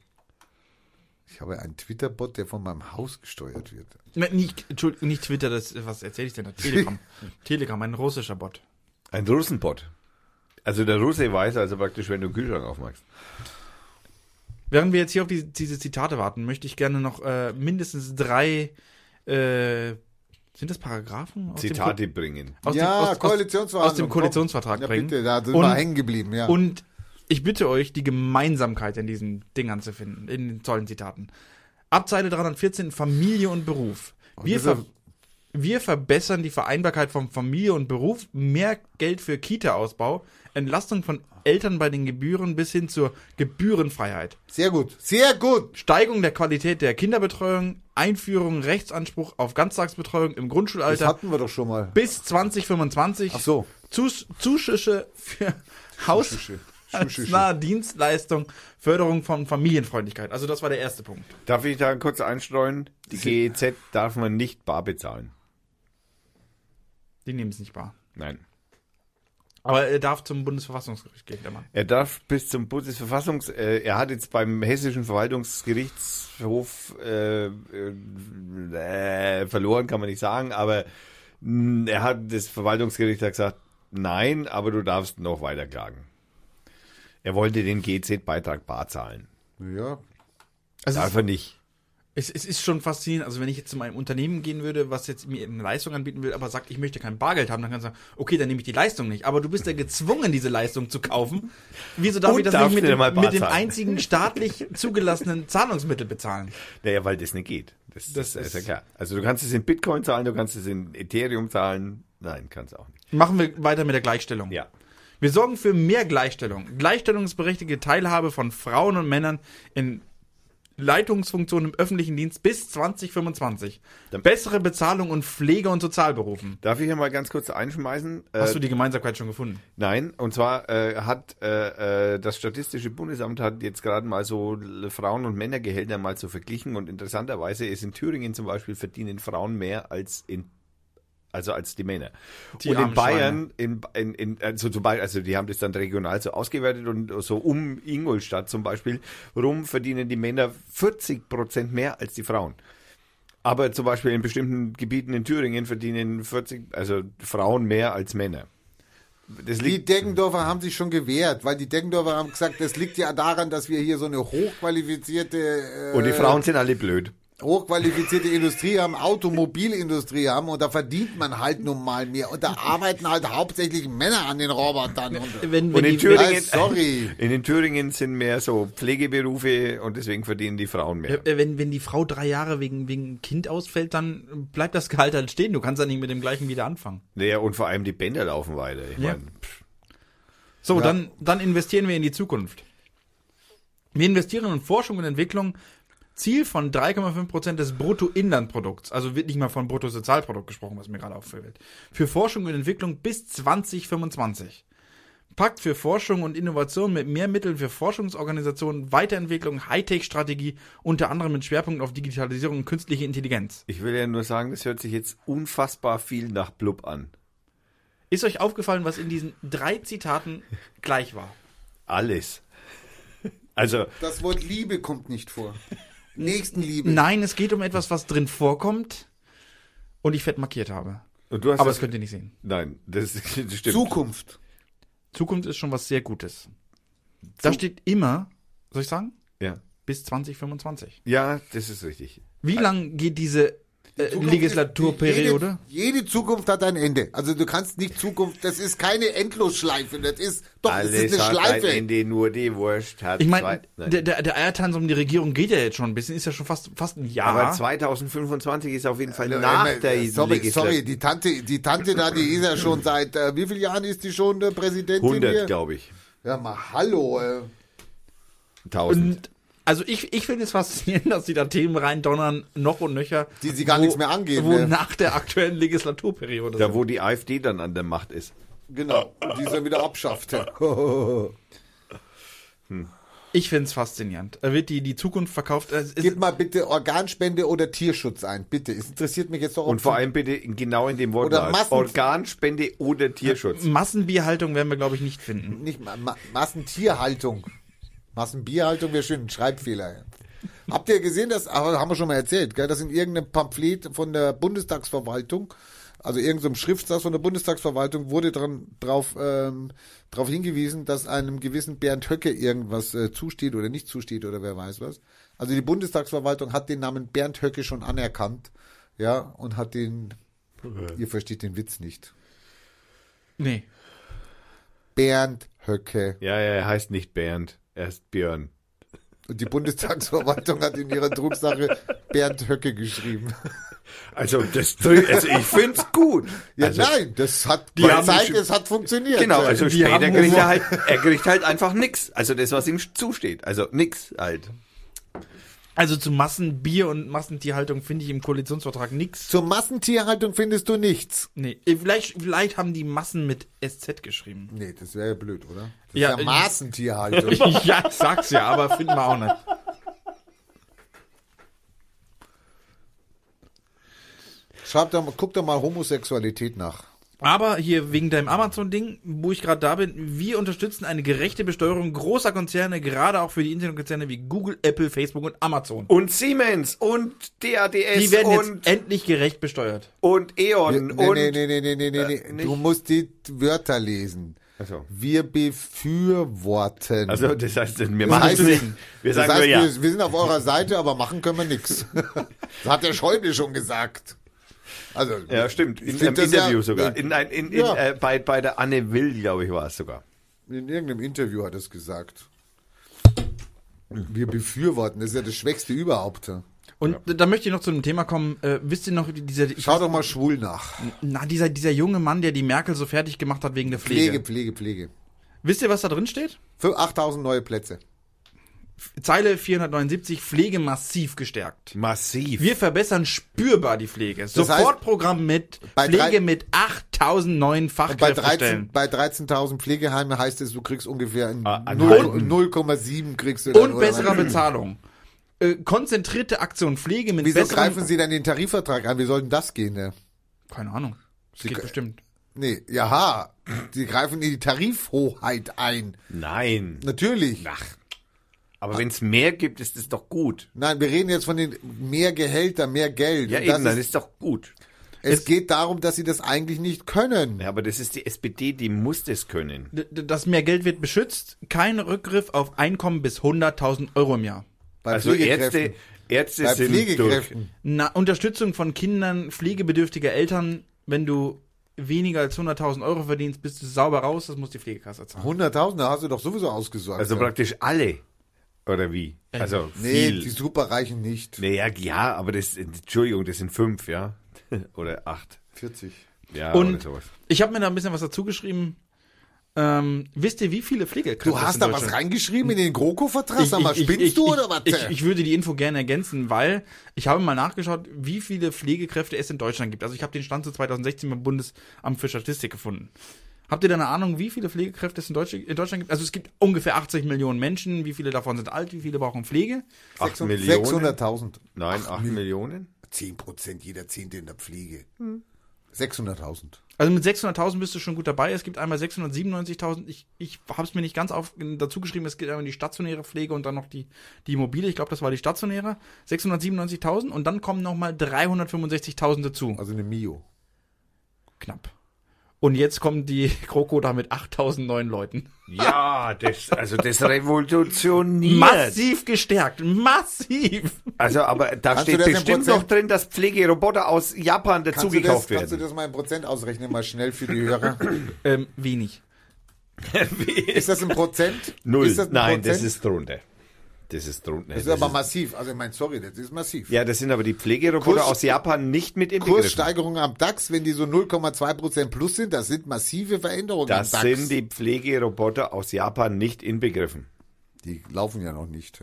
[SPEAKER 2] Ich habe einen Twitter-Bot, der von meinem Haus gesteuert wird.
[SPEAKER 3] Ne, Nicht, Entschuldigung, nicht Twitter, das, was erzähle ich denn da? Telegram. Telegram, ein russischer Bot.
[SPEAKER 1] Ein Russenbot. Also der Russe weiß also praktisch, wenn du einen Kühlschrank aufmachst.
[SPEAKER 3] Während wir jetzt hier auf die, diese Zitate warten, möchte ich gerne noch äh, mindestens drei, äh, sind das Paragraphen? Aus dem Ko-
[SPEAKER 1] Zitate bringen.
[SPEAKER 3] aus dem,
[SPEAKER 2] ja,
[SPEAKER 3] aus, aus,
[SPEAKER 2] Koalitionsverhandlung.
[SPEAKER 3] aus dem
[SPEAKER 2] komm.
[SPEAKER 3] Koalitionsvertrag
[SPEAKER 2] ja,
[SPEAKER 3] bringen.
[SPEAKER 2] Bitte, da sind
[SPEAKER 3] Und-
[SPEAKER 2] wir hängen geblieben, ja.
[SPEAKER 3] Und ich bitte euch, die Gemeinsamkeit in diesen Dingern zu finden, in den tollen Zitaten. Ab Zeile 314, Familie und Beruf. Wir,
[SPEAKER 2] das ist ja-
[SPEAKER 3] ver wir verbessern die Vereinbarkeit von Familie und Beruf, mehr Geld für Kita-Ausbau, Entlastung von Eltern bei den Gebühren bis hin zur Gebührenfreiheit,
[SPEAKER 2] sehr gut, sehr gut.
[SPEAKER 3] Steigerung der Qualität der Kinderbetreuung, Einführung Rechtsanspruch auf Ganztagsbetreuung im
[SPEAKER 2] Das
[SPEAKER 3] Grundschulalter
[SPEAKER 2] hatten wir doch schon mal.
[SPEAKER 3] bis 2025,
[SPEAKER 2] Ach so.
[SPEAKER 3] Zus Zuschüsse für Haus
[SPEAKER 2] Schusche.
[SPEAKER 3] als
[SPEAKER 2] Schusche.
[SPEAKER 3] nahe Dienstleistung, Förderung von Familienfreundlichkeit. Also das war der erste Punkt.
[SPEAKER 1] Darf ich da kurz einstreuen? Die GEZ darf man nicht bar bezahlen.
[SPEAKER 3] Die nehmen es nicht wahr.
[SPEAKER 1] Nein.
[SPEAKER 3] Aber er darf zum Bundesverfassungsgericht gehen, der Mann.
[SPEAKER 1] Er darf bis zum Bundesverfassungs... Äh, er hat jetzt beim Hessischen Verwaltungsgerichtshof äh, äh, äh, verloren, kann man nicht sagen, aber mh, er hat das Verwaltungsgericht hat gesagt, nein, aber du darfst noch weiter klagen. Er wollte den GZ-Beitrag bar zahlen.
[SPEAKER 2] Ja,
[SPEAKER 3] Also
[SPEAKER 1] Darf
[SPEAKER 3] es,
[SPEAKER 1] er nicht.
[SPEAKER 3] es, es ist schon faszinierend. Also wenn ich jetzt zu meinem Unternehmen gehen würde, was jetzt mir eine Leistung anbieten will, aber sagt, ich möchte kein Bargeld haben, dann kann ich sagen, okay, dann nehme ich die Leistung nicht. Aber du bist ja gezwungen, diese Leistung zu kaufen. Wieso darf
[SPEAKER 1] Und
[SPEAKER 3] ich das
[SPEAKER 1] darfst du
[SPEAKER 3] nicht mit dem,
[SPEAKER 1] mal bar
[SPEAKER 3] mit dem
[SPEAKER 1] zahlen?
[SPEAKER 3] einzigen staatlich zugelassenen Zahlungsmittel bezahlen?
[SPEAKER 1] Naja, weil das nicht geht. Das,
[SPEAKER 3] Das
[SPEAKER 1] das, ist ja
[SPEAKER 3] ist-
[SPEAKER 1] klar. Also du kannst es in Bitcoin zahlen, du kannst es in Ethereum zahlen. Nein, kannst auch nicht.
[SPEAKER 3] Machen wir weiter mit der Gleichstellung.
[SPEAKER 1] Ja.
[SPEAKER 3] Wir sorgen für mehr Gleichstellung. Gleichstellungsberechtigte Teilhabe von Frauen und Männern in Leitungsfunktionen im öffentlichen Dienst bis 2025.
[SPEAKER 1] Dann-
[SPEAKER 3] Bessere Bezahlung und Pflege- und Sozialberufen.
[SPEAKER 1] Darf ich hier mal ganz kurz einschmeißen?
[SPEAKER 3] Hast
[SPEAKER 1] Äh,
[SPEAKER 3] du die Gemeinsamkeit schon gefunden?
[SPEAKER 1] Nein, und zwar äh, hat äh, äh, das Statistische Bundesamt hat jetzt gerade mal so l- Frauen- und Männergehälter mal so verglichen und interessanterweise ist in Thüringen zum Beispiel verdienen Frauen mehr als in also als die Männer.
[SPEAKER 3] Die
[SPEAKER 1] und in
[SPEAKER 3] armen
[SPEAKER 1] Bayern, in, in, in, also, zum Beispiel, also die haben das dann regional so ausgewertet und so um Ingolstadt zum Beispiel rum verdienen die Männer 40 Prozent mehr als die Frauen. Aber zum Beispiel in bestimmten Gebieten in Thüringen verdienen 40, also Frauen mehr als Männer. Das liegt
[SPEAKER 2] Die Deggendorfer haben sich schon gewehrt, weil die Deggendorfer haben gesagt, das liegt ja daran, dass wir hier so eine hochqualifizierte, äh,
[SPEAKER 1] Und die Frauen sind alle blöd.
[SPEAKER 2] hochqualifizierte Industrie haben, Automobilindustrie haben und da verdient man halt nun mal mehr und da arbeiten halt hauptsächlich Männer an den Robotern. Und,
[SPEAKER 3] Wenn,
[SPEAKER 1] Und in
[SPEAKER 2] ah,
[SPEAKER 1] Thüringen,
[SPEAKER 2] sorry.
[SPEAKER 1] in den Thüringen sind mehr so Pflegeberufe und deswegen verdienen die Frauen mehr.
[SPEAKER 3] Äh, Wenn, wenn die Frau drei Jahre wegen, wegen Kind ausfällt, dann bleibt das Gehalt halt stehen. Du kannst dann nicht mit dem gleichen wieder anfangen.
[SPEAKER 1] Naja, und vor allem die Bänder laufen weiter. Ich
[SPEAKER 3] Ja.
[SPEAKER 1] mein, pff,
[SPEAKER 3] So,
[SPEAKER 2] Ja.
[SPEAKER 3] dann, dann investieren wir in die Zukunft. Wir investieren in Forschung und Entwicklung. Ziel von 3,5% des Bruttoinlandprodukts, also wird nicht mal von Bruttosozialprodukt gesprochen, was mir gerade auffällt, für Forschung und Entwicklung bis 2025. Pakt für Forschung und Innovation mit mehr Mitteln für Forschungsorganisationen, Weiterentwicklung, Hightech-Strategie, unter anderem mit Schwerpunkt auf Digitalisierung und künstliche Intelligenz.
[SPEAKER 1] ich will ja nur sagen, das hört sich jetzt unfassbar viel nach Blub an.
[SPEAKER 3] Ist euch aufgefallen, was in diesen drei Zitaten gleich war?
[SPEAKER 1] Alles. Also,
[SPEAKER 2] das Wort Liebe kommt nicht vor. Nächstenliebe.
[SPEAKER 3] Nein, es geht um etwas, was drin vorkommt und ich fett markiert habe.
[SPEAKER 1] und du hast
[SPEAKER 3] Aber
[SPEAKER 1] das,
[SPEAKER 3] das könnt ihr nicht sehen.
[SPEAKER 1] Nein, das, das stimmt.
[SPEAKER 2] Zukunft.
[SPEAKER 3] Zukunft ist schon was sehr Gutes. Da steht immer, soll ich sagen,
[SPEAKER 1] Ja.
[SPEAKER 3] bis 2025.
[SPEAKER 1] ja, das ist richtig.
[SPEAKER 3] Wie lang geht diese äh, Legislaturperiode?
[SPEAKER 2] Jede, jede Zukunft hat ein Ende. Also du kannst nicht Zukunft, das ist keine Endlosschleife, das ist doch das ist eine
[SPEAKER 1] hat
[SPEAKER 2] Schleife.
[SPEAKER 1] ein Ende, nur die Wurst hat
[SPEAKER 3] Ich meine,
[SPEAKER 1] zwei. Nein.
[SPEAKER 3] der, der, der Eiertanz um die Regierung geht ja jetzt schon ein bisschen, ist ja schon fast, fast ein Jahr.
[SPEAKER 1] aber 2025 ist auf jeden Fall nach
[SPEAKER 2] Äh,
[SPEAKER 1] der E
[SPEAKER 2] sorry,
[SPEAKER 1] Legislatur.
[SPEAKER 2] sorry, die Tante, die Tante da, die ist ja schon seit äh, wie vielen Jahren ist die schon äh, Präsidentin
[SPEAKER 1] 100,
[SPEAKER 2] hier?
[SPEAKER 1] glaube ich.
[SPEAKER 2] Ja, mal hallo. Äh.
[SPEAKER 1] 1000.
[SPEAKER 3] und also ich, ich finde es faszinierend, dass sie da Themen reindonnern, noch und nöcher.
[SPEAKER 2] Die sie gar nichts mehr angehen,
[SPEAKER 3] Wo
[SPEAKER 2] ne?
[SPEAKER 3] nach der aktuellen Legislaturperiode
[SPEAKER 1] Da, wo die AfD dann an der Macht ist.
[SPEAKER 2] Genau, die sie wieder abschaffte.
[SPEAKER 3] Ich finde es faszinierend. Da wird die, die Zukunft verkauft. Es ist-
[SPEAKER 2] Gib mal bitte Organspende oder Tierschutz ein, bitte. Es interessiert mich jetzt doch. ob
[SPEAKER 1] Und vor
[SPEAKER 2] du-
[SPEAKER 1] allem bitte in- genau in dem Wort.
[SPEAKER 2] Oder Massen-
[SPEAKER 1] Organspende oder Tierschutz.
[SPEAKER 3] Massenbierhaltung werden wir, glaube ich, nicht finden.
[SPEAKER 2] nicht Ma Ma Massentierhaltung. Massenbierhaltung wäre schön, ein Schreibfehler. Habt ihr gesehen, das aber haben wir schon mal erzählt, gell, dass in irgendeinem Pamphlet von der Bundestagsverwaltung, also irgendeinem Schriftsatz von der Bundestagsverwaltung, wurde dran, drauf, ähm, drauf hingewiesen, dass einem gewissen Bernd Höcke irgendwas äh, zusteht oder nicht zusteht oder wer weiß was. Also die Bundestagsverwaltung hat den Namen Bernd Höcke schon anerkannt, ja, und hat den, ihr versteht den Witz nicht.
[SPEAKER 3] Nee.
[SPEAKER 2] Bernd Höcke.
[SPEAKER 1] Ja, ja, er heißt nicht Bernd, er ist Björn.
[SPEAKER 2] Und die Bundestagsverwaltung hat in ihrer Drucksache Bernd Höcke geschrieben.
[SPEAKER 1] Also, das, also ich finde es gut.
[SPEAKER 2] Ja,
[SPEAKER 1] also,
[SPEAKER 2] nein, das hat
[SPEAKER 1] Die haben
[SPEAKER 2] gezeigt,
[SPEAKER 1] nicht-
[SPEAKER 2] es hat funktioniert.
[SPEAKER 1] Genau,
[SPEAKER 2] Äh,
[SPEAKER 1] also
[SPEAKER 3] Die
[SPEAKER 1] später
[SPEAKER 3] haben-
[SPEAKER 1] kriegt er halt, er kriegt halt einfach nix. Also das, was ihm zusteht. Also nix halt.
[SPEAKER 3] Also zu Massenbier und Massentierhaltung finde ich im Koalitionsvertrag nichts.
[SPEAKER 2] Zur Massentierhaltung findest du nichts.
[SPEAKER 3] Nee. Eh, Vielleicht, vielleicht haben die Massen mit SZ geschrieben.
[SPEAKER 2] Nee, das wäre ja blöd, oder? Das
[SPEAKER 3] Ja,
[SPEAKER 1] äh,
[SPEAKER 2] ist ja
[SPEAKER 3] ich-
[SPEAKER 2] Massentierhaltung.
[SPEAKER 3] ja, ich sag's ja, aber finden wir auch nicht.
[SPEAKER 2] Schreib doch, mal- guck doch mal Homosexualität nach.
[SPEAKER 3] Aber hier wegen deinem Amazon-Ding, wo ich gerade da bin, wir unterstützen eine gerechte Besteuerung großer Konzerne, gerade auch für die Internetkonzerne wie Google, Apple, Facebook und Amazon.
[SPEAKER 1] Und Siemens und DADS
[SPEAKER 3] Die werden jetzt
[SPEAKER 1] und,
[SPEAKER 3] endlich gerecht besteuert.
[SPEAKER 1] und
[SPEAKER 2] Nee,
[SPEAKER 1] E.ON
[SPEAKER 2] nee,
[SPEAKER 1] und... äh,
[SPEAKER 2] nee, nee, nee, nee, nee, nee.
[SPEAKER 1] nicht?
[SPEAKER 2] Du musst die Wörter lesen.
[SPEAKER 1] so.
[SPEAKER 2] Wir befürworten.
[SPEAKER 1] Also das heißt, wir
[SPEAKER 2] das
[SPEAKER 1] machen es
[SPEAKER 2] heißt,
[SPEAKER 1] nicht. Wir
[SPEAKER 2] wir,
[SPEAKER 1] sagen
[SPEAKER 2] das heißt,
[SPEAKER 1] nur ja.
[SPEAKER 2] wir, wir sind auf eurer Seite, aber machen können wir nichts. Das hat der Schäuble schon gesagt. Also,
[SPEAKER 1] Ja, stimmt.
[SPEAKER 2] ich
[SPEAKER 1] In
[SPEAKER 2] find
[SPEAKER 1] einem
[SPEAKER 2] das
[SPEAKER 1] Interview
[SPEAKER 2] ja-
[SPEAKER 1] sogar. In, ein- in, in,
[SPEAKER 2] Ja.
[SPEAKER 1] äh, bei, bei der Anne Will, glaube ich, war es sogar.
[SPEAKER 2] In irgendeinem Interview hat er es gesagt. Wir befürworten, das ist ja das Schwächste überhaupt.
[SPEAKER 3] Und da möchte ich noch zu einem Thema kommen. Äh, wisst ihr noch, dieser,
[SPEAKER 2] Schau doch mal schwul nach.
[SPEAKER 3] na, dieser, dieser junge Mann, der die Merkel so fertig gemacht hat wegen der Pflege.
[SPEAKER 2] Pflege, Pflege, Pflege.
[SPEAKER 3] Wisst ihr, was da drin steht?
[SPEAKER 2] Für 8000 neue Plätze.
[SPEAKER 3] Zeile 479, Pflege massiv gestärkt.
[SPEAKER 1] Massiv.
[SPEAKER 3] Wir verbessern spürbar die Pflege. Sofortprogramm mit
[SPEAKER 2] bei
[SPEAKER 3] Pflege
[SPEAKER 2] drei-
[SPEAKER 3] mit 8000 neuen
[SPEAKER 2] Und bei
[SPEAKER 3] Fachkräftestellen.
[SPEAKER 2] 13 bei 13.000 Pflegeheime heißt es, du kriegst ungefähr ein
[SPEAKER 1] Ah, ein
[SPEAKER 2] Null-
[SPEAKER 1] Halben.
[SPEAKER 2] 0,7 kriegst du dann,
[SPEAKER 3] Und
[SPEAKER 2] oder
[SPEAKER 3] besserer
[SPEAKER 2] was?
[SPEAKER 3] Bezahlung. Äh, konzentrierte Aktion Pflege mit
[SPEAKER 2] Wieso
[SPEAKER 3] besseren...
[SPEAKER 2] greifen sie dann den Tarifvertrag an? Wie soll denn das gehen? Ne?
[SPEAKER 3] Keine Ahnung. Das geht bestimmt.
[SPEAKER 2] Nee, jaha. Sie greifen in die Tarifhoheit ein.
[SPEAKER 1] Nein.
[SPEAKER 2] Natürlich.
[SPEAKER 1] Ach. Aber wenn es mehr gibt, ist es doch gut.
[SPEAKER 2] Nein, wir reden jetzt von den mehr Gehälter, mehr Geld.
[SPEAKER 1] Ja,
[SPEAKER 2] Und
[SPEAKER 1] eben,
[SPEAKER 2] das
[SPEAKER 1] dann
[SPEAKER 2] ist,
[SPEAKER 1] ist doch gut.
[SPEAKER 2] es geht darum, dass sie das eigentlich nicht können.
[SPEAKER 1] Ja, aber das ist die SPD, die muss das können.
[SPEAKER 3] D- d- Das mehr Geld wird beschützt. Kein Rückgriff auf Einkommen bis 100.000 Euro im Jahr.
[SPEAKER 2] Bei
[SPEAKER 1] Also Ärzte, Ärzte
[SPEAKER 2] bei
[SPEAKER 1] sind durch.
[SPEAKER 2] Pflegekräften.
[SPEAKER 3] Na, Unterstützung von Kindern, pflegebedürftiger Eltern, wenn du weniger als 100.000 Euro verdienst, bist du sauber raus, das muss die Pflegekasse zahlen.
[SPEAKER 2] 100.000, da hast du doch sowieso ausgesorgt.
[SPEAKER 1] Also praktisch alle. Oder wie? Also
[SPEAKER 2] nee,
[SPEAKER 1] viel.
[SPEAKER 2] die Superreichen nicht.
[SPEAKER 1] naja, ja, aber das, Entschuldigung, das sind fünf, ja? oder acht.
[SPEAKER 2] 40.
[SPEAKER 1] Ja, oder
[SPEAKER 3] Und
[SPEAKER 1] sowas.
[SPEAKER 3] ich habe mir da ein bisschen was dazu geschrieben. Ähm, wisst ihr, wie viele Pflegekräfte
[SPEAKER 2] Du hast
[SPEAKER 3] es
[SPEAKER 2] da
[SPEAKER 3] in
[SPEAKER 2] was
[SPEAKER 3] Deutschland-
[SPEAKER 2] reingeschrieben in den GroKo-Vertrag? Sag mal,
[SPEAKER 3] Ich- ich-
[SPEAKER 2] spinnst
[SPEAKER 3] ich-
[SPEAKER 2] du
[SPEAKER 3] ich-
[SPEAKER 2] oder was? äh?
[SPEAKER 3] Ich, ich würde die Info gerne ergänzen, weil ich habe mal nachgeschaut, wie viele Pflegekräfte es in Deutschland gibt. Also ich habe den Stand zu 2016 beim Bundesamt für Statistik gefunden. Habt ihr da eine Ahnung, wie viele Pflegekräfte es in Deutsch- in Deutschland gibt? Also es gibt ungefähr 80 Millionen Menschen. Wie viele davon sind alt? Wie viele brauchen Pflege?
[SPEAKER 1] Acht Millionen?
[SPEAKER 2] 600.000.
[SPEAKER 1] Nein, acht Millionen?
[SPEAKER 2] 10 Prozent jeder Zehnte in der Pflege.
[SPEAKER 1] Hm.
[SPEAKER 2] 600.000.
[SPEAKER 3] Also mit 600.000 bist du schon gut dabei. Es gibt einmal 697.000. Ich, ich habe es mir nicht ganz auf, dazu geschrieben. Es gibt einmal die stationäre Pflege und dann noch die, die mobile. Ich glaube, das war die stationäre. 697.000 und dann kommen nochmal 365.000 dazu.
[SPEAKER 2] Also eine Mio.
[SPEAKER 3] Oh, Knapp. Und jetzt kommt die Kroko da mit 8000 neuen Leuten.
[SPEAKER 1] Ja, das, also das revolutioniert.
[SPEAKER 3] Massiv gestärkt. Massiv.
[SPEAKER 1] Also, aber da
[SPEAKER 2] Kannst du
[SPEAKER 1] steht
[SPEAKER 2] das in
[SPEAKER 1] bestimmt
[SPEAKER 2] Prozent-
[SPEAKER 1] noch drin, dass Pflegeroboter aus Japan
[SPEAKER 2] Kannst du, das,
[SPEAKER 1] dazugekauft
[SPEAKER 2] kannst du
[SPEAKER 1] werden.
[SPEAKER 2] das mal in Prozent ausrechnen, mal schnell für die Hörer?
[SPEAKER 3] Ähm, wenig.
[SPEAKER 2] Ist das ein Prozent?
[SPEAKER 1] Null.
[SPEAKER 2] Ist das ein
[SPEAKER 1] Nein,
[SPEAKER 2] Prozent?
[SPEAKER 1] das ist drunter. Das ist drunter.
[SPEAKER 2] Das ist aber massiv. Also ich meine, sorry, das ist massiv.
[SPEAKER 1] ja, das sind aber die Pflegeroboter
[SPEAKER 2] Kurs-
[SPEAKER 1] aus Japan nicht mit inbegriffen.
[SPEAKER 2] Kurssteigerungen am DAX, wenn die so 0,2% plus sind, das sind massive Veränderungen
[SPEAKER 1] Das
[SPEAKER 2] am DAX.
[SPEAKER 1] sind die Pflegeroboter aus Japan nicht inbegriffen.
[SPEAKER 2] die laufen ja noch nicht.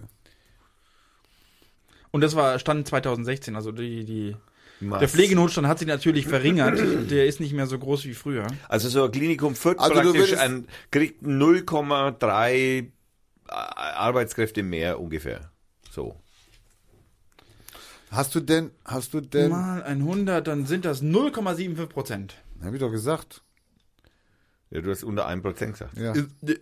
[SPEAKER 3] Und das war Stand 2016. Also die, die, der
[SPEAKER 1] Mass-
[SPEAKER 3] Pflegenotstand hat sich natürlich verringert. Der ist nicht mehr so groß wie früher.
[SPEAKER 1] Also so ein Klinikum Fürth
[SPEAKER 2] Also du
[SPEAKER 1] praktisch
[SPEAKER 2] würdest-
[SPEAKER 1] ein, kriegt 0,3 Arbeitskräfte mehr ungefähr. So.
[SPEAKER 2] Hast du denn, hast du denn,
[SPEAKER 3] Mal 100, dann sind das 0,75 Prozent.
[SPEAKER 2] hab ich doch gesagt.
[SPEAKER 1] Ja, du hast unter 1% gesagt.
[SPEAKER 2] Ja.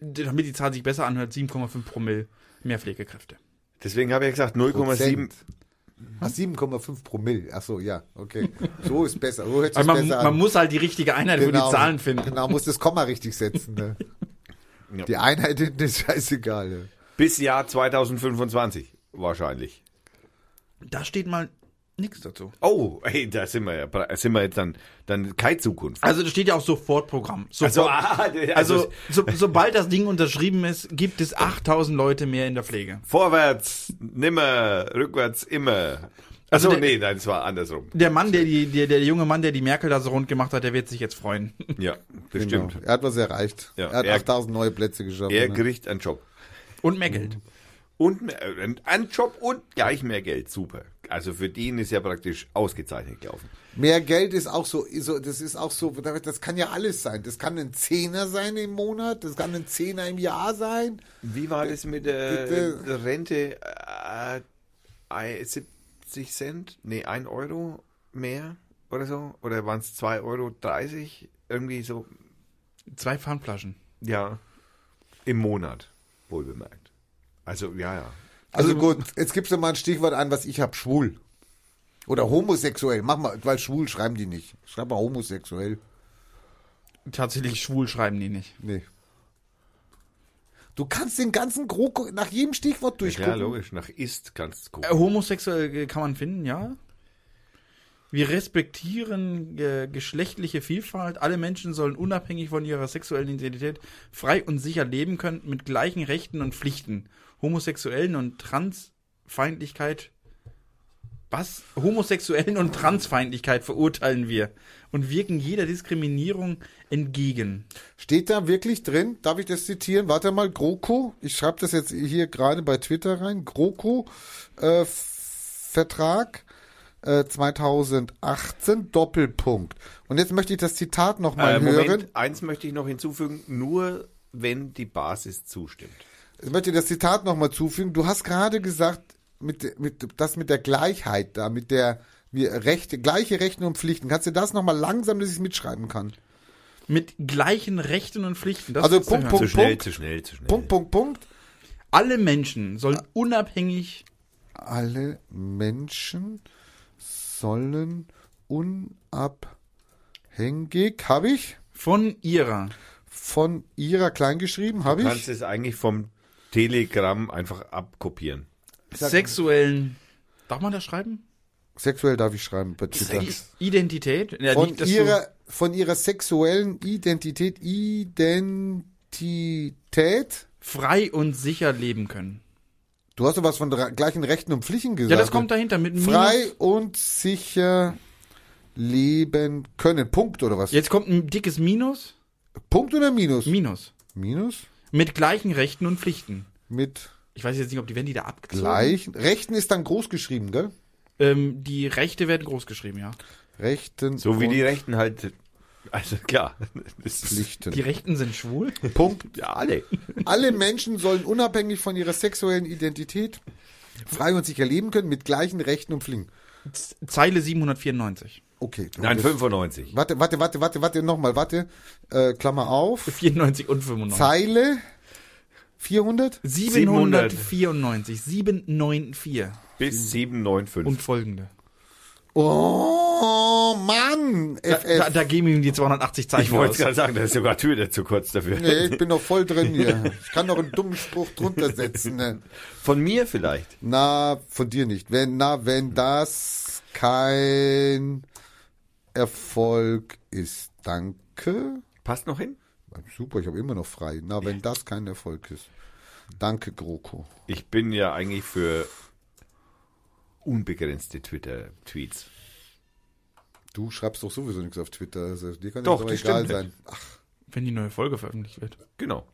[SPEAKER 3] Damit die Zahl sich besser anhört, 7,5 Promille mehr Pflegekräfte.
[SPEAKER 1] Deswegen habe ich gesagt 0,7.
[SPEAKER 2] Ach, 7,5 Promille. Achso, ja, okay. So ist besser. So hört sich
[SPEAKER 3] Also man,
[SPEAKER 2] besser
[SPEAKER 3] man
[SPEAKER 2] an.
[SPEAKER 3] muss halt die richtige Einheit für die Zahlen finden.
[SPEAKER 2] Genau, muss das Komma richtig setzen. Ne?
[SPEAKER 1] Ja.
[SPEAKER 2] Die Einheit hinten ist scheißegal. Ne?
[SPEAKER 1] Bis Jahr 2025 wahrscheinlich.
[SPEAKER 3] Da steht mal nichts dazu.
[SPEAKER 1] Oh, ey, da sind wir ja, da sind wir jetzt dann, dann keine Zukunft.
[SPEAKER 3] Also da steht ja auch Sofortprogramm.
[SPEAKER 1] Also,
[SPEAKER 3] Sofort.
[SPEAKER 1] ah, also,
[SPEAKER 3] Also, so, sobald das Ding unterschrieben ist, gibt es 8000 Leute mehr in der Pflege.
[SPEAKER 1] vorwärts, nimmer, rückwärts, immer.
[SPEAKER 3] Also
[SPEAKER 1] Also,
[SPEAKER 3] der-
[SPEAKER 1] nee, nein, es war andersrum.
[SPEAKER 3] Der Mann, der, die, der, der junge Mann, der die Merkel da so rund gemacht hat, der wird sich jetzt freuen.
[SPEAKER 1] Ja, das stimmt.
[SPEAKER 2] Genau. Er hat was erreicht.
[SPEAKER 1] Ja,
[SPEAKER 2] er hat
[SPEAKER 1] er-
[SPEAKER 2] 8000 neue Plätze geschaffen.
[SPEAKER 1] Er
[SPEAKER 2] ne?
[SPEAKER 1] kriegt einen Job.
[SPEAKER 3] Und mehr Geld.
[SPEAKER 2] Mhm.
[SPEAKER 1] Und mehr, äh, einen Job und gleich mehr Geld. Super. Also für den ist ja praktisch ausgezeichnet gelaufen.
[SPEAKER 2] Mehr Geld ist auch so, so, das ist auch so, das kann ja alles sein. Das kann ein Zehner sein im Monat, das kann ein Zehner im Jahr sein.
[SPEAKER 1] Wie war das mit der
[SPEAKER 2] Bitte.
[SPEAKER 1] Rente? Äh, ei- 70 Cent? Nee, 1 Euro mehr oder so? Oder waren es 2,30 Euro? Irgendwie so.
[SPEAKER 3] Zwei Pfandflaschen.
[SPEAKER 1] Ja. Im Monat, wohl bemerkt. Also, ja, ja.
[SPEAKER 2] Also gut, jetzt gibst du mal ein Stichwort an, was ich hab, schwul. Oder homosexuell. Mach mal, weil schwul schreiben die nicht. Schreib mal homosexuell.
[SPEAKER 3] Tatsächlich schwul schreiben die nicht.
[SPEAKER 2] Nee. Du kannst den ganzen GroKo nach jedem Stichwort durchgucken.
[SPEAKER 1] Ja, logisch. Nach ist kannst du
[SPEAKER 3] Äh,
[SPEAKER 1] gucken.
[SPEAKER 3] homosexuell äh, kann man finden, ja. Wir respektieren äh, geschlechtliche Vielfalt. Alle Menschen sollen unabhängig von ihrer sexuellen Identität frei und sicher leben können, mit gleichen Rechten und Pflichten. Homosexuellen und Transfeindlichkeit. Was? Homosexuellen und Transfeindlichkeit verurteilen wir und wirken jeder Diskriminierung entgegen.
[SPEAKER 2] Steht da wirklich drin? Darf ich das zitieren? Warte mal, GroKo. Ich schreibe das jetzt hier gerade bei Twitter rein. GroKo-Vertrag äh, 2018, Doppelpunkt. Und jetzt möchte ich das Zitat nochmal
[SPEAKER 1] Äh,
[SPEAKER 2] mal hören.
[SPEAKER 1] Moment, eins möchte ich noch hinzufügen. Nur wenn die Basis zustimmt.
[SPEAKER 2] Ich möchte das Zitat nochmal zufügen. Du hast gerade gesagt, mit, mit, das mit der Gleichheit da, mit der wir Rechte, gleiche Rechten und Pflichten. Kannst du das nochmal langsam, dass ich es mitschreiben kann?
[SPEAKER 3] Mit gleichen Rechten und Pflichten. Das
[SPEAKER 2] Also
[SPEAKER 3] ist-
[SPEAKER 2] Punkt, Punkt,
[SPEAKER 1] Zu schnell,
[SPEAKER 2] Punkt,
[SPEAKER 1] zu schnell, zu schnell.
[SPEAKER 2] Punkt, Punkt, Punkt.
[SPEAKER 3] Alle Menschen sollen unabhängig
[SPEAKER 2] Alle Menschen sollen unabhängig, habe ich,
[SPEAKER 3] von ihrer
[SPEAKER 2] von ihrer kleingeschrieben, habe
[SPEAKER 1] Du kannst
[SPEAKER 2] ich.
[SPEAKER 1] es eigentlich vom Telegramm einfach abkopieren.
[SPEAKER 3] sexuellen. Darf man das schreiben?
[SPEAKER 2] Sexuell darf ich schreiben bei Twitter.
[SPEAKER 3] I Identität? Ja,
[SPEAKER 2] Von
[SPEAKER 3] nicht, dass du-
[SPEAKER 2] ihrer, von ihrer sexuellen Identität, Identität,
[SPEAKER 3] frei und sicher leben können.
[SPEAKER 2] Du hast doch was von dra- gleichen Rechten und Pflichten gesagt.
[SPEAKER 3] Ja, das kommt dahinter mit Minus-
[SPEAKER 2] Frei und sicher leben können. Punkt oder was?
[SPEAKER 3] Jetzt kommt ein dickes Minus.
[SPEAKER 2] Punkt oder Minus?
[SPEAKER 3] Minus.
[SPEAKER 2] Minus?
[SPEAKER 3] Mit gleichen Rechten und Pflichten.
[SPEAKER 2] Mit
[SPEAKER 3] Ich weiß jetzt nicht, ob die werden die da abgezogen.
[SPEAKER 2] gleichen. Rechten ist dann groß geschrieben, gell?
[SPEAKER 3] Ähm, die Rechte werden großgeschrieben, ja.
[SPEAKER 2] Rechten
[SPEAKER 1] So wie
[SPEAKER 2] und
[SPEAKER 1] die Rechten halt. Also klar. Das ist
[SPEAKER 2] Pflichten.
[SPEAKER 3] Die Rechten sind schwul.
[SPEAKER 2] Punkt.
[SPEAKER 1] ja, alle.
[SPEAKER 2] Alle Menschen sollen unabhängig von ihrer sexuellen Identität frei und sicher leben können mit gleichen Rechten und Pflichten.
[SPEAKER 3] Z- Zeile 794.
[SPEAKER 2] Okay.
[SPEAKER 1] Nein,
[SPEAKER 2] Das-
[SPEAKER 1] 95.
[SPEAKER 2] Warte, warte, warte, warte, warte, nochmal, warte. Äh, Klammer auf.
[SPEAKER 3] 94 und 95.
[SPEAKER 2] Zeile 400?
[SPEAKER 3] 794. 794.
[SPEAKER 1] Bis 795.
[SPEAKER 3] Und folgende.
[SPEAKER 2] Oh, Mann, FF.
[SPEAKER 3] Da, da geben ihm die 280 Zeichen.
[SPEAKER 1] Ich wollte es
[SPEAKER 3] aus.
[SPEAKER 1] gerade sagen, da ist sogar Tür zu kurz dafür.
[SPEAKER 2] Nee, ich bin doch voll drin hier. Ich kann doch einen dummen Spruch drunter setzen. Ne?
[SPEAKER 1] Von mir vielleicht.
[SPEAKER 2] Na, von dir nicht. Wenn, na, wenn das kein Erfolg ist, danke.
[SPEAKER 1] Passt noch hin?
[SPEAKER 2] Super, ich habe immer noch frei. Na, wenn das kein Erfolg ist. Danke, GroKo.
[SPEAKER 1] Ich bin ja eigentlich für unbegrenzte Twitter-Tweets.
[SPEAKER 2] Du schreibst doch sowieso nichts auf Twitter. Also, dir kann
[SPEAKER 1] Doch,
[SPEAKER 2] das doch
[SPEAKER 1] das
[SPEAKER 2] egal
[SPEAKER 1] stimmt
[SPEAKER 2] sein.
[SPEAKER 3] Wenn die neue Folge veröffentlicht wird.
[SPEAKER 1] Genau.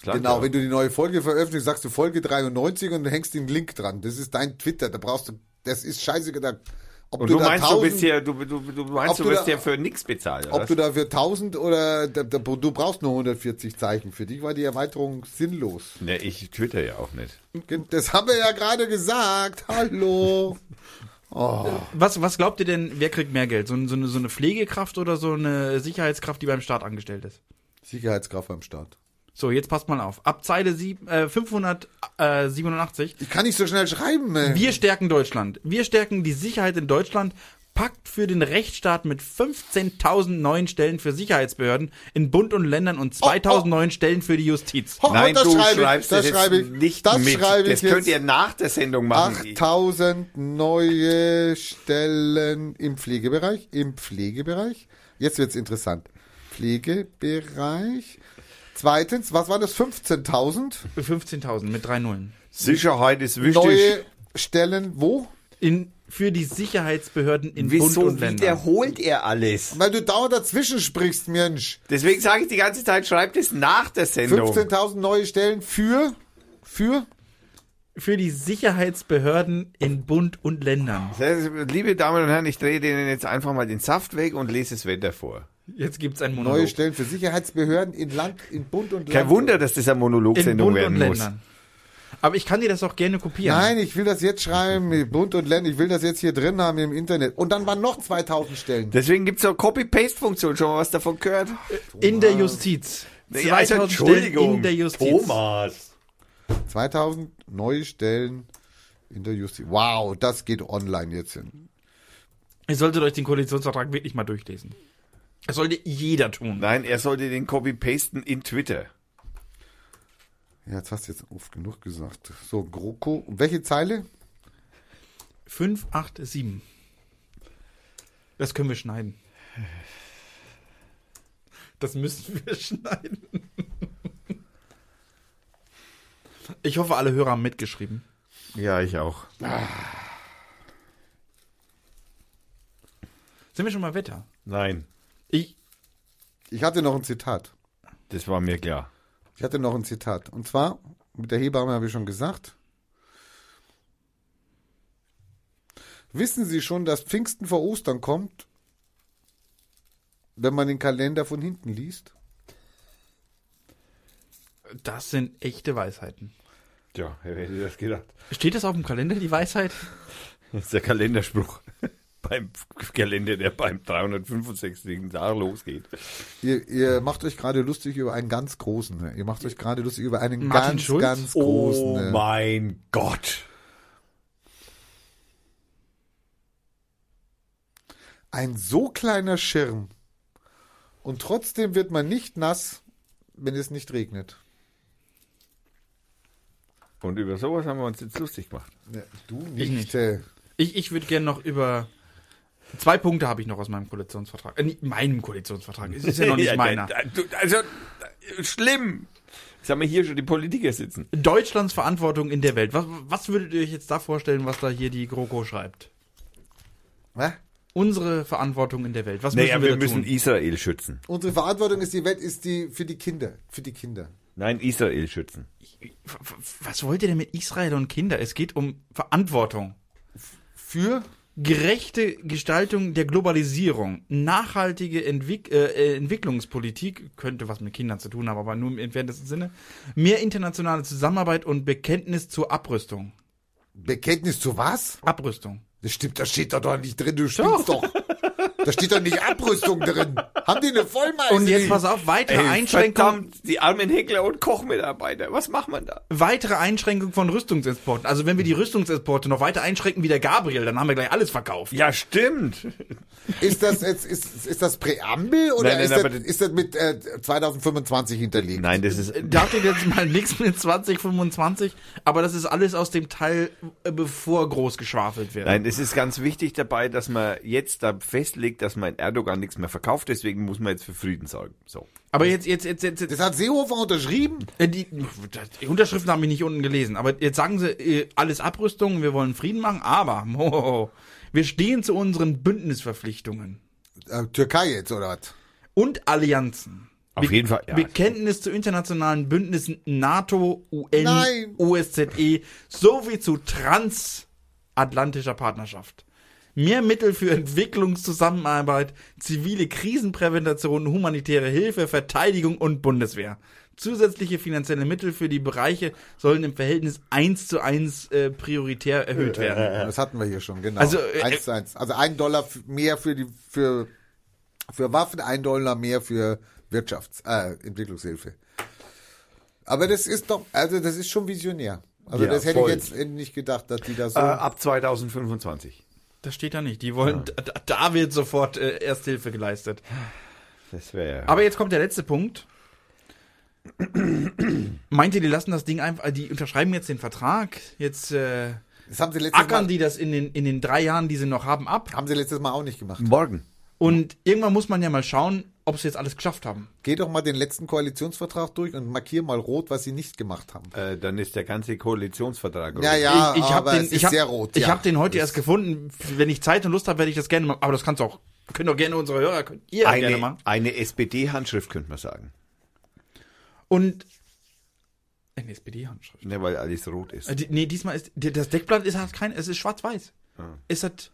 [SPEAKER 1] Klar,
[SPEAKER 2] Genau,
[SPEAKER 1] klar.
[SPEAKER 2] wenn du die neue Folge veröffentlichst, sagst du Folge 93 und hängst den Link dran. Das ist dein Twitter, da brauchst du, das ist scheißegal. Ob
[SPEAKER 1] Und du
[SPEAKER 2] da
[SPEAKER 1] meinst, du
[SPEAKER 2] 1000
[SPEAKER 1] bist hier, du, du, du
[SPEAKER 2] Ob
[SPEAKER 1] meinst, du
[SPEAKER 2] du
[SPEAKER 1] wirst
[SPEAKER 2] da-
[SPEAKER 1] ja für nichts bezahlt. oder
[SPEAKER 2] ob
[SPEAKER 1] was?
[SPEAKER 2] du dafür 1000 oder da, da, du brauchst nur 140 Zeichen. Für dich war die Erweiterung sinnlos.
[SPEAKER 1] ne, ich twitter ja auch nicht.
[SPEAKER 2] Das haben wir ja gerade gesagt. Hallo.
[SPEAKER 3] Was, was glaubt ihr denn, wer kriegt mehr Geld? So, ein- so, eine, so eine Pflegekraft oder so eine Sicherheitskraft, die beim Staat angestellt ist?
[SPEAKER 2] Sicherheitskraft am Start.
[SPEAKER 3] So, jetzt passt mal auf. Ab Zeile sieb, äh, 587.
[SPEAKER 2] Ich kann nicht so schnell schreiben, ne? ey.
[SPEAKER 3] Wir stärken Deutschland. Wir stärken die Sicherheit in Deutschland. Pakt für den Rechtsstaat mit 15.000 neuen Stellen für Sicherheitsbehörden in Bund und Ländern und 2.000 neuen Stellen für die Justiz.
[SPEAKER 2] Ho, ho,
[SPEAKER 1] Nein,
[SPEAKER 2] Oh, das
[SPEAKER 1] du
[SPEAKER 2] schreibe ich,
[SPEAKER 1] schreibst
[SPEAKER 2] das
[SPEAKER 1] jetzt
[SPEAKER 2] schreibe ich,
[SPEAKER 1] nicht
[SPEAKER 2] das
[SPEAKER 1] mit.
[SPEAKER 2] schreibe ich
[SPEAKER 1] das könnt
[SPEAKER 2] jetzt.
[SPEAKER 1] ihr nach der Sendung machen.
[SPEAKER 2] 8000 neue Stellen im Pflegebereich. Im Pflegebereich. Jetzt wird's interessant. Pflegebereich. Zweitens, was waren das? 15.000
[SPEAKER 3] 15.000 mit drei Nullen.
[SPEAKER 1] Sicherheit ist wichtig.
[SPEAKER 2] neue Stellen. Wo?
[SPEAKER 3] In, für die Sicherheitsbehörden in Bund
[SPEAKER 1] Wieso
[SPEAKER 3] und Ländern.
[SPEAKER 1] wiederholt er alles?
[SPEAKER 2] Weil du dauernd dazwischen sprichst, Mensch.
[SPEAKER 1] Deswegen sage ich die ganze Zeit, schreibt es nach der Sendung.
[SPEAKER 2] 15.000 neue Stellen für, für
[SPEAKER 3] Für die Sicherheitsbehörden in Bund und Ländern.
[SPEAKER 1] Das heißt, Liebe Damen und Herren, ich drehe denen jetzt einfach mal den Saft weg und lese das Wetter vor.
[SPEAKER 3] Jetzt gibt's einen Monolog.
[SPEAKER 2] neue Stellen für Sicherheitsbehörden in Land, in Bund und Land.
[SPEAKER 1] Kein Wunder, dass das eine Monologsendung werden muss.
[SPEAKER 3] Aber ich kann dir das auch gerne kopieren.
[SPEAKER 2] Nein, ich will das jetzt schreiben, Bund und Land. Ich will das jetzt hier drin haben im Internet. Und dann waren noch 2.000 Stellen.
[SPEAKER 1] Deswegen gibt es so Copy-Paste-Funktion. Schon mal was davon gehört?
[SPEAKER 3] In der Justiz.
[SPEAKER 1] Nee, also,
[SPEAKER 3] 2000 Stellen
[SPEAKER 1] Entschuldigung,
[SPEAKER 3] In der Justiz.
[SPEAKER 1] Thomas.
[SPEAKER 2] 2000 neue Stellen in der Justiz. Wow, das geht online jetzt hin.
[SPEAKER 3] Ihr solltet euch den Koalitionsvertrag wirklich mal durchlesen. Das sollte jeder tun.
[SPEAKER 1] Nein, er sollte den Copy-Pasten in Twitter.
[SPEAKER 2] Ja, jetzt hast du jetzt oft genug gesagt. So, GroKo. Welche Zeile?
[SPEAKER 3] 587. Das können wir schneiden. Das müssen wir schneiden. Ich hoffe, alle Hörer haben mitgeschrieben.
[SPEAKER 1] Ja, ich auch.
[SPEAKER 3] Sind wir schon mal Wetter?
[SPEAKER 1] Nein,
[SPEAKER 3] Ich,
[SPEAKER 2] Ich hatte noch ein Zitat.
[SPEAKER 1] das war mir klar.
[SPEAKER 2] Ich hatte noch ein Zitat. Und zwar, mit der Hebamme habe ich schon gesagt. Wissen Sie schon, dass Pfingsten vor Ostern kommt, wenn man den Kalender von hinten liest?
[SPEAKER 3] das sind echte Weisheiten.
[SPEAKER 1] Tja, wer hätte das gedacht?
[SPEAKER 3] Steht das auf dem Kalender, die Weisheit?
[SPEAKER 1] Das ist der Kalenderspruch. Beim Kalender, der beim 365. Tag losgeht.
[SPEAKER 2] Ihr, ihr macht euch gerade lustig über einen ganz großen. Ne? Ihr macht euch gerade lustig über einen
[SPEAKER 3] Martin
[SPEAKER 2] ganz,
[SPEAKER 3] Schulz?
[SPEAKER 2] ganz großen.
[SPEAKER 1] oh
[SPEAKER 2] ne?
[SPEAKER 1] mein Gott.
[SPEAKER 2] Ein so kleiner Schirm. Und trotzdem wird man nicht nass, wenn es nicht regnet.
[SPEAKER 1] Und über sowas haben wir uns jetzt lustig gemacht.
[SPEAKER 2] Ne, Du
[SPEAKER 3] Ich
[SPEAKER 2] nicht.
[SPEAKER 3] nicht.
[SPEAKER 2] äh.
[SPEAKER 3] Ich, ich würde gerne noch über. Zwei Punkte habe ich noch aus meinem Koalitionsvertrag. Äh, nicht meinem Koalitionsvertrag. Es ist ja noch nicht
[SPEAKER 1] Ja,
[SPEAKER 3] meiner.
[SPEAKER 1] der- du- Also, schlimm. Jetzt haben wir hier schon die Politiker sitzen.
[SPEAKER 3] Deutschlands Verantwortung in der Welt. Was, was würdet ihr euch jetzt da vorstellen, was da hier die GroKo schreibt?
[SPEAKER 2] Hä?
[SPEAKER 3] Unsere Verantwortung in der Welt. Was
[SPEAKER 1] Naja,
[SPEAKER 3] müssen wir,
[SPEAKER 1] wir
[SPEAKER 3] da
[SPEAKER 1] müssen
[SPEAKER 3] tun?
[SPEAKER 1] Israel schützen.
[SPEAKER 2] Unsere Verantwortung ist die Welt ist die für die Kinder, für die Kinder.
[SPEAKER 1] Nein, Israel schützen.
[SPEAKER 3] W- w- Was wollt ihr denn mit Israel und Kinder? Es geht um Verantwortung.
[SPEAKER 2] Für
[SPEAKER 3] Gerechte Gestaltung der Globalisierung, nachhaltige Entwick äh, äh, Entwicklungspolitik, könnte was mit Kindern zu tun haben, aber nur im entferntesten Sinne, mehr internationale Zusammenarbeit und Bekenntnis zur Abrüstung.
[SPEAKER 2] Bekenntnis zu was?
[SPEAKER 3] Abrüstung.
[SPEAKER 2] Das stimmt, das steht da doch nicht drin. Du spinnst doch. Da steht doch nicht Abrüstung drin. Haben die eine Vollmacht?
[SPEAKER 3] Und jetzt pass auf, weitere Einschränkungen.
[SPEAKER 1] die armen Händler und Kochmitarbeiter. Was macht man da?
[SPEAKER 3] Weitere Einschränkung von Rüstungsexporten. Also wenn wir die Rüstungsexporte noch weiter einschränken wie der Gabriel, dann haben wir gleich alles verkauft.
[SPEAKER 1] Ja, stimmt.
[SPEAKER 2] Ist das jetzt ist, ist das Präambel oder
[SPEAKER 1] Nein, nein,
[SPEAKER 2] ist,
[SPEAKER 1] aber
[SPEAKER 2] das,
[SPEAKER 1] das-
[SPEAKER 2] ist das mit äh, 2025 hinterlegt?
[SPEAKER 1] Nein, das ist.
[SPEAKER 3] Da habt ihr jetzt mal nichts mit 2025, aber das ist alles aus dem Teil, äh, bevor groß geschwafelt wird.
[SPEAKER 1] Nein, es ist ganz wichtig dabei, dass man jetzt da festlegt, dass man Erdogan nichts mehr verkauft. Deswegen muss man jetzt für Frieden sorgen. So.
[SPEAKER 3] Aber jetzt, jetzt, jetzt, jetzt, jetzt
[SPEAKER 2] Das hat Seehofer unterschrieben.
[SPEAKER 3] Äh, Die, die Unterschriften habe ich nicht unten gelesen, aber jetzt sagen sie, äh, alles Abrüstung, wir wollen Frieden machen, aber mohoho, wir stehen zu unseren Bündnisverpflichtungen
[SPEAKER 2] Äh, Türkei jetzt oder was?
[SPEAKER 3] und Allianzen.
[SPEAKER 1] Auf jeden Fall, ja.
[SPEAKER 3] Bekenntnis zu internationalen Bündnissen NATO, UN,
[SPEAKER 2] Nein.
[SPEAKER 3] OSZE E, sowie zu transatlantischer Partnerschaft. Mehr Mittel für Entwicklungszusammenarbeit, zivile Krisenprävention, humanitäre Hilfe, Verteidigung und Bundeswehr. Zusätzliche finanzielle Mittel für die Bereiche sollen im Verhältnis 1 zu 1 äh, prioritär erhöht werden.
[SPEAKER 2] Äh, Das hatten wir hier schon, genau.
[SPEAKER 3] Also, äh,
[SPEAKER 2] eins zu eins. Also ein Dollar f- mehr für die für für Waffen, ein Dollar mehr für Wirtschafts äh, Entwicklungshilfe. Aber das ist doch, also das ist schon visionär. Also
[SPEAKER 1] Ja,
[SPEAKER 2] das hätte
[SPEAKER 1] voll.
[SPEAKER 2] ich jetzt nicht gedacht, dass die da so.
[SPEAKER 1] Äh, ab 2025.
[SPEAKER 3] Das steht da nicht. Die wollen, da, da wird sofort äh, Ersthilfe geleistet.
[SPEAKER 1] Das wäre.
[SPEAKER 3] Aber jetzt kommt der letzte Punkt. Meint ihr, die lassen das Ding einfach, die unterschreiben jetzt den Vertrag, jetzt äh,
[SPEAKER 2] das haben sie letztes
[SPEAKER 3] ackern
[SPEAKER 2] Mal,
[SPEAKER 3] die das in den, in den drei Jahren, die sie noch haben, ab.
[SPEAKER 2] haben sie letztes Mal auch nicht gemacht.
[SPEAKER 1] morgen.
[SPEAKER 3] Und irgendwann muss man ja mal schauen, ob sie jetzt alles geschafft haben.
[SPEAKER 2] Geh doch mal den letzten Koalitionsvertrag durch und markier mal rot, was sie nicht gemacht haben.
[SPEAKER 1] Äh, dann ist der ganze Koalitionsvertrag.
[SPEAKER 2] Ja,
[SPEAKER 1] rot.
[SPEAKER 2] ja,
[SPEAKER 3] ich ich habe
[SPEAKER 2] aber
[SPEAKER 3] den,
[SPEAKER 2] es ist
[SPEAKER 3] ich hab,
[SPEAKER 2] sehr rot.
[SPEAKER 3] ich
[SPEAKER 2] ja.
[SPEAKER 3] hab den heute erst gefunden. Wenn ich Zeit und Lust habe, werde ich das gerne machen. Aber das kannst du auch, können doch gerne unsere Hörer, könnt ihr gerne
[SPEAKER 1] Eine,
[SPEAKER 3] machen.
[SPEAKER 1] eine SPD-Handschrift könnte man sagen.
[SPEAKER 3] Und eine SPD-Handschrift.
[SPEAKER 1] Ne, weil alles rot ist.
[SPEAKER 3] Äh, die- Nee, diesmal ist die- das Deckblatt ist halt kein, es ist schwarz-weiß. Es hat,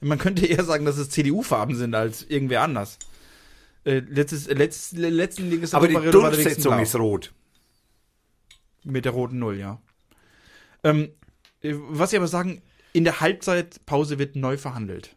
[SPEAKER 3] man könnte eher sagen, dass es CDU-Farben sind als irgendwer anders. Äh, letztes, äh, letzt, le- letzten Legislaturperiode war der wenigstens blau.
[SPEAKER 1] rot.
[SPEAKER 3] mit der roten Null, ja. Ähm, äh, was ich aber sagen, in der Halbzeitpause wird neu verhandelt.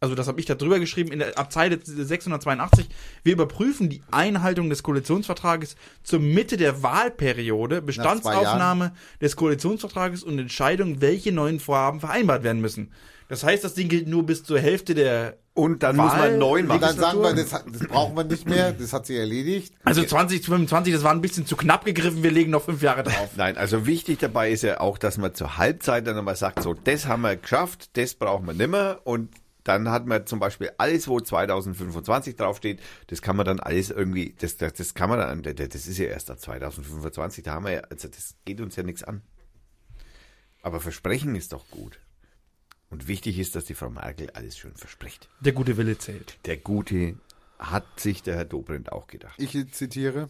[SPEAKER 3] Also das habe ich da drüber geschrieben, in der, ab Zeile 682. Wir überprüfen die Einhaltung des Koalitionsvertrages zur Mitte der Wahlperiode, Bestandsaufnahme des Koalitionsvertrages und Entscheidung, welche neuen Vorhaben vereinbart werden müssen. Das heißt, das Ding gilt nur bis zur Hälfte der,
[SPEAKER 1] Und dann muss
[SPEAKER 3] Wahl-
[SPEAKER 1] man neun
[SPEAKER 2] Und dann
[SPEAKER 1] machen.
[SPEAKER 2] sagen wir, das, hat- das brauchen wir nicht mehr, das hat sie erledigt.
[SPEAKER 3] also 2025, das war ein bisschen zu knapp gegriffen, wir legen noch fünf Jahre drauf.
[SPEAKER 1] Nein, also wichtig dabei ist ja auch, dass man zur Halbzeit dann nochmal sagt, so, das haben wir geschafft, das brauchen wir nimmer und dann hat man zum Beispiel alles, wo 2025 draufsteht, das kann man dann alles irgendwie, das, das, das kann man dann, das ist ja erst ab 2025, da haben wir ja, also das geht uns ja nichts an. Aber Versprechen ist doch gut. Und wichtig ist, dass die Frau Merkel alles schön verspricht.
[SPEAKER 3] Der gute Wille zählt.
[SPEAKER 1] Der Gute hat sich der Herr Dobrindt auch gedacht.
[SPEAKER 2] Ich zitiere.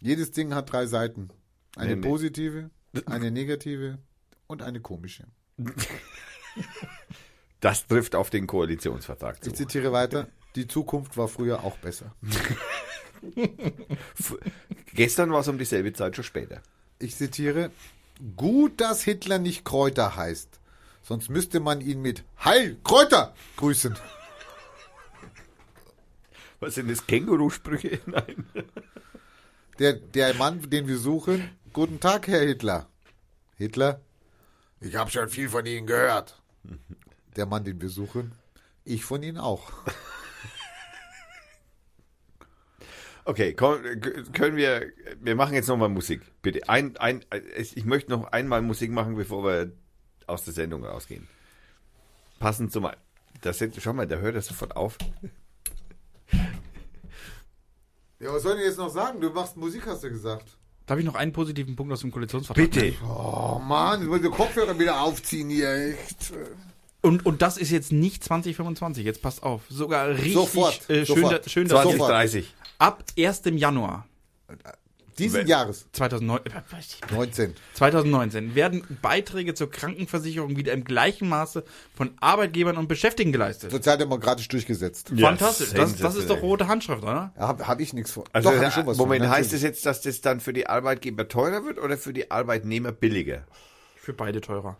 [SPEAKER 2] Jedes Ding hat drei Seiten. Eine
[SPEAKER 1] Nee, nee.
[SPEAKER 2] positive, eine negative und eine komische.
[SPEAKER 1] Das trifft auf den Koalitionsvertrag zu.
[SPEAKER 2] Ich zitiere weiter. Die Zukunft war früher auch besser.
[SPEAKER 1] Gestern war es um dieselbe Zeit schon später.
[SPEAKER 2] Ich zitiere. Gut, dass Hitler nicht Kräuter heißt. Sonst müsste man ihn mit Heil Kräuter grüßen.
[SPEAKER 1] Was sind das, Kängurusprüche? Nein.
[SPEAKER 2] Der, der Mann, den wir suchen. Guten Tag, Herr Hitler. Hitler. Ich habe schon viel von Ihnen gehört. Der Mann, den wir suchen. Ich von Ihnen auch.
[SPEAKER 1] Okay, komm, k- können wir, wir machen jetzt nochmal Musik, bitte. Ein, ein, ich möchte noch einmal Musik machen, bevor wir aus der Sendung rausgehen. Passend zum, das sind, schau mal, da hört das sofort auf.
[SPEAKER 2] Ja, was soll ich denn jetzt noch sagen? Du machst Musik, hast du gesagt.
[SPEAKER 3] Darf ich noch einen positiven Punkt aus dem Koalitionsvertrag?
[SPEAKER 1] Bitte.
[SPEAKER 2] Oh Mann, ich muss den Kopfhörer wieder aufziehen hier. Echt.
[SPEAKER 3] Und, und das ist jetzt nicht 2025, jetzt passt auf. Sogar richtig
[SPEAKER 2] Sofort,
[SPEAKER 3] Äh, schön,
[SPEAKER 2] sofort.
[SPEAKER 3] Da, schön dass
[SPEAKER 1] 20,
[SPEAKER 2] Sofort.
[SPEAKER 1] 30.
[SPEAKER 3] ab 1. Januar
[SPEAKER 2] Diesen
[SPEAKER 1] Wenn-
[SPEAKER 2] Jahres,
[SPEAKER 3] 2009, äh, weiß ich,
[SPEAKER 2] 19.
[SPEAKER 3] 2019 werden Beiträge zur Krankenversicherung wieder im gleichen Maße von Arbeitgebern und Beschäftigten geleistet.
[SPEAKER 2] Sozialdemokratisch durchgesetzt.
[SPEAKER 1] Ja,
[SPEAKER 3] Fantastisch, das, das ist doch rote Handschrift, oder?
[SPEAKER 2] Habe hab ich nichts vor.
[SPEAKER 1] Also,
[SPEAKER 2] hab
[SPEAKER 1] da-
[SPEAKER 2] ich schon was
[SPEAKER 1] Moment,
[SPEAKER 2] von,
[SPEAKER 1] heißt es
[SPEAKER 2] natürlich.
[SPEAKER 1] jetzt, dass das dann für die Arbeitgeber teurer wird oder für die Arbeitnehmer billiger?
[SPEAKER 3] Für beide teurer.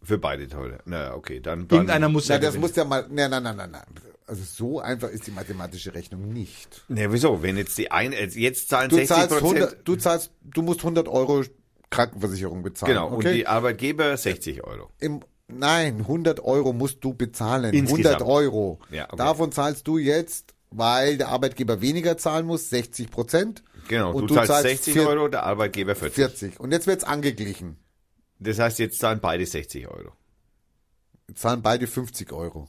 [SPEAKER 1] Für beide teurer. Naja, okay, dann. dann
[SPEAKER 3] Irgendeiner muss ja
[SPEAKER 2] Na, das
[SPEAKER 3] gewinnen.
[SPEAKER 2] muss ja mal. Nein, nein, nein, nein, nein. Also so einfach ist die mathematische Rechnung nicht.
[SPEAKER 1] Ne, wieso? Wenn jetzt die eine, jetzt zahlen
[SPEAKER 2] Du
[SPEAKER 1] 60
[SPEAKER 2] zahlst,
[SPEAKER 1] Prozent.
[SPEAKER 2] 100, du zahlst, du musst 100 Euro Krankenversicherung bezahlen.
[SPEAKER 1] Genau, und die Arbeitgeber 60 Euro.
[SPEAKER 2] Im, nein, 100 Euro musst du bezahlen.
[SPEAKER 1] Insgesamt.
[SPEAKER 2] 100 Euro.
[SPEAKER 1] Ja, okay.
[SPEAKER 2] Davon zahlst du jetzt, weil der Arbeitgeber weniger zahlen muss, 60 Prozent.
[SPEAKER 1] Genau,
[SPEAKER 2] und
[SPEAKER 1] du, zahlst, 60
[SPEAKER 2] vier-
[SPEAKER 1] Euro, der Arbeitgeber 40.
[SPEAKER 2] 40. Und jetzt wird's angeglichen.
[SPEAKER 1] Das heißt, jetzt zahlen beide 60 Euro.
[SPEAKER 2] Jetzt Zahlen beide 50 Euro.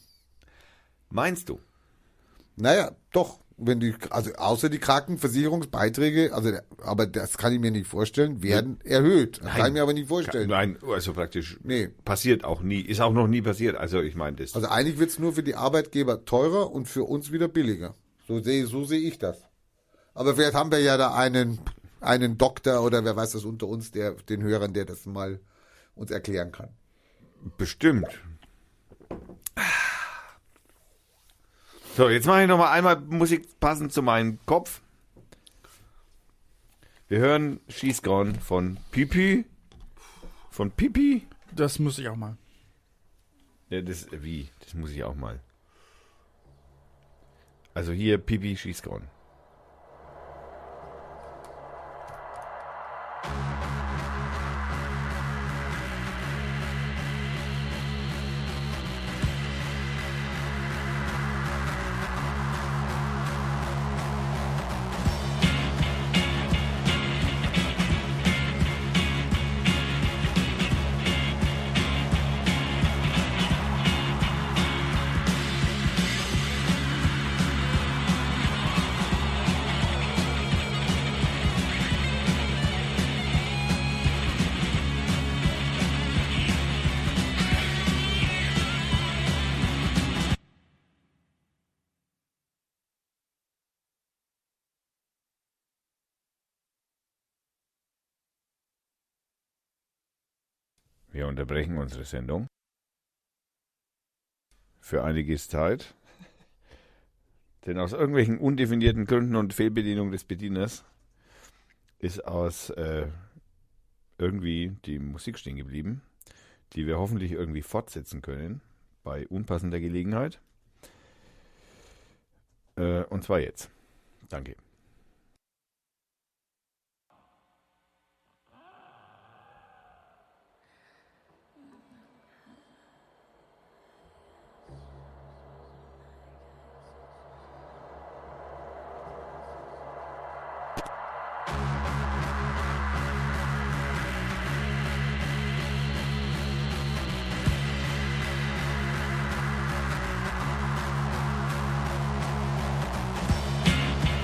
[SPEAKER 1] Meinst du?
[SPEAKER 2] Naja, doch. Wenn die, also außer die Krankenversicherungsbeiträge, also der, aber das kann ich mir nicht vorstellen, werden erhöht. Das kann ich mir aber nicht vorstellen.
[SPEAKER 1] Nein, also praktisch
[SPEAKER 2] Nee.
[SPEAKER 1] passiert auch nie, ist auch noch nie passiert. Also ich meine das.
[SPEAKER 2] Also eigentlich wird's nur für die Arbeitgeber teurer und für uns wieder billiger. So sehe so sehe ich das. Aber vielleicht haben wir ja da einen, einen Doktor oder wer weiß das unter uns, der den Hörern, der das mal uns erklären kann.
[SPEAKER 1] Bestimmt. So, jetzt mache ich noch mal einmal Musik passend zu meinem Kopf. Wir hören She's Gone von Pipi. Von Pipi?
[SPEAKER 4] Das muss ich auch mal.
[SPEAKER 1] Ja, das, wie? Das muss ich auch mal. Also hier Pipi, She's Gone. Wir unterbrechen unsere Sendung für einige Zeit. Denn aus irgendwelchen undefinierten Gründen und Fehlbedienung des Bedieners ist aus äh, irgendwie die Musik stehen geblieben, die wir hoffentlich irgendwie fortsetzen können bei unpassender Gelegenheit. Äh, und zwar jetzt. Danke.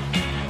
[SPEAKER 5] She's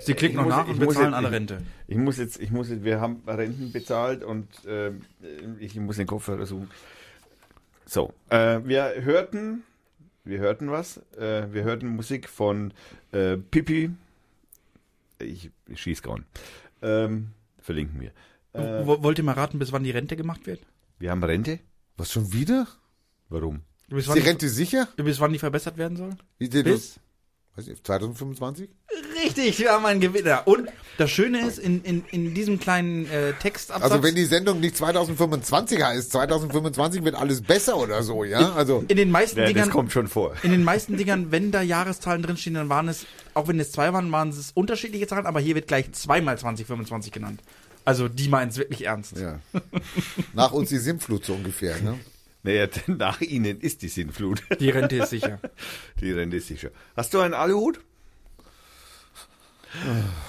[SPEAKER 3] Sie klicken
[SPEAKER 1] ich
[SPEAKER 3] noch
[SPEAKER 1] muss-
[SPEAKER 3] nach
[SPEAKER 1] ich
[SPEAKER 3] und
[SPEAKER 1] muss
[SPEAKER 3] bezahlen
[SPEAKER 1] jetzt-
[SPEAKER 3] alle
[SPEAKER 1] ich-
[SPEAKER 3] Rente.
[SPEAKER 1] Ich muss jetzt, ich muss jetzt, wir haben Renten bezahlt und ähm, ich muss den Kopfhörer suchen. So, äh, wir hörten, wir hörten was, äh, wir hörten Musik von äh, Pippi. Ich, ich schieß grauen. Ähm, verlinken wir. Äh,
[SPEAKER 3] Wo- Wollt ihr mal raten, bis wann die Rente gemacht wird?
[SPEAKER 1] wir haben Rente?
[SPEAKER 2] Was schon wieder?
[SPEAKER 1] Warum?
[SPEAKER 3] Bis
[SPEAKER 2] Ist
[SPEAKER 3] wann
[SPEAKER 2] die
[SPEAKER 3] die,
[SPEAKER 2] Rente sicher?
[SPEAKER 3] bis wann die verbessert werden soll?
[SPEAKER 2] Wie sieht das-
[SPEAKER 3] Bis?
[SPEAKER 2] Weiß nicht, 2025?
[SPEAKER 3] Richtig, wir haben einen Gewinner. Und das Schöne ist, in, in, in diesem kleinen äh, Textabsatz...
[SPEAKER 2] Also wenn die Sendung nicht 2025 heißt, 2025 wird alles besser oder so, ja? Also
[SPEAKER 3] in den meisten
[SPEAKER 1] Ja, das
[SPEAKER 3] Dingern
[SPEAKER 1] kommt schon vor.
[SPEAKER 3] In den meisten Dingern, wenn da Jahreszahlen drinstehen, dann waren es, auch wenn es zwei waren, waren es unterschiedliche Zahlen, aber hier wird gleich zweimal 2025 genannt. Also die meinen es wirklich ernst.
[SPEAKER 2] ja. nach uns die Sintflut so ungefähr, ne?
[SPEAKER 1] Naja, nach Ihnen ist die Sinnflut.
[SPEAKER 3] Die Rente ist sicher.
[SPEAKER 1] Die Rente ist sicher. Hast du einen Aluhut?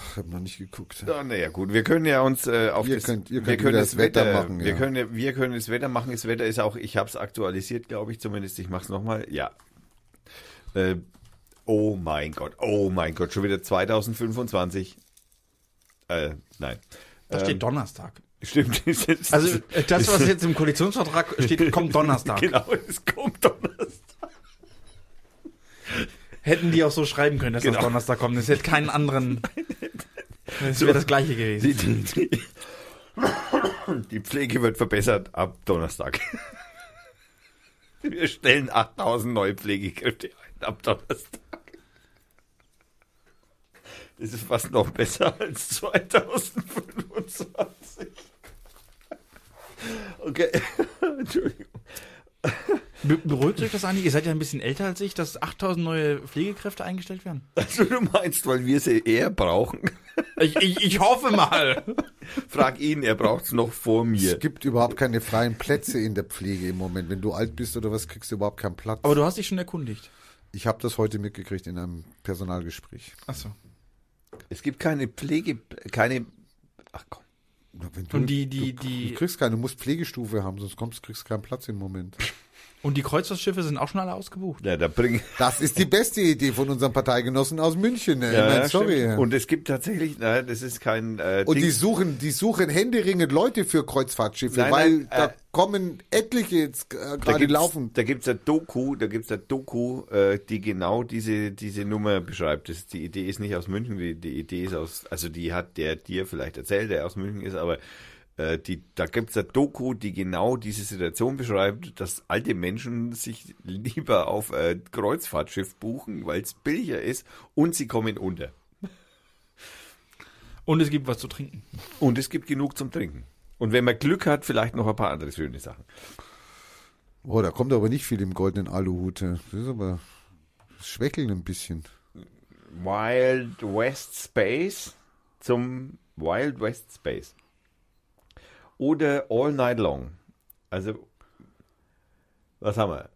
[SPEAKER 2] Ich habe noch nicht geguckt.
[SPEAKER 1] Ja, naja, gut, wir können ja uns äh, auf
[SPEAKER 2] Ihr
[SPEAKER 1] das,
[SPEAKER 2] könnt- ihr
[SPEAKER 1] wir
[SPEAKER 2] könnt
[SPEAKER 1] können
[SPEAKER 2] wieder
[SPEAKER 1] das,
[SPEAKER 2] das
[SPEAKER 1] Wetter,
[SPEAKER 2] Wetter machen,
[SPEAKER 1] Wir,
[SPEAKER 2] ja.
[SPEAKER 1] können, ja- wir können das Wetter machen. Das Wetter ist auch, ich habe es aktualisiert, glaube ich zumindest. Ich mache es nochmal. Ja. Äh, oh mein Gott, oh mein Gott, schon wieder 2025. Äh, nein.
[SPEAKER 3] Da
[SPEAKER 1] Ähm.
[SPEAKER 3] steht Donnerstag.
[SPEAKER 1] Stimmt. das ist-
[SPEAKER 3] Also äh, das, was jetzt im Koalitionsvertrag steht, kommt Donnerstag.
[SPEAKER 1] genau, es kommt Donnerstag.
[SPEAKER 3] Hätten die auch so schreiben können, dass das
[SPEAKER 1] Genau.
[SPEAKER 3] Donnerstag kommt. Es hätte keinen anderen. Es wäre das gleiche gewesen.
[SPEAKER 1] Die, die, die, die Pflege wird verbessert ab Donnerstag. Wir stellen 8000 neue Pflegekräfte ein ab Donnerstag. Das ist fast noch besser als 2025. Okay, Entschuldigung.
[SPEAKER 3] Be beruhigt euch das eigentlich? Ihr seid ja ein bisschen älter als ich, dass 8000 neue Pflegekräfte eingestellt werden.
[SPEAKER 1] Also du meinst, weil wir sie eher brauchen?
[SPEAKER 3] Ich, ich, ich hoffe mal.
[SPEAKER 1] Frag ihn, er braucht es noch vor mir.
[SPEAKER 2] Es gibt überhaupt keine freien Plätze in der Pflege im Moment. Wenn du alt bist oder was, kriegst du überhaupt keinen Platz.
[SPEAKER 3] Aber du hast dich schon erkundigt.
[SPEAKER 2] Ich habe das heute mitgekriegt in einem Personalgespräch.
[SPEAKER 3] Achso.
[SPEAKER 1] Es gibt keine Pflege, keine... Ach komm.
[SPEAKER 2] Wenn du,
[SPEAKER 3] Und die, die,
[SPEAKER 2] du
[SPEAKER 3] die,
[SPEAKER 2] kriegst keine, du musst Pflegestufe haben, sonst kommst, kriegst keinen Platz im Moment.
[SPEAKER 3] Und die Kreuzfahrtschiffe sind auch schon alle ausgebucht.
[SPEAKER 1] Ja, da bring,
[SPEAKER 2] Das ist die beste Idee von unserem Parteigenossen aus München. ne? ich mein, sorry.
[SPEAKER 1] stimmt. Und es gibt tatsächlich, nein, das ist kein äh,
[SPEAKER 2] Und die
[SPEAKER 1] Dings.
[SPEAKER 2] suchen, die suchen händeringend Leute für Kreuzfahrtschiffe,
[SPEAKER 1] Nein,
[SPEAKER 2] weil
[SPEAKER 1] nein,
[SPEAKER 2] da
[SPEAKER 1] äh,
[SPEAKER 2] kommen etliche jetzt äh,
[SPEAKER 1] da
[SPEAKER 2] gerade
[SPEAKER 1] gibt's,
[SPEAKER 2] laufen.
[SPEAKER 1] Da gibt's eine Doku, da gibt's eine Doku, äh, die genau diese, diese Nummer beschreibt. Das, die Idee ist nicht aus München, die, die Idee ist aus, also die hat der dir vielleicht erzählt, der aus München ist, aber äh, die, da gibt's eine Doku, die genau diese Situation beschreibt, dass alte Menschen sich lieber auf ein Kreuzfahrtschiff buchen, weil es billiger ist und sie kommen unter.
[SPEAKER 3] Und es gibt was zu trinken.
[SPEAKER 1] Und es gibt genug zum Trinken. Und wenn man Glück hat, vielleicht noch ein paar andere schöne Sachen.
[SPEAKER 2] Oh, da kommt aber nicht viel im goldenen Aluhut. äh. Das ist aber das schwächeln ein bisschen.
[SPEAKER 1] Wild West Space zum Wild West Space. Oder All Night Long. Also, was haben wir?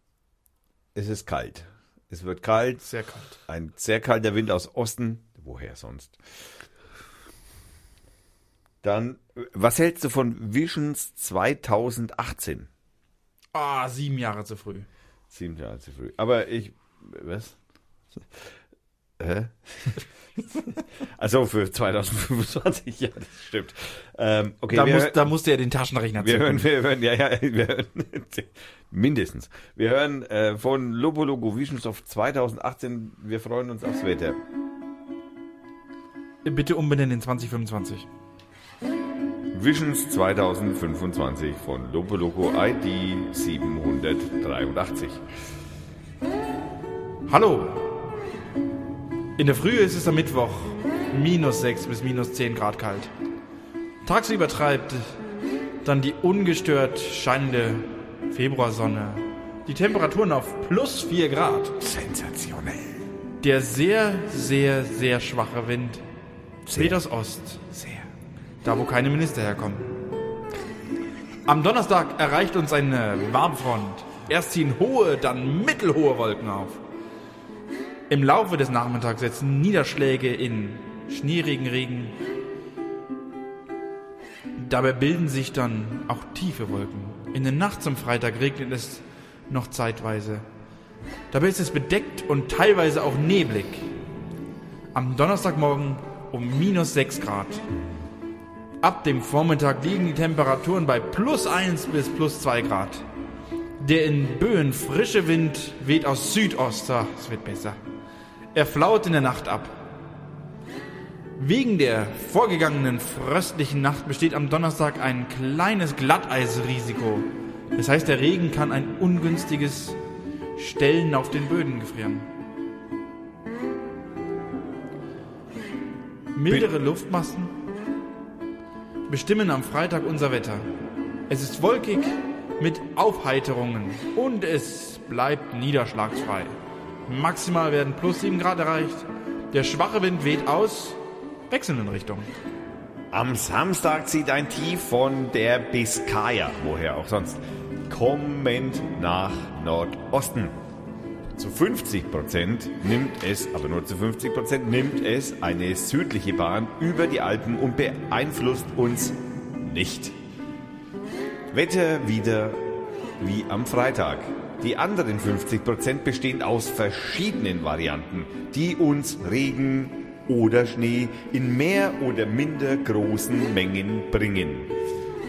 [SPEAKER 1] Es ist kalt. Es wird kalt.
[SPEAKER 3] Sehr kalt.
[SPEAKER 1] Ein sehr kalter Wind aus Osten. Woher sonst? Dann, was hältst du von Visions 2018?
[SPEAKER 3] Ah, sieben Jahre zu früh.
[SPEAKER 1] Sieben Jahre zu früh. Aber ich. Was? Hä? also für 2025, ja, das stimmt. Ähm, okay,
[SPEAKER 3] da,
[SPEAKER 1] wir,
[SPEAKER 3] muss, da musste er den Taschenrechner
[SPEAKER 1] wir
[SPEAKER 3] zücken.
[SPEAKER 1] hören, wir hören, ja, ja, wir hören, mindestens. Wir hören äh, von Lobo Logo Visions of 2018. Wir freuen uns aufs Wetter.
[SPEAKER 3] Bitte umbenennen in 2025.
[SPEAKER 1] Visions 2025 von Lobo Logo ID 783.
[SPEAKER 3] Hallo. In der Frühe ist es am Mittwoch. Minus 6 bis minus 10 Grad kalt. Tagsüber treibt dann die ungestört scheinende Februarsonne. Die Temperaturen auf plus 4 Grad.
[SPEAKER 1] Sensationell.
[SPEAKER 3] Der sehr, sehr, sehr schwache Wind weht aus Ost.
[SPEAKER 1] Sehr.
[SPEAKER 3] da wo keine Minister herkommen. Am Donnerstag erreicht uns eine Warmfront. Erst ziehen hohe, dann mittelhohe Wolken auf. Im Laufe des Nachmittags setzen Niederschläge in schneerigen Regen. Dabei bilden sich dann auch tiefe Wolken. In der Nacht zum Freitag regnet es noch zeitweise. Dabei ist es bedeckt und teilweise auch neblig. Am Donnerstagmorgen um minus 6 Grad. Ab dem Vormittag liegen die Temperaturen bei plus 1 bis plus 2 Grad. Der in Böen frische Wind weht aus Südost. Ah, Es wird besser. Er flaut in der Nacht ab. Wegen der vorgegangenen fröstlichen Nacht besteht am Donnerstag ein kleines Glatteisrisiko. Das heißt, der Regen kann ein ungünstiges Stellen auf den Böden gefrieren. Mildere Luftmassen bestimmen am Freitag unser Wetter. Es ist wolkig mit Aufheiterungen und es bleibt niederschlagsfrei. Maximal werden plus 7 Grad erreicht. Der schwache Wind weht aus wechselnden Richtungen.
[SPEAKER 1] Am Samstag zieht ein Tief von der Biskaya, woher auch sonst, kommend nach Nordosten. Zu 50 Prozent nimmt es, aber nur zu 50 Prozent nimmt es eine südliche Bahn über die Alpen und beeinflusst uns nicht. Wetter wieder wie am Freitag. Die anderen 50 Prozent bestehen aus verschiedenen Varianten, die uns Regen oder Schnee in mehr oder minder großen Mengen bringen.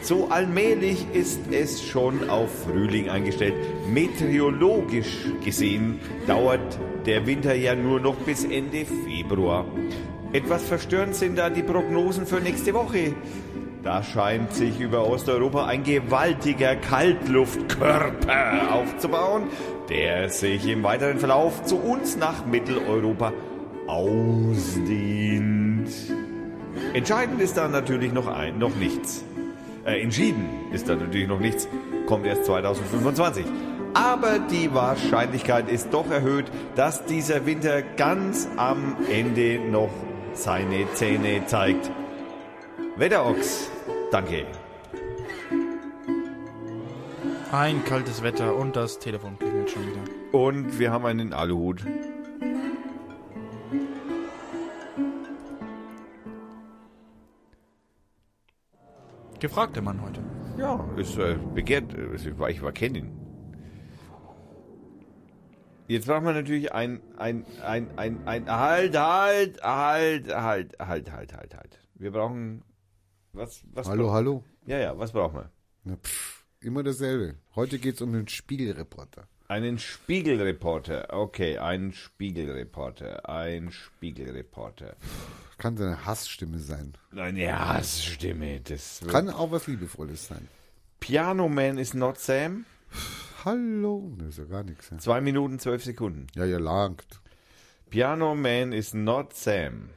[SPEAKER 1] So allmählich ist es schon auf Frühling eingestellt. Meteorologisch gesehen dauert der Winter ja nur noch bis Ende Februar. Etwas verstörend sind da die Prognosen für nächste Woche. Da scheint sich über Osteuropa ein gewaltiger Kaltluftkörper aufzubauen, der sich im weiteren Verlauf zu uns nach Mitteleuropa ausdehnt. Entscheidend ist da natürlich noch ein, noch nichts. Äh, entschieden ist da natürlich noch nichts, kommt erst 2025. Aber die Wahrscheinlichkeit ist doch erhöht, dass dieser Winter ganz am Ende noch seine Zähne zeigt. Wetterochs, danke.
[SPEAKER 3] Ein kaltes Wetter und das Telefon klingelt schon wieder.
[SPEAKER 1] Und wir haben einen Aluhut.
[SPEAKER 3] Gefragt der Mann heute.
[SPEAKER 1] Ja, ist äh, begehrt. äh, Ich war, ich war kennen. Jetzt braucht man natürlich ein, ein, ein, ein, ein, halt, halt, halt, halt, halt, halt, halt, halt. Wir brauchen, was, was?
[SPEAKER 2] Hallo, hallo.
[SPEAKER 1] Ja, ja, was brauchen wir?
[SPEAKER 2] Na, pff, immer dasselbe. Heute geht's um den Spiegelreporter.
[SPEAKER 1] Einen Spiegelreporter. Okay, einen Spiegelreporter. Ein Spiegelreporter.
[SPEAKER 2] Kann seine Hassstimme sein.
[SPEAKER 1] Eine Hassstimme. Das wird-
[SPEAKER 2] Kann auch was Liebevolles sein.
[SPEAKER 1] Piano Man is not Sam.
[SPEAKER 2] Hallo. Ne, ist ja gar nichts. Ja,
[SPEAKER 1] Zwei Minuten, zwölf Sekunden.
[SPEAKER 2] ja, ja langt.
[SPEAKER 1] Piano Man is not Sam.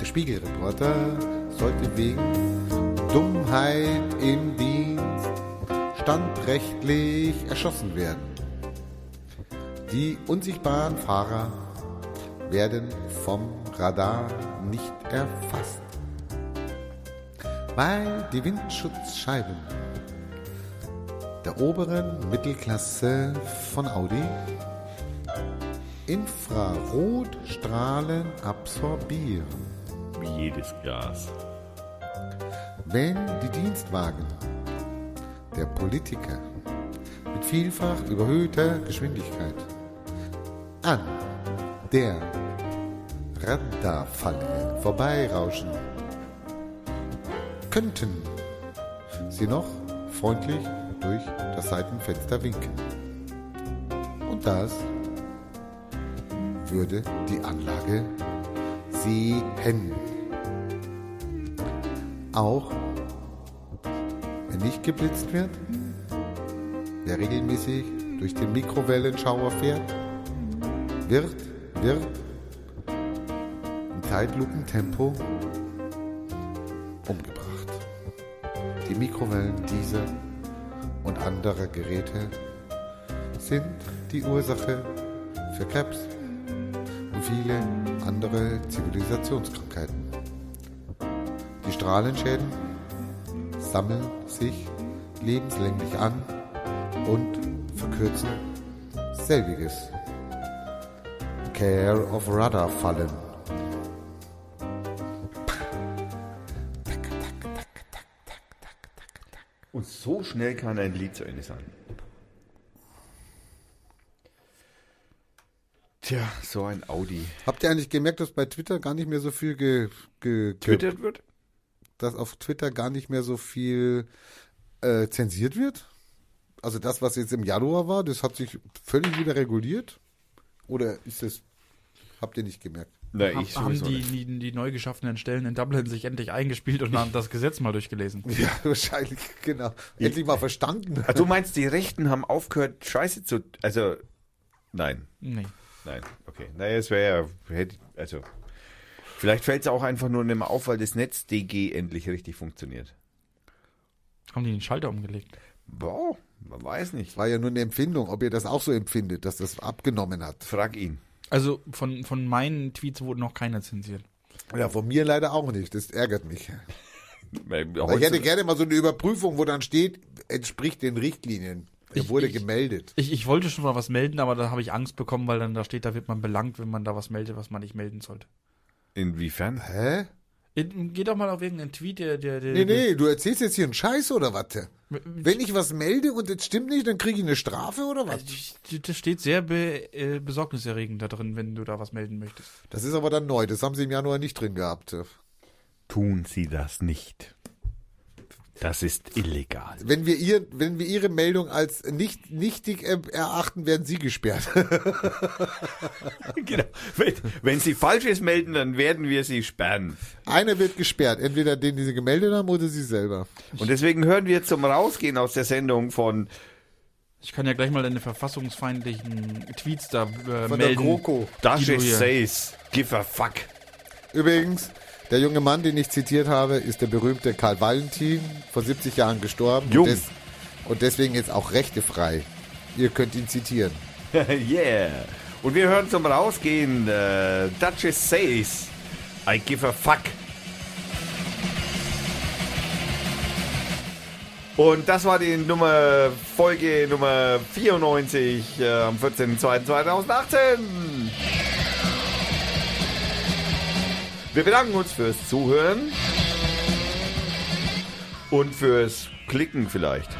[SPEAKER 2] Der Spiegelreporter sollte wegen Dummheit im Dienst standrechtlich erschossen werden. Die unsichtbaren Fahrer werden vom Radar nicht erfasst, weil die Windschutzscheiben der oberen Mittelklasse von Audi Infrarotstrahlen absorbieren.
[SPEAKER 1] Wie jedes Glas.
[SPEAKER 2] Wenn die Dienstwagen der Politiker mit vielfach überhöhter Geschwindigkeit an der Radarfalle vorbeirauschen, könnten sie noch freundlich durch das Seitenfenster winken. Und das würde die Anlage sehen. Auch wenn nicht geblitzt wird, wer regelmäßig durch den Mikrowellenschauer fährt, wird, wird im Zeitlupentempo umgebracht. Die Mikrowellen dieser und anderer Geräte sind die Ursache für Krebs und viele andere Zivilisationskrankheiten. Die Strahlenschäden sammeln sich lebenslänglich an und verkürzen selbiges. Care of Radar fallen.
[SPEAKER 1] Und So schnell kann ein Lied zu Ende sein. Tja, so ein Audi.
[SPEAKER 2] Habt ihr eigentlich gemerkt, dass bei Twitter gar nicht mehr so viel ge, ge, ge,
[SPEAKER 1] Twittert wird?
[SPEAKER 2] dass auf Twitter gar nicht mehr so viel äh, zensiert wird? Also das, was jetzt im Januar war, das hat sich völlig wieder reguliert? Oder ist das, habt ihr nicht gemerkt?
[SPEAKER 1] Na,
[SPEAKER 3] Hab-
[SPEAKER 1] ich
[SPEAKER 3] haben
[SPEAKER 1] sowieso
[SPEAKER 3] die,
[SPEAKER 1] nicht.
[SPEAKER 3] die, die neu geschaffenen Stellen in Dublin sich endlich eingespielt und haben das Gesetz mal durchgelesen.
[SPEAKER 2] Ja, wahrscheinlich, genau. Endlich mal verstanden.
[SPEAKER 1] Ah, Du meinst, die Rechten haben aufgehört, Scheiße zu. Also, nein,
[SPEAKER 3] Nee.
[SPEAKER 1] nein, okay. Naja, es wäre ja. hätte- Also, vielleicht fällt es auch einfach nur nicht mehr auf, weil das Netz DG endlich richtig funktioniert.
[SPEAKER 3] Haben die den Schalter umgelegt?
[SPEAKER 1] Boah, man weiß nicht.
[SPEAKER 2] War ja nur eine Empfindung, ob ihr das auch so empfindet, dass das abgenommen hat.
[SPEAKER 1] Frag ihn.
[SPEAKER 3] Also von, von meinen Tweets wurden noch keine zensiert.
[SPEAKER 2] Ja, von mir leider auch nicht. Das ärgert mich. Weil ich hätte
[SPEAKER 1] Heute,
[SPEAKER 2] gerne mal so eine Überprüfung, wo dann steht, entspricht den Richtlinien. Er
[SPEAKER 3] Ich-
[SPEAKER 2] wurde
[SPEAKER 3] ich-
[SPEAKER 2] gemeldet.
[SPEAKER 3] Ich, ich wollte schon mal was melden, aber da habe ich Angst bekommen, weil dann da steht, da wird man belangt, wenn man da was meldet, was man nicht melden sollte.
[SPEAKER 1] inwiefern?
[SPEAKER 2] Hä?
[SPEAKER 3] Geh doch mal auf irgendeinen Tweet, der. der, der
[SPEAKER 2] Nee, nee, du erzählst jetzt hier einen Scheiß oder was? Wenn ich was melde und es stimmt nicht, dann kriege ich eine Strafe oder was?
[SPEAKER 3] der- Das steht sehr be, äh, besorgniserregend da drin, wenn du da was melden möchtest.
[SPEAKER 2] Das ist aber dann neu. Das haben sie im Januar nicht drin gehabt.
[SPEAKER 1] Tun Sie das nicht. Das ist illegal.
[SPEAKER 2] Wenn wir, ihr, wenn wir ihre Meldung als nicht nichtig äh, erachten, werden sie gesperrt.
[SPEAKER 1] genau. Wenn, wenn Sie Falsches melden, dann werden wir Sie sperren.
[SPEAKER 2] Einer wird gesperrt. Entweder den, die sie gemeldet haben, oder sie selber.
[SPEAKER 1] Und deswegen hören wir zum Rausgehen aus der Sendung von
[SPEAKER 3] Ich kann ja gleich mal deine verfassungsfeindlichen Tweets da äh,
[SPEAKER 2] Von der
[SPEAKER 3] melden.
[SPEAKER 2] GroKo.
[SPEAKER 1] Das
[SPEAKER 3] Die du
[SPEAKER 1] ist
[SPEAKER 3] hier-
[SPEAKER 1] says. Give a fuck.
[SPEAKER 2] Übrigens, der junge Mann, den ich zitiert habe, ist der berühmte Karl Valentin, vor 70 Jahren gestorben.
[SPEAKER 1] Jung.
[SPEAKER 2] Und, des, und deswegen jetzt auch rechtefrei. Ihr könnt ihn zitieren.
[SPEAKER 1] yeah. Und wir hören zum Rausgehen äh, Duchess says. I give a fuck. Und das war die Nummer Folge Nummer 94 äh, am 14.02.2018. Wir bedanken uns fürs Zuhören und fürs Klicken vielleicht.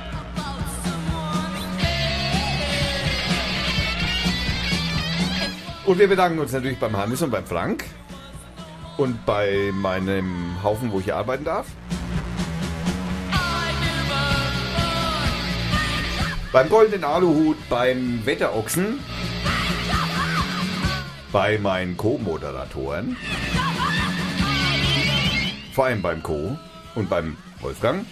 [SPEAKER 1] Und wir bedanken uns natürlich beim Hannes und beim Frank und bei meinem Haufen, wo ich hier arbeiten darf. Beim goldenen Aluhut, beim Wetterochsen, bei meinen Co-Moderatoren, vor allem beim Co und beim Wolfgang,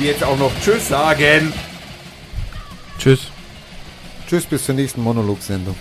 [SPEAKER 1] die jetzt auch noch Tschüss sagen.
[SPEAKER 3] Tschüss.
[SPEAKER 2] Tschüss, bis zur nächsten Monologsendung.